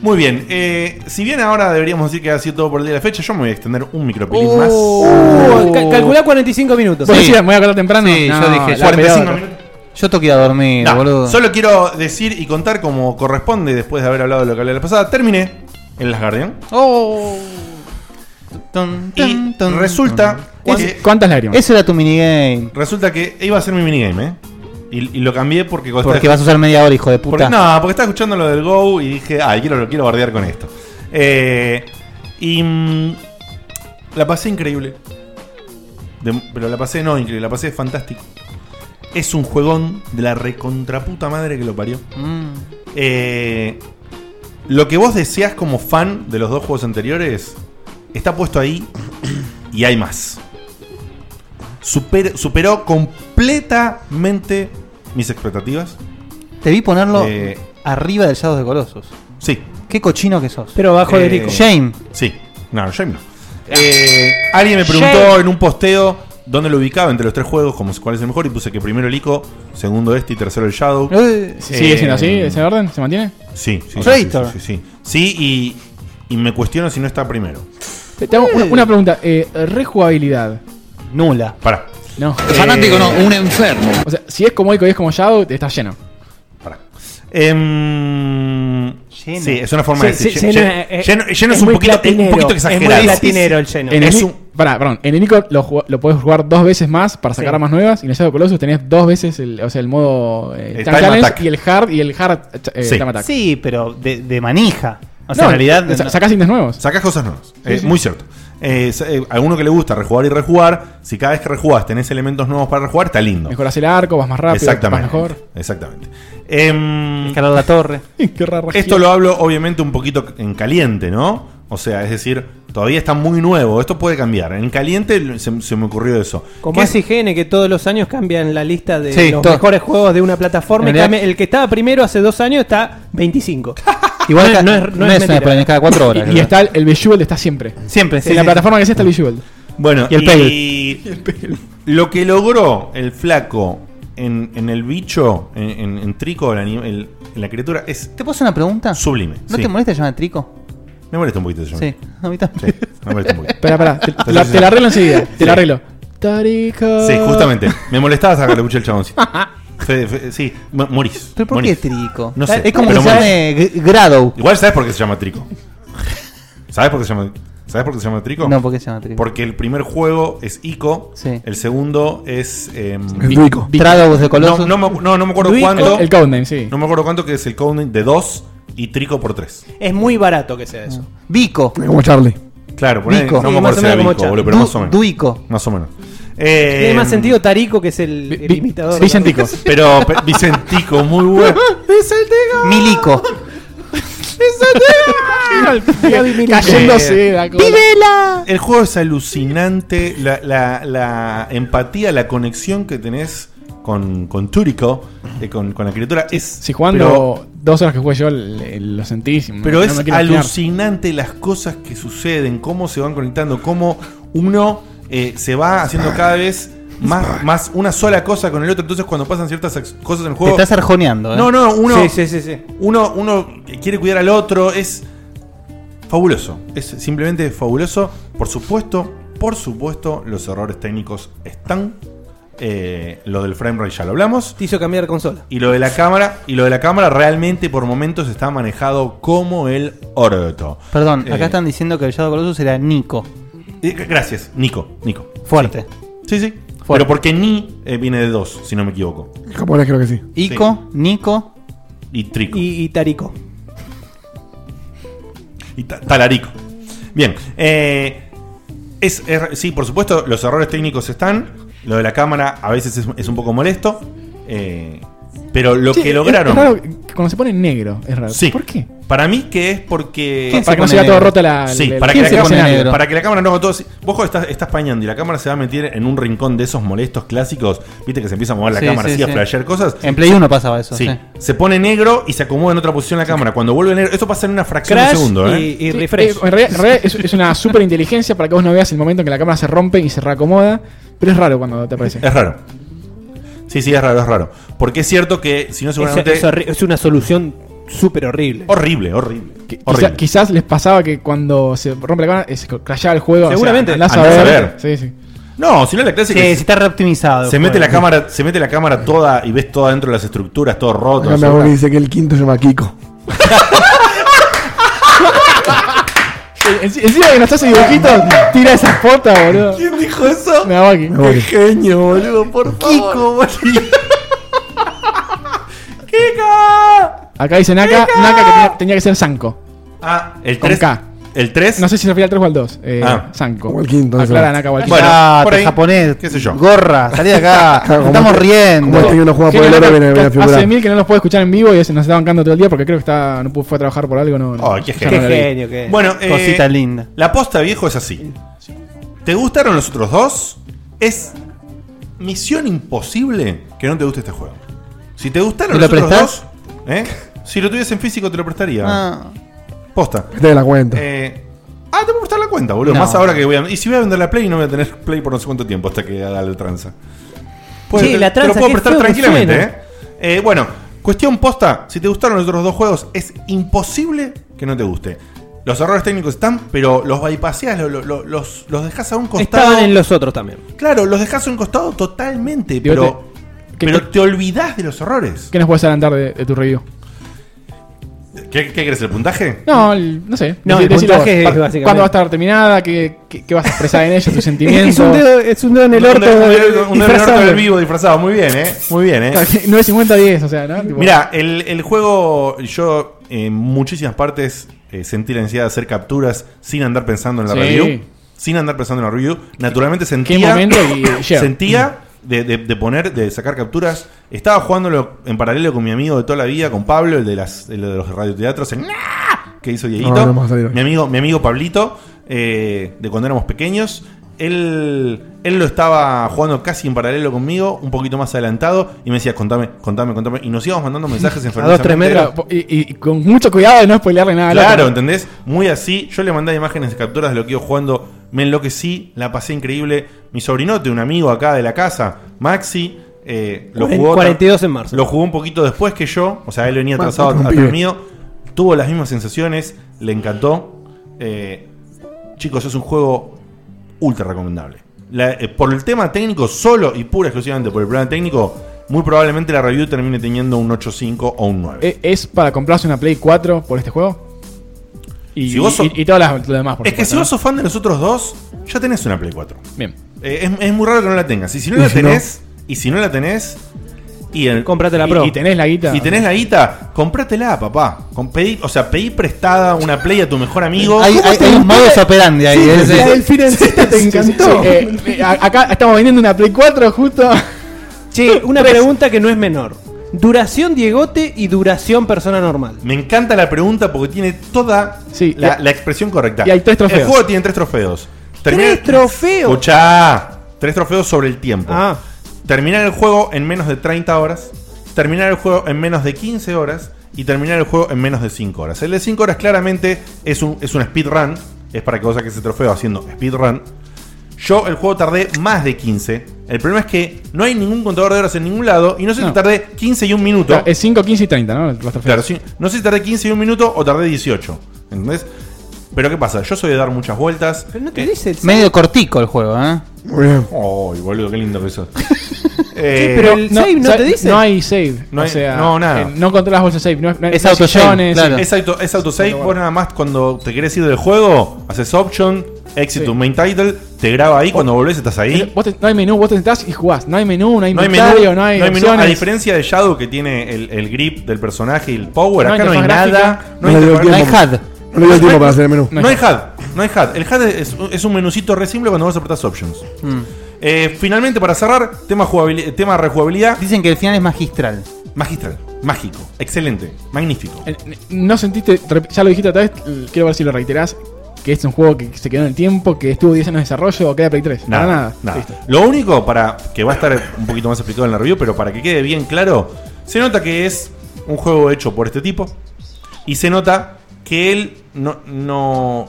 Speaker 3: Muy bien, eh, si bien ahora deberíamos decir que ha sido todo por el día de la fecha, yo me voy a extender un micropilín más.
Speaker 5: Uh, cal- calculá 45 minutos.
Speaker 3: Vos decías,
Speaker 7: voy a acordar temprano.
Speaker 4: Sí, yo dije,
Speaker 3: 45 minutos.
Speaker 4: Yo toqué a dormir,
Speaker 3: No,
Speaker 4: boludo.
Speaker 3: Solo quiero decir y contar como corresponde después de haber hablado de lo que hablé la pasada. Terminé en Las Guardian.
Speaker 4: Oh. y
Speaker 3: resulta que-
Speaker 7: ¿Cuántas lágrimas?
Speaker 4: Eso era tu minigame.
Speaker 3: Resulta que iba a ser mi minigame, ¿eh? Y, y lo cambié porque... cuando
Speaker 4: Porque
Speaker 3: estaba-
Speaker 4: vas a usar media hora, hijo de
Speaker 3: porque-
Speaker 4: puta.
Speaker 3: no, porque estaba escuchando lo del Go y dije, ay, quiero, lo quiero bardear con esto. Eh, y mm, la pasé increíble. De- pero la pasé no increíble, la pasé fantástico. Es un juegón de la recontraputa madre que lo parió. Eh, lo que vos deseas como fan de los dos juegos anteriores está puesto ahí y hay más. Super- superó completamente mis expectativas.
Speaker 4: Te vi ponerlo
Speaker 3: Eh,
Speaker 4: arriba del Shadows de Colossus.
Speaker 3: Sí.
Speaker 4: Qué cochino que sos.
Speaker 5: Pero abajo
Speaker 3: Eh,
Speaker 4: Shame.
Speaker 3: Sí. No, Shame no. Eh, alguien me preguntó
Speaker 4: Shame.
Speaker 3: en un posteo dónde lo ubicaba entre los tres juegos, como cuál es el mejor, y puse que primero el ICO, segundo este y tercero el Shadow.
Speaker 7: Eh,
Speaker 3: Eh,
Speaker 7: Sí, ¿Sigue siendo así ese orden? ¿Se mantiene?
Speaker 3: Sí, sí, sí,
Speaker 7: Traitor.
Speaker 3: sí, sí, sí. Sí, y, y me cuestiono si no está primero.
Speaker 7: Te, te hago una, una pregunta. eh, rejugabilidad.
Speaker 4: Nula.
Speaker 3: Pará.
Speaker 7: No.
Speaker 9: Fanático no, un
Speaker 7: enfermo. O sea, si es como Ico y es como Shadow, está lleno.
Speaker 3: Em, sí, es una forma de
Speaker 7: Sí,
Speaker 3: decir.
Speaker 7: sí,
Speaker 3: Lle-
Speaker 7: lleno,
Speaker 3: lle-
Speaker 7: eh,
Speaker 3: lleno,
Speaker 7: eh,
Speaker 3: lleno es,
Speaker 7: es
Speaker 3: un
Speaker 7: muy
Speaker 3: poquito, es un
Speaker 7: platinero.
Speaker 3: poquito
Speaker 7: Es muy
Speaker 3: exagerado.
Speaker 7: platinero
Speaker 5: el lleno.
Speaker 7: En el,
Speaker 3: Es
Speaker 7: Ni-
Speaker 3: un-
Speaker 7: pará, perdón. En el Nico lo, ju- lo podés jugar dos veces más para sacar
Speaker 5: Sí.
Speaker 7: armas nuevas. Y en el Shadow Colossus tenés dos veces el, o sea, el modo eh,
Speaker 4: El
Speaker 7: Time
Speaker 4: time
Speaker 7: Challenge
Speaker 4: attack.
Speaker 7: y el hard y el hard eh, ch- eh,
Speaker 4: sí.
Speaker 7: time attack.
Speaker 4: Sí, pero de, de manija. O sea,
Speaker 7: No,
Speaker 4: en realidad.
Speaker 7: sa- sacás indies nuevos.
Speaker 3: Sacás cosas nuevas.
Speaker 7: Sí,
Speaker 3: Eh,
Speaker 7: sí.
Speaker 3: Muy cierto. Eh, sa- eh, a uno que le gusta rejugar y rejugar, si cada vez que rejugás tenés elementos nuevos para rejugar, está lindo.
Speaker 7: Mejorás el arco, vas más rápido,
Speaker 3: Exactamente.
Speaker 7: vas mejor.
Speaker 3: Exactamente.
Speaker 4: Escalar la torre.
Speaker 3: Esto lo hablo obviamente un poquito en caliente, ¿no? O sea, es decir, todavía está muy nuevo. Esto puede cambiar. En caliente se, se me ocurrió eso.
Speaker 5: Como es IGN que todos los años cambian la lista de
Speaker 3: Sí,
Speaker 5: los
Speaker 3: todo.
Speaker 5: mejores juegos de una plataforma. y
Speaker 3: En realidad-
Speaker 5: cambia- el que estaba primero hace dos años está 25.
Speaker 4: Igual ca- no es una
Speaker 5: mentira.
Speaker 4: planilla, cada cuatro horas,
Speaker 7: Y, y
Speaker 4: creo.
Speaker 7: está el, el visual, está siempre.
Speaker 4: Siempre,
Speaker 7: En
Speaker 4: sí,
Speaker 7: la
Speaker 4: sí,
Speaker 7: plataforma que sea está el visual.
Speaker 3: Bueno,
Speaker 7: Y el
Speaker 3: Lo que logró el flaco en, en el bicho, en, en, en Trico, el anim- el- en la criatura, es.
Speaker 4: ¿Te puedo hacer una pregunta?
Speaker 3: Sublime.
Speaker 4: ¿No
Speaker 3: sí.
Speaker 4: te molesta llamar Trico?
Speaker 3: Me molesta un poquito eso.
Speaker 4: Sí, a mí también.
Speaker 3: me molesta un poquito.
Speaker 7: Espera, pará, te,
Speaker 3: Entonces,
Speaker 7: la, te la arreglo enseguida.
Speaker 3: Sí.
Speaker 7: Te la arreglo. Tarico.
Speaker 4: Eh.
Speaker 3: Sí, justamente. Me molestaba sacarle la pucha al chabón. sí. Fe- fe- sí, mo- morís.
Speaker 4: ¿Pero por
Speaker 3: morís.
Speaker 4: qué Trico?
Speaker 3: No sé.
Speaker 4: Es como
Speaker 3: pero
Speaker 4: que se
Speaker 3: morís.
Speaker 4: llame G- Grado.
Speaker 3: Igual sabes por qué se llama Trico. ¿Sabes por qué se llama ¿Sabes por qué se llama Trico?
Speaker 4: No, ¿por qué se llama Trico?
Speaker 3: Porque el primer juego es Ico, el segundo es em,
Speaker 4: El Duico. Tragos de Colossus.
Speaker 3: No, no, me- no, no me acuerdo
Speaker 5: Duico.
Speaker 3: cuánto.
Speaker 5: El- el
Speaker 7: codename, sí.
Speaker 3: No me acuerdo cuánto que es el codename de 2 y Trico por 3.
Speaker 5: Es muy barato que sea eso.
Speaker 4: Bico.
Speaker 6: Como Charlie.
Speaker 3: Claro, por ahí
Speaker 5: Bico.
Speaker 3: no
Speaker 5: Sí,
Speaker 3: me acuerdo
Speaker 5: más o
Speaker 3: si era
Speaker 5: menos como
Speaker 3: Bico,
Speaker 5: Char-
Speaker 3: boludo, pero
Speaker 5: Du-
Speaker 3: más o menos.
Speaker 4: Duico.
Speaker 3: Más o menos.
Speaker 5: Tiene
Speaker 3: Eh,
Speaker 5: más sentido Tarico, que es el, el imitador.
Speaker 3: Vicentico. Pero pe- Vicentico, muy bueno.
Speaker 7: Eh,
Speaker 5: Vicentico.
Speaker 4: Milico.
Speaker 7: Cayéndose la cosa.
Speaker 3: ¡Pibela! El juego es alucinante. La, la- la empatía, la conexión que tenés con, con Turico, eh, con, con la criatura, es.
Speaker 7: Si jugando dos horas que jugué yo, el- el- lo sentí.
Speaker 3: Pero, pero
Speaker 7: no
Speaker 3: es
Speaker 7: me quiero imaginar.
Speaker 3: alucinante las cosas que suceden, cómo se van conectando, cómo uno eh, se va haciendo cada vez. Más, más una sola cosa con el otro, entonces cuando pasan ciertas ex- cosas en el juego.
Speaker 4: estás arjoneando, ¿eh?
Speaker 3: No, no, uno.
Speaker 4: Sí, sí, sí, sí.
Speaker 3: Uno, uno quiere cuidar al otro. Es fabuloso. Es simplemente fabuloso. Por supuesto, por supuesto, los errores técnicos están. Eh, lo del frame rate ya lo hablamos.
Speaker 5: Te hizo cambiar consola.
Speaker 3: Y lo de la cámara, y lo de la cámara realmente por momentos está manejado como el orto.
Speaker 4: Perdón,
Speaker 3: Eh,
Speaker 4: acá están diciendo que el Shadow Colossus era Nico.
Speaker 3: eh, Gracias, Nico, Nico.
Speaker 4: Fuerte.
Speaker 3: Sí, sí. Pero porque ni eh, viene de dos, si no me equivoco.
Speaker 6: En japonés creo que sí.
Speaker 4: Ico, Nico.
Speaker 3: Y Trico.
Speaker 5: Y, y Tarico.
Speaker 3: Y ta- talarico. Bien. eh, es, es- sí, por supuesto, los errores técnicos están. Lo de la cámara a veces es, es un poco molesto. eh, pero lo
Speaker 7: Sí,
Speaker 3: que
Speaker 7: es-
Speaker 3: lograron.
Speaker 7: Es raro, que cuando se pone negro, es raro.
Speaker 3: Sí.
Speaker 7: ¿Por qué?
Speaker 3: Para mí que es porque.
Speaker 7: ¿Quién se Para que no pone se vea negro? toda rota la-
Speaker 3: Sí,
Speaker 7: la-
Speaker 3: para, que
Speaker 7: ¿Quién
Speaker 3: la
Speaker 7: se pone
Speaker 3: cámara,
Speaker 7: negro?
Speaker 3: para que la cámara no haga todo así. Vos jo, estás, estás pañando y la cámara se va a meter en un rincón de esos molestos clásicos. Viste que se empieza a mover la
Speaker 4: Sí,
Speaker 3: cámara
Speaker 4: sí,
Speaker 3: así a
Speaker 4: sí.
Speaker 3: flashear cosas.
Speaker 4: En Play 1 pasaba eso, sí.
Speaker 3: Se pone negro y se acomoda en otra posición la cámara. Cuando vuelve negro, esto pasa en una fracción de
Speaker 7: Crash
Speaker 3: segundo, ¿eh?
Speaker 5: y-
Speaker 7: Sí,
Speaker 5: y refresh.
Speaker 7: eh, en realidad, en realidad es, es una super inteligencia para que vos no veas el momento en que la cámara se rompe y se reacomoda. Pero es raro cuando te aparece.
Speaker 3: Es raro. Sí, sí, es raro, es raro. Porque es cierto que si no seguramente.
Speaker 5: Es- es horri- es una solución súper horrible.
Speaker 3: Horrible, horrible.
Speaker 7: Quizá- quizás les pasaba que cuando se rompe la cámara, eh, se crashaba el juego. o sea,
Speaker 3: Seguramente.
Speaker 7: andás a
Speaker 3: Andás a
Speaker 7: ver.
Speaker 3: ver.
Speaker 7: Sí, sí.
Speaker 3: No, si no la clásica.
Speaker 4: Sí,
Speaker 3: es-
Speaker 4: si está reoptimizado.
Speaker 3: Se
Speaker 4: el
Speaker 3: mete, la
Speaker 4: juego.
Speaker 3: cámara, se mete la cámara toda y ves todo dentro de las estructuras, todo roto.
Speaker 6: Acá mi
Speaker 3: seguro.
Speaker 6: abuelo dice que el quinto se llama Kiko.
Speaker 7: En- Encima que nos hace dibujitos, tira esas fotos, boludo.
Speaker 10: ¿Quién dijo eso?
Speaker 7: Me hago aquí.
Speaker 10: Qué genio, boludo, por favor. Kiko, ¡Kiko!
Speaker 7: Acá dice Naka, Naka que tenía, tenía que ser Sanko.
Speaker 3: Ah, el
Speaker 7: Con
Speaker 3: 3.
Speaker 7: K.
Speaker 3: ¿El 3?
Speaker 7: No sé si se refiere al 3 o al 2. Eh,
Speaker 3: Ah.
Speaker 7: Sanko.
Speaker 3: O al quinto,
Speaker 7: Aclara
Speaker 3: eso.
Speaker 7: Naka o al
Speaker 3: Bueno,
Speaker 4: Ah,
Speaker 3: por
Speaker 4: te
Speaker 3: ahí,
Speaker 4: japonés.
Speaker 3: qué sé yo.
Speaker 4: Gorra, salí de acá.
Speaker 7: Claro, como
Speaker 4: estamos
Speaker 7: este-
Speaker 4: riendo.
Speaker 7: como este que uno
Speaker 6: juega
Speaker 7: Creo
Speaker 6: por el
Speaker 7: que
Speaker 6: oro,
Speaker 7: Naka-
Speaker 6: viene- viene a figurar.
Speaker 7: Hace mil que no los puedo escuchar en vivo y se nos está bancando todo el día porque creo que está, no pudo- fue a trabajar por algo. No, no,
Speaker 3: Ay, Oh, qué
Speaker 7: ya
Speaker 3: genio.
Speaker 7: no lo vi.
Speaker 3: Bueno, eh,
Speaker 4: Cosita linda.
Speaker 3: La posta viejo es así. ¿Te gustaron los otros dos? Es misión imposible que no te guste este juego. Si te gustaron
Speaker 6: ¿Me
Speaker 3: los
Speaker 6: lo
Speaker 3: otros
Speaker 6: prestás? Ah.
Speaker 3: dos, ¿eh? si lo tuviese en físico te lo prestaría.
Speaker 4: Ah.
Speaker 3: Posta.
Speaker 6: Que te dé Este la cuenta.
Speaker 3: Eh, ah, te voy a prestar la cuenta, boludo.
Speaker 6: No.
Speaker 3: Más ahora que voy a. Y si voy a vender la Play, no voy a tener Play por no sé cuánto tiempo hasta que haga la tranza. Puede-
Speaker 5: Sí, la
Speaker 3: Te
Speaker 5: tranza,
Speaker 3: lo puedo
Speaker 5: qué
Speaker 3: prestar
Speaker 5: feo que
Speaker 3: tranquilamente,
Speaker 5: suena.
Speaker 3: ¿eh? Eh, Bueno, cuestión posta. Si te gustaron los otros dos juegos, es imposible que no te guste. Los errores técnicos están, pero los bypaseas, lo- lo- lo- los, los dejas a un costado.
Speaker 5: Estaban en los otros también.
Speaker 3: Claro, los dejas a un costado totalmente,
Speaker 7: Digo,
Speaker 3: pero, pero te olvidás de los errores.
Speaker 7: ¿Qué nos puedes adelantar de, de tu review?
Speaker 3: ¿Qué, qué crees, el puntaje?
Speaker 7: No, el- no sé.
Speaker 5: No, el
Speaker 7: decilo
Speaker 5: puntaje
Speaker 7: vos.
Speaker 5: es
Speaker 7: Pa-
Speaker 5: básicamente-
Speaker 7: ¿Cuándo va a estar terminada? ¿Qué, qué- qué vas a expresar en ella? ¿Tus sentimientos?
Speaker 5: Es un dedo, es un dedo en el
Speaker 7: Un
Speaker 5: orto.
Speaker 7: dedo- un
Speaker 3: dedo- un dedo en el orto
Speaker 5: disfrazado.
Speaker 3: del vivo disfrazado. Muy bien, ¿eh? Muy bien, ¿eh?
Speaker 7: No es 50-10, o sea, ¿no? Tipo-
Speaker 3: Mira, el, el juego, yo en muchísimas partes eh, sentí la necesidad de hacer capturas sin andar pensando en la
Speaker 7: Sí.
Speaker 3: review. Sin andar pensando en la review. Naturalmente sentía.
Speaker 7: momento y Mm. llega.
Speaker 3: sentía de, de- de poner, de sacar capturas. Estaba jugándolo en paralelo con mi amigo de toda la vida, con Pablo, el de, las, el de los radioteatros. En que hizo Dieguito.
Speaker 6: No, no vamos a salir hoy.
Speaker 3: mi, amigo, mi amigo Pablito, eh, de cuando éramos pequeños. Él, él lo estaba jugando casi en paralelo conmigo, un poquito más adelantado, y me decía, contame, contame, contame. Y nos íbamos mandando mensajes en
Speaker 7: Claro, Y, y- y con mucho cuidado de no spoilearle nada. al
Speaker 3: Claro,
Speaker 7: otro.
Speaker 3: ¿entendés? Muy así. Yo le mandé imágenes de capturas de lo que iba jugando. Me enloquecí, la pasé increíble. Mi sobrinote, un amigo acá de la casa, Maxi, eh, lo
Speaker 5: Cuaren-
Speaker 3: jugó.
Speaker 5: 42 en marzo.
Speaker 3: Lo jugó un poquito después que yo. O sea, él venía
Speaker 5: Bueno,
Speaker 3: atrasado
Speaker 5: otro
Speaker 3: atrás
Speaker 5: pibe.
Speaker 3: mío. Tuvo las mismas sensaciones, le encantó. Eh, chicos, es un juego ultra recomendable. La- eh, por el tema técnico, solo y pura exclusivamente por el problema técnico, muy probablemente la review termine teniendo un 8.5 o un 9.
Speaker 7: ¿E- ¿Es para comprarse una Play 4 por este juego? Y,
Speaker 3: Si vos sos-
Speaker 7: y- y todas las lo demás, por
Speaker 3: Es que
Speaker 7: supuesto,
Speaker 3: si
Speaker 7: ¿no?
Speaker 3: vos sos fan de los otros dos, ya tenés una Play 4.
Speaker 7: Bien.
Speaker 3: Eh, es, es muy raro que no la tengas. Y si no
Speaker 7: Y
Speaker 3: la
Speaker 7: si no.
Speaker 3: tenés, y si no la tenés, y el,
Speaker 5: Comprate la
Speaker 3: y-
Speaker 5: Pro.
Speaker 3: Y tenés
Speaker 7: la guita.
Speaker 3: Y tenés la guita, comprátela, papá. Con- pedí- o sea, pedí prestada una Play a tu mejor amigo.
Speaker 4: Hay, hay, hay un modus operandi ahí. ¿eh?
Speaker 3: Sí,
Speaker 4: es-
Speaker 3: la
Speaker 4: es-
Speaker 3: del
Speaker 7: financista te encantó. eh, acá estamos vendiendo una Play 4 justo.
Speaker 5: Che, una pregunta que no es menor. Duración Diegote y duración persona normal.
Speaker 3: Me encanta la pregunta porque tiene toda la, la expresión correcta.
Speaker 5: Y hay tres
Speaker 3: El
Speaker 5: trofeos.
Speaker 3: juego tiene tres trofeos.
Speaker 5: Tres trofeos. Ah.
Speaker 3: Escuchá. Tres trofeos sobre el tiempo. Terminar el juego en menos de 30 horas. Terminar el juego en menos de 15 horas. Y terminar el juego en menos de 5 horas. El de 5 horas claramente es un, es un speedrun. Es para que vos saques ese trofeo haciendo speedrun. Yo el juego tardé más de 15. El problema es que no hay ningún contador de horas en ningún lado. Y no sé si tardé 15 y un minuto.
Speaker 7: Claro, Es 5, 15 y 30, ¿no? Los trofeos.
Speaker 3: Claro, sí. No sé si tardé 15 y un minuto o tardé 18. ¿Entendés? Pero ¿qué pasa? Yo soy de dar muchas vueltas. Pero no te
Speaker 5: dice el-
Speaker 4: Medio cortico el juego, ¿eh?
Speaker 3: Ay, boludo, qué lindo que sos. Eh,
Speaker 7: pero
Speaker 3: no,
Speaker 7: el save no,
Speaker 3: sa-
Speaker 7: te dice. No hay save.
Speaker 3: No
Speaker 7: o
Speaker 3: hay-
Speaker 7: sea,
Speaker 3: no, nada.
Speaker 7: eh, no controlas bolsas save. No, no-
Speaker 3: Es
Speaker 7: no hay
Speaker 3: autosave,
Speaker 7: sillones,
Speaker 3: claro.
Speaker 7: sí.
Speaker 3: Es auto- es autosave, vos nada más cuando te querés ir del juego, haces option, exit to main title, te graba ahí, cuando volvés estás ahí.
Speaker 7: Vos te- no hay menú, vos te sentás y jugás. No hay menú, no hay
Speaker 3: No hay menú,
Speaker 7: inventario, no hay,
Speaker 3: no hay menú. A
Speaker 7: opciones.
Speaker 3: diferencia de Shadow que tiene el, el grip del personaje y el power,
Speaker 7: No hay
Speaker 3: acá no hay
Speaker 7: interfaz
Speaker 3: nada.
Speaker 7: gráfica.
Speaker 6: No le dio
Speaker 3: interfaz-
Speaker 6: tiempo. No le dio tiempo para hacer el menú.
Speaker 3: No, hay HUD. No hay HUD. El HUD es, es un menucito re simple cuando vos apretás options. Eh, finalmente, para cerrar, tema, jugabili- tema rejugabilidad.
Speaker 4: Dicen que el final es magistral.
Speaker 3: Magistral. Mágico. Excelente. Magnífico.
Speaker 7: No sentiste, rep- ya lo dijiste otra vez, l- quiero ver si lo reiterás, que es un juego que se quedó en el tiempo, que estuvo 10 años de desarrollo o queda Play 3. Para nada. Listo.
Speaker 3: Lo único para que va a estar un poquito más explicado en la review, pero para que quede bien claro, se nota que es un juego hecho por este tipo y se nota que él no, no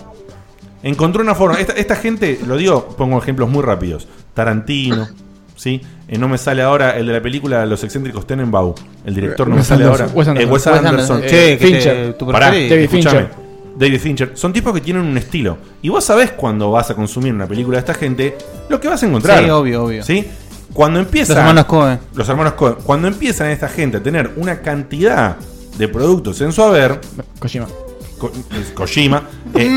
Speaker 3: encontró una forma. Esta, esta gente, lo digo, pongo ejemplos muy rápidos. Tarantino, ¿sí? Eh, no me sale ahora el de la película Los excéntricos Tenenbaum. El director no me
Speaker 4: Wes
Speaker 3: sale
Speaker 4: Anderson.
Speaker 3: ahora.
Speaker 4: Wes Anderson.
Speaker 3: Eh, Wes
Speaker 4: Wes
Speaker 3: Anderson.
Speaker 4: Anderson. Che, que te- tu
Speaker 3: Pará,
Speaker 4: preferí. David
Speaker 3: escúchame.
Speaker 4: Fincher.
Speaker 3: David Fincher. Son tipos que tienen un estilo. Y vos sabés cuando vas a consumir una película de esta gente, lo que vas a encontrar.
Speaker 4: Sí, obvio, obvio.
Speaker 3: ¿Sí? Cuando empiezan.
Speaker 4: Los hermanos Coen.
Speaker 3: Los hermanos Coen. Cuando empiezan esta gente a tener una cantidad de productos en su haber.
Speaker 7: Kojima.
Speaker 3: Kojima.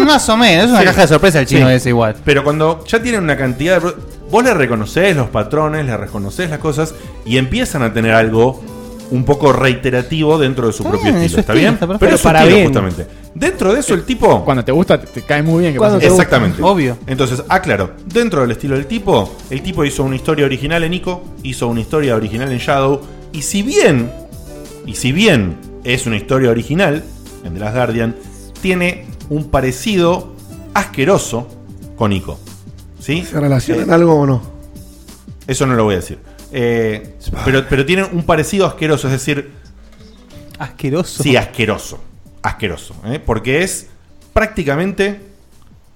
Speaker 4: Más o menos, es una caja de sorpresa el chino ese
Speaker 3: igual. Pero cuando ya tienen una cantidad de. pro- Vos le reconocés los patrones, le reconocés las cosas y empiezan a tener algo un poco reiterativo dentro de su propio
Speaker 7: es
Speaker 3: estilo.
Speaker 7: su
Speaker 3: ¿Está
Speaker 7: estilo,
Speaker 3: bien?
Speaker 7: está perfecto.
Speaker 3: Pero
Speaker 7: Pero para
Speaker 3: para bien.
Speaker 7: bien.
Speaker 3: justamente. Dentro de eso, el tipo.
Speaker 7: Cuando te gusta, te, te cae muy bien. que pase eso.
Speaker 3: Exactamente. Obvio. Entonces, ah, claro, dentro del estilo del tipo, el tipo hizo una historia original en Ico, hizo una historia original en Shadow, y si bien, y si bien es una historia original en The Last Guardian, tiene un parecido asqueroso con Ico. ¿Sí?
Speaker 6: ¿Se relacionan algo o no?
Speaker 3: Eso no lo voy a decir. Eh, pero, pero tiene un parecido asqueroso, es decir.
Speaker 4: Asqueroso.
Speaker 3: Sí, asqueroso. Asqueroso. ¿eh? Porque es prácticamente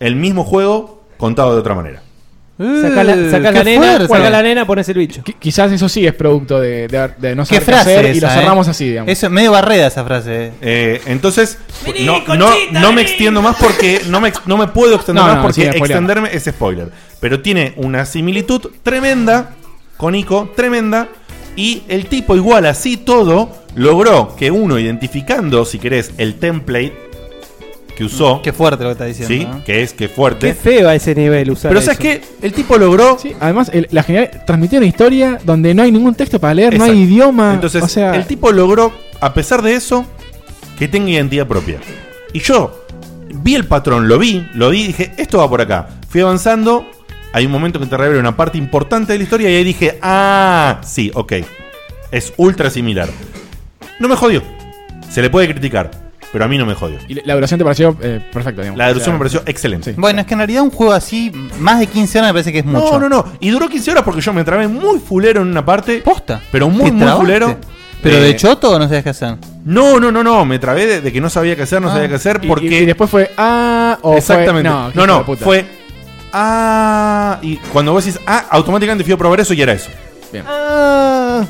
Speaker 3: el mismo juego contado de otra manera.
Speaker 5: Sacá la, sacá la nena, sacá la nena, pones el bicho.
Speaker 7: Quizás eso sí es producto de, de- de no
Speaker 5: ¿Qué
Speaker 7: saber qué hacer
Speaker 5: frase
Speaker 7: y lo
Speaker 5: esa, eh?
Speaker 7: cerramos así, digamos.
Speaker 4: Eso es medio barreda esa frase. ¿eh?
Speaker 3: Eh, entonces, no, no, no me extiendo más porque no me, ex- no me puedo extender
Speaker 7: No,
Speaker 3: más
Speaker 7: no,
Speaker 3: porque
Speaker 7: sí, spoiler.
Speaker 3: extenderme es spoiler. Pero tiene una similitud tremenda con Ico, tremenda. Y el tipo, igual así todo, logró que uno, identificando, si querés, el template que usó.
Speaker 4: Qué fuerte lo que está diciendo,
Speaker 3: Sí,
Speaker 4: ¿no?
Speaker 3: que es que fuerte.
Speaker 5: Qué feo a ese nivel usar
Speaker 3: Pero ¿sabes
Speaker 5: eso.
Speaker 3: qué? El tipo logró.
Speaker 7: además, el- la general transmitió una historia donde no hay ningún texto para leer, no hay
Speaker 3: Exacto.
Speaker 7: idioma.
Speaker 3: Entonces,
Speaker 7: o sea,
Speaker 3: el tipo logró, a pesar de eso, que tenga identidad propia. Y yo vi el patrón, lo vi, lo vi y dije, esto va por acá. Fui avanzando, hay un momento que te revela una parte importante de la historia y ahí dije, ah, sí, ok. Es ultra similar. No me jodió. Se le puede criticar, pero a mí no me jodió.
Speaker 7: y la duración te pareció eh, perfecta, digamos.
Speaker 3: La duración me
Speaker 7: O sea,
Speaker 3: pareció excelente.
Speaker 4: Bueno, es que en realidad un juego así, más de 15 horas me parece que es mucho.
Speaker 3: No, no, no. Y duró 15 horas porque yo me trabé muy fulero en una parte.
Speaker 4: Posta.
Speaker 3: Pero muy,
Speaker 4: ¿Te
Speaker 3: muy
Speaker 4: trabaste?
Speaker 3: fulero.
Speaker 4: ¿Pero de
Speaker 3: hecho
Speaker 4: choto o no sabías qué hacer?
Speaker 3: No, no, no, no. Me trabé de, de que no sabía qué hacer, no
Speaker 7: Ah.
Speaker 3: sabía qué hacer
Speaker 7: Y-
Speaker 3: porque.
Speaker 7: y, después fue ah o fue-
Speaker 3: Exactamente.
Speaker 7: no,
Speaker 3: no, no,
Speaker 7: hijo de puta.
Speaker 3: fue. Ah. Y cuando vos decís ah, automáticamente fui a probar eso y era eso.
Speaker 7: Ah.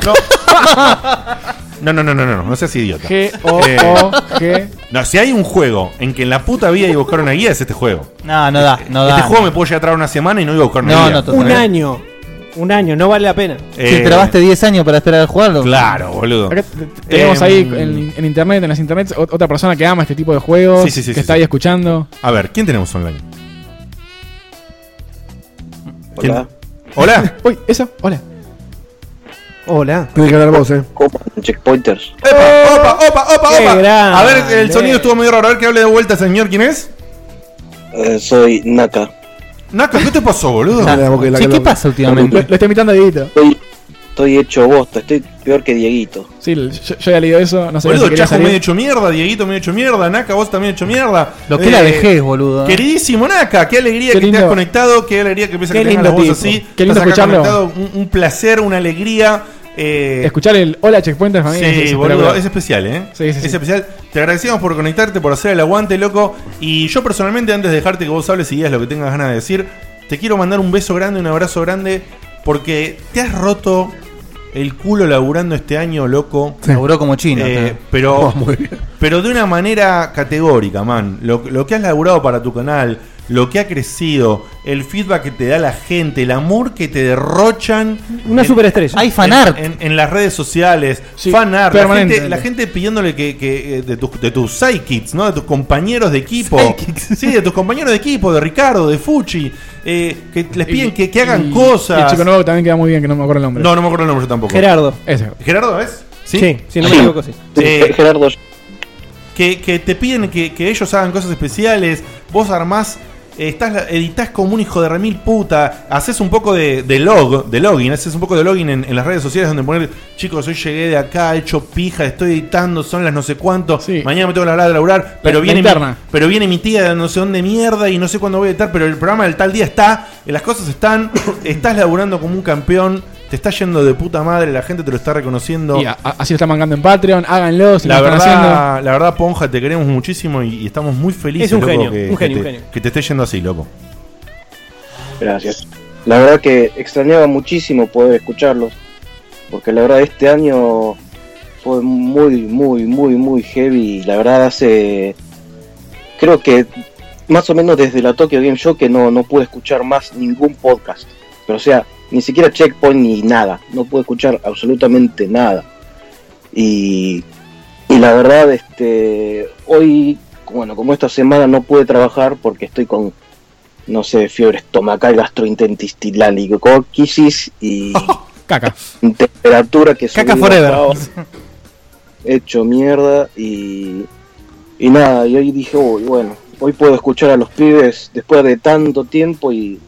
Speaker 3: No, no, no, no, no, no, no seas idiota.
Speaker 7: G, O,
Speaker 3: Eh,
Speaker 7: O, G.
Speaker 3: No, si hay un juego en que en la puta vida iba a buscar una guía, es este juego.
Speaker 4: No, no da, no da.
Speaker 3: este juego me puedo llegar a traer una semana y no iba a buscar una guía.
Speaker 5: un año. Un año, no vale la pena.
Speaker 3: Eh,
Speaker 4: Te trabaste 10 años para esperar a jugarlo.
Speaker 3: Claro, boludo.
Speaker 7: Acá t- tenemos
Speaker 3: Eh,
Speaker 7: ahí en, en internet, en las internets, ot- otra persona que ama este tipo de juegos,
Speaker 3: Sí, sí, sí,
Speaker 7: que
Speaker 3: sí,
Speaker 7: está
Speaker 3: sí.
Speaker 7: ahí escuchando.
Speaker 3: A ver, ¿quién tenemos online? ¿Quién?
Speaker 9: Hola.
Speaker 3: Hola.
Speaker 7: Uy, esa, hola.
Speaker 5: Hola.
Speaker 6: Tienes que hablar vos, eh.
Speaker 9: Checkpointers.
Speaker 3: Opa, opa, opa,
Speaker 9: ¡Oh! Qué
Speaker 3: opa.
Speaker 9: grande.
Speaker 3: A ver, el sonido estuvo medio raro. A ver que hable de vuelta, señor. ¿Quién es?
Speaker 9: Eh, soy Naka.
Speaker 3: Naka, ¿qué te pasó, boludo?
Speaker 9: Sí, ¿qué pasa últimamente?
Speaker 7: Lo, lo está imitando a Dieguito.
Speaker 9: Estoy hecho bosta, estoy peor que Dieguito.
Speaker 7: Sí, yo, yo había leído eso, no sé
Speaker 3: Boludo,
Speaker 7: si quería
Speaker 3: Chaco
Speaker 7: salir.
Speaker 3: medio hecho mierda, Dieguito medio hecho mierda, Naka, vos también hecho mierda.
Speaker 4: Lo que es la vejez, boludo, ¿eh?
Speaker 3: Queridísimo Naka, qué alegría
Speaker 4: Qué
Speaker 3: que te has
Speaker 4: lindo.
Speaker 3: conectado, qué alegría que empieza a
Speaker 4: Qué
Speaker 3: tener la
Speaker 4: lindo
Speaker 3: voz
Speaker 4: tipo.
Speaker 3: así.
Speaker 4: Qué lindo
Speaker 3: Estás acá
Speaker 4: escucharlo.
Speaker 3: conectado, Un, un placer, una alegría. eh,
Speaker 7: Escuchar el Hola Checkpointers para mí es
Speaker 3: Sí,
Speaker 7: espectacular.
Speaker 3: boludo, es especial, ¿eh? es especial. Te agradecemos por conectarte, por hacer el aguante, loco. Y yo personalmente, antes de dejarte que vos hables y digas lo que tengas ganas de decir, te quiero mandar un beso grande, un abrazo grande, porque te has roto el culo laburando este año, loco.
Speaker 4: Sí. Laburó como chino,
Speaker 3: Eh,
Speaker 4: claro.
Speaker 3: pero,
Speaker 4: Oh, muy
Speaker 3: pero de una manera categórica, man. Lo, lo que has laburado para tu canal, lo que ha crecido, el feedback que te da la gente, el amor que te derrochan.
Speaker 5: Una superestrella.
Speaker 3: En- En, en las redes sociales, fan art. La
Speaker 5: permanente.
Speaker 3: gente, la gente pidiéndole que, que, eh, de, tus, de tus sidekicks, ¿no? De tus compañeros de equipo. Sí, de tus compañeros de equipo, de Ricardo, de Fuchi. eh, que les piden que, que hagan
Speaker 7: Y- y el
Speaker 3: cosas.
Speaker 7: chico nuevo también queda muy bien, que no me acuerdo el nombre.
Speaker 3: No, no me acuerdo el nombre yo tampoco.
Speaker 7: Gerardo. Ese.
Speaker 3: ¿Gerardo es?
Speaker 7: Sí, sí, no me
Speaker 3: Sí.
Speaker 7: equivoco, sí.
Speaker 3: Eh,
Speaker 9: Gerardo.
Speaker 3: Que, que te piden que, que ellos hagan cosas especiales. Vos armás. eh, Estás, editás como un hijo de remil puta. Haces un poco de, de log, de login. Haces un poco de login en, en las redes sociales donde poner, chicos, hoy llegué de acá, hecho pija, estoy editando, son las no sé cuánto. Mañana me tengo que hablar de laburar. Pero
Speaker 7: la
Speaker 3: viene, mi,
Speaker 7: interna.
Speaker 3: pero viene mi tía de no sé dónde mierda y no sé cuándo voy a editar. Pero el programa del tal día está, eh, las cosas están, estás laburando como un campeón, te está yendo de puta madre, la gente te lo está reconociendo.
Speaker 7: Y a- a- así lo están mangando en Patreon, háganlo, si
Speaker 3: La
Speaker 7: lo están haciendo.
Speaker 3: verdad, la verdad, Ponja, te queremos muchísimo y, y estamos muy felices
Speaker 7: Es un
Speaker 3: loco,
Speaker 7: genio,
Speaker 3: que,
Speaker 7: un
Speaker 3: que
Speaker 7: genio,
Speaker 3: te,
Speaker 7: un genio.
Speaker 3: que te esté yendo así, loco.
Speaker 9: Gracias. La verdad que extrañaba muchísimo poder escucharlos. Porque la verdad este año fue muy, muy, muy, muy heavy. y La verdad hace... Creo que más o menos desde la Tokyo Game Show que no, no pude escuchar más ningún podcast. Pero o sea, ni siquiera Checkpoint ni nada. No pude escuchar absolutamente nada. Y, y la verdad, este, hoy, bueno, como esta semana no pude trabajar porque estoy con no sé, fiebre estomacal, gastrointestinal y coquisis y
Speaker 7: caca.
Speaker 9: temperatura que
Speaker 4: Caca
Speaker 9: subió
Speaker 4: forever.
Speaker 9: acá, hecho mierda y y nada, y hoy dije, uy, bueno, hoy puedo escuchar a los pibes después de tanto tiempo y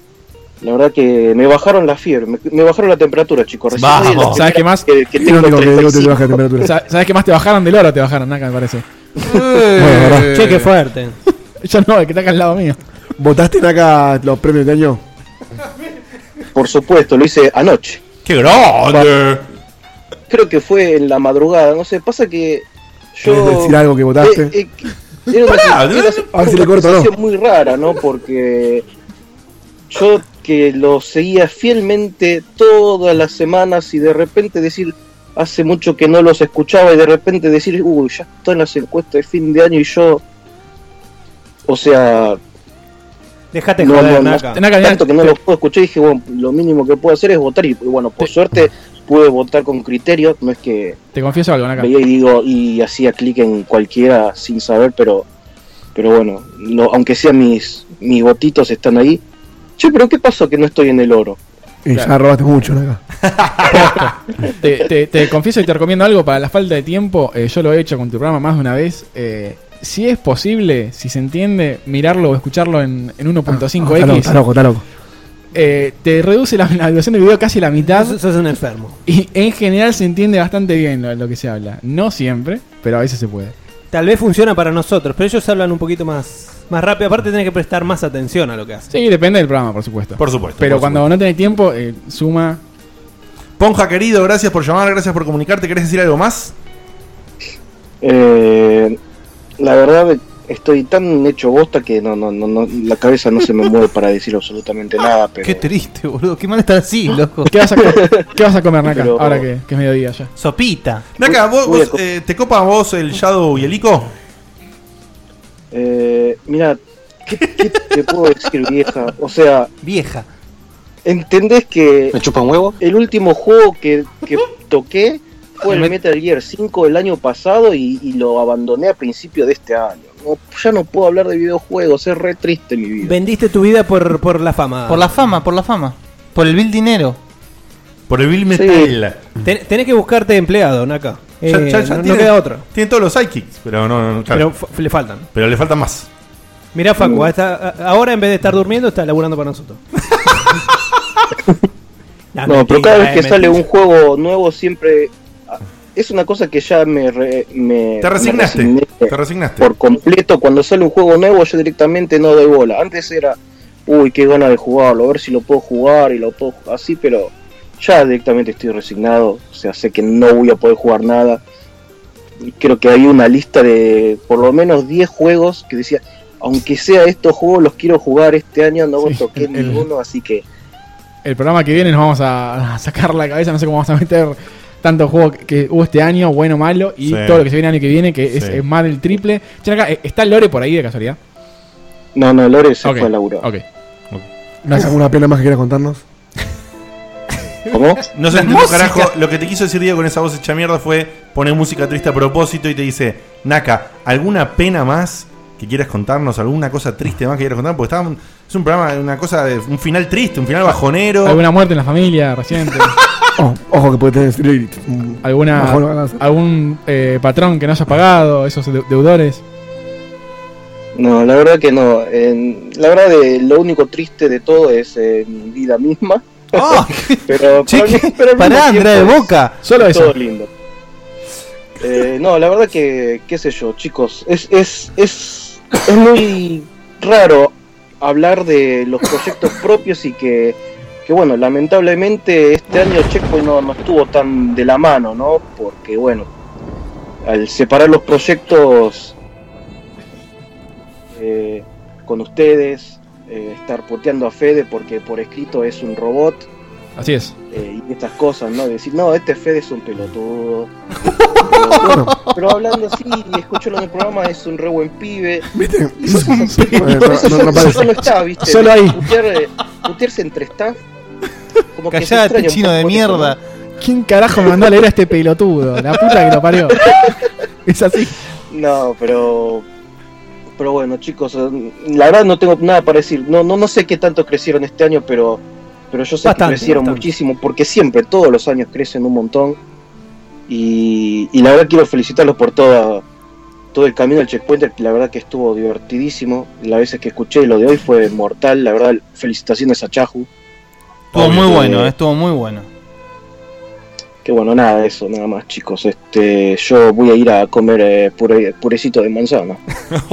Speaker 9: la verdad que me bajaron la fiebre, me, me bajaron la temperatura, chicos. Recién hoy en la
Speaker 7: ¿Sabes qué
Speaker 9: primera
Speaker 7: más?
Speaker 9: que- que tengo 35.
Speaker 7: Sa- ¿Sabes qué más te bajaron del oro? Te bajaron, Naka, me parece.
Speaker 3: Eh.
Speaker 5: Che, qué fuerte.
Speaker 7: Yo no, el que está acá al lado mío.
Speaker 6: ¿Votaste acá los premios de año?
Speaker 9: Por supuesto, lo hice anoche.
Speaker 3: ¡Qué grande!
Speaker 9: Creo que fue en la madrugada, no sé, pasa que
Speaker 6: ¿Querés
Speaker 9: yo...
Speaker 6: decir algo que votaste?
Speaker 9: Eh, eh, era una,
Speaker 6: Pará,
Speaker 9: era
Speaker 6: a ver si le
Speaker 9: una
Speaker 6: corto,
Speaker 9: sensación muy rara, ¿no? Porque yo que lo seguía fielmente todas las semanas y de repente decir, hace mucho que no los escuchaba y de repente decir, uy, ya están las encuestas de fin de año y yo, o sea...
Speaker 5: Dejate
Speaker 9: no,
Speaker 5: joder,
Speaker 9: no, no,
Speaker 5: Naka.
Speaker 9: tanto que no los puedo escuchar y dije, bueno, lo mínimo que puedo hacer es votar y bueno, por suerte pude votar con criterio, no es que
Speaker 7: Te confieso algo, Naka.
Speaker 9: veía y digo y hacía clic en cualquiera sin saber pero pero bueno no, aunque sean mis mis votitos están ahí che pero qué pasó que no estoy en el oro
Speaker 6: Y ya robaste mucho, Naka.
Speaker 7: Te, te- te confieso y te recomiendo algo para la falta de tiempo. eh, yo lo he hecho con tu programa más de una vez. eh, si es posible, si se entiende, mirarlo o escucharlo en, en
Speaker 6: Ah, está loco,
Speaker 7: 1.5x.
Speaker 6: está loco, está loco.
Speaker 7: eh, te reduce la, la duración del video casi la mitad. Eso es un enfermo. Y en general se entiende bastante bien lo, lo que se habla. No siempre, pero a veces se puede.
Speaker 5: Tal vez funciona para nosotros, pero ellos hablan un poquito más, más rápido. Aparte, tenés que prestar más atención a lo que hacen.
Speaker 7: Sí, depende del programa, por supuesto.
Speaker 5: Por supuesto,
Speaker 7: Pero
Speaker 5: por
Speaker 7: cuando no tenés tiempo, eh, suma.
Speaker 3: Ponja querido, gracias por llamar, gracias por comunicarte. ¿Querés decir algo más?
Speaker 9: Eh, la verdad estoy tan hecho bosta que no no no no la cabeza no se me mueve para decir absolutamente nada pero
Speaker 4: Qué triste, boludo. Qué mal estar así, loco.
Speaker 7: ¿Qué vas a, co- qué vas a comer, Naka?
Speaker 4: Pero-
Speaker 7: Ahora que, que es mediodía ya.
Speaker 4: Sopita.
Speaker 3: Naka, vos, vos, eh, ¿te copas vos el Shadow y el Ico?
Speaker 9: Eh, mira, ¿qué, qué te puedo decir, vieja? O sea.
Speaker 4: Vieja.
Speaker 9: ¿Entendés que.
Speaker 11: ¿Me chupa un huevo?
Speaker 9: El último juego que, que toqué fue el
Speaker 11: Me-
Speaker 9: Metal Gear 5 del año pasado y, y lo abandoné a principio de este año. No, ya no puedo hablar de videojuegos, es re triste mi vida.
Speaker 5: Vendiste tu vida por, por la fama.
Speaker 4: Por la fama, por la fama. Por el vil dinero.
Speaker 3: Por el vil
Speaker 5: metal. Ten- tenés que buscarte empleado, Naka. Eh,
Speaker 3: Ya- ya- ya
Speaker 5: no, no
Speaker 3: tiene-
Speaker 5: queda otra.
Speaker 3: Tiene todos los sidekicks, pero no, no, no, claro. Mm.
Speaker 5: Pero fa- le faltan.
Speaker 3: pero le faltan más.
Speaker 5: Mirá, Facu, está- a- ahora en vez de estar durmiendo, está laburando para nosotros. No,
Speaker 9: No, pero
Speaker 5: mentira,
Speaker 9: cada vez
Speaker 5: eh,
Speaker 9: que sale un
Speaker 5: mentira.
Speaker 9: juego nuevo siempre ah, es una cosa que ya me, re- me-
Speaker 3: Te resignaste,
Speaker 9: me Eh, resigné
Speaker 3: te resignaste.
Speaker 9: por completo. Cuando sale un juego nuevo yo directamente no doy bola. Antes era, uy, qué gana de jugarlo, a ver si lo puedo jugar y lo puedo ju- así, pero ya directamente estoy resignado. O sea, sé que no voy a poder jugar nada. Y Creo que hay una lista de por lo menos 10 juegos que decía, aunque sea estos juegos los quiero jugar este año, no toqué ninguno, así que
Speaker 7: El programa que viene nos vamos a, a sacar la cabeza, no sé cómo vamos a meter tanto juego que, que hubo este año, bueno, malo, y
Speaker 9: Sí.
Speaker 7: todo lo que se viene el año que viene, que es,
Speaker 9: Sí.
Speaker 7: es más del triple. Che, acá, eh, ¿está Lore por ahí de casualidad?
Speaker 9: no, no, Lore se
Speaker 7: Ok,
Speaker 9: fue a laburar.
Speaker 6: ¿Tienes alguna pena más que quieras contarnos?
Speaker 9: ¿Cómo?
Speaker 3: No se
Speaker 6: La
Speaker 3: entendió un
Speaker 6: música.
Speaker 3: carajo. Lo que te quiso decir Diego con esa voz hecha mierda fue poner música triste a propósito y te dice, Naka, ¿alguna pena más que quieras contarnos? ¿Alguna cosa triste más que quieras contarnos? Porque está un- es un programa, una cosa de un final triste, un final bajonero.
Speaker 7: ¿Alguna muerte en la familia reciente?
Speaker 6: Oh, Ojo que puede tener street.
Speaker 7: ¿Alguna,
Speaker 6: Bajo la balanza.
Speaker 7: ¿Algún eh, patrón que no haya pagado? ¿Esos de- deudores?
Speaker 9: No, la verdad que no. En- la verdad, de, lo único triste de todo es eh, mi vida misma. pero,
Speaker 4: Che,
Speaker 9: para mí-
Speaker 4: que-
Speaker 9: pero al mismo
Speaker 4: pará,
Speaker 9: tiempo
Speaker 4: Andrea de
Speaker 9: es-
Speaker 4: Boca.
Speaker 9: es
Speaker 4: Solo eso.
Speaker 9: Todo lindo. Eh, no, la verdad que, qué sé yo, chicos, es, es, es, es muy raro hablar de los proyectos propios y que, que, bueno, lamentablemente este año Checkpoint no, no estuvo tan de la mano, ¿no? Porque, bueno, al separar los proyectos eh, con ustedes, eh, estar puteando a Fede porque por escrito es un robot,
Speaker 7: Así es.
Speaker 9: eh, y estas cosas, ¿no? Decir, no, este Fede es un pelotudo. Pero, pero hablando así, y escucharlo en el programa, es un re buen pibe. Y cosas así.
Speaker 6: Bueno, no-
Speaker 9: Eso
Speaker 6: no- no parece.
Speaker 9: solo está, ¿viste?
Speaker 6: Solo ahí.
Speaker 9: Putear, eh, putearse entre staff. Como que se
Speaker 4: Callate,
Speaker 9: extraña un
Speaker 4: chino de
Speaker 9: poco eso, ¿no?
Speaker 4: mierda.
Speaker 7: ¿Quién carajo me mandó a leer a este pelotudo? La puta que lo parió. Es así.
Speaker 9: No, pero. Pero bueno, chicos, eh, la verdad no tengo nada para decir. No, no, no sé qué tanto crecieron este año, pero. Pero yo sé
Speaker 5: Bastante,
Speaker 9: que crecieron
Speaker 5: bastante.
Speaker 9: muchísimo, porque siempre, todos los años crecen un montón. Y, y la verdad quiero felicitarlos por toda, todo el camino del checkpointer, que la verdad que estuvo divertidísimo. Las veces que escuché lo de hoy fue mortal, la verdad, felicitaciones a Chahu.
Speaker 4: Estuvo muy
Speaker 9: Obvio.
Speaker 4: bueno, eh, estuvo muy bueno.
Speaker 9: Que bueno, nada de eso, nada más chicos. Este, yo voy a ir a comer eh, pure- purecito de manzana.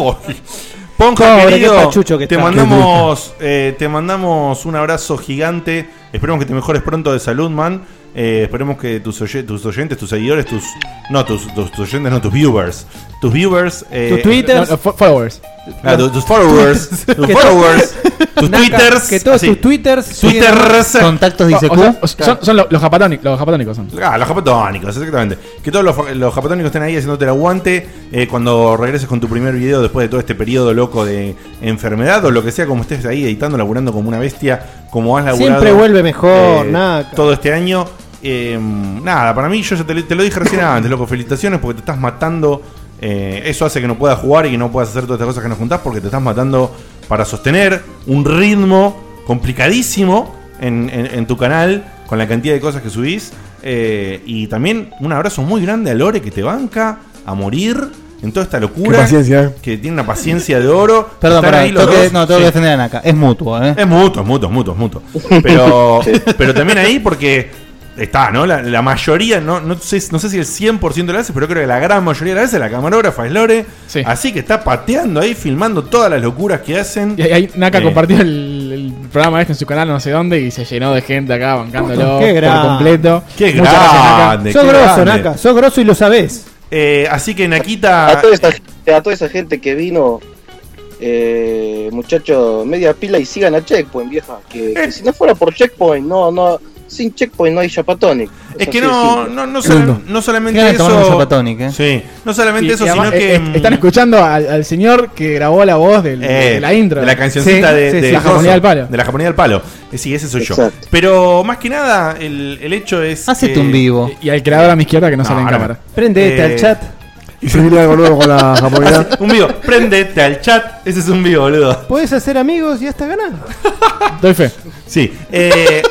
Speaker 3: Ponja,
Speaker 9: Pobre,
Speaker 3: querido,
Speaker 9: qué pachucho que
Speaker 3: te,
Speaker 9: está.
Speaker 3: mandamos, eh, te mandamos un abrazo gigante. Esperemos que te mejores pronto de salud, man. Eh, esperemos que tus, oye- tus oyentes, tus seguidores, tus. No, tus, tus, tus oyentes, no, tus viewers. Tus viewers. eh,
Speaker 7: Tus twitters. No, no, fo- followers.
Speaker 3: Ah, tus, tus followers.
Speaker 7: Twitters.
Speaker 3: Tus
Speaker 7: Que-
Speaker 3: followers. tus
Speaker 7: Naka,
Speaker 3: twitters.
Speaker 7: que todos tus twitters
Speaker 3: Twitters.
Speaker 7: siguen- Contactos de
Speaker 3: O- o
Speaker 7: ICQ.
Speaker 3: sea, o
Speaker 7: Claro.
Speaker 3: sea,
Speaker 7: Son- son lo- los japatónicos. Los japatónicos son.
Speaker 3: Ah, los japatónicos, exactamente. Que todos los, fa- los japatónicos estén ahí haciéndote el aguante eh, cuando regreses con tu primer video después de todo este periodo loco de enfermedad o lo que sea, como estés ahí editando, laburando como una bestia, como has laburado.
Speaker 5: Siempre vuelve mejor,
Speaker 3: nada. Todo este año. Eh, nada, para mí, yo ya te, lo- te lo dije recién antes, loco, felicitaciones porque te estás matando. eh, eso hace que no puedas jugar y que no puedas hacer todas estas cosas que nos juntás porque te estás matando para sostener un ritmo complicadísimo en, en- en tu canal con la cantidad de cosas que subís. eh, y también un abrazo muy grande a Lore que te banca a morir en toda esta locura.
Speaker 6: Qué paciencia, eh.
Speaker 3: Que tiene una paciencia de oro.
Speaker 4: Perdón,
Speaker 3: Están
Speaker 4: pará,
Speaker 3: ahí los
Speaker 4: tengo que-
Speaker 3: dos.
Speaker 4: no, tengo
Speaker 3: Sí.
Speaker 4: que defender a Naka. Es mutuo, ¿eh?
Speaker 3: Es mutuo, es mutuo, es mutuo, es mutuo. Pero, pero también ahí porque está, ¿no? La, la mayoría, no, no, sé, no sé si el 100% de las veces, pero creo que la gran mayoría de las veces la camarógrafa es Lore. Así que está pateando ahí, filmando todas las locuras que hacen.
Speaker 7: Y ahí- ahí Naka
Speaker 3: Eh,
Speaker 7: compartió el, el programa este en su canal, no sé dónde, y se llenó de gente acá bancándolo
Speaker 5: Qué
Speaker 7: por
Speaker 5: grande.
Speaker 7: completo.
Speaker 3: Qué
Speaker 7: Muchas gracias, Naka.
Speaker 3: grande,
Speaker 5: Sos
Speaker 3: qué
Speaker 5: grosso,
Speaker 3: grande.
Speaker 5: Naka, sos grosso y lo sabés.
Speaker 3: eh, así que Naquita.
Speaker 9: A toda esa, gente- a toda esa gente que vino, eh, muchachos, media pila y sigan a Checkpoint, vieja. Que,
Speaker 3: Eh.
Speaker 9: que si no fuera por Checkpoint, no, no. Sin Checkpoint no hay Japatonic.
Speaker 3: Es que no, no, no, sola- no solamente
Speaker 4: Quedan tomando
Speaker 3: eso.
Speaker 4: Zapatonic, ¿eh?
Speaker 3: Sí, no solamente
Speaker 7: Y-
Speaker 3: eso,
Speaker 7: y
Speaker 3: sino
Speaker 7: además,
Speaker 3: que. mm,
Speaker 7: eh, eh, están escuchando al, al señor que grabó la voz del-
Speaker 3: Eh,
Speaker 7: de la intro.
Speaker 3: De la cancioncita
Speaker 7: Sí,
Speaker 3: de,
Speaker 7: sí,
Speaker 3: de-
Speaker 7: sí, la
Speaker 3: coso,
Speaker 7: japonía del palo.
Speaker 3: De la japonía del palo. Eh, sí, ese soy
Speaker 7: Exacto.
Speaker 3: yo. Pero más que nada, el, el hecho es. que-
Speaker 7: Y al creador a mi izquierda que no,
Speaker 3: No,
Speaker 7: sale en
Speaker 3: ahora- Eh,
Speaker 7: cámara.
Speaker 3: Prendete al chat.
Speaker 6: Y se viene algo nuevo con la japonesa.
Speaker 3: un vivo, prendete al chat. Ese es un vivo, boludo.
Speaker 5: Podés hacer amigos y hasta ganar.
Speaker 7: Doy fe.
Speaker 3: Sí. eh,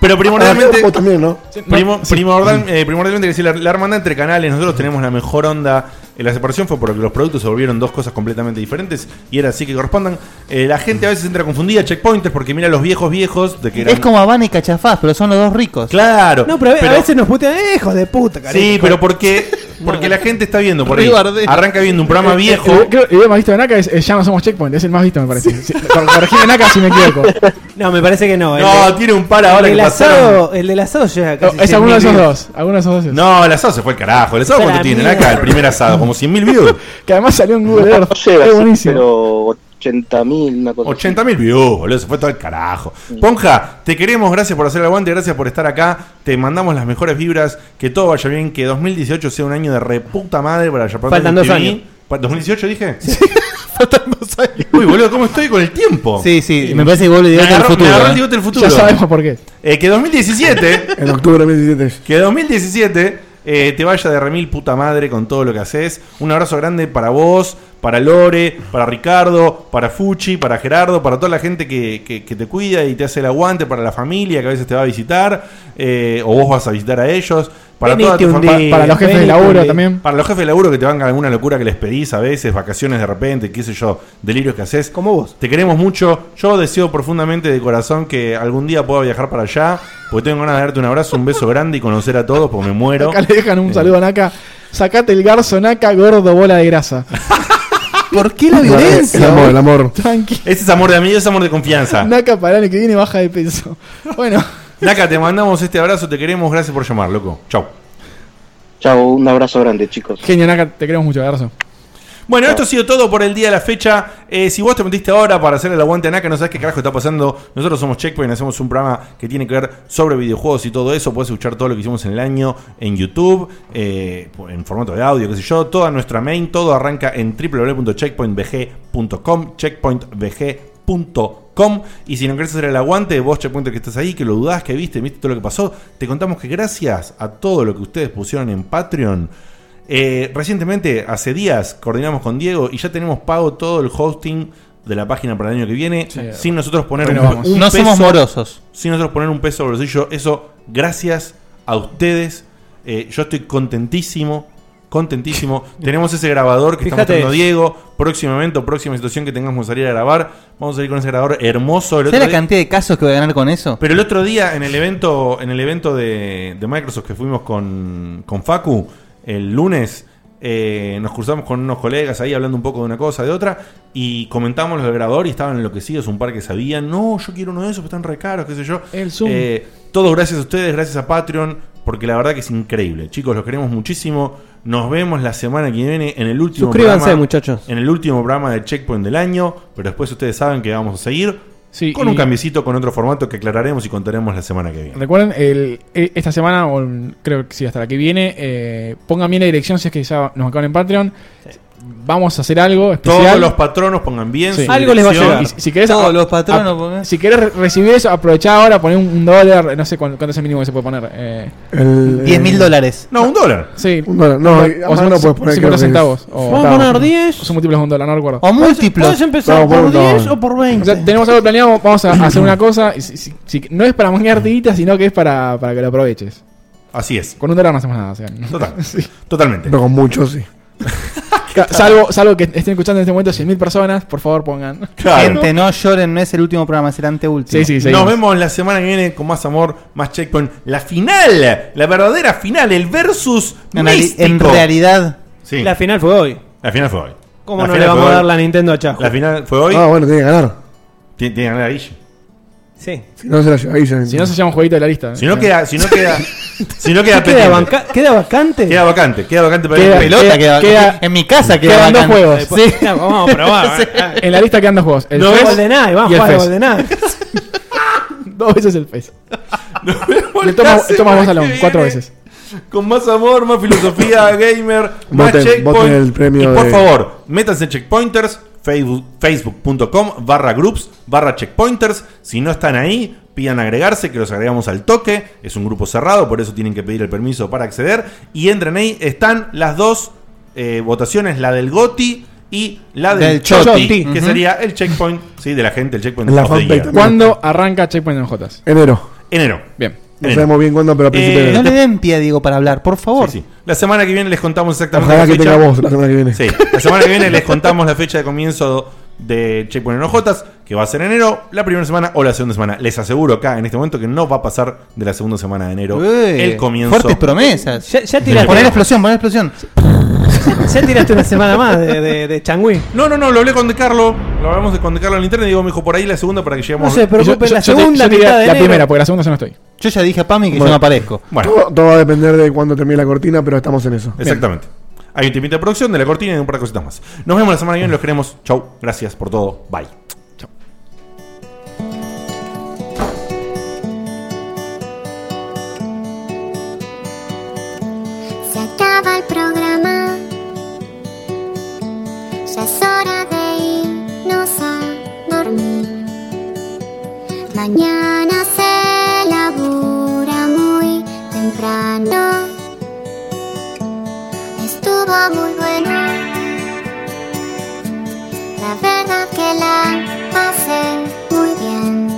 Speaker 3: pero primordialmente.
Speaker 6: Vos Ah, también, ¿no?
Speaker 3: Primo- primordial- eh, primordialmente, que sí, la, la hermandad entre canales, nosotros tenemos la mejor onda. Eh, La separación fue porque los productos se volvieron dos cosas completamente diferentes y era así que correspondan. Eh, la gente a veces entra confundida a checkpointers porque mira los viejos viejos de que eran-
Speaker 4: Es como Habana y Cachafaz, pero son los dos ricos.
Speaker 3: Claro.
Speaker 5: No, pero a, ve- a veces nos putean, eh, hijos de puta, cariño.
Speaker 3: Sí, pero porque, porque la gente está viendo por ahí.
Speaker 5: Ribardeo.
Speaker 3: Arranca viendo un programa
Speaker 7: Eh, eh,
Speaker 3: viejo.
Speaker 7: El, creo- el video más visto de Naka es, eh, Ya no somos Checkpoint, es el más visto, me parece. Sí, cor- Corregime Naka si me equivoco.
Speaker 5: No, me parece que no. el
Speaker 3: No,
Speaker 5: del-
Speaker 3: tiene un par ahora
Speaker 5: el
Speaker 3: que
Speaker 5: del
Speaker 3: pasaron.
Speaker 5: asado, El del asado llega casi.
Speaker 7: Oh, es alguno de esos
Speaker 5: 100.000 views.
Speaker 7: dos. Alguno de esos dos es.
Speaker 3: No, el asado se fue el carajo. ¿El asado
Speaker 7: Para
Speaker 3: cuánto tienen
Speaker 7: mí.
Speaker 3: acá? El primer asado, como 100.000 views.
Speaker 7: Que además salió en Google Earth.
Speaker 9: No llega,
Speaker 7: es
Speaker 9: sí,
Speaker 7: buenísimo.
Speaker 9: pero 80.000, una cosa.
Speaker 3: 80.000 views, boludo. Se fue todo el carajo. Ponja, te queremos. Gracias por hacer el aguante. Gracias por estar acá. Te mandamos las mejores vibras. Que todo vaya bien. Que 2018 sea un año de reputa madre para Japón.
Speaker 5: Faltan dos
Speaker 3: TV.
Speaker 5: años.
Speaker 3: Pa- ¿2018 dije? Faltan dos años. Uy, boludo, ¿cómo estoy con el tiempo?
Speaker 4: Sí, sí, me parece que vos le digaste
Speaker 3: Me agarró-
Speaker 4: el futuro,
Speaker 3: me agarró el
Speaker 4: eh.
Speaker 3: bigote del futuro.
Speaker 4: Ya sabemos por
Speaker 7: qué.
Speaker 3: Eh, que 2017.
Speaker 6: en octubre de 2017.
Speaker 3: Que 2017 eh, te vaya de remil puta madre con todo lo que haces. Un abrazo grande para vos, para Lore, para Ricardo, para Fuchi, para Gerardo, para toda la gente que, que- que te cuida y te hace el aguante, para la familia que a veces te va a visitar, eh, o vos vas a visitar a ellos. Para,
Speaker 7: Venite
Speaker 3: toda tu
Speaker 7: un
Speaker 3: fam-
Speaker 7: día,
Speaker 3: pa-
Speaker 7: para los jefes de
Speaker 3: venite
Speaker 7: laburo
Speaker 3: un día.
Speaker 7: también.
Speaker 3: Para los jefes de laburo que te van a alguna locura que les pedís a veces, vacaciones de repente, qué sé yo, delirios que haces. Como vos. Te queremos mucho. Yo deseo profundamente de corazón que algún día pueda viajar para allá, porque tengo ganas de darte un abrazo, un beso grande y conocer a todos, porque me muero.
Speaker 7: Acá le dejan un saludo a Naka. Sacate el garzo, Naka, gordo, bola de grasa.
Speaker 4: ¿Por qué la
Speaker 6: El amor, el amor.
Speaker 7: Tranqui.
Speaker 3: Ese es amor de amigo, es amor de confianza.
Speaker 7: Naka para el año que viene baja de peso. Bueno.
Speaker 3: Naka, te mandamos este abrazo, te queremos, gracias por llamar, loco. Chau.
Speaker 9: Chao, un abrazo grande, chicos.
Speaker 7: Genio, Naka, te queremos mucho, garzo.
Speaker 3: Bueno, esto ha sido todo por el día de la fecha. Eh, si vos te metiste ahora para hacer el aguante a Naka, no sabes qué carajo está pasando. Nosotros somos Checkpoint, hacemos un programa que tiene que ver sobre videojuegos y todo eso. Puedes escuchar todo lo que hicimos en el año en YouTube, eh, en formato de audio, qué sé yo. Toda nuestra main, todo arranca en www.checkpointvg.com, checkpointvg.com. Y si no querés hacer el aguante, vos, Checkpoint, que estás ahí, que lo dudás, que viste, viste todo lo que pasó, te contamos que gracias a todo lo que ustedes pusieron en Patreon. Eh, recientemente, hace días, coordinamos con Diego y ya tenemos pago todo el hosting de la página para el año que viene. sin nosotros poner
Speaker 4: Bueno, vamos. No somos morosos.
Speaker 3: Sin nosotros poner un peso al bolsillo. Eso, gracias a ustedes. Eh, yo estoy contentísimo. Contentísimo. tenemos ese grabador que
Speaker 5: Fíjate.
Speaker 3: está mostrando Diego. Próximamente, o próxima situación que tengamos que salir a grabar. Vamos a ir con ese grabador hermoso. El otro
Speaker 4: ¿Sabés la
Speaker 3: día-
Speaker 4: cantidad de casos que voy a ganar con eso?
Speaker 3: pero el otro día en el evento, en el evento de, de Microsoft que fuimos con, con Facu, el lunes, eh, nos cruzamos con unos colegas ahí hablando un poco de una cosa, de otra, y comentamos los del grabador y estaban enloquecidos, un par que sabían, no, yo quiero uno de esos, pero están re caros, qué sé yo.
Speaker 7: El Zoom.
Speaker 3: Eh, todos gracias a ustedes, gracias a Patreon, porque la verdad que es increíble. Chicos, los queremos muchísimo. Nos vemos la semana que viene en el último
Speaker 5: Suscríbanse,
Speaker 3: programa-
Speaker 5: muchachos.
Speaker 3: En el último programa de Checkpoint del año, pero después ustedes saben que vamos a seguir con
Speaker 7: y-
Speaker 3: un cambiecito, con otro formato que aclararemos y contaremos la semana que viene.
Speaker 7: Recuerden, el- e- esta semana, o mm, creo que sí, hasta la que viene, eh, pongan bien la dirección si es que ya nos acaban en Patreon. Vamos a hacer algo especial.
Speaker 3: Todos los patronos pongan bien su
Speaker 7: Algo les va a
Speaker 3: dirección.
Speaker 7: llegar. Y si- si querés,
Speaker 3: Todos
Speaker 7: a-
Speaker 3: los patronos
Speaker 7: a- Si querés re- recibir eso, aprovechá ahora, poné un, un dólar, no sé cuán- cuánto, es el mínimo que se puede poner. Eh,
Speaker 6: El-
Speaker 4: Diez mil dólares.
Speaker 3: No, un dólar.
Speaker 7: Sí.
Speaker 6: Un dólar. No,
Speaker 7: O-
Speaker 6: y más
Speaker 7: o son
Speaker 6: no puedes poner,
Speaker 7: 50
Speaker 6: creo que es-
Speaker 7: centavos. O
Speaker 6: Vamos a poner
Speaker 7: centavos.
Speaker 6: 10.
Speaker 7: O son múltiplos de un dólar, no recuerdo.
Speaker 4: O múltiplos.
Speaker 5: Puedes empezar
Speaker 7: No,
Speaker 5: por
Speaker 7: bueno, no.
Speaker 5: 10 o por 20.
Speaker 7: O sea, tenemos algo planeado, vamos a hacer una cosa. y si- si- si- no es para manguear tirita, sino que es para, para que lo aproveches.
Speaker 3: Así es.
Speaker 7: Con un dólar no hacemos nada. o sea, no.
Speaker 3: Total. Totalmente.
Speaker 6: Pero con muchos, sí.
Speaker 7: Ca- Salvo, salvo que estén escuchando en este momento 100.000 personas, por favor pongan.
Speaker 4: Gente, no lloren, no es el último programa, es el anteúltimo.
Speaker 3: Nos vemos la semana que viene con más amor, más checkpoint. La final, la verdadera final, el versus
Speaker 4: En reali-
Speaker 3: místico.
Speaker 4: en realidad.
Speaker 3: Sí.
Speaker 5: La final fue hoy.
Speaker 3: La final fue hoy.
Speaker 5: ¿Cómo
Speaker 3: La
Speaker 5: no
Speaker 3: final
Speaker 5: le vamos
Speaker 3: fue hoy.
Speaker 5: a dar la Nintendo a Chajo?
Speaker 3: La final fue hoy.
Speaker 6: Ah, bueno, tiene que ganar.
Speaker 3: Tiene tiene que ganar a Guille.
Speaker 5: Sí.
Speaker 6: Si no, se la lleva Guille.
Speaker 7: Si no se llama un jueguito de la lista. ¿eh?
Speaker 3: Si no queda, si no queda, si no
Speaker 7: Queda
Speaker 3: queda pendiente.
Speaker 5: banca- queda vacante.
Speaker 3: Queda vacante, queda vacante para
Speaker 7: Queda-
Speaker 3: el-
Speaker 7: queda- queda-
Speaker 4: en mi casa queda
Speaker 7: quedan dos
Speaker 4: vacante.
Speaker 7: juegos.
Speaker 4: Después-
Speaker 5: Sí. No, vamos a probar.
Speaker 7: En la lista quedan dos juegos.
Speaker 5: No
Speaker 7: PES
Speaker 5: ves GoldenEye, vamos
Speaker 7: y
Speaker 5: a
Speaker 7: el
Speaker 5: jugar a
Speaker 7: PES.
Speaker 5: GoldenEye.
Speaker 7: Dos veces el PES. Le toma,
Speaker 3: la
Speaker 7: toma vos
Speaker 3: semana
Speaker 7: a Long,
Speaker 3: que
Speaker 7: cuatro
Speaker 3: viene.
Speaker 7: veces.
Speaker 3: Con más amor, más filosofía gamer, más
Speaker 6: Voten-
Speaker 3: checkpoint.
Speaker 6: voten el premio
Speaker 3: y por
Speaker 6: de-
Speaker 3: favor, métanse en checkpointers, facebook- facebook.com barra groups barra checkpointers. Si no están ahí, pidan agregarse, que los agregamos al toque. Es un grupo cerrado, por eso tienen que pedir el permiso para acceder. Y entren ahí, están las dos eh, votaciones, la del GOTI y la del,
Speaker 4: Del
Speaker 3: Choti,
Speaker 4: Choti.
Speaker 3: que
Speaker 4: Ujú.
Speaker 3: sería el checkpoint sí, de la gente, el checkpoint
Speaker 6: La
Speaker 3: of the
Speaker 6: fanpage
Speaker 3: year.
Speaker 6: también.
Speaker 7: ¿Cuándo arranca Checkpoint en Jotas?
Speaker 6: Enero.
Speaker 3: Enero.
Speaker 7: Bien.
Speaker 6: No sabemos bien cuándo, pero a principios de
Speaker 4: Eh, no
Speaker 6: enero.
Speaker 4: le den pie a Diego para hablar, por favor.
Speaker 3: La semana que viene les contamos exactamente
Speaker 6: Ojalá
Speaker 3: la
Speaker 6: que
Speaker 3: fecha.
Speaker 6: tenga voz la semana que viene.
Speaker 3: Sí, la semana que viene les contamos la fecha de comienzo de Checkpoint en OJs, que va a ser en enero, la primera semana o la segunda semana. Les aseguro acá en este momento que no va a pasar de la segunda semana de enero
Speaker 4: Eh,
Speaker 3: el comienzo.
Speaker 4: Fuertes promesas.
Speaker 5: Ya, ya
Speaker 3: tiraste-
Speaker 4: Poner explosión, poner explosión.
Speaker 5: Ya tiraste una semana más de, de, de Changui.
Speaker 3: No, no, no, lo hablé con De Carlo, lo hablamos de- con De Carlo en internet y digo, me dijo por ahí la segunda para que lleguemos.
Speaker 5: No se preocupen, la segunda
Speaker 7: yo te diría
Speaker 5: mitad de
Speaker 7: La
Speaker 5: enero.
Speaker 7: primera, porque la segunda yo no estoy.
Speaker 4: pues. Yo ya dije a Pami que
Speaker 3: Bueno.
Speaker 4: yo no aparezco.
Speaker 3: Bueno.
Speaker 6: Todo, todo va a depender de cuándo termine la cortina, pero estamos en eso.
Speaker 3: Exactamente. Hay un timita de producción de la cortina y de un par de cositas más. Nos vemos la semana que viene, los queremos. Chau, gracias por todo. Bye.
Speaker 13: Se acaba el programa. Ya es hora de irnos a dormir. Mañana se labura muy temprano. Estuvo muy bueno. La verdad que la pasé muy bien.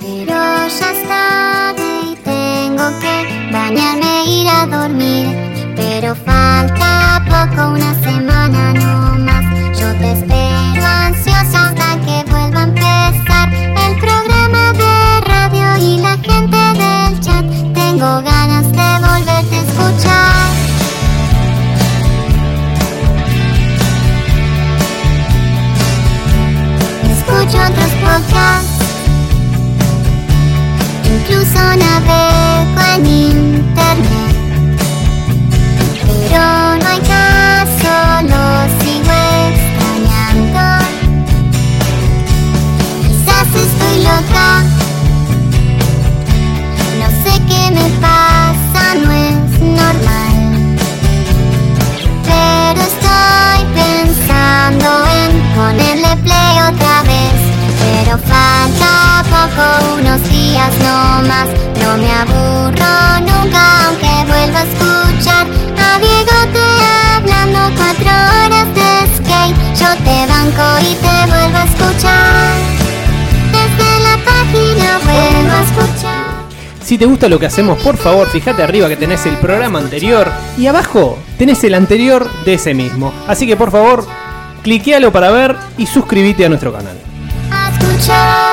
Speaker 13: Pero ya es tarde y tengo que bañarme e ir a dormir. Pero falta poco, una semana no más. Yo te espero ansiosa hasta que vuelva a empezar el programa de radio y la gente del chat. Tengo ganas de volverte a escuchar. Escucho otros podcasts. Incluso navego en internet Pero no hay caso, lo sigo extrañando Quizás estoy loca No sé qué me pasa, no es normal Pero estoy pensando en ponerle play otra vez pero falta poco, unos días no más. No me aburro nunca, aunque vuelva a escuchar a Diego te hablando cuatro horas de skate. Yo te banco y te vuelvo a escuchar. Desde la página vuelvo a escuchar.
Speaker 5: Si te gusta lo que hacemos, por favor, fíjate arriba que tenés el programa anterior y abajo tenés el anterior de ese mismo. Así que por favor, cliquealo para ver y suscríbete a nuestro canal.
Speaker 13: a escuchar.